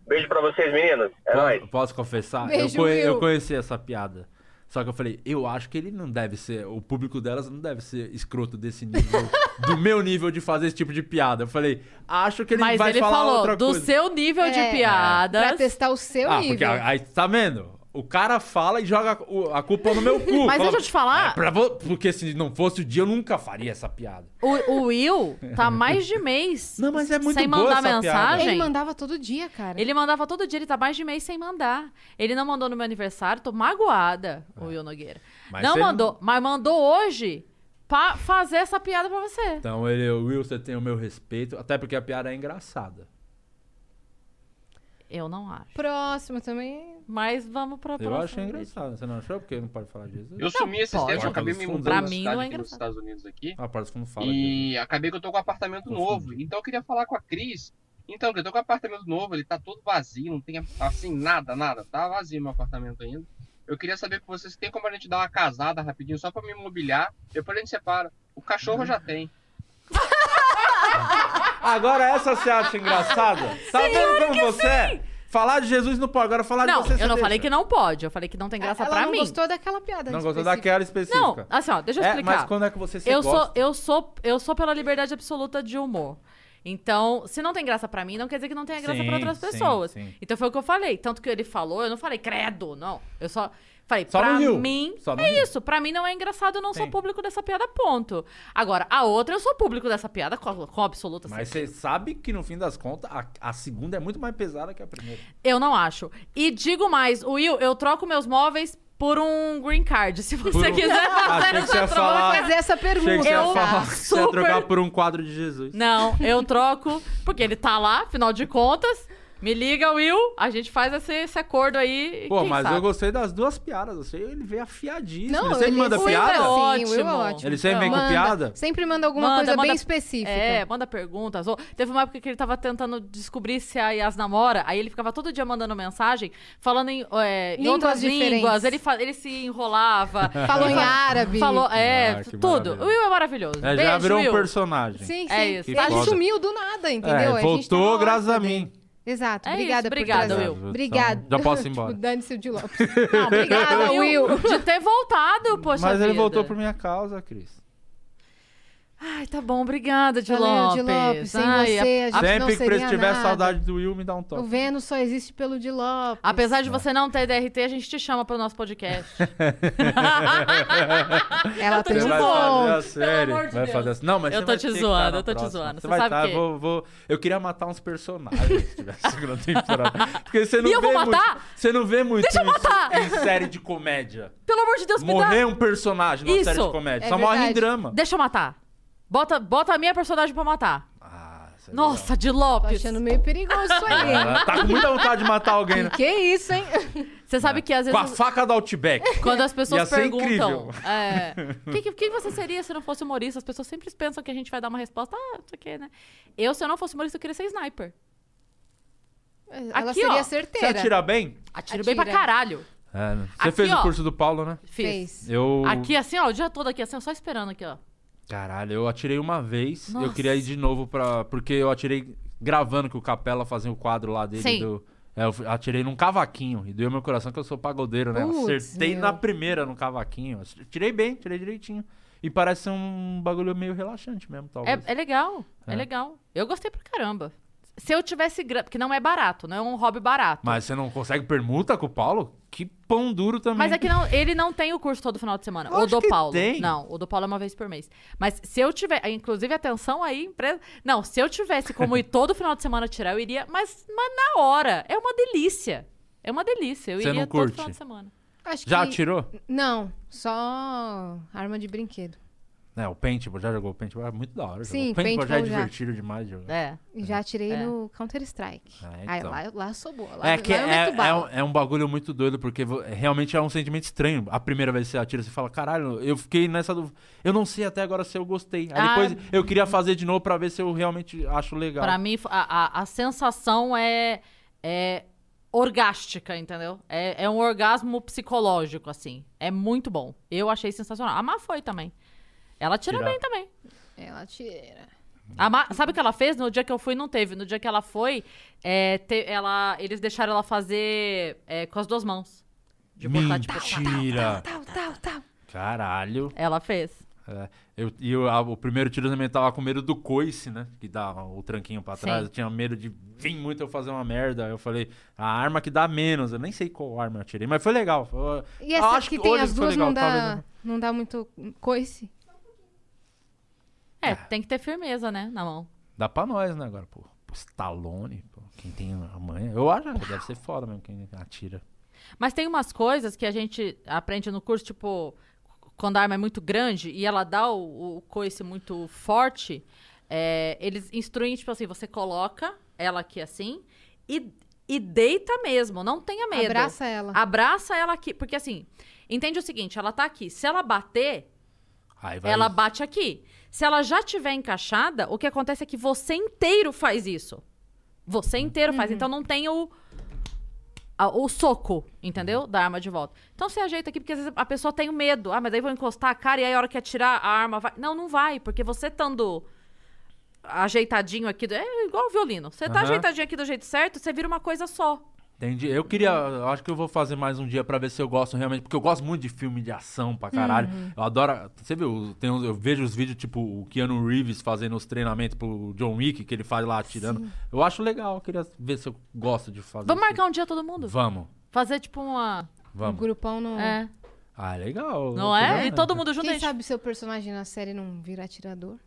[SPEAKER 11] Beijo pra vocês, meninos. É nóis.
[SPEAKER 3] Po- Posso confessar?
[SPEAKER 2] Beijo,
[SPEAKER 3] eu, conhe-
[SPEAKER 2] Will.
[SPEAKER 3] eu conheci essa piada. Só que eu falei, eu acho que ele não deve ser, o público delas não deve ser escroto desse nível, do meu nível de fazer esse tipo de piada. Eu falei, acho que ele
[SPEAKER 1] Mas
[SPEAKER 3] vai
[SPEAKER 1] ele
[SPEAKER 3] falar
[SPEAKER 1] falou
[SPEAKER 3] outra
[SPEAKER 1] do
[SPEAKER 3] coisa.
[SPEAKER 1] seu nível
[SPEAKER 2] É.
[SPEAKER 1] de piadas.
[SPEAKER 2] Pra testar o seu
[SPEAKER 3] ah, porque
[SPEAKER 2] nível.
[SPEAKER 3] aí, tá vendo? O cara fala e joga o- a culpa no meu cu.
[SPEAKER 1] Mas
[SPEAKER 3] Fala,
[SPEAKER 1] deixa eu te falar.
[SPEAKER 3] "É pra vo- porque se não fosse o dia, eu nunca faria essa piada.
[SPEAKER 1] O, o Will tá mais de mês
[SPEAKER 3] Não, mas é muito
[SPEAKER 1] sem
[SPEAKER 3] boa
[SPEAKER 1] mandar
[SPEAKER 3] essa piada.
[SPEAKER 1] mensagem.
[SPEAKER 2] Ele mandava todo dia, cara.
[SPEAKER 1] Né? Ele mandava todo dia, ele tá mais de mês sem mandar. Ele não mandou no meu aniversário, tô magoada, o Will Nogueira.
[SPEAKER 3] É. Mas
[SPEAKER 1] não
[SPEAKER 3] ele-
[SPEAKER 1] mandou, mas mandou hoje pra fazer essa piada pra você.
[SPEAKER 3] Então, ele, Will, você tem o meu respeito, até porque a piada é engraçada.
[SPEAKER 1] Eu não acho.
[SPEAKER 2] Próximo também.
[SPEAKER 1] Mas vamos pra
[SPEAKER 3] Eu
[SPEAKER 1] próxima.
[SPEAKER 3] acho engraçado. Você não achou? Porque não pode falar de Jesus?
[SPEAKER 12] Eu sumi esses
[SPEAKER 3] pode.
[SPEAKER 12] tempos, eu acabei me
[SPEAKER 3] Pra
[SPEAKER 12] mudando pra
[SPEAKER 1] mim,
[SPEAKER 12] cidade
[SPEAKER 1] não é
[SPEAKER 12] aqui nos
[SPEAKER 1] engraçado.
[SPEAKER 12] Estados Unidos aqui.
[SPEAKER 3] Ah, parece que não fala de
[SPEAKER 12] E acabei que eu tô com um apartamento novo. Então eu queria falar com a Cris. Então, que eu tô com um apartamento novo, ele tá todo vazio, não tem assim nada, nada. Tá vazio meu apartamento ainda. Eu queria saber com vocês se tem como a gente dar uma casada rapidinho só pra me imobiliar. Depois a gente separa. O cachorro eu já tem.
[SPEAKER 3] Agora essa você acha engraçada? Tá vendo como você é? Falar de Jesus não pode. Agora falar
[SPEAKER 1] Não,
[SPEAKER 3] de você você
[SPEAKER 1] eu não
[SPEAKER 3] deixa.
[SPEAKER 1] falei que não pode, eu falei que não tem graça
[SPEAKER 2] Ela
[SPEAKER 1] pra
[SPEAKER 2] não
[SPEAKER 1] mim.
[SPEAKER 2] gostou daquela piada. tipo
[SPEAKER 3] Não gostou
[SPEAKER 2] específica.
[SPEAKER 3] daquela específica.
[SPEAKER 1] Não, assim, ó, deixa eu
[SPEAKER 3] É,
[SPEAKER 1] explicar.
[SPEAKER 3] mas quando é que você se
[SPEAKER 1] eu
[SPEAKER 3] gosta?
[SPEAKER 1] sou, eu sou, eu sou pela liberdade absoluta de humor. Então, se não tem graça pra mim, não quer dizer que não tenha graça
[SPEAKER 3] Sim,
[SPEAKER 1] pra outras
[SPEAKER 3] sim,
[SPEAKER 1] pessoas.
[SPEAKER 3] sim.
[SPEAKER 1] Então foi o que eu falei. Tanto que ele falou, eu não falei credo, não. Eu só falei,
[SPEAKER 3] Só
[SPEAKER 1] pra
[SPEAKER 3] no Rio.
[SPEAKER 1] mim,
[SPEAKER 3] Só no
[SPEAKER 1] é
[SPEAKER 3] Rio.
[SPEAKER 1] isso. Pra mim não é engraçado, eu não sou
[SPEAKER 3] Sim.
[SPEAKER 1] público dessa piada, ponto. Agora, a outra, eu sou público dessa piada com, com absoluta
[SPEAKER 3] Mas
[SPEAKER 1] certeza.
[SPEAKER 3] você sabe que no fim das contas, a, a segunda é muito mais pesada que a primeira.
[SPEAKER 1] Eu não acho. E digo mais, Will, eu troco meus móveis por um green card. Se você
[SPEAKER 3] um-
[SPEAKER 1] quiser fazer
[SPEAKER 3] Achei que você ia
[SPEAKER 1] essa troca.
[SPEAKER 3] falar-
[SPEAKER 2] assim. Fazer essa
[SPEAKER 3] Ah, Achei que
[SPEAKER 2] pergunta.
[SPEAKER 3] você ia
[SPEAKER 1] Eu
[SPEAKER 3] falar que você ia
[SPEAKER 1] super-
[SPEAKER 3] trocar por um quadro de Jesus.
[SPEAKER 1] Não, eu troco, porque ele tá lá, afinal de contas. Me liga, Will, a gente faz esse, esse acordo aí. e
[SPEAKER 3] Pô,
[SPEAKER 1] quem
[SPEAKER 3] mas
[SPEAKER 1] sabe?
[SPEAKER 3] eu gostei das duas piadas. Você, ele veio afiadíssimo.
[SPEAKER 2] Não,
[SPEAKER 3] ele sempre
[SPEAKER 2] ele
[SPEAKER 3] manda
[SPEAKER 2] foi
[SPEAKER 3] piada?
[SPEAKER 1] Will é
[SPEAKER 2] Sim,
[SPEAKER 1] ótimo.
[SPEAKER 2] Will é ótimo.
[SPEAKER 3] Ele sempre vem com
[SPEAKER 2] Manda-
[SPEAKER 3] piada?
[SPEAKER 2] Sempre manda alguma
[SPEAKER 1] Manda,
[SPEAKER 2] coisa bem
[SPEAKER 1] manda-
[SPEAKER 2] específica.
[SPEAKER 1] É, manda perguntas. Ou, teve uma época que ele tava tentando descobrir se a Yas namora, aí ele ficava todo dia mandando mensagem, falando em, é, em
[SPEAKER 2] Línguas
[SPEAKER 1] outras
[SPEAKER 2] diferentes.
[SPEAKER 1] línguas, ele, fa- ele se enrolava.
[SPEAKER 2] Falou
[SPEAKER 1] Ele
[SPEAKER 2] em
[SPEAKER 1] fa-
[SPEAKER 2] árabe.
[SPEAKER 1] Falou, é,
[SPEAKER 3] Ah, que
[SPEAKER 1] tudo.
[SPEAKER 3] maravilha.
[SPEAKER 1] O Will é maravilhoso.
[SPEAKER 3] É,
[SPEAKER 1] Beijo,
[SPEAKER 3] já virou
[SPEAKER 1] Will.
[SPEAKER 3] um personagem.
[SPEAKER 2] Sim, sim.
[SPEAKER 1] É isso.
[SPEAKER 2] Ele
[SPEAKER 1] Tá
[SPEAKER 3] foda.
[SPEAKER 2] sumiu do nada, entendeu?
[SPEAKER 3] É,
[SPEAKER 2] A gente tá
[SPEAKER 3] voltou
[SPEAKER 2] na hora
[SPEAKER 3] graças a
[SPEAKER 2] dele.
[SPEAKER 3] mim.
[SPEAKER 2] Exato.
[SPEAKER 1] É
[SPEAKER 2] obrigada
[SPEAKER 1] isso,
[SPEAKER 2] por
[SPEAKER 1] obrigada,
[SPEAKER 2] trazer.
[SPEAKER 1] Will.
[SPEAKER 2] Obrigada.
[SPEAKER 3] Então, já posso ir embora.
[SPEAKER 2] Tipo, Dane-se o de Lopes.
[SPEAKER 1] Não,
[SPEAKER 2] Obrigada, Will.
[SPEAKER 1] De ter voltado, poxa
[SPEAKER 3] Mas ele
[SPEAKER 1] vida.
[SPEAKER 3] voltou por minha causa, Cris.
[SPEAKER 1] Ai, tá bom, obrigada, de
[SPEAKER 2] Valeu,
[SPEAKER 1] Lopes.
[SPEAKER 2] Di Lopes. Sem
[SPEAKER 1] Ai,
[SPEAKER 2] você, a gente não
[SPEAKER 3] Sempre que
[SPEAKER 2] seria
[SPEAKER 3] Cris tiver
[SPEAKER 2] nada.
[SPEAKER 3] saudade do Will, me dá um
[SPEAKER 2] O
[SPEAKER 3] toque.
[SPEAKER 2] Vênus só existe pelo de Lopes.
[SPEAKER 1] Apesar de você não ter DRT, a gente te chama pro nosso podcast.
[SPEAKER 2] Ela
[SPEAKER 1] eu tô
[SPEAKER 2] tem
[SPEAKER 1] te
[SPEAKER 2] um
[SPEAKER 3] vai
[SPEAKER 2] bom.
[SPEAKER 3] fazer a
[SPEAKER 1] Pelo
[SPEAKER 3] série.
[SPEAKER 1] amor de
[SPEAKER 3] vai
[SPEAKER 1] Deus.
[SPEAKER 3] fazer a... Não, mas
[SPEAKER 1] Eu
[SPEAKER 3] você
[SPEAKER 1] tô
[SPEAKER 3] vai
[SPEAKER 1] te
[SPEAKER 3] ter que
[SPEAKER 1] zoando,
[SPEAKER 3] tá na
[SPEAKER 1] eu tô te
[SPEAKER 3] próxima. Você
[SPEAKER 1] zoando. Você
[SPEAKER 3] vai
[SPEAKER 1] sabe
[SPEAKER 3] tá,
[SPEAKER 1] o quê?
[SPEAKER 3] Vou, vou... Eu queria matar uns personagens se tivesse a segunda temporada. Porque você não
[SPEAKER 1] E eu
[SPEAKER 3] vê
[SPEAKER 1] vou
[SPEAKER 3] muito-
[SPEAKER 1] matar?
[SPEAKER 3] Você não vê muito
[SPEAKER 1] Deixa eu
[SPEAKER 3] isso
[SPEAKER 1] matar!
[SPEAKER 3] em série de comédia.
[SPEAKER 1] amor de Deus, me dá.
[SPEAKER 3] Morrer um personagem numa série
[SPEAKER 1] Isso.
[SPEAKER 3] de comédia.
[SPEAKER 2] É
[SPEAKER 3] Só morre em
[SPEAKER 2] verdade.
[SPEAKER 3] drama.
[SPEAKER 1] Deixa eu matar. Bota, bota a minha personagem pra matar.
[SPEAKER 3] Ah,
[SPEAKER 1] Nossa, de Lopes.
[SPEAKER 2] Tô achando meio perigoso isso aí.
[SPEAKER 3] Ela tá com muita vontade de matar alguém, né?
[SPEAKER 2] Que isso, hein?
[SPEAKER 1] Você sabe que às
[SPEAKER 3] É. Com a
[SPEAKER 1] vezes.
[SPEAKER 3] faca do Outback.
[SPEAKER 1] Quando as pessoas
[SPEAKER 3] Ia ser
[SPEAKER 1] perguntam.
[SPEAKER 3] incrível.
[SPEAKER 1] é, "Que- que- quem você seria se não fosse humorista? As pessoas sempre pensam que a gente vai dar uma resposta. Ah, não sei o quê, né? Eu, se eu não fosse humorista, eu queria ser sniper.
[SPEAKER 2] Ela
[SPEAKER 1] Aqui,
[SPEAKER 2] seria
[SPEAKER 1] ó.
[SPEAKER 3] Você
[SPEAKER 2] certeira.
[SPEAKER 3] atira bem?
[SPEAKER 1] Atiro bem pra caralho.
[SPEAKER 3] É, né? Você
[SPEAKER 1] Aqui,
[SPEAKER 3] fez
[SPEAKER 1] ó.
[SPEAKER 3] o curso do Paulo, né?
[SPEAKER 1] Fiz.
[SPEAKER 3] Eu.
[SPEAKER 1] Aqui, assim, ó, o dia todo aqui, assim, ó, só esperando aqui, ó.
[SPEAKER 3] Caralho, eu atirei uma vez.
[SPEAKER 1] Nossa.
[SPEAKER 3] Eu queria ir de novo pra. Porque eu atirei gravando que o Capela fazia o quadro lá dele.
[SPEAKER 1] Sim.
[SPEAKER 3] Do... É, eu atirei num cavaquinho e doeu meu coração que eu sou pagodeiro, né?
[SPEAKER 1] Putz,
[SPEAKER 3] Acertei
[SPEAKER 1] meu.
[SPEAKER 3] na primeira no cavaquinho. Tirei bem, tirei direitinho. E parece um bagulho meio relaxante mesmo, talvez.
[SPEAKER 1] É, é legal, é.
[SPEAKER 3] É.
[SPEAKER 1] legal. Eu gostei pra caramba. Se eu tivesse grana, porque não é barato, não é um hobby barato.
[SPEAKER 3] Mas você não consegue permuta com o Paulo? Que pão duro também.
[SPEAKER 1] Mas é que não, ele não tem o curso todo final de semana. o
[SPEAKER 3] Lógico
[SPEAKER 1] do
[SPEAKER 3] que
[SPEAKER 1] Paulo.
[SPEAKER 3] tem.
[SPEAKER 1] Não, o do Paulo é uma vez por mês. Mas se eu tiver. Inclusive, atenção aí, empresa. Não, se eu tivesse como ir todo final de semana tirar, eu iria. Mas, mas na hora. É uma delícia. É uma delícia. Eu
[SPEAKER 3] Você
[SPEAKER 1] iria
[SPEAKER 3] não
[SPEAKER 1] todo
[SPEAKER 3] curte?
[SPEAKER 1] final de semana.
[SPEAKER 2] Acho
[SPEAKER 3] Já
[SPEAKER 2] que-
[SPEAKER 3] atirou?
[SPEAKER 2] Não, só arma de brinquedo.
[SPEAKER 3] É, o paintball, já jogou o paintball? É muito da hora. jogar.
[SPEAKER 2] Sim,
[SPEAKER 3] o paintball, já é
[SPEAKER 2] paintball já.
[SPEAKER 3] divertido demais de jogar.
[SPEAKER 1] É.
[SPEAKER 2] E Já atirei
[SPEAKER 3] É.
[SPEAKER 2] no Counter-Strike.
[SPEAKER 3] Ah,
[SPEAKER 2] Aí
[SPEAKER 3] então.
[SPEAKER 2] lá, eu- lá eu sou boa. Lá,
[SPEAKER 3] É que
[SPEAKER 2] lá eu
[SPEAKER 3] é,
[SPEAKER 2] meto bala.
[SPEAKER 3] é um, é um bagulho muito doido, porque vo- realmente é um sentimento estranho. A primeira vez que você atira, você fala, caralho, eu fiquei nessa dúvida. Eu não sei até agora se eu gostei. Aí
[SPEAKER 1] Ah.
[SPEAKER 2] hum.
[SPEAKER 3] depois eu queria fazer de novo pra ver se eu realmente acho legal.
[SPEAKER 1] Pra mim, a, a- a sensação é, é orgástica, entendeu? É, é um orgasmo psicológico, assim. É muito bom. Eu achei sensacional. A Má foi também. Ela tira
[SPEAKER 2] Tirar.
[SPEAKER 1] bem também.
[SPEAKER 3] é um
[SPEAKER 2] É, Ela tira.
[SPEAKER 1] A Ma- sabe o que ela fez? No dia que eu fui, não teve. No dia que ela foi, é, te- ela, eles deixaram ela fazer é, com as duas mãos. De botar, tipo,
[SPEAKER 3] Mentira!
[SPEAKER 2] Tal, tal, tal.
[SPEAKER 3] Caralho.
[SPEAKER 1] Ela fez.
[SPEAKER 3] É, eu, e eu- a- o primeiro tiro também tava com medo do coice, né? Que dá o tranquinho pra trás.
[SPEAKER 1] Sim.
[SPEAKER 3] Eu tinha medo de vir muito eu fazer uma merda. Aí Eu falei, a arma que dá menos. Eu nem sei qual arma eu tirei, mas foi legal. Eu-
[SPEAKER 2] E essa
[SPEAKER 3] acho
[SPEAKER 2] que,
[SPEAKER 3] que
[SPEAKER 2] tem
[SPEAKER 3] hoje
[SPEAKER 2] as
[SPEAKER 3] foi
[SPEAKER 2] duas
[SPEAKER 3] legal,
[SPEAKER 2] não,
[SPEAKER 3] talvez
[SPEAKER 2] dá,
[SPEAKER 3] não.
[SPEAKER 2] não dá muito coice?
[SPEAKER 1] É, tem que ter firmeza, né? Na mão.
[SPEAKER 3] Dá pra nós, né, agora, pô. Pô, Stallone, pô. Quem tem a mãe. Eu acho que deve ser foda mesmo quem atira.
[SPEAKER 1] Mas tem umas coisas que a gente aprende no curso, tipo, quando a arma é muito grande e ela dá o, o coice muito forte, é, eles instruem, tipo assim, você coloca ela aqui assim e, e deita mesmo, não tenha medo.
[SPEAKER 2] Abraça
[SPEAKER 3] Ah,
[SPEAKER 2] ela.
[SPEAKER 1] Abraça ela aqui, porque assim, entende o seguinte, ela tá aqui, se ela bater,
[SPEAKER 3] Aí vai.
[SPEAKER 1] ela bate aqui. Se ela já tiver encaixada, o que acontece é que você inteiro faz isso. Você inteiro faz. Então não tem o, a- o soco, entendeu? Da arma de volta. Então você ajeita aqui, porque às vezes a pessoa tem o medo. Ah, mas aí vou encostar a cara e aí a hora que atirar a arma vai. Não, não vai, porque você estando ajeitadinho aqui. do- É igual o violino. Você tá
[SPEAKER 3] Aham.
[SPEAKER 1] ajeitadinho aqui do jeito certo, você vira uma coisa só.
[SPEAKER 3] Entendi. Eu queria. eu acho que eu vou fazer mais um dia pra ver se eu gosto realmente. Porque eu gosto muito de filme de ação pra caralho.
[SPEAKER 1] Uhum.
[SPEAKER 3] Eu adoro. Você viu? Tem, uns- eu vejo os vídeos tipo o Keanu Reeves fazendo os treinamentos pro John Wick, que ele faz lá atirando.
[SPEAKER 1] Sim.
[SPEAKER 3] Eu acho legal. Eu queria ver se eu gosto de fazer.
[SPEAKER 1] Vamos
[SPEAKER 3] isso.
[SPEAKER 1] marcar um dia todo mundo?
[SPEAKER 3] Vamos.
[SPEAKER 1] Fazer tipo uma.
[SPEAKER 3] Vamos.
[SPEAKER 2] Grupão no...
[SPEAKER 1] É.
[SPEAKER 3] Ah, legal.
[SPEAKER 1] Não é? E todo mundo junto,
[SPEAKER 2] Quem
[SPEAKER 1] a gente-
[SPEAKER 2] sabe seu personagem na série não vira atirador?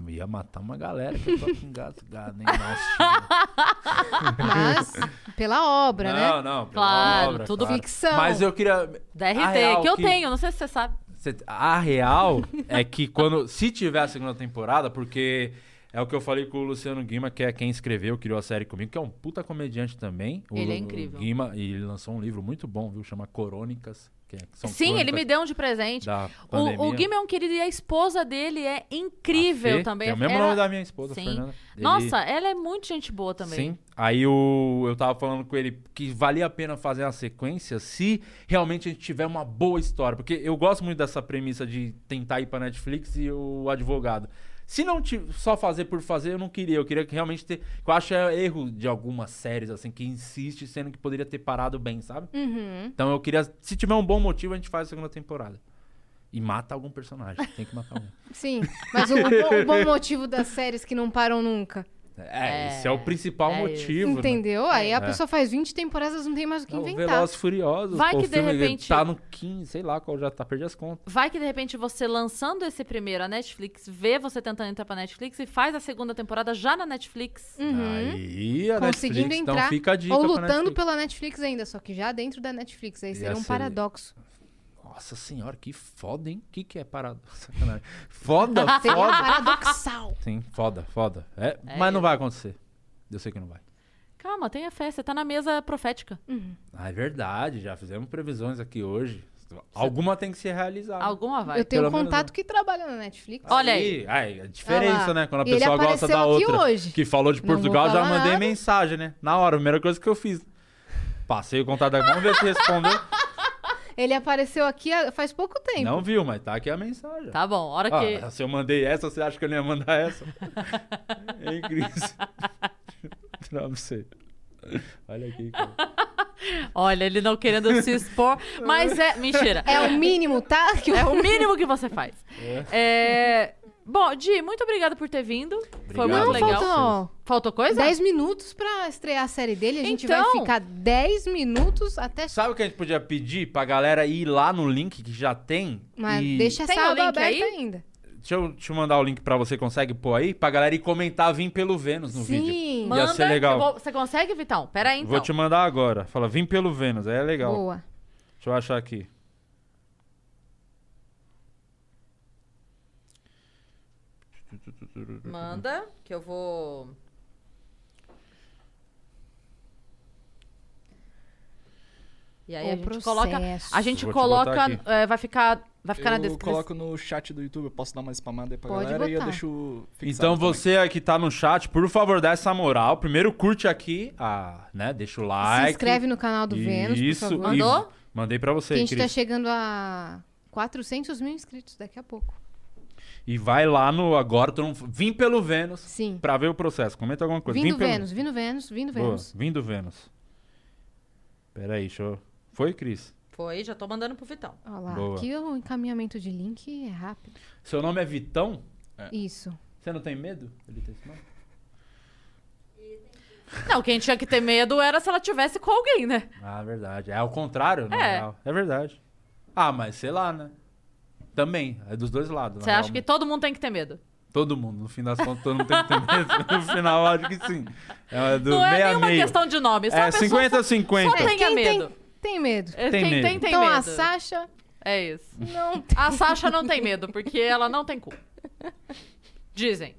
[SPEAKER 3] Eu ia matar uma galera que eu tô engasgado, hein? Nossa.
[SPEAKER 2] Mas pela obra, né?
[SPEAKER 3] Não, não. pela
[SPEAKER 1] Claro,
[SPEAKER 3] obra,
[SPEAKER 1] tudo
[SPEAKER 3] claro.
[SPEAKER 2] ficção.
[SPEAKER 3] Mas eu queria.
[SPEAKER 1] DRT,
[SPEAKER 3] A real
[SPEAKER 1] que eu tenho, não sei se você sabe.
[SPEAKER 3] Cê- A real é que quando. Se tiver a segunda temporada, porque é o que eu falei com o Luciano Guima, que é quem escreveu, criou a série comigo, que é um puta comediante também. O
[SPEAKER 1] Ele é
[SPEAKER 3] Lu-
[SPEAKER 1] incrível.
[SPEAKER 3] O Guima, e ele lançou um livro muito bom, viu? Chama Corônicas. Que é- que são
[SPEAKER 1] Sim, ele
[SPEAKER 3] crônicas
[SPEAKER 1] me deu um de presente.
[SPEAKER 3] Da pandemia.
[SPEAKER 1] O, o Guima é um querido e a esposa dele é incrível
[SPEAKER 3] Fê,
[SPEAKER 1] também.
[SPEAKER 3] tem o mesmo
[SPEAKER 1] Ela-
[SPEAKER 3] nome da minha esposa,
[SPEAKER 1] Sim.
[SPEAKER 3] Fernanda. Ele-
[SPEAKER 1] Nossa, ela é muito gente boa também.
[SPEAKER 3] Sim. Aí o, eu tava falando com ele que valia a pena fazer uma sequência se realmente a gente tiver uma boa história. Porque eu gosto muito dessa premissa de tentar ir pra Netflix e o advogado. Se não ti- só fazer por fazer, eu não queria. Eu queria que realmente ter. que Eu acho que é erro de algumas séries, assim, que insiste, sendo que poderia ter parado bem, sabe?
[SPEAKER 2] Uhum.
[SPEAKER 3] Então eu queria. Se tiver um bom motivo, a gente faz a segunda temporada. E mata algum personagem. Tem que matar um. algum.
[SPEAKER 2] Sim, mas o, o bom- o bom motivo das séries que não param nunca.
[SPEAKER 3] É, esse é o principal
[SPEAKER 1] é isso.
[SPEAKER 3] motivo. né?
[SPEAKER 2] Entendeu? Aí a
[SPEAKER 3] É.
[SPEAKER 2] pessoa faz 20 temporadas não tem mais o que
[SPEAKER 3] Não,
[SPEAKER 2] inventar.
[SPEAKER 3] Velozes e Furiosos.
[SPEAKER 1] Vai
[SPEAKER 3] pô,
[SPEAKER 1] que
[SPEAKER 3] o
[SPEAKER 1] de
[SPEAKER 3] filme
[SPEAKER 1] repente-
[SPEAKER 3] Tá no 15, sei lá qual já tá, perdi as contas.
[SPEAKER 1] Vai que de repente você lançando esse primeiro, a Netflix vê você tentando entrar pra Netflix e faz a segunda temporada já na Netflix.
[SPEAKER 3] Ah, Aí a
[SPEAKER 2] Conseguindo
[SPEAKER 3] Netflix,
[SPEAKER 2] entrar
[SPEAKER 3] então fica a dica
[SPEAKER 2] Uhum. ou
[SPEAKER 3] pra
[SPEAKER 2] lutando
[SPEAKER 3] Netflix. assim,
[SPEAKER 2] pela Netflix ainda, só que já dentro da Netflix. Aí seria um
[SPEAKER 3] ser-
[SPEAKER 2] paradoxo.
[SPEAKER 3] Nossa senhora, que foda, hein? O que, que é parado? Sacanagem. Foda,
[SPEAKER 2] Seria um
[SPEAKER 3] foda.
[SPEAKER 2] paradoxal.
[SPEAKER 3] Sim, foda, foda. É,
[SPEAKER 1] É
[SPEAKER 3] mas não
[SPEAKER 1] isso.
[SPEAKER 3] vai acontecer. Eu sei que não vai.
[SPEAKER 1] Calma, tenha fé, você tá na mesa profética.
[SPEAKER 3] Ah, é verdade, já fizemos previsões aqui hoje. Alguma tem que ser realizada.
[SPEAKER 1] Alguma vai.
[SPEAKER 2] Eu tenho
[SPEAKER 3] Pelo
[SPEAKER 2] um
[SPEAKER 3] menos
[SPEAKER 2] contato que trabalha na Netflix.
[SPEAKER 3] Aí, aí, a diferença,
[SPEAKER 2] Olha lá.
[SPEAKER 3] né? Quando a
[SPEAKER 2] E ele
[SPEAKER 3] pessoa gosta
[SPEAKER 2] apareceu
[SPEAKER 3] da
[SPEAKER 2] aqui
[SPEAKER 3] outra.
[SPEAKER 2] hoje.
[SPEAKER 3] Que falou de
[SPEAKER 2] Não vou
[SPEAKER 3] Portugal, já
[SPEAKER 2] falar
[SPEAKER 3] mandei
[SPEAKER 2] nada.
[SPEAKER 3] mensagem, né? Na hora, a primeira coisa que eu fiz. Passei o contato dela, vamos ver se respondeu.
[SPEAKER 2] Ele apareceu aqui há- faz pouco tempo.
[SPEAKER 3] Não viu, mas tá aqui a mensagem.
[SPEAKER 1] Tá bom, hora
[SPEAKER 3] Ah,
[SPEAKER 1] que.
[SPEAKER 3] Se eu mandei essa, você acha que eu não ia mandar essa? Hein, Cris? Não, pra você. Olha aqui. cara.
[SPEAKER 1] Olha, ele não querendo se expor, mas é. Mentira.
[SPEAKER 2] É o mínimo, tá? Que eu-
[SPEAKER 1] É o mínimo que você faz. É, Bom, Di, muito obrigada por ter vindo. Foi muito
[SPEAKER 2] Não,
[SPEAKER 1] legal.
[SPEAKER 2] faltou.
[SPEAKER 1] Faltou
[SPEAKER 3] é.
[SPEAKER 1] coisa?
[SPEAKER 2] 10 minutos pra estrear a série dele. A gente
[SPEAKER 1] Então.
[SPEAKER 2] vai ficar 10 minutos até.
[SPEAKER 3] Sabe o que a gente podia pedir pra galera ir lá no link que já tem?
[SPEAKER 2] Mas
[SPEAKER 3] e-
[SPEAKER 2] deixa essa
[SPEAKER 1] Tem o
[SPEAKER 2] aba
[SPEAKER 1] link aí?
[SPEAKER 2] aberta ainda.
[SPEAKER 3] Deixa eu te mandar o link pra você, consegue pôr aí? Pra galera ir comentar, vir pelo Vênus no
[SPEAKER 2] Sim.
[SPEAKER 3] um vídeo.
[SPEAKER 1] Manda.
[SPEAKER 3] Ia ser legal.
[SPEAKER 1] eu vou- Você consegue, Vitão? Pera aí, então.
[SPEAKER 3] Vou te mandar agora. Fala, vim pelo Vênus, aí é legal.
[SPEAKER 2] Boa.
[SPEAKER 3] Deixa eu achar aqui.
[SPEAKER 1] Manda, que eu vou. E aí
[SPEAKER 2] O
[SPEAKER 1] a gente coloca.
[SPEAKER 2] processo.
[SPEAKER 1] A gente
[SPEAKER 4] Vou te
[SPEAKER 1] coloca.
[SPEAKER 4] botar aqui.
[SPEAKER 1] é, vai ficar. Vai ficar na
[SPEAKER 4] eu
[SPEAKER 1] descrição.
[SPEAKER 4] coloco no chat do YouTube, eu posso dar uma spamada aí pra
[SPEAKER 1] Pode
[SPEAKER 4] galera e eu
[SPEAKER 1] botar.
[SPEAKER 4] deixo fixado
[SPEAKER 3] Então você aí que tá no chat, por favor, dá essa moral. Primeiro curte aqui, ah, né? Deixa o like.
[SPEAKER 2] Se inscreve no canal do Vênus, por
[SPEAKER 3] Isso.
[SPEAKER 2] favor.
[SPEAKER 3] e-
[SPEAKER 2] Mandou?
[SPEAKER 3] Mandei pra
[SPEAKER 2] Que
[SPEAKER 3] você,
[SPEAKER 2] a gente tá
[SPEAKER 3] Cris.
[SPEAKER 2] chegando a 400 mil inscritos daqui a pouco.
[SPEAKER 3] E vai lá no agora, tu não... vim pelo Vênus.
[SPEAKER 2] Sim.
[SPEAKER 3] Pra ver o processo. Comenta alguma coisa.
[SPEAKER 2] Vindo
[SPEAKER 3] vim pelo...
[SPEAKER 2] Vênus, vindo Vênus, vindo
[SPEAKER 3] Boa,
[SPEAKER 2] Vênus.
[SPEAKER 3] Vindo Vênus. Pera aí, deixa eu... Foi, Cris?
[SPEAKER 1] Foi, já tô mandando pro Vitão.
[SPEAKER 2] Olha lá,
[SPEAKER 3] Boa.
[SPEAKER 2] aqui o encaminhamento de link é rápido.
[SPEAKER 3] Seu nome é Vitão?
[SPEAKER 2] Isso.
[SPEAKER 3] Você não tem medo? Ele tem esse nome?
[SPEAKER 1] Não, quem tinha que ter medo era se ela tivesse com alguém, né?
[SPEAKER 3] Ah, verdade. É ao contrário, na
[SPEAKER 1] É.
[SPEAKER 3] real. É verdade. Ah, mas sei lá, né? Também. É dos dois lados.
[SPEAKER 1] Você acha que todo mundo tem que ter medo?
[SPEAKER 3] Todo mundo, no fim das contas, todo mundo tem que ter medo. No final, eu acho que sim. É do
[SPEAKER 1] não é
[SPEAKER 3] meia
[SPEAKER 1] nenhuma
[SPEAKER 3] meio.
[SPEAKER 1] questão de nome. Só
[SPEAKER 3] É
[SPEAKER 1] a pessoa
[SPEAKER 3] 50
[SPEAKER 1] só- Só
[SPEAKER 3] 50.
[SPEAKER 1] tenha
[SPEAKER 2] Quem tem-
[SPEAKER 1] medo.
[SPEAKER 2] Tem medo.
[SPEAKER 1] É,
[SPEAKER 3] Tem
[SPEAKER 1] quem
[SPEAKER 3] medo.
[SPEAKER 1] tem, tem
[SPEAKER 2] então a
[SPEAKER 1] medo.
[SPEAKER 2] Sasha
[SPEAKER 1] É isso.
[SPEAKER 2] não tem.
[SPEAKER 1] A Sasha não tem medo, porque ela não tem cu. Dizem.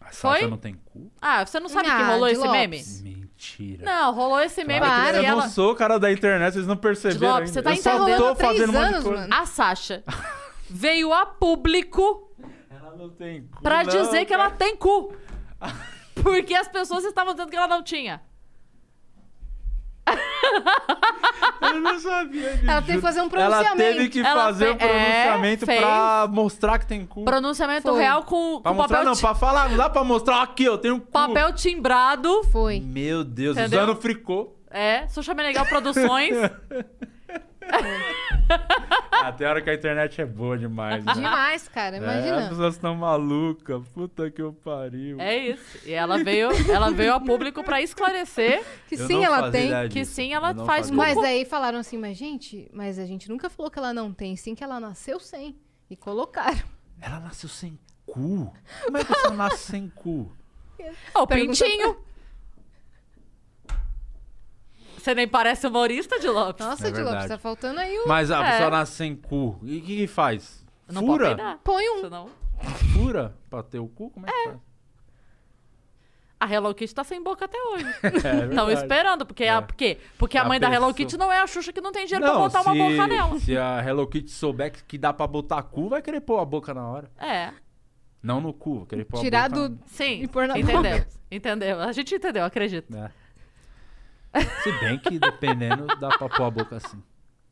[SPEAKER 3] A Ah, Sasha
[SPEAKER 1] Foi?
[SPEAKER 3] não tem cu?
[SPEAKER 1] Ah, você não sabe que
[SPEAKER 2] Ah,
[SPEAKER 1] rolou
[SPEAKER 2] de
[SPEAKER 1] esse
[SPEAKER 2] Lopes.
[SPEAKER 1] meme?
[SPEAKER 3] Mentira.
[SPEAKER 1] Não, rolou esse meme
[SPEAKER 3] Claro que
[SPEAKER 1] porque
[SPEAKER 3] eu
[SPEAKER 1] ela.
[SPEAKER 3] não é sou o cara da internet, vocês não perceberam
[SPEAKER 1] Lopes,
[SPEAKER 3] ainda.
[SPEAKER 1] você tá
[SPEAKER 3] eu só
[SPEAKER 2] enrolando
[SPEAKER 3] tô
[SPEAKER 2] há três
[SPEAKER 3] fazendo um monte de
[SPEAKER 2] anos,
[SPEAKER 3] coisa.
[SPEAKER 2] mano.
[SPEAKER 1] A Sasha veio a público
[SPEAKER 3] Ela não tem cu,
[SPEAKER 1] pra
[SPEAKER 3] não,
[SPEAKER 1] dizer que
[SPEAKER 3] cara.
[SPEAKER 1] ela tem cu. Porque as pessoas estavam dizendo que ela não tinha.
[SPEAKER 3] Eu não sabia disso.
[SPEAKER 2] Ela tem que fazer um
[SPEAKER 3] Ela
[SPEAKER 2] pronunciamento.
[SPEAKER 3] teve que
[SPEAKER 1] Ela
[SPEAKER 3] fazer
[SPEAKER 1] fe-
[SPEAKER 3] um pronunciamento
[SPEAKER 1] é, fez.
[SPEAKER 3] pra mostrar que tem cu.
[SPEAKER 1] Pronunciamento
[SPEAKER 2] Foi.
[SPEAKER 1] real com,
[SPEAKER 3] Pra
[SPEAKER 1] com
[SPEAKER 3] mostrar,
[SPEAKER 1] papel,
[SPEAKER 3] não,
[SPEAKER 1] ti-
[SPEAKER 3] pra falar, não dá pra mostrar aqui, eu tenho um cu.
[SPEAKER 1] papel timbrado.
[SPEAKER 2] Foi.
[SPEAKER 3] Meu Deus,
[SPEAKER 1] Entendeu?
[SPEAKER 3] usando fricô.
[SPEAKER 1] É, Xuxa Menegal Produções.
[SPEAKER 3] Até a Ah, hora que a internet é boa demais, né?
[SPEAKER 2] Demais, cara.
[SPEAKER 3] É, as
[SPEAKER 2] Imagina.
[SPEAKER 3] pessoas estão malucas. Puta que eu pariu.
[SPEAKER 1] é isso. E ela veio, ela veio a público pra esclarecer
[SPEAKER 2] que
[SPEAKER 3] Eu
[SPEAKER 2] sim,
[SPEAKER 3] não
[SPEAKER 2] ela
[SPEAKER 3] fazia
[SPEAKER 2] tem.
[SPEAKER 3] ideia
[SPEAKER 1] que
[SPEAKER 3] disso.
[SPEAKER 1] sim, ela
[SPEAKER 3] Eu não
[SPEAKER 1] faz
[SPEAKER 3] fazia.
[SPEAKER 1] com-
[SPEAKER 2] Mas aí falaram assim, mas gente, mas a gente nunca falou que ela não tem, sim que ela nasceu sem. E colocaram.
[SPEAKER 3] Ela nasceu sem cu? Como é que você nasce sem cu?
[SPEAKER 1] Ó, o
[SPEAKER 2] Pergunta-
[SPEAKER 1] pintinho. Você nem parece humorista de Lopes.
[SPEAKER 2] Nossa,
[SPEAKER 3] É
[SPEAKER 2] de Lopes,
[SPEAKER 3] verdade.
[SPEAKER 2] tá faltando aí um.
[SPEAKER 3] Mas a
[SPEAKER 1] É.
[SPEAKER 3] pessoa nasce sem cu. E o que, que faz?
[SPEAKER 1] Não pode
[SPEAKER 3] Fura?
[SPEAKER 1] peinar,
[SPEAKER 2] Põe um.
[SPEAKER 1] senão-
[SPEAKER 3] Fura pra ter o cu? Como é que faz?
[SPEAKER 1] A Hello Kitty tá sem boca até hoje.
[SPEAKER 3] É
[SPEAKER 1] Estão
[SPEAKER 3] verdade.
[SPEAKER 1] esperando, porque, a, por quê? porque a
[SPEAKER 3] Já
[SPEAKER 1] mãe da Hello
[SPEAKER 3] pensou?
[SPEAKER 1] Kitty não é a Xuxa que não tem dinheiro pra
[SPEAKER 3] Não,
[SPEAKER 1] botar uma
[SPEAKER 3] se-
[SPEAKER 1] boca nela.
[SPEAKER 3] Se a Hello Kitty souber que- que dá pra botar cu, vai querer pôr a boca na hora.
[SPEAKER 1] É,
[SPEAKER 3] Não no cu, vai querer pôr
[SPEAKER 2] Tirar
[SPEAKER 3] a boca.
[SPEAKER 2] do.
[SPEAKER 1] sim.
[SPEAKER 2] E pôr na
[SPEAKER 1] entendeu? Entendeu? A gente entendeu, acredito.
[SPEAKER 3] na- É. Se bem que dependendo, dá pra pôr a boca assim.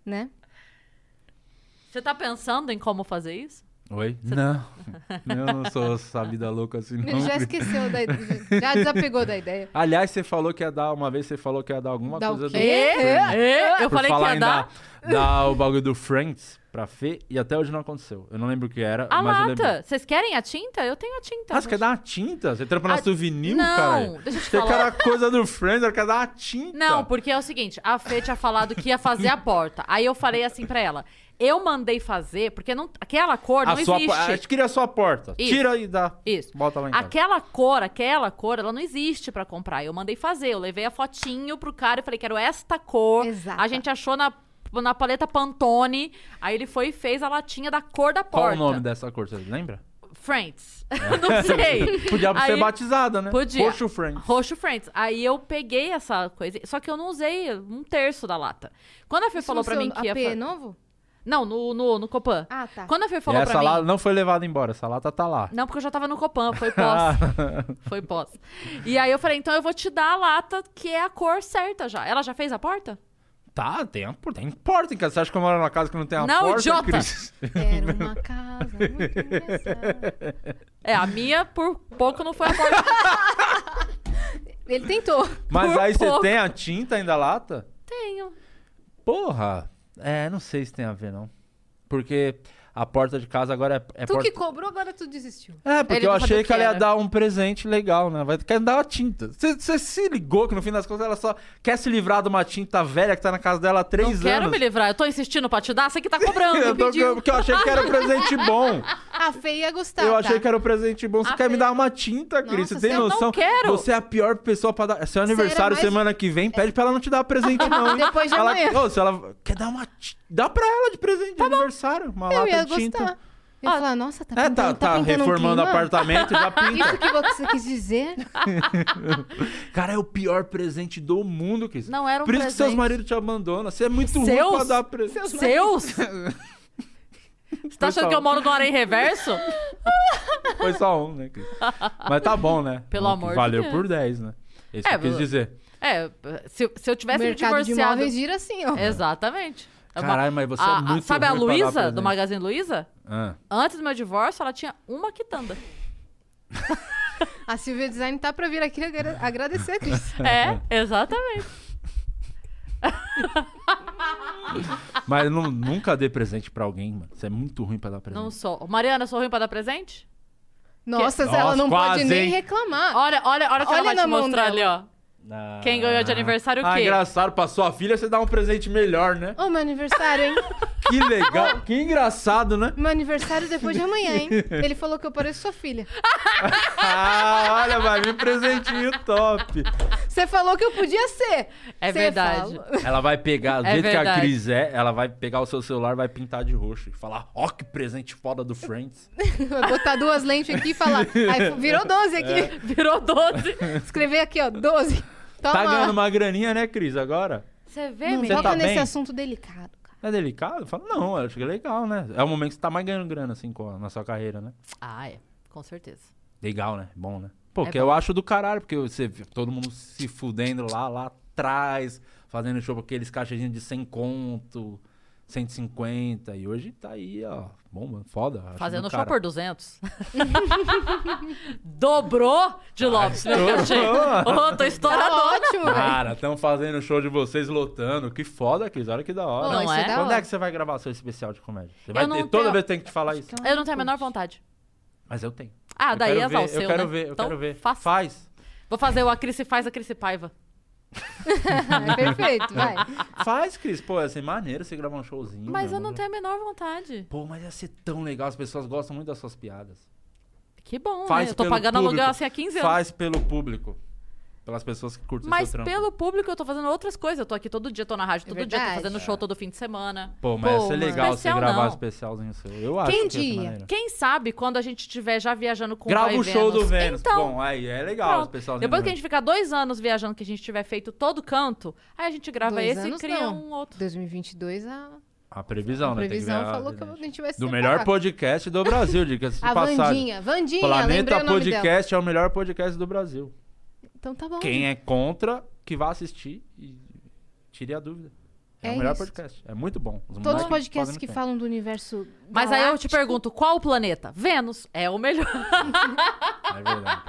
[SPEAKER 2] Né?
[SPEAKER 1] Você tá pensando em como fazer isso?
[SPEAKER 3] Oi? Não. Eu não sou essa vida louca assim, não.
[SPEAKER 2] Ele já esqueceu da ideia. Já desapegou da ideia.
[SPEAKER 3] Aliás, você falou que ia dar, uma vez você falou que ia dar alguma
[SPEAKER 2] Dá o
[SPEAKER 3] coisa
[SPEAKER 2] quê?
[SPEAKER 3] do.
[SPEAKER 1] É, é, eu
[SPEAKER 3] Por
[SPEAKER 1] falei que
[SPEAKER 3] falar
[SPEAKER 1] ia
[SPEAKER 3] em
[SPEAKER 1] dar.
[SPEAKER 3] dar o bagulho do Friends pra Fê e até hoje não aconteceu. Eu não lembro o que era,
[SPEAKER 1] A
[SPEAKER 3] mas eu lembro.
[SPEAKER 1] lata. Vocês querem a tinta? Eu tenho a tinta.
[SPEAKER 3] Ah, você quer dar uma tinta? Você trampa na
[SPEAKER 1] A-
[SPEAKER 3] souvenir,
[SPEAKER 1] Não,
[SPEAKER 3] cara?
[SPEAKER 1] deixa eu te
[SPEAKER 3] Você
[SPEAKER 1] falar.
[SPEAKER 3] quer a coisa do Friends, ela quer dar uma tinta.
[SPEAKER 1] Não, porque é o seguinte, a Fê tinha falado que ia fazer a porta. Aí eu falei assim pra ela, eu mandei fazer, porque não, aquela cor não
[SPEAKER 3] a sua, po-
[SPEAKER 1] existe.
[SPEAKER 3] A gente queria a sua porta.
[SPEAKER 1] Isso.
[SPEAKER 3] Tira e dá.
[SPEAKER 1] Isso.
[SPEAKER 3] Bota lá em casa.
[SPEAKER 1] Aquela cor, aquela cor, ela não existe pra comprar. Eu mandei fazer. Eu levei a fotinho pro cara e falei, quero esta cor.
[SPEAKER 2] Exato.
[SPEAKER 1] A gente achou na na paleta Pantone. Aí ele foi e fez a latinha da cor da
[SPEAKER 3] Qual
[SPEAKER 1] porta.
[SPEAKER 3] o nome dessa cor, você lembra?
[SPEAKER 1] Friends. Não sei.
[SPEAKER 3] Podia ser
[SPEAKER 1] Aí-
[SPEAKER 3] batizada, né?
[SPEAKER 1] Podia.
[SPEAKER 3] Roxo Friends.
[SPEAKER 1] Roxo Friends. Aí eu peguei essa coisa, só que eu não usei um terço da lata. Quando a Fê
[SPEAKER 2] Isso
[SPEAKER 1] falou
[SPEAKER 2] no
[SPEAKER 1] pra
[SPEAKER 2] seu
[SPEAKER 1] mim que ia
[SPEAKER 2] AP
[SPEAKER 1] fa-
[SPEAKER 2] é novo?
[SPEAKER 1] Não, no, no, no Copan.
[SPEAKER 2] Ah, tá.
[SPEAKER 1] Quando a Fê
[SPEAKER 3] E
[SPEAKER 1] falou
[SPEAKER 3] essa
[SPEAKER 1] pra mim...
[SPEAKER 3] lata não foi levada embora, essa lata tá lá.
[SPEAKER 1] Não, porque eu já tava no Copan, foi pós. foi pós. E aí eu falei, então eu vou te dar a lata que é a cor certa já. Ela já fez a porta?
[SPEAKER 3] tá, tem, a- tem porta em casa. Você acha que eu moro numa casa que não tem a
[SPEAKER 1] Não,
[SPEAKER 3] porta?
[SPEAKER 1] idiota!
[SPEAKER 3] Cris?
[SPEAKER 2] Era uma casa muito engraçada.
[SPEAKER 1] É, a minha por pouco não foi a porta.
[SPEAKER 2] Ele tentou.
[SPEAKER 3] Mas
[SPEAKER 2] Por
[SPEAKER 3] aí você
[SPEAKER 2] pouco.
[SPEAKER 3] tem a tinta ainda lata?
[SPEAKER 1] Tenho.
[SPEAKER 3] Porra! É, não sei se tem a ver, não. Porque a porta de casa agora é, é
[SPEAKER 2] tu
[SPEAKER 3] porta...
[SPEAKER 2] que cobrou, agora tu desistiu.
[SPEAKER 3] É, porque eu achei que, ela ia dar um presente legal, né? Vai quer dar uma tinta. Você você se ligou que no fim das contas ela só quer se livrar de uma tinta velha que tá na casa dela há três
[SPEAKER 1] Não quero
[SPEAKER 3] anos.
[SPEAKER 1] me livrar, eu tô insistindo pra te dar, você que tá cobrando.
[SPEAKER 3] Eu tô-
[SPEAKER 1] pediu.
[SPEAKER 3] porque eu achei que era um presente bom.
[SPEAKER 1] Ah,
[SPEAKER 2] A Fê ia gostar.
[SPEAKER 3] eu
[SPEAKER 2] tá? Ah,
[SPEAKER 3] achei que era um presente bom. Você quer me dar uma tinta, Cris? Você tem
[SPEAKER 2] eu não
[SPEAKER 3] noção?
[SPEAKER 2] quero.
[SPEAKER 3] Você é a pior pessoa pra dar. Seu aniversário
[SPEAKER 2] era mais-
[SPEAKER 3] semana que vem, pede pra ela não te dar presente, não. hein?
[SPEAKER 2] Ah, Depois de
[SPEAKER 3] ela...
[SPEAKER 2] amanhã. Tá
[SPEAKER 3] Ô, se ela quer dar uma. ti- Dá pra ela de presente de aniversário. Uma
[SPEAKER 2] Eu
[SPEAKER 3] lata
[SPEAKER 2] ia
[SPEAKER 3] de tinta.
[SPEAKER 2] gostar. Eu
[SPEAKER 1] Ah.
[SPEAKER 2] ia falar, nossa, tá
[SPEAKER 3] É, tá-
[SPEAKER 2] pintando, tá,
[SPEAKER 3] tá
[SPEAKER 2] pintando um
[SPEAKER 3] reformando
[SPEAKER 2] clima?
[SPEAKER 3] apartamento, já pinta.
[SPEAKER 2] Isso que você quis dizer?
[SPEAKER 3] Cara, é o pior presente do mundo, Cris.
[SPEAKER 1] Não
[SPEAKER 2] é
[SPEAKER 1] era um
[SPEAKER 3] Por isso que seus
[SPEAKER 1] presente.
[SPEAKER 3] maridos te abandonam. Você é muito
[SPEAKER 1] Seus?
[SPEAKER 3] ruim pra dar presente.
[SPEAKER 1] Seus? Você tá achando que eu moro no Arém Reverso?
[SPEAKER 3] Foi só um, né, Cris? Mas tá bom, né?
[SPEAKER 1] Pelo
[SPEAKER 3] Bom,
[SPEAKER 1] amor de
[SPEAKER 3] Valeu
[SPEAKER 1] Deus. É,
[SPEAKER 3] por 10, né? Isso que eu quis
[SPEAKER 1] eu-
[SPEAKER 3] dizer.
[SPEAKER 1] É, se, se eu tivesse me
[SPEAKER 2] Mercado de
[SPEAKER 1] divorciado...
[SPEAKER 2] imóveis gira assim, ó.
[SPEAKER 1] Exatamente. É uma-
[SPEAKER 3] Caralho, mas você é
[SPEAKER 1] a- a-
[SPEAKER 3] muito
[SPEAKER 1] Sabe a
[SPEAKER 3] ruim pra dar
[SPEAKER 1] Luísa, do
[SPEAKER 3] presente.
[SPEAKER 1] Magazine Luiza?
[SPEAKER 3] Ah.
[SPEAKER 1] Antes do meu divórcio, ela tinha uma quitanda.
[SPEAKER 2] A Silvia Design tá pra vir aqui agra- agradecer, Cris.
[SPEAKER 1] É, exatamente.
[SPEAKER 3] Mas não- nunca dê presente pra alguém, mano. Você é muito ruim pra dar presente.
[SPEAKER 1] Não sou. Mariana, sou ruim pra dar presente?
[SPEAKER 2] Nossa,
[SPEAKER 3] Nossa,
[SPEAKER 2] ela não
[SPEAKER 3] quase,
[SPEAKER 2] pode nem
[SPEAKER 3] hein?
[SPEAKER 2] reclamar.
[SPEAKER 1] Olha, olha, olha o que
[SPEAKER 2] Olha
[SPEAKER 1] ela vai
[SPEAKER 2] na
[SPEAKER 1] te
[SPEAKER 2] mão
[SPEAKER 1] mostrar ali,
[SPEAKER 2] dela.
[SPEAKER 1] ó. Quem ganhou de aniversário o
[SPEAKER 3] Ah,
[SPEAKER 1] quê?
[SPEAKER 3] engraçado. Pra sua filha, você dá um presente melhor, né?
[SPEAKER 2] Ô, meu aniversário, hein?
[SPEAKER 3] Que legal. que engraçado, né?
[SPEAKER 2] Meu aniversário depois de amanhã, hein? Ele falou que eu pareço sua filha.
[SPEAKER 3] Ah, olha, vai vir presentinho top.
[SPEAKER 2] Você falou que eu podia ser.
[SPEAKER 1] É
[SPEAKER 2] Você
[SPEAKER 1] verdade.
[SPEAKER 2] fala.
[SPEAKER 3] Ela vai pegar, do
[SPEAKER 1] É
[SPEAKER 3] jeito que a
[SPEAKER 1] verdade.
[SPEAKER 3] Cris é, ela vai pegar o seu celular, vai pintar de roxo e falar: Ó, que presente foda do Friends.
[SPEAKER 2] Vai botar duas lentes aqui e falar. Aí virou 12 aqui.
[SPEAKER 3] É.
[SPEAKER 1] Virou 12.
[SPEAKER 2] Escrever aqui, ó, 12. Toma.
[SPEAKER 3] Tá ganhando uma graninha, né, Cris, agora?
[SPEAKER 1] Você vê,
[SPEAKER 2] Não,
[SPEAKER 3] Você
[SPEAKER 2] toca
[SPEAKER 3] tá
[SPEAKER 2] nesse
[SPEAKER 3] bem?
[SPEAKER 2] assunto delicado.
[SPEAKER 3] É delicado? Fala, não, eu acho que é legal, né? É o momento que você tá mais ganhando grana, assim, com a- na sua carreira, né?
[SPEAKER 1] Ah, é. Com certeza.
[SPEAKER 3] Legal, né? Bom, né? Pô,
[SPEAKER 1] É
[SPEAKER 3] que eu acho do caralho, porque você vê todo mundo se fudendo lá, lá atrás, fazendo show com aqueles caixinhos de 100 conto, 150, e hoje tá aí, ó, bomba, foda. acho do
[SPEAKER 1] Fazendo show
[SPEAKER 3] caralho.
[SPEAKER 1] por 200. Dobrou de Lopes, né, meu cachê.
[SPEAKER 3] estourou.
[SPEAKER 1] Ô, tô estourado.
[SPEAKER 2] Tá ótimo,
[SPEAKER 1] né?
[SPEAKER 2] velho.
[SPEAKER 3] Cara, estão fazendo show de vocês lotando. Que foda, Cris. Olha que da hora.
[SPEAKER 1] Não, Não, isso é é? da
[SPEAKER 3] Quando
[SPEAKER 1] hora.
[SPEAKER 3] é que você vai gravar seu especial de comédia? Você vai
[SPEAKER 1] Eu não
[SPEAKER 3] ter, toda
[SPEAKER 1] tenho-
[SPEAKER 3] vez tem que te falar isso.
[SPEAKER 1] Eu não tenho a menor vontade.
[SPEAKER 3] Mas eu tenho.
[SPEAKER 1] Ah,
[SPEAKER 3] eu
[SPEAKER 1] daí
[SPEAKER 3] quero
[SPEAKER 1] é
[SPEAKER 3] ver,
[SPEAKER 1] valseu,
[SPEAKER 3] Eu quero
[SPEAKER 1] né?
[SPEAKER 3] ver, eu
[SPEAKER 1] Então,
[SPEAKER 3] quero ver.
[SPEAKER 1] faça.
[SPEAKER 3] Faz.
[SPEAKER 1] Vou fazer o A Cris se faz, a Cris se paiva.
[SPEAKER 2] É perfeito, vai.
[SPEAKER 3] Faz, Cris. Pô, ia ser maneiro você gravar um showzinho.
[SPEAKER 1] Mas
[SPEAKER 3] né?
[SPEAKER 1] eu não tenho a menor vontade.
[SPEAKER 3] Pô, mas ia ser tão legal. As pessoas gostam muito das suas piadas.
[SPEAKER 1] Que bom,
[SPEAKER 3] Faz
[SPEAKER 1] né? Eu tô
[SPEAKER 3] pelo
[SPEAKER 1] pagando
[SPEAKER 3] público.
[SPEAKER 1] aluguel assim há 15 anos.
[SPEAKER 3] Faz pelo público. Pelas pessoas que curtem
[SPEAKER 1] Mas
[SPEAKER 3] seu trampo.
[SPEAKER 1] pelo público eu tô fazendo outras coisas. Eu tô aqui todo dia, tô na rádio todo dia, tô
[SPEAKER 2] É verdade.
[SPEAKER 1] fazendo show todo fim de semana.
[SPEAKER 3] Pô, mas ia ser legal
[SPEAKER 1] especial
[SPEAKER 3] você gravar
[SPEAKER 1] não.
[SPEAKER 3] um especialzinho seu. Eu acho
[SPEAKER 2] Quem
[SPEAKER 3] que ia ser
[SPEAKER 2] dia?
[SPEAKER 3] maneiro.
[SPEAKER 1] Quem sabe quando a gente estiver já viajando com
[SPEAKER 3] Grava
[SPEAKER 1] Vai
[SPEAKER 3] o show
[SPEAKER 1] Vênus.
[SPEAKER 3] do Vênus.
[SPEAKER 1] Então,
[SPEAKER 3] Bom, aí é legal né? o
[SPEAKER 1] pronto.
[SPEAKER 3] especialzinho. do
[SPEAKER 1] Depois que a gente ficar dois anos viajando, que a gente tiver feito todo canto, aí a gente grava
[SPEAKER 2] Dois
[SPEAKER 1] esse e
[SPEAKER 2] anos
[SPEAKER 1] cria
[SPEAKER 2] não.
[SPEAKER 1] um outro.
[SPEAKER 2] 2022, a,
[SPEAKER 3] A previsão,
[SPEAKER 2] a
[SPEAKER 3] né? Tem que ver
[SPEAKER 2] previsão
[SPEAKER 3] a-
[SPEAKER 2] falou que a gente vai se
[SPEAKER 3] Do
[SPEAKER 2] separar.
[SPEAKER 3] melhor podcast do Brasil, diga-se de
[SPEAKER 2] A
[SPEAKER 3] passagem.
[SPEAKER 2] Vandinha. Vandinha, lembrei
[SPEAKER 3] Planeta
[SPEAKER 2] o nome dela.
[SPEAKER 3] Podcast é o melhor podcast do Brasil.
[SPEAKER 2] Então tá bom.
[SPEAKER 3] Quem é contra, que vá assistir e tire a dúvida. É,
[SPEAKER 2] É
[SPEAKER 3] o melhor
[SPEAKER 2] isso.
[SPEAKER 3] podcast. É muito bom. Os
[SPEAKER 2] Todos
[SPEAKER 3] moleques
[SPEAKER 2] os podcasts
[SPEAKER 3] fazem
[SPEAKER 2] que
[SPEAKER 3] muito
[SPEAKER 2] falam do universo
[SPEAKER 1] Mas aí eu te pergunto, qual o planeta? Vênus é o melhor.
[SPEAKER 3] bem. É verdade.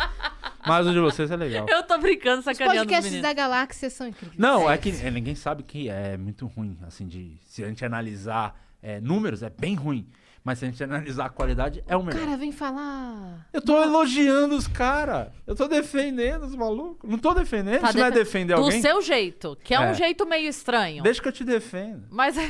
[SPEAKER 3] Mas o de vocês é legal.
[SPEAKER 1] Eu tô brincando,
[SPEAKER 2] Os
[SPEAKER 1] sacaneando os
[SPEAKER 2] podcasts
[SPEAKER 1] meninos.
[SPEAKER 2] da galáxia são incríveis.
[SPEAKER 3] Não, é que é, ninguém sabe que é muito ruim, assim, de se a gente analisar é, números, é bem ruim. Mas se a gente analisar a qualidade, é o melhor.
[SPEAKER 2] Cara, vem falar.
[SPEAKER 3] Eu tô elogiando os caras. Eu tô defendendo os malucos. Não tô defendendo.
[SPEAKER 1] Tá
[SPEAKER 3] Isso não é
[SPEAKER 1] defen-
[SPEAKER 3] defender
[SPEAKER 1] Do
[SPEAKER 3] alguém.
[SPEAKER 1] seu jeito, que é, um
[SPEAKER 3] É.
[SPEAKER 1] jeito meio estranho.
[SPEAKER 3] Deixa que eu te defendo.
[SPEAKER 1] Mas.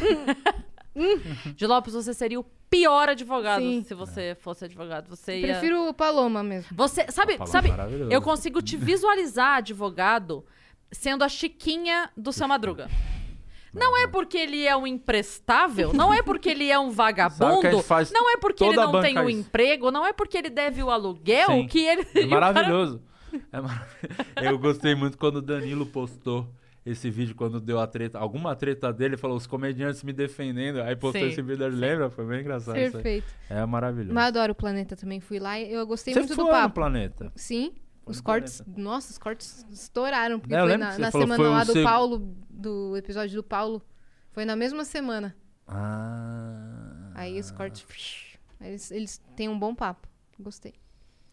[SPEAKER 1] de Lopes, você seria o pior advogado
[SPEAKER 2] Hum. Sim.
[SPEAKER 1] se você fosse advogado. Você
[SPEAKER 2] Eu
[SPEAKER 1] ia...
[SPEAKER 2] prefiro o Paloma mesmo.
[SPEAKER 1] Você. Sabe,
[SPEAKER 3] Paloma
[SPEAKER 1] sabe
[SPEAKER 3] Tá maravilhoso.
[SPEAKER 1] eu consigo te visualizar, advogado, sendo a Chiquinha do seu Madruga. Não é porque ele é um imprestável, não é porque ele é um
[SPEAKER 3] Sabe o que a
[SPEAKER 1] vagabundo,
[SPEAKER 3] gente faz?
[SPEAKER 1] não é porque ele
[SPEAKER 3] Toda
[SPEAKER 1] não tem
[SPEAKER 3] banca
[SPEAKER 1] um
[SPEAKER 3] isso.
[SPEAKER 1] emprego, não é porque ele deve o aluguel
[SPEAKER 3] Sim.
[SPEAKER 1] que ele.
[SPEAKER 3] É maravilhoso. É marav- Eu gostei muito quando o Danilo postou esse vídeo, quando deu a treta, alguma treta dele, falou os comediantes me defendendo. Aí postou
[SPEAKER 2] Sim,
[SPEAKER 3] esse vídeo, ele lembra? Foi bem engraçado. isso aí.
[SPEAKER 2] Perfeito.
[SPEAKER 3] É maravilhoso.
[SPEAKER 2] Mas eu adoro o planeta também, fui lá e eu gostei
[SPEAKER 3] Você
[SPEAKER 2] muito
[SPEAKER 3] foi
[SPEAKER 2] do
[SPEAKER 3] no
[SPEAKER 2] papo.
[SPEAKER 3] Planeta?
[SPEAKER 2] Sim. os cortes, nossa, os cortes estouraram, porque
[SPEAKER 3] É, eu
[SPEAKER 2] foi
[SPEAKER 3] lembro
[SPEAKER 2] na,
[SPEAKER 3] que você
[SPEAKER 2] na
[SPEAKER 3] falou,
[SPEAKER 2] semana
[SPEAKER 3] foi um
[SPEAKER 2] lá do
[SPEAKER 3] seg-
[SPEAKER 2] Paulo, do episódio do Paulo. Foi na mesma semana.
[SPEAKER 3] Ah.
[SPEAKER 2] Aí os cortes. psh, Eles, eles têm um bom papo. Gostei.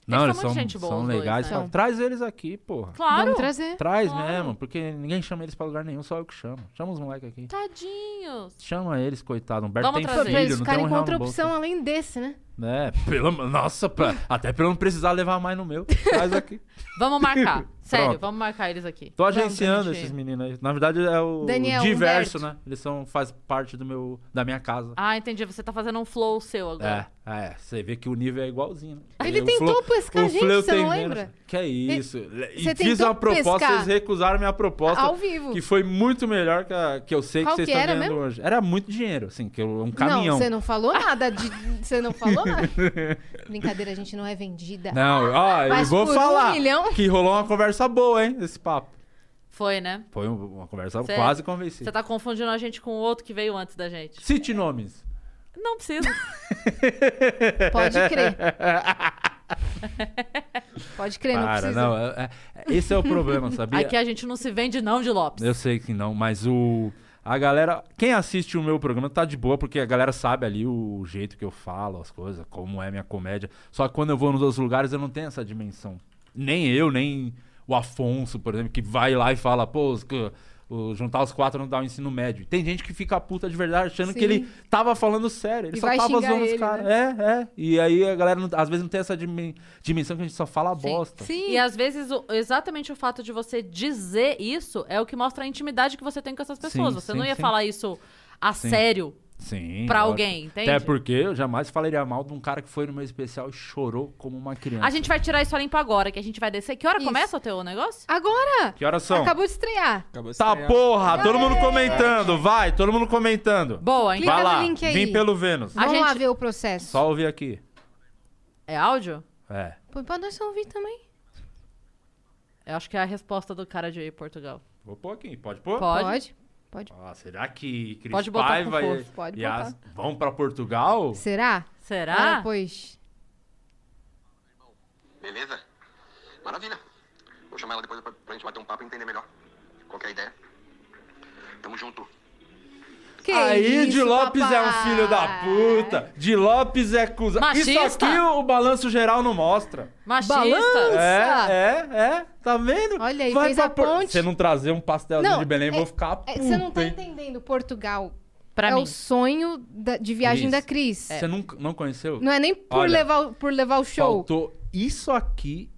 [SPEAKER 3] Não, eles
[SPEAKER 2] são
[SPEAKER 3] são,
[SPEAKER 2] muito gente boa,
[SPEAKER 3] são
[SPEAKER 2] os dois,
[SPEAKER 3] legais.
[SPEAKER 2] né? São.
[SPEAKER 3] Traz eles aqui, porra.
[SPEAKER 1] Claro. Vamos trazer.
[SPEAKER 3] Traz
[SPEAKER 1] Claro.
[SPEAKER 3] mesmo, porque ninguém chama eles pra lugar nenhum, só eu que chamo. Chama os moleques aqui.
[SPEAKER 1] Tadinhos.
[SPEAKER 3] Chama eles, coitado. Humberto
[SPEAKER 1] Vamos
[SPEAKER 3] tem
[SPEAKER 1] trazer.
[SPEAKER 3] filho,
[SPEAKER 1] Pra eles
[SPEAKER 3] não tem
[SPEAKER 2] Cara,
[SPEAKER 3] um real
[SPEAKER 2] encontra
[SPEAKER 3] no bolso.
[SPEAKER 2] opção além desse, né?
[SPEAKER 3] É, pelo, nossa, pra- até pra eu não precisar levar mais no meu. Traz aqui.
[SPEAKER 1] Vamos marcar. Sério,
[SPEAKER 3] Pronto.
[SPEAKER 1] vamos marcar eles aqui.
[SPEAKER 3] Tô
[SPEAKER 1] Vamos,
[SPEAKER 3] agenciando
[SPEAKER 1] gente.
[SPEAKER 3] esses meninos aí. Na verdade, é o
[SPEAKER 1] Daniel,
[SPEAKER 3] diverso,
[SPEAKER 1] Humberto.
[SPEAKER 3] né? Eles são, faz parte do meu, da minha casa.
[SPEAKER 1] Ah, entendi. Você tá fazendo um flow seu
[SPEAKER 3] É,
[SPEAKER 1] agora.
[SPEAKER 3] é, você vê que o nível é igualzinho. né?
[SPEAKER 1] Ele
[SPEAKER 3] O
[SPEAKER 1] tentou
[SPEAKER 3] Flow-
[SPEAKER 1] pescar
[SPEAKER 3] o
[SPEAKER 1] gente,
[SPEAKER 3] Flow
[SPEAKER 1] você
[SPEAKER 3] tem
[SPEAKER 1] não
[SPEAKER 3] menos.
[SPEAKER 1] lembra?
[SPEAKER 3] Que é isso. E
[SPEAKER 2] você
[SPEAKER 3] fiz
[SPEAKER 2] tentou
[SPEAKER 3] uma proposta,
[SPEAKER 2] pescar.
[SPEAKER 3] vocês recusaram minha proposta.
[SPEAKER 2] Ao vivo.
[SPEAKER 3] Que foi muito melhor que, a- que eu sei
[SPEAKER 2] Qual
[SPEAKER 3] que vocês
[SPEAKER 2] que
[SPEAKER 3] estão
[SPEAKER 2] era
[SPEAKER 3] ganhando
[SPEAKER 2] mesmo?
[SPEAKER 3] hoje. Era muito dinheiro, assim, que eu, um caminhão.
[SPEAKER 2] Não, você não falou nada. de- Você não falou nada. Brincadeira, a gente não é vendida.
[SPEAKER 3] Não, ó, eu
[SPEAKER 2] Mas
[SPEAKER 3] vou
[SPEAKER 2] por um
[SPEAKER 3] falar
[SPEAKER 2] milhão-
[SPEAKER 3] que rolou uma conversa boa, hein, esse papo.
[SPEAKER 1] Foi, né?
[SPEAKER 3] Foi um- uma conversa
[SPEAKER 1] Cê-
[SPEAKER 3] quase convencida.
[SPEAKER 1] Você tá confundindo a gente com o outro que veio antes da gente.
[SPEAKER 3] Cite nomes.
[SPEAKER 1] Não precisa.
[SPEAKER 2] Pode crer. Pode crer, não
[SPEAKER 3] Para,
[SPEAKER 2] precisa.
[SPEAKER 3] não, é- é- esse é o problema, sabia?
[SPEAKER 1] Aqui a gente não se vende, não, de Lopes.
[SPEAKER 3] Eu sei que não, mas o. A galera. Quem assiste o meu programa tá de boa, porque a galera sabe ali o jeito que eu falo, as coisas, como é minha comédia. Só que quando eu vou nos outros lugares, eu não tenho essa dimensão. Nem eu, nem o Afonso, por exemplo, que vai lá e fala, pô, os que- o- juntar os quatro não dá o ensino médio. Tem gente que fica puta de verdade, achando
[SPEAKER 1] Sim.
[SPEAKER 3] que ele tava falando sério. Ele
[SPEAKER 1] E
[SPEAKER 3] só
[SPEAKER 1] vai
[SPEAKER 3] tava
[SPEAKER 1] xingar
[SPEAKER 3] zoando os
[SPEAKER 1] ele,
[SPEAKER 3] caras.
[SPEAKER 1] né?
[SPEAKER 3] É, é. E aí a galera, não- às vezes, não tem essa dimen- dimensão que a gente só fala bosta.
[SPEAKER 1] Sim. E às vezes o- exatamente o fato de você dizer isso é o que mostra a intimidade que você tem com essas pessoas.
[SPEAKER 3] Sim,
[SPEAKER 1] você
[SPEAKER 3] sim,
[SPEAKER 1] não ia
[SPEAKER 3] sim.
[SPEAKER 1] falar isso a
[SPEAKER 3] Sim.
[SPEAKER 1] sério.
[SPEAKER 3] Sim.
[SPEAKER 1] pra
[SPEAKER 3] lógico.
[SPEAKER 1] alguém, entende?
[SPEAKER 3] Até porque eu jamais falaria mal de um cara que foi no meu especial e chorou como uma criança.
[SPEAKER 1] A gente vai tirar isso a limpo agora, que a gente vai descer. Que hora começa o teu negócio?
[SPEAKER 2] Agora!
[SPEAKER 3] Que horas são?
[SPEAKER 2] Acabou de estrear.
[SPEAKER 3] tá porra, todo mundo comentando, vai, todo mundo comentando.
[SPEAKER 1] Boa,
[SPEAKER 2] hein?
[SPEAKER 3] Vai
[SPEAKER 2] Clica no
[SPEAKER 3] lá,
[SPEAKER 2] link aí.
[SPEAKER 3] vim pelo Vênus.
[SPEAKER 2] Vamos lá ver o processo.
[SPEAKER 3] Só ouvir aqui.
[SPEAKER 1] É áudio?
[SPEAKER 3] É.
[SPEAKER 2] Põe pra nós ouvir também.
[SPEAKER 1] Eu acho que é a resposta do cara de Portugal.
[SPEAKER 3] Vou pôr aqui, pode pôr?
[SPEAKER 1] Pode.
[SPEAKER 2] Pode.
[SPEAKER 3] Ah, será que Cris
[SPEAKER 1] Pode botar
[SPEAKER 3] Paiva
[SPEAKER 1] com
[SPEAKER 3] e-
[SPEAKER 1] força, pode
[SPEAKER 3] e
[SPEAKER 1] botar.
[SPEAKER 3] as vão pra Portugal?
[SPEAKER 2] Será?
[SPEAKER 1] Será?
[SPEAKER 2] Ah, pois.
[SPEAKER 13] Beleza? Maravilha. Vou chamar ela depois pra, pra gente bater um papo e entender melhor. Qual que é a ideia? Tamo junto.
[SPEAKER 2] Que
[SPEAKER 3] Aí, de
[SPEAKER 2] isso,
[SPEAKER 3] Lopes é um
[SPEAKER 2] papai?
[SPEAKER 3] filho da puta. De Lopes é cuzão. Isso
[SPEAKER 1] Machista.
[SPEAKER 3] aqui o balanço geral não mostra.
[SPEAKER 1] Machista.
[SPEAKER 3] É, é, é. Tá vendo?
[SPEAKER 2] Olha aí, fez
[SPEAKER 3] pra
[SPEAKER 2] a
[SPEAKER 3] Por-
[SPEAKER 2] ponte.
[SPEAKER 3] Se não trazer um pastelzinho de Belém, eu
[SPEAKER 2] é-
[SPEAKER 3] vou ficar puto,
[SPEAKER 2] é, Você não tá
[SPEAKER 3] hein?
[SPEAKER 2] entendendo. Portugal
[SPEAKER 1] Pra
[SPEAKER 2] é
[SPEAKER 1] mim. É.
[SPEAKER 2] o sonho da- de
[SPEAKER 3] Cris,
[SPEAKER 2] viagem da Cris.
[SPEAKER 3] Você não, não conheceu?
[SPEAKER 2] Não é nem por,
[SPEAKER 3] Olha,
[SPEAKER 2] levar, o- por levar o show.
[SPEAKER 3] Faltou isso aqui,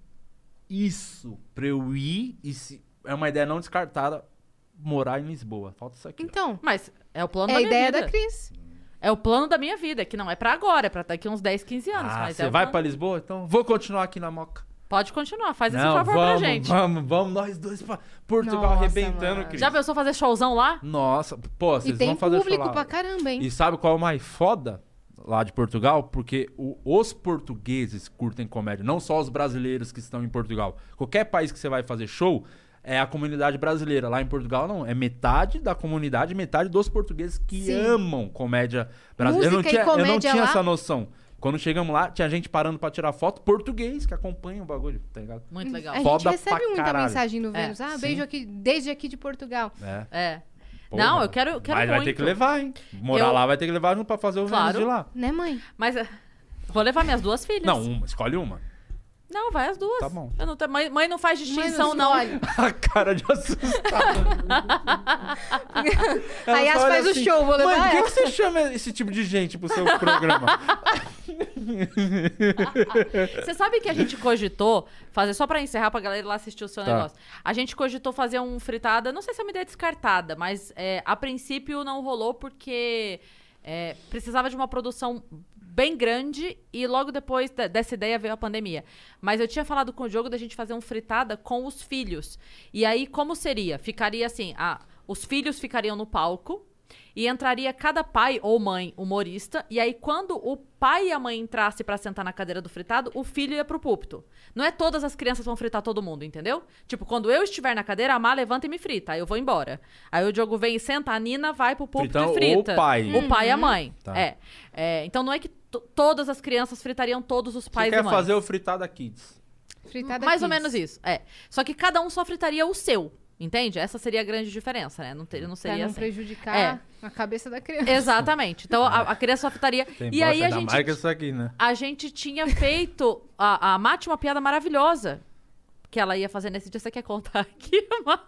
[SPEAKER 3] isso, pra eu ir e se... É uma ideia não descartada, morar em Lisboa. Falta isso aqui.
[SPEAKER 2] Então.
[SPEAKER 1] Mas é o plano
[SPEAKER 2] É
[SPEAKER 1] da
[SPEAKER 2] a
[SPEAKER 1] minha
[SPEAKER 2] ideia
[SPEAKER 1] vida.
[SPEAKER 2] da Cris.
[SPEAKER 1] É o plano da minha vida, que não é pra agora, é pra daqui uns 10, 15 anos.
[SPEAKER 3] Ah,
[SPEAKER 1] mas
[SPEAKER 3] você
[SPEAKER 1] é o
[SPEAKER 3] vai
[SPEAKER 1] plano.
[SPEAKER 3] pra Lisboa? Então vou continuar aqui na Moca.
[SPEAKER 1] Pode continuar, faz esse
[SPEAKER 3] Não,
[SPEAKER 1] favor
[SPEAKER 3] vamos,
[SPEAKER 1] pra gente.
[SPEAKER 3] vamos, vamos, nós dois pra Portugal
[SPEAKER 1] Nossa,
[SPEAKER 3] arrebentando, Cris.
[SPEAKER 1] Já pensou fazer showzão lá?
[SPEAKER 3] Nossa, pô, vocês
[SPEAKER 2] E tem
[SPEAKER 3] vão fazer show
[SPEAKER 2] público
[SPEAKER 3] lá.
[SPEAKER 2] pra caramba, hein?
[SPEAKER 3] E sabe qual é o mais foda lá de Portugal? Porque o- os portugueses curtem comédia, não só os brasileiros que estão em Portugal. Qualquer país que você vai fazer show é a comunidade brasileira. Lá em Portugal não, é metade da comunidade, metade dos portugueses que
[SPEAKER 2] Sim.
[SPEAKER 3] amam comédia brasileira. eu não
[SPEAKER 2] Música
[SPEAKER 3] tinha,
[SPEAKER 2] e
[SPEAKER 3] eu não
[SPEAKER 2] comédia
[SPEAKER 3] tinha
[SPEAKER 2] lá-
[SPEAKER 3] essa noção. Quando chegamos lá, tinha gente parando pra tirar foto, português que acompanha o bagulho, tá ligado?
[SPEAKER 1] Muito legal.
[SPEAKER 2] A gente
[SPEAKER 3] Foda
[SPEAKER 2] recebe
[SPEAKER 3] pra
[SPEAKER 2] muita
[SPEAKER 3] caralho.
[SPEAKER 2] mensagem no
[SPEAKER 3] É,
[SPEAKER 2] Vênus. ah,
[SPEAKER 3] sim.
[SPEAKER 2] beijo aqui, desde aqui de Portugal.
[SPEAKER 3] É.
[SPEAKER 1] É.
[SPEAKER 3] Porra.
[SPEAKER 1] Não, eu quero, eu quero
[SPEAKER 3] Mas
[SPEAKER 1] muito.
[SPEAKER 3] vai ter que levar, hein? Morar
[SPEAKER 1] Eu-
[SPEAKER 3] lá vai ter que levar pra fazer o Vênus
[SPEAKER 1] Claro.
[SPEAKER 3] de lá.
[SPEAKER 2] Né, mãe?
[SPEAKER 1] Mas é, vou levar minhas duas filhas.
[SPEAKER 3] Não, uma, escolhe uma.
[SPEAKER 1] Não, vai as duas.
[SPEAKER 3] Tá bom.
[SPEAKER 1] Eu não tenho- mãe, mãe não faz distinção,
[SPEAKER 2] Mãe
[SPEAKER 1] não.
[SPEAKER 2] não
[SPEAKER 3] A cara de assustado. Ela
[SPEAKER 2] Aí
[SPEAKER 3] só
[SPEAKER 2] as
[SPEAKER 3] olha
[SPEAKER 2] faz o show, vou levar
[SPEAKER 3] Mãe, por que
[SPEAKER 2] ela."
[SPEAKER 3] que você chama esse tipo de gente pro seu programa?
[SPEAKER 1] Você sabe que a gente cogitou fazer, só pra encerrar pra galera ir lá assistir o seu
[SPEAKER 3] Tá.
[SPEAKER 1] negócio. A gente cogitou fazer um fritada, não sei se é uma ideia descartada, mas é, a princípio não rolou porque é, precisava de uma produção bem grande e logo depois de- dessa ideia veio a pandemia. Mas eu tinha falado com o Diogo da gente fazer um fritada com os filhos. E aí, como seria? Ficaria assim, a- Os filhos ficariam no palco e entraria cada pai ou mãe humorista. E aí, quando o pai e a mãe entrasse pra sentar na cadeira do fritado, o filho ia pro púlpito. Não é todas as crianças vão fritar todo mundo, entendeu? Tipo, quando eu estiver na cadeira, a Má levanta e me frita. Aí eu vou embora. Aí o Diogo vem e senta, a Nina vai pro púlpito
[SPEAKER 3] Fritar o
[SPEAKER 1] e frita.
[SPEAKER 3] pai.
[SPEAKER 1] O pai e a
[SPEAKER 3] Uhum.
[SPEAKER 1] mãe.
[SPEAKER 3] Tá.
[SPEAKER 1] É. É, Então não é que to- todas as crianças fritariam todos os
[SPEAKER 3] Você
[SPEAKER 1] pais e
[SPEAKER 3] quer
[SPEAKER 1] mães.
[SPEAKER 3] fazer o fritada kids.
[SPEAKER 2] Fritada
[SPEAKER 1] Mais ou
[SPEAKER 2] Kids.
[SPEAKER 1] menos isso, é. Só que cada um só fritaria o seu, entende? Essa seria a grande diferença, né? Não, ter, não
[SPEAKER 2] Pra
[SPEAKER 1] seria
[SPEAKER 2] não
[SPEAKER 1] assim.
[SPEAKER 2] prejudicar
[SPEAKER 1] É.
[SPEAKER 2] a cabeça da criança.
[SPEAKER 1] Exatamente. Então a, a criança só fritaria.
[SPEAKER 3] Tem
[SPEAKER 1] e aí
[SPEAKER 3] bosta
[SPEAKER 1] a
[SPEAKER 3] da
[SPEAKER 1] gente,
[SPEAKER 3] marca isso aqui, né?
[SPEAKER 1] a gente tinha feito. A, a Má tinha uma piada maravilhosa que ela ia fazer nesse dia. Você quer contar aqui, Má?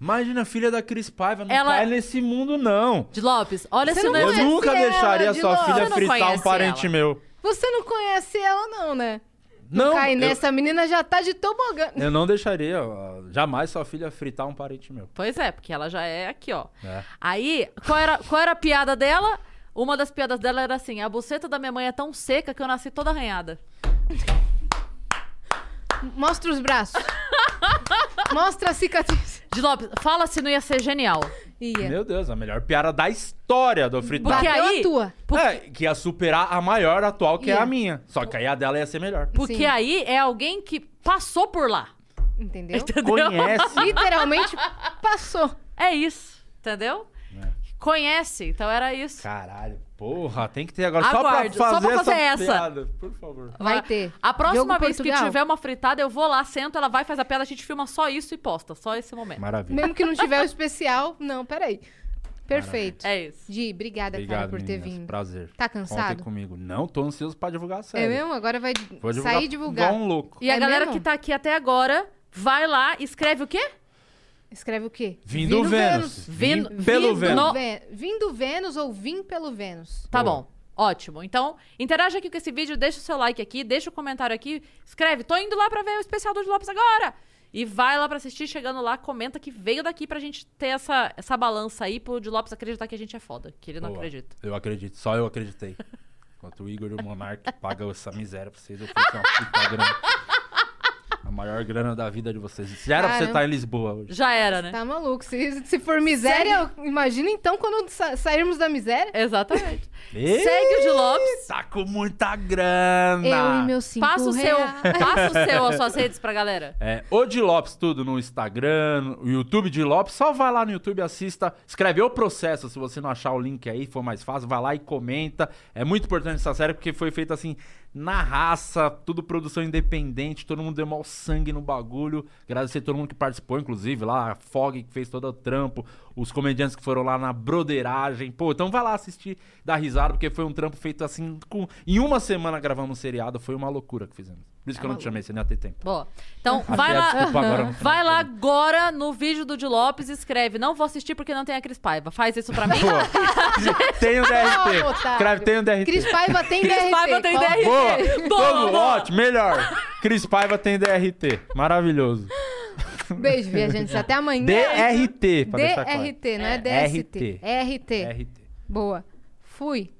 [SPEAKER 3] Imagina a filha da Cris Paiva, não
[SPEAKER 1] Ela-
[SPEAKER 3] cai nesse mundo, não.
[SPEAKER 1] De Lopes, olha
[SPEAKER 2] Você
[SPEAKER 1] se
[SPEAKER 2] não
[SPEAKER 1] não
[SPEAKER 3] Eu
[SPEAKER 2] conhece
[SPEAKER 3] nunca
[SPEAKER 2] ela,
[SPEAKER 3] deixaria
[SPEAKER 2] de
[SPEAKER 3] sua
[SPEAKER 2] novo.
[SPEAKER 3] filha
[SPEAKER 2] Você não
[SPEAKER 3] fritar um
[SPEAKER 2] conhece
[SPEAKER 3] parente
[SPEAKER 1] ela.
[SPEAKER 3] meu.
[SPEAKER 2] Você não conhece ela, não, né?
[SPEAKER 3] Não,
[SPEAKER 2] Cai
[SPEAKER 3] eu-
[SPEAKER 2] nessa a menina já tá de tobogã.
[SPEAKER 3] Eu não deixaria ó, jamais sua filha fritar um parente meu.
[SPEAKER 1] Pois é, porque ela já é aqui, ó.
[SPEAKER 3] É.
[SPEAKER 1] Aí, qual era, qual era a piada dela? Uma das piadas dela era assim: a buceta da minha mãe é tão seca que eu nasci toda arranhada.
[SPEAKER 2] Mostra os braços. Mostra a cicatriz.
[SPEAKER 1] De Lopes, fala se não ia ser genial.
[SPEAKER 2] Ia.
[SPEAKER 3] Meu Deus, a melhor piada da história do fritar.
[SPEAKER 1] Porque aí- Bateu a tua.
[SPEAKER 3] É, que ia superar a maior atual, que é
[SPEAKER 1] Ia.
[SPEAKER 3] a minha. Só que aí a dela ia ser melhor.
[SPEAKER 1] Porque aí é alguém que passou por lá.
[SPEAKER 2] Entendeu?
[SPEAKER 3] Conhece.
[SPEAKER 2] Literalmente passou.
[SPEAKER 1] É isso, entendeu?
[SPEAKER 3] É.
[SPEAKER 1] Conhece, então era isso.
[SPEAKER 3] Caralho, porra, tem que ter agora
[SPEAKER 1] Aguarde,
[SPEAKER 3] só pra fazer,
[SPEAKER 1] essa.
[SPEAKER 3] piada, por favor.
[SPEAKER 2] Vai ter.
[SPEAKER 1] A próxima
[SPEAKER 2] Diogo
[SPEAKER 1] vez que
[SPEAKER 2] Portugal.
[SPEAKER 1] tiver uma fritada, eu vou lá, sento, ela vai, faz a piada, a gente filma só isso e posta, só esse momento.
[SPEAKER 3] Maravilha.
[SPEAKER 2] Mesmo que não tiver o especial. Não, peraí. Perfeito.
[SPEAKER 1] É isso.
[SPEAKER 2] Di, obrigada, cara,
[SPEAKER 3] Obrigado,
[SPEAKER 2] por ter
[SPEAKER 3] meninas,
[SPEAKER 2] vindo.
[SPEAKER 3] Prazer.
[SPEAKER 2] Tá cansado?
[SPEAKER 3] Contem comigo. Não, tô ansioso pra divulgar a série.
[SPEAKER 2] É mesmo? Agora vai
[SPEAKER 3] Vou divulgar
[SPEAKER 2] sair divulgar.
[SPEAKER 3] igual um louco.
[SPEAKER 1] E a
[SPEAKER 2] É
[SPEAKER 1] galera
[SPEAKER 2] mesmo?
[SPEAKER 1] que tá aqui até agora, vai lá, escreve o quê?
[SPEAKER 2] Escreve o quê?
[SPEAKER 3] Vindo Vênus.
[SPEAKER 1] Vin-
[SPEAKER 3] Vin- pelo
[SPEAKER 1] Vindo
[SPEAKER 3] Vênus.
[SPEAKER 1] no-
[SPEAKER 2] Vé- Vindo Vênus ou vim pelo Vênus?
[SPEAKER 1] Tá bom. Ótimo. Então, interaja aqui com esse vídeo, deixa o seu like aqui, deixa o comentário aqui, escreve, tô indo lá pra ver o especial do Lopes agora. E vai lá pra assistir, chegando lá, comenta que veio daqui pra gente ter essa, essa balança aí pro de Lopes acreditar que a gente é foda, que ele não
[SPEAKER 3] Boa.
[SPEAKER 1] acredita.
[SPEAKER 3] Eu acredito, só eu acreditei. Enquanto o Igor e o Monark pagam essa miséria pra vocês, eu faço uma puta grana. A maior grana da vida de vocês. Se era pra você
[SPEAKER 2] Caramba.
[SPEAKER 3] estar em Lisboa hoje.
[SPEAKER 1] Já era, né?
[SPEAKER 2] Tá maluco. Se, se for miséria, imagina então quando sa- sairmos da miséria.
[SPEAKER 1] Exatamente.
[SPEAKER 3] Ih,
[SPEAKER 1] Segue o de Lopes.
[SPEAKER 3] Tá com muita grana.
[SPEAKER 2] Eu e meus cinco
[SPEAKER 1] Passa o seu,
[SPEAKER 2] reais.
[SPEAKER 1] passa o seu, as suas redes pra galera.
[SPEAKER 3] É, o de Lopes, tudo no Instagram, no YouTube de Lopes. Só vai lá no YouTube, assista, escreve o processo. Se você não achar o link aí, for mais fácil, vai lá e comenta. É muito importante essa série porque foi feita assim, na raça, tudo produção independente, todo mundo deu mal sangue no bagulho. Agradecer a todo mundo que participou, inclusive lá, a Fog que fez todo o trampo, os comediantes que foram lá na broderagem. Pô, então vai lá assistir, dar risada, porque foi um trampo feito assim, com... em uma semana gravamos um seriado, foi uma loucura que fizemos. Por isso que eu não te chamei, você não ia ter tempo.
[SPEAKER 1] Boa. Então,
[SPEAKER 3] Achei
[SPEAKER 1] vai
[SPEAKER 3] a
[SPEAKER 1] lá.
[SPEAKER 3] desculpa agora no final
[SPEAKER 1] Vai lá agora no vídeo do de Lopes e escreve. Não vou assistir porque não tem a Cris Paiva. Faz isso pra mim.
[SPEAKER 3] Tem um o
[SPEAKER 2] Não,
[SPEAKER 3] DRT.
[SPEAKER 2] otário.
[SPEAKER 3] Escreve, tem um o DRT.
[SPEAKER 2] Cris Paiva tem
[SPEAKER 1] Cris
[SPEAKER 2] DRT.
[SPEAKER 1] Paiva tem
[SPEAKER 2] Qual-
[SPEAKER 1] DRT.
[SPEAKER 3] Boa,
[SPEAKER 1] Boa,
[SPEAKER 3] Todo
[SPEAKER 1] boa.
[SPEAKER 3] ótimo, melhor. Cris Paiva tem DRT. Maravilhoso.
[SPEAKER 2] Beijo, viajantes. Até amanhã. é
[SPEAKER 3] DRT, pra deixar claro. É,
[SPEAKER 2] DRT, não é DST.
[SPEAKER 3] RT.
[SPEAKER 2] RT.
[SPEAKER 3] RT.
[SPEAKER 2] Boa. Fui.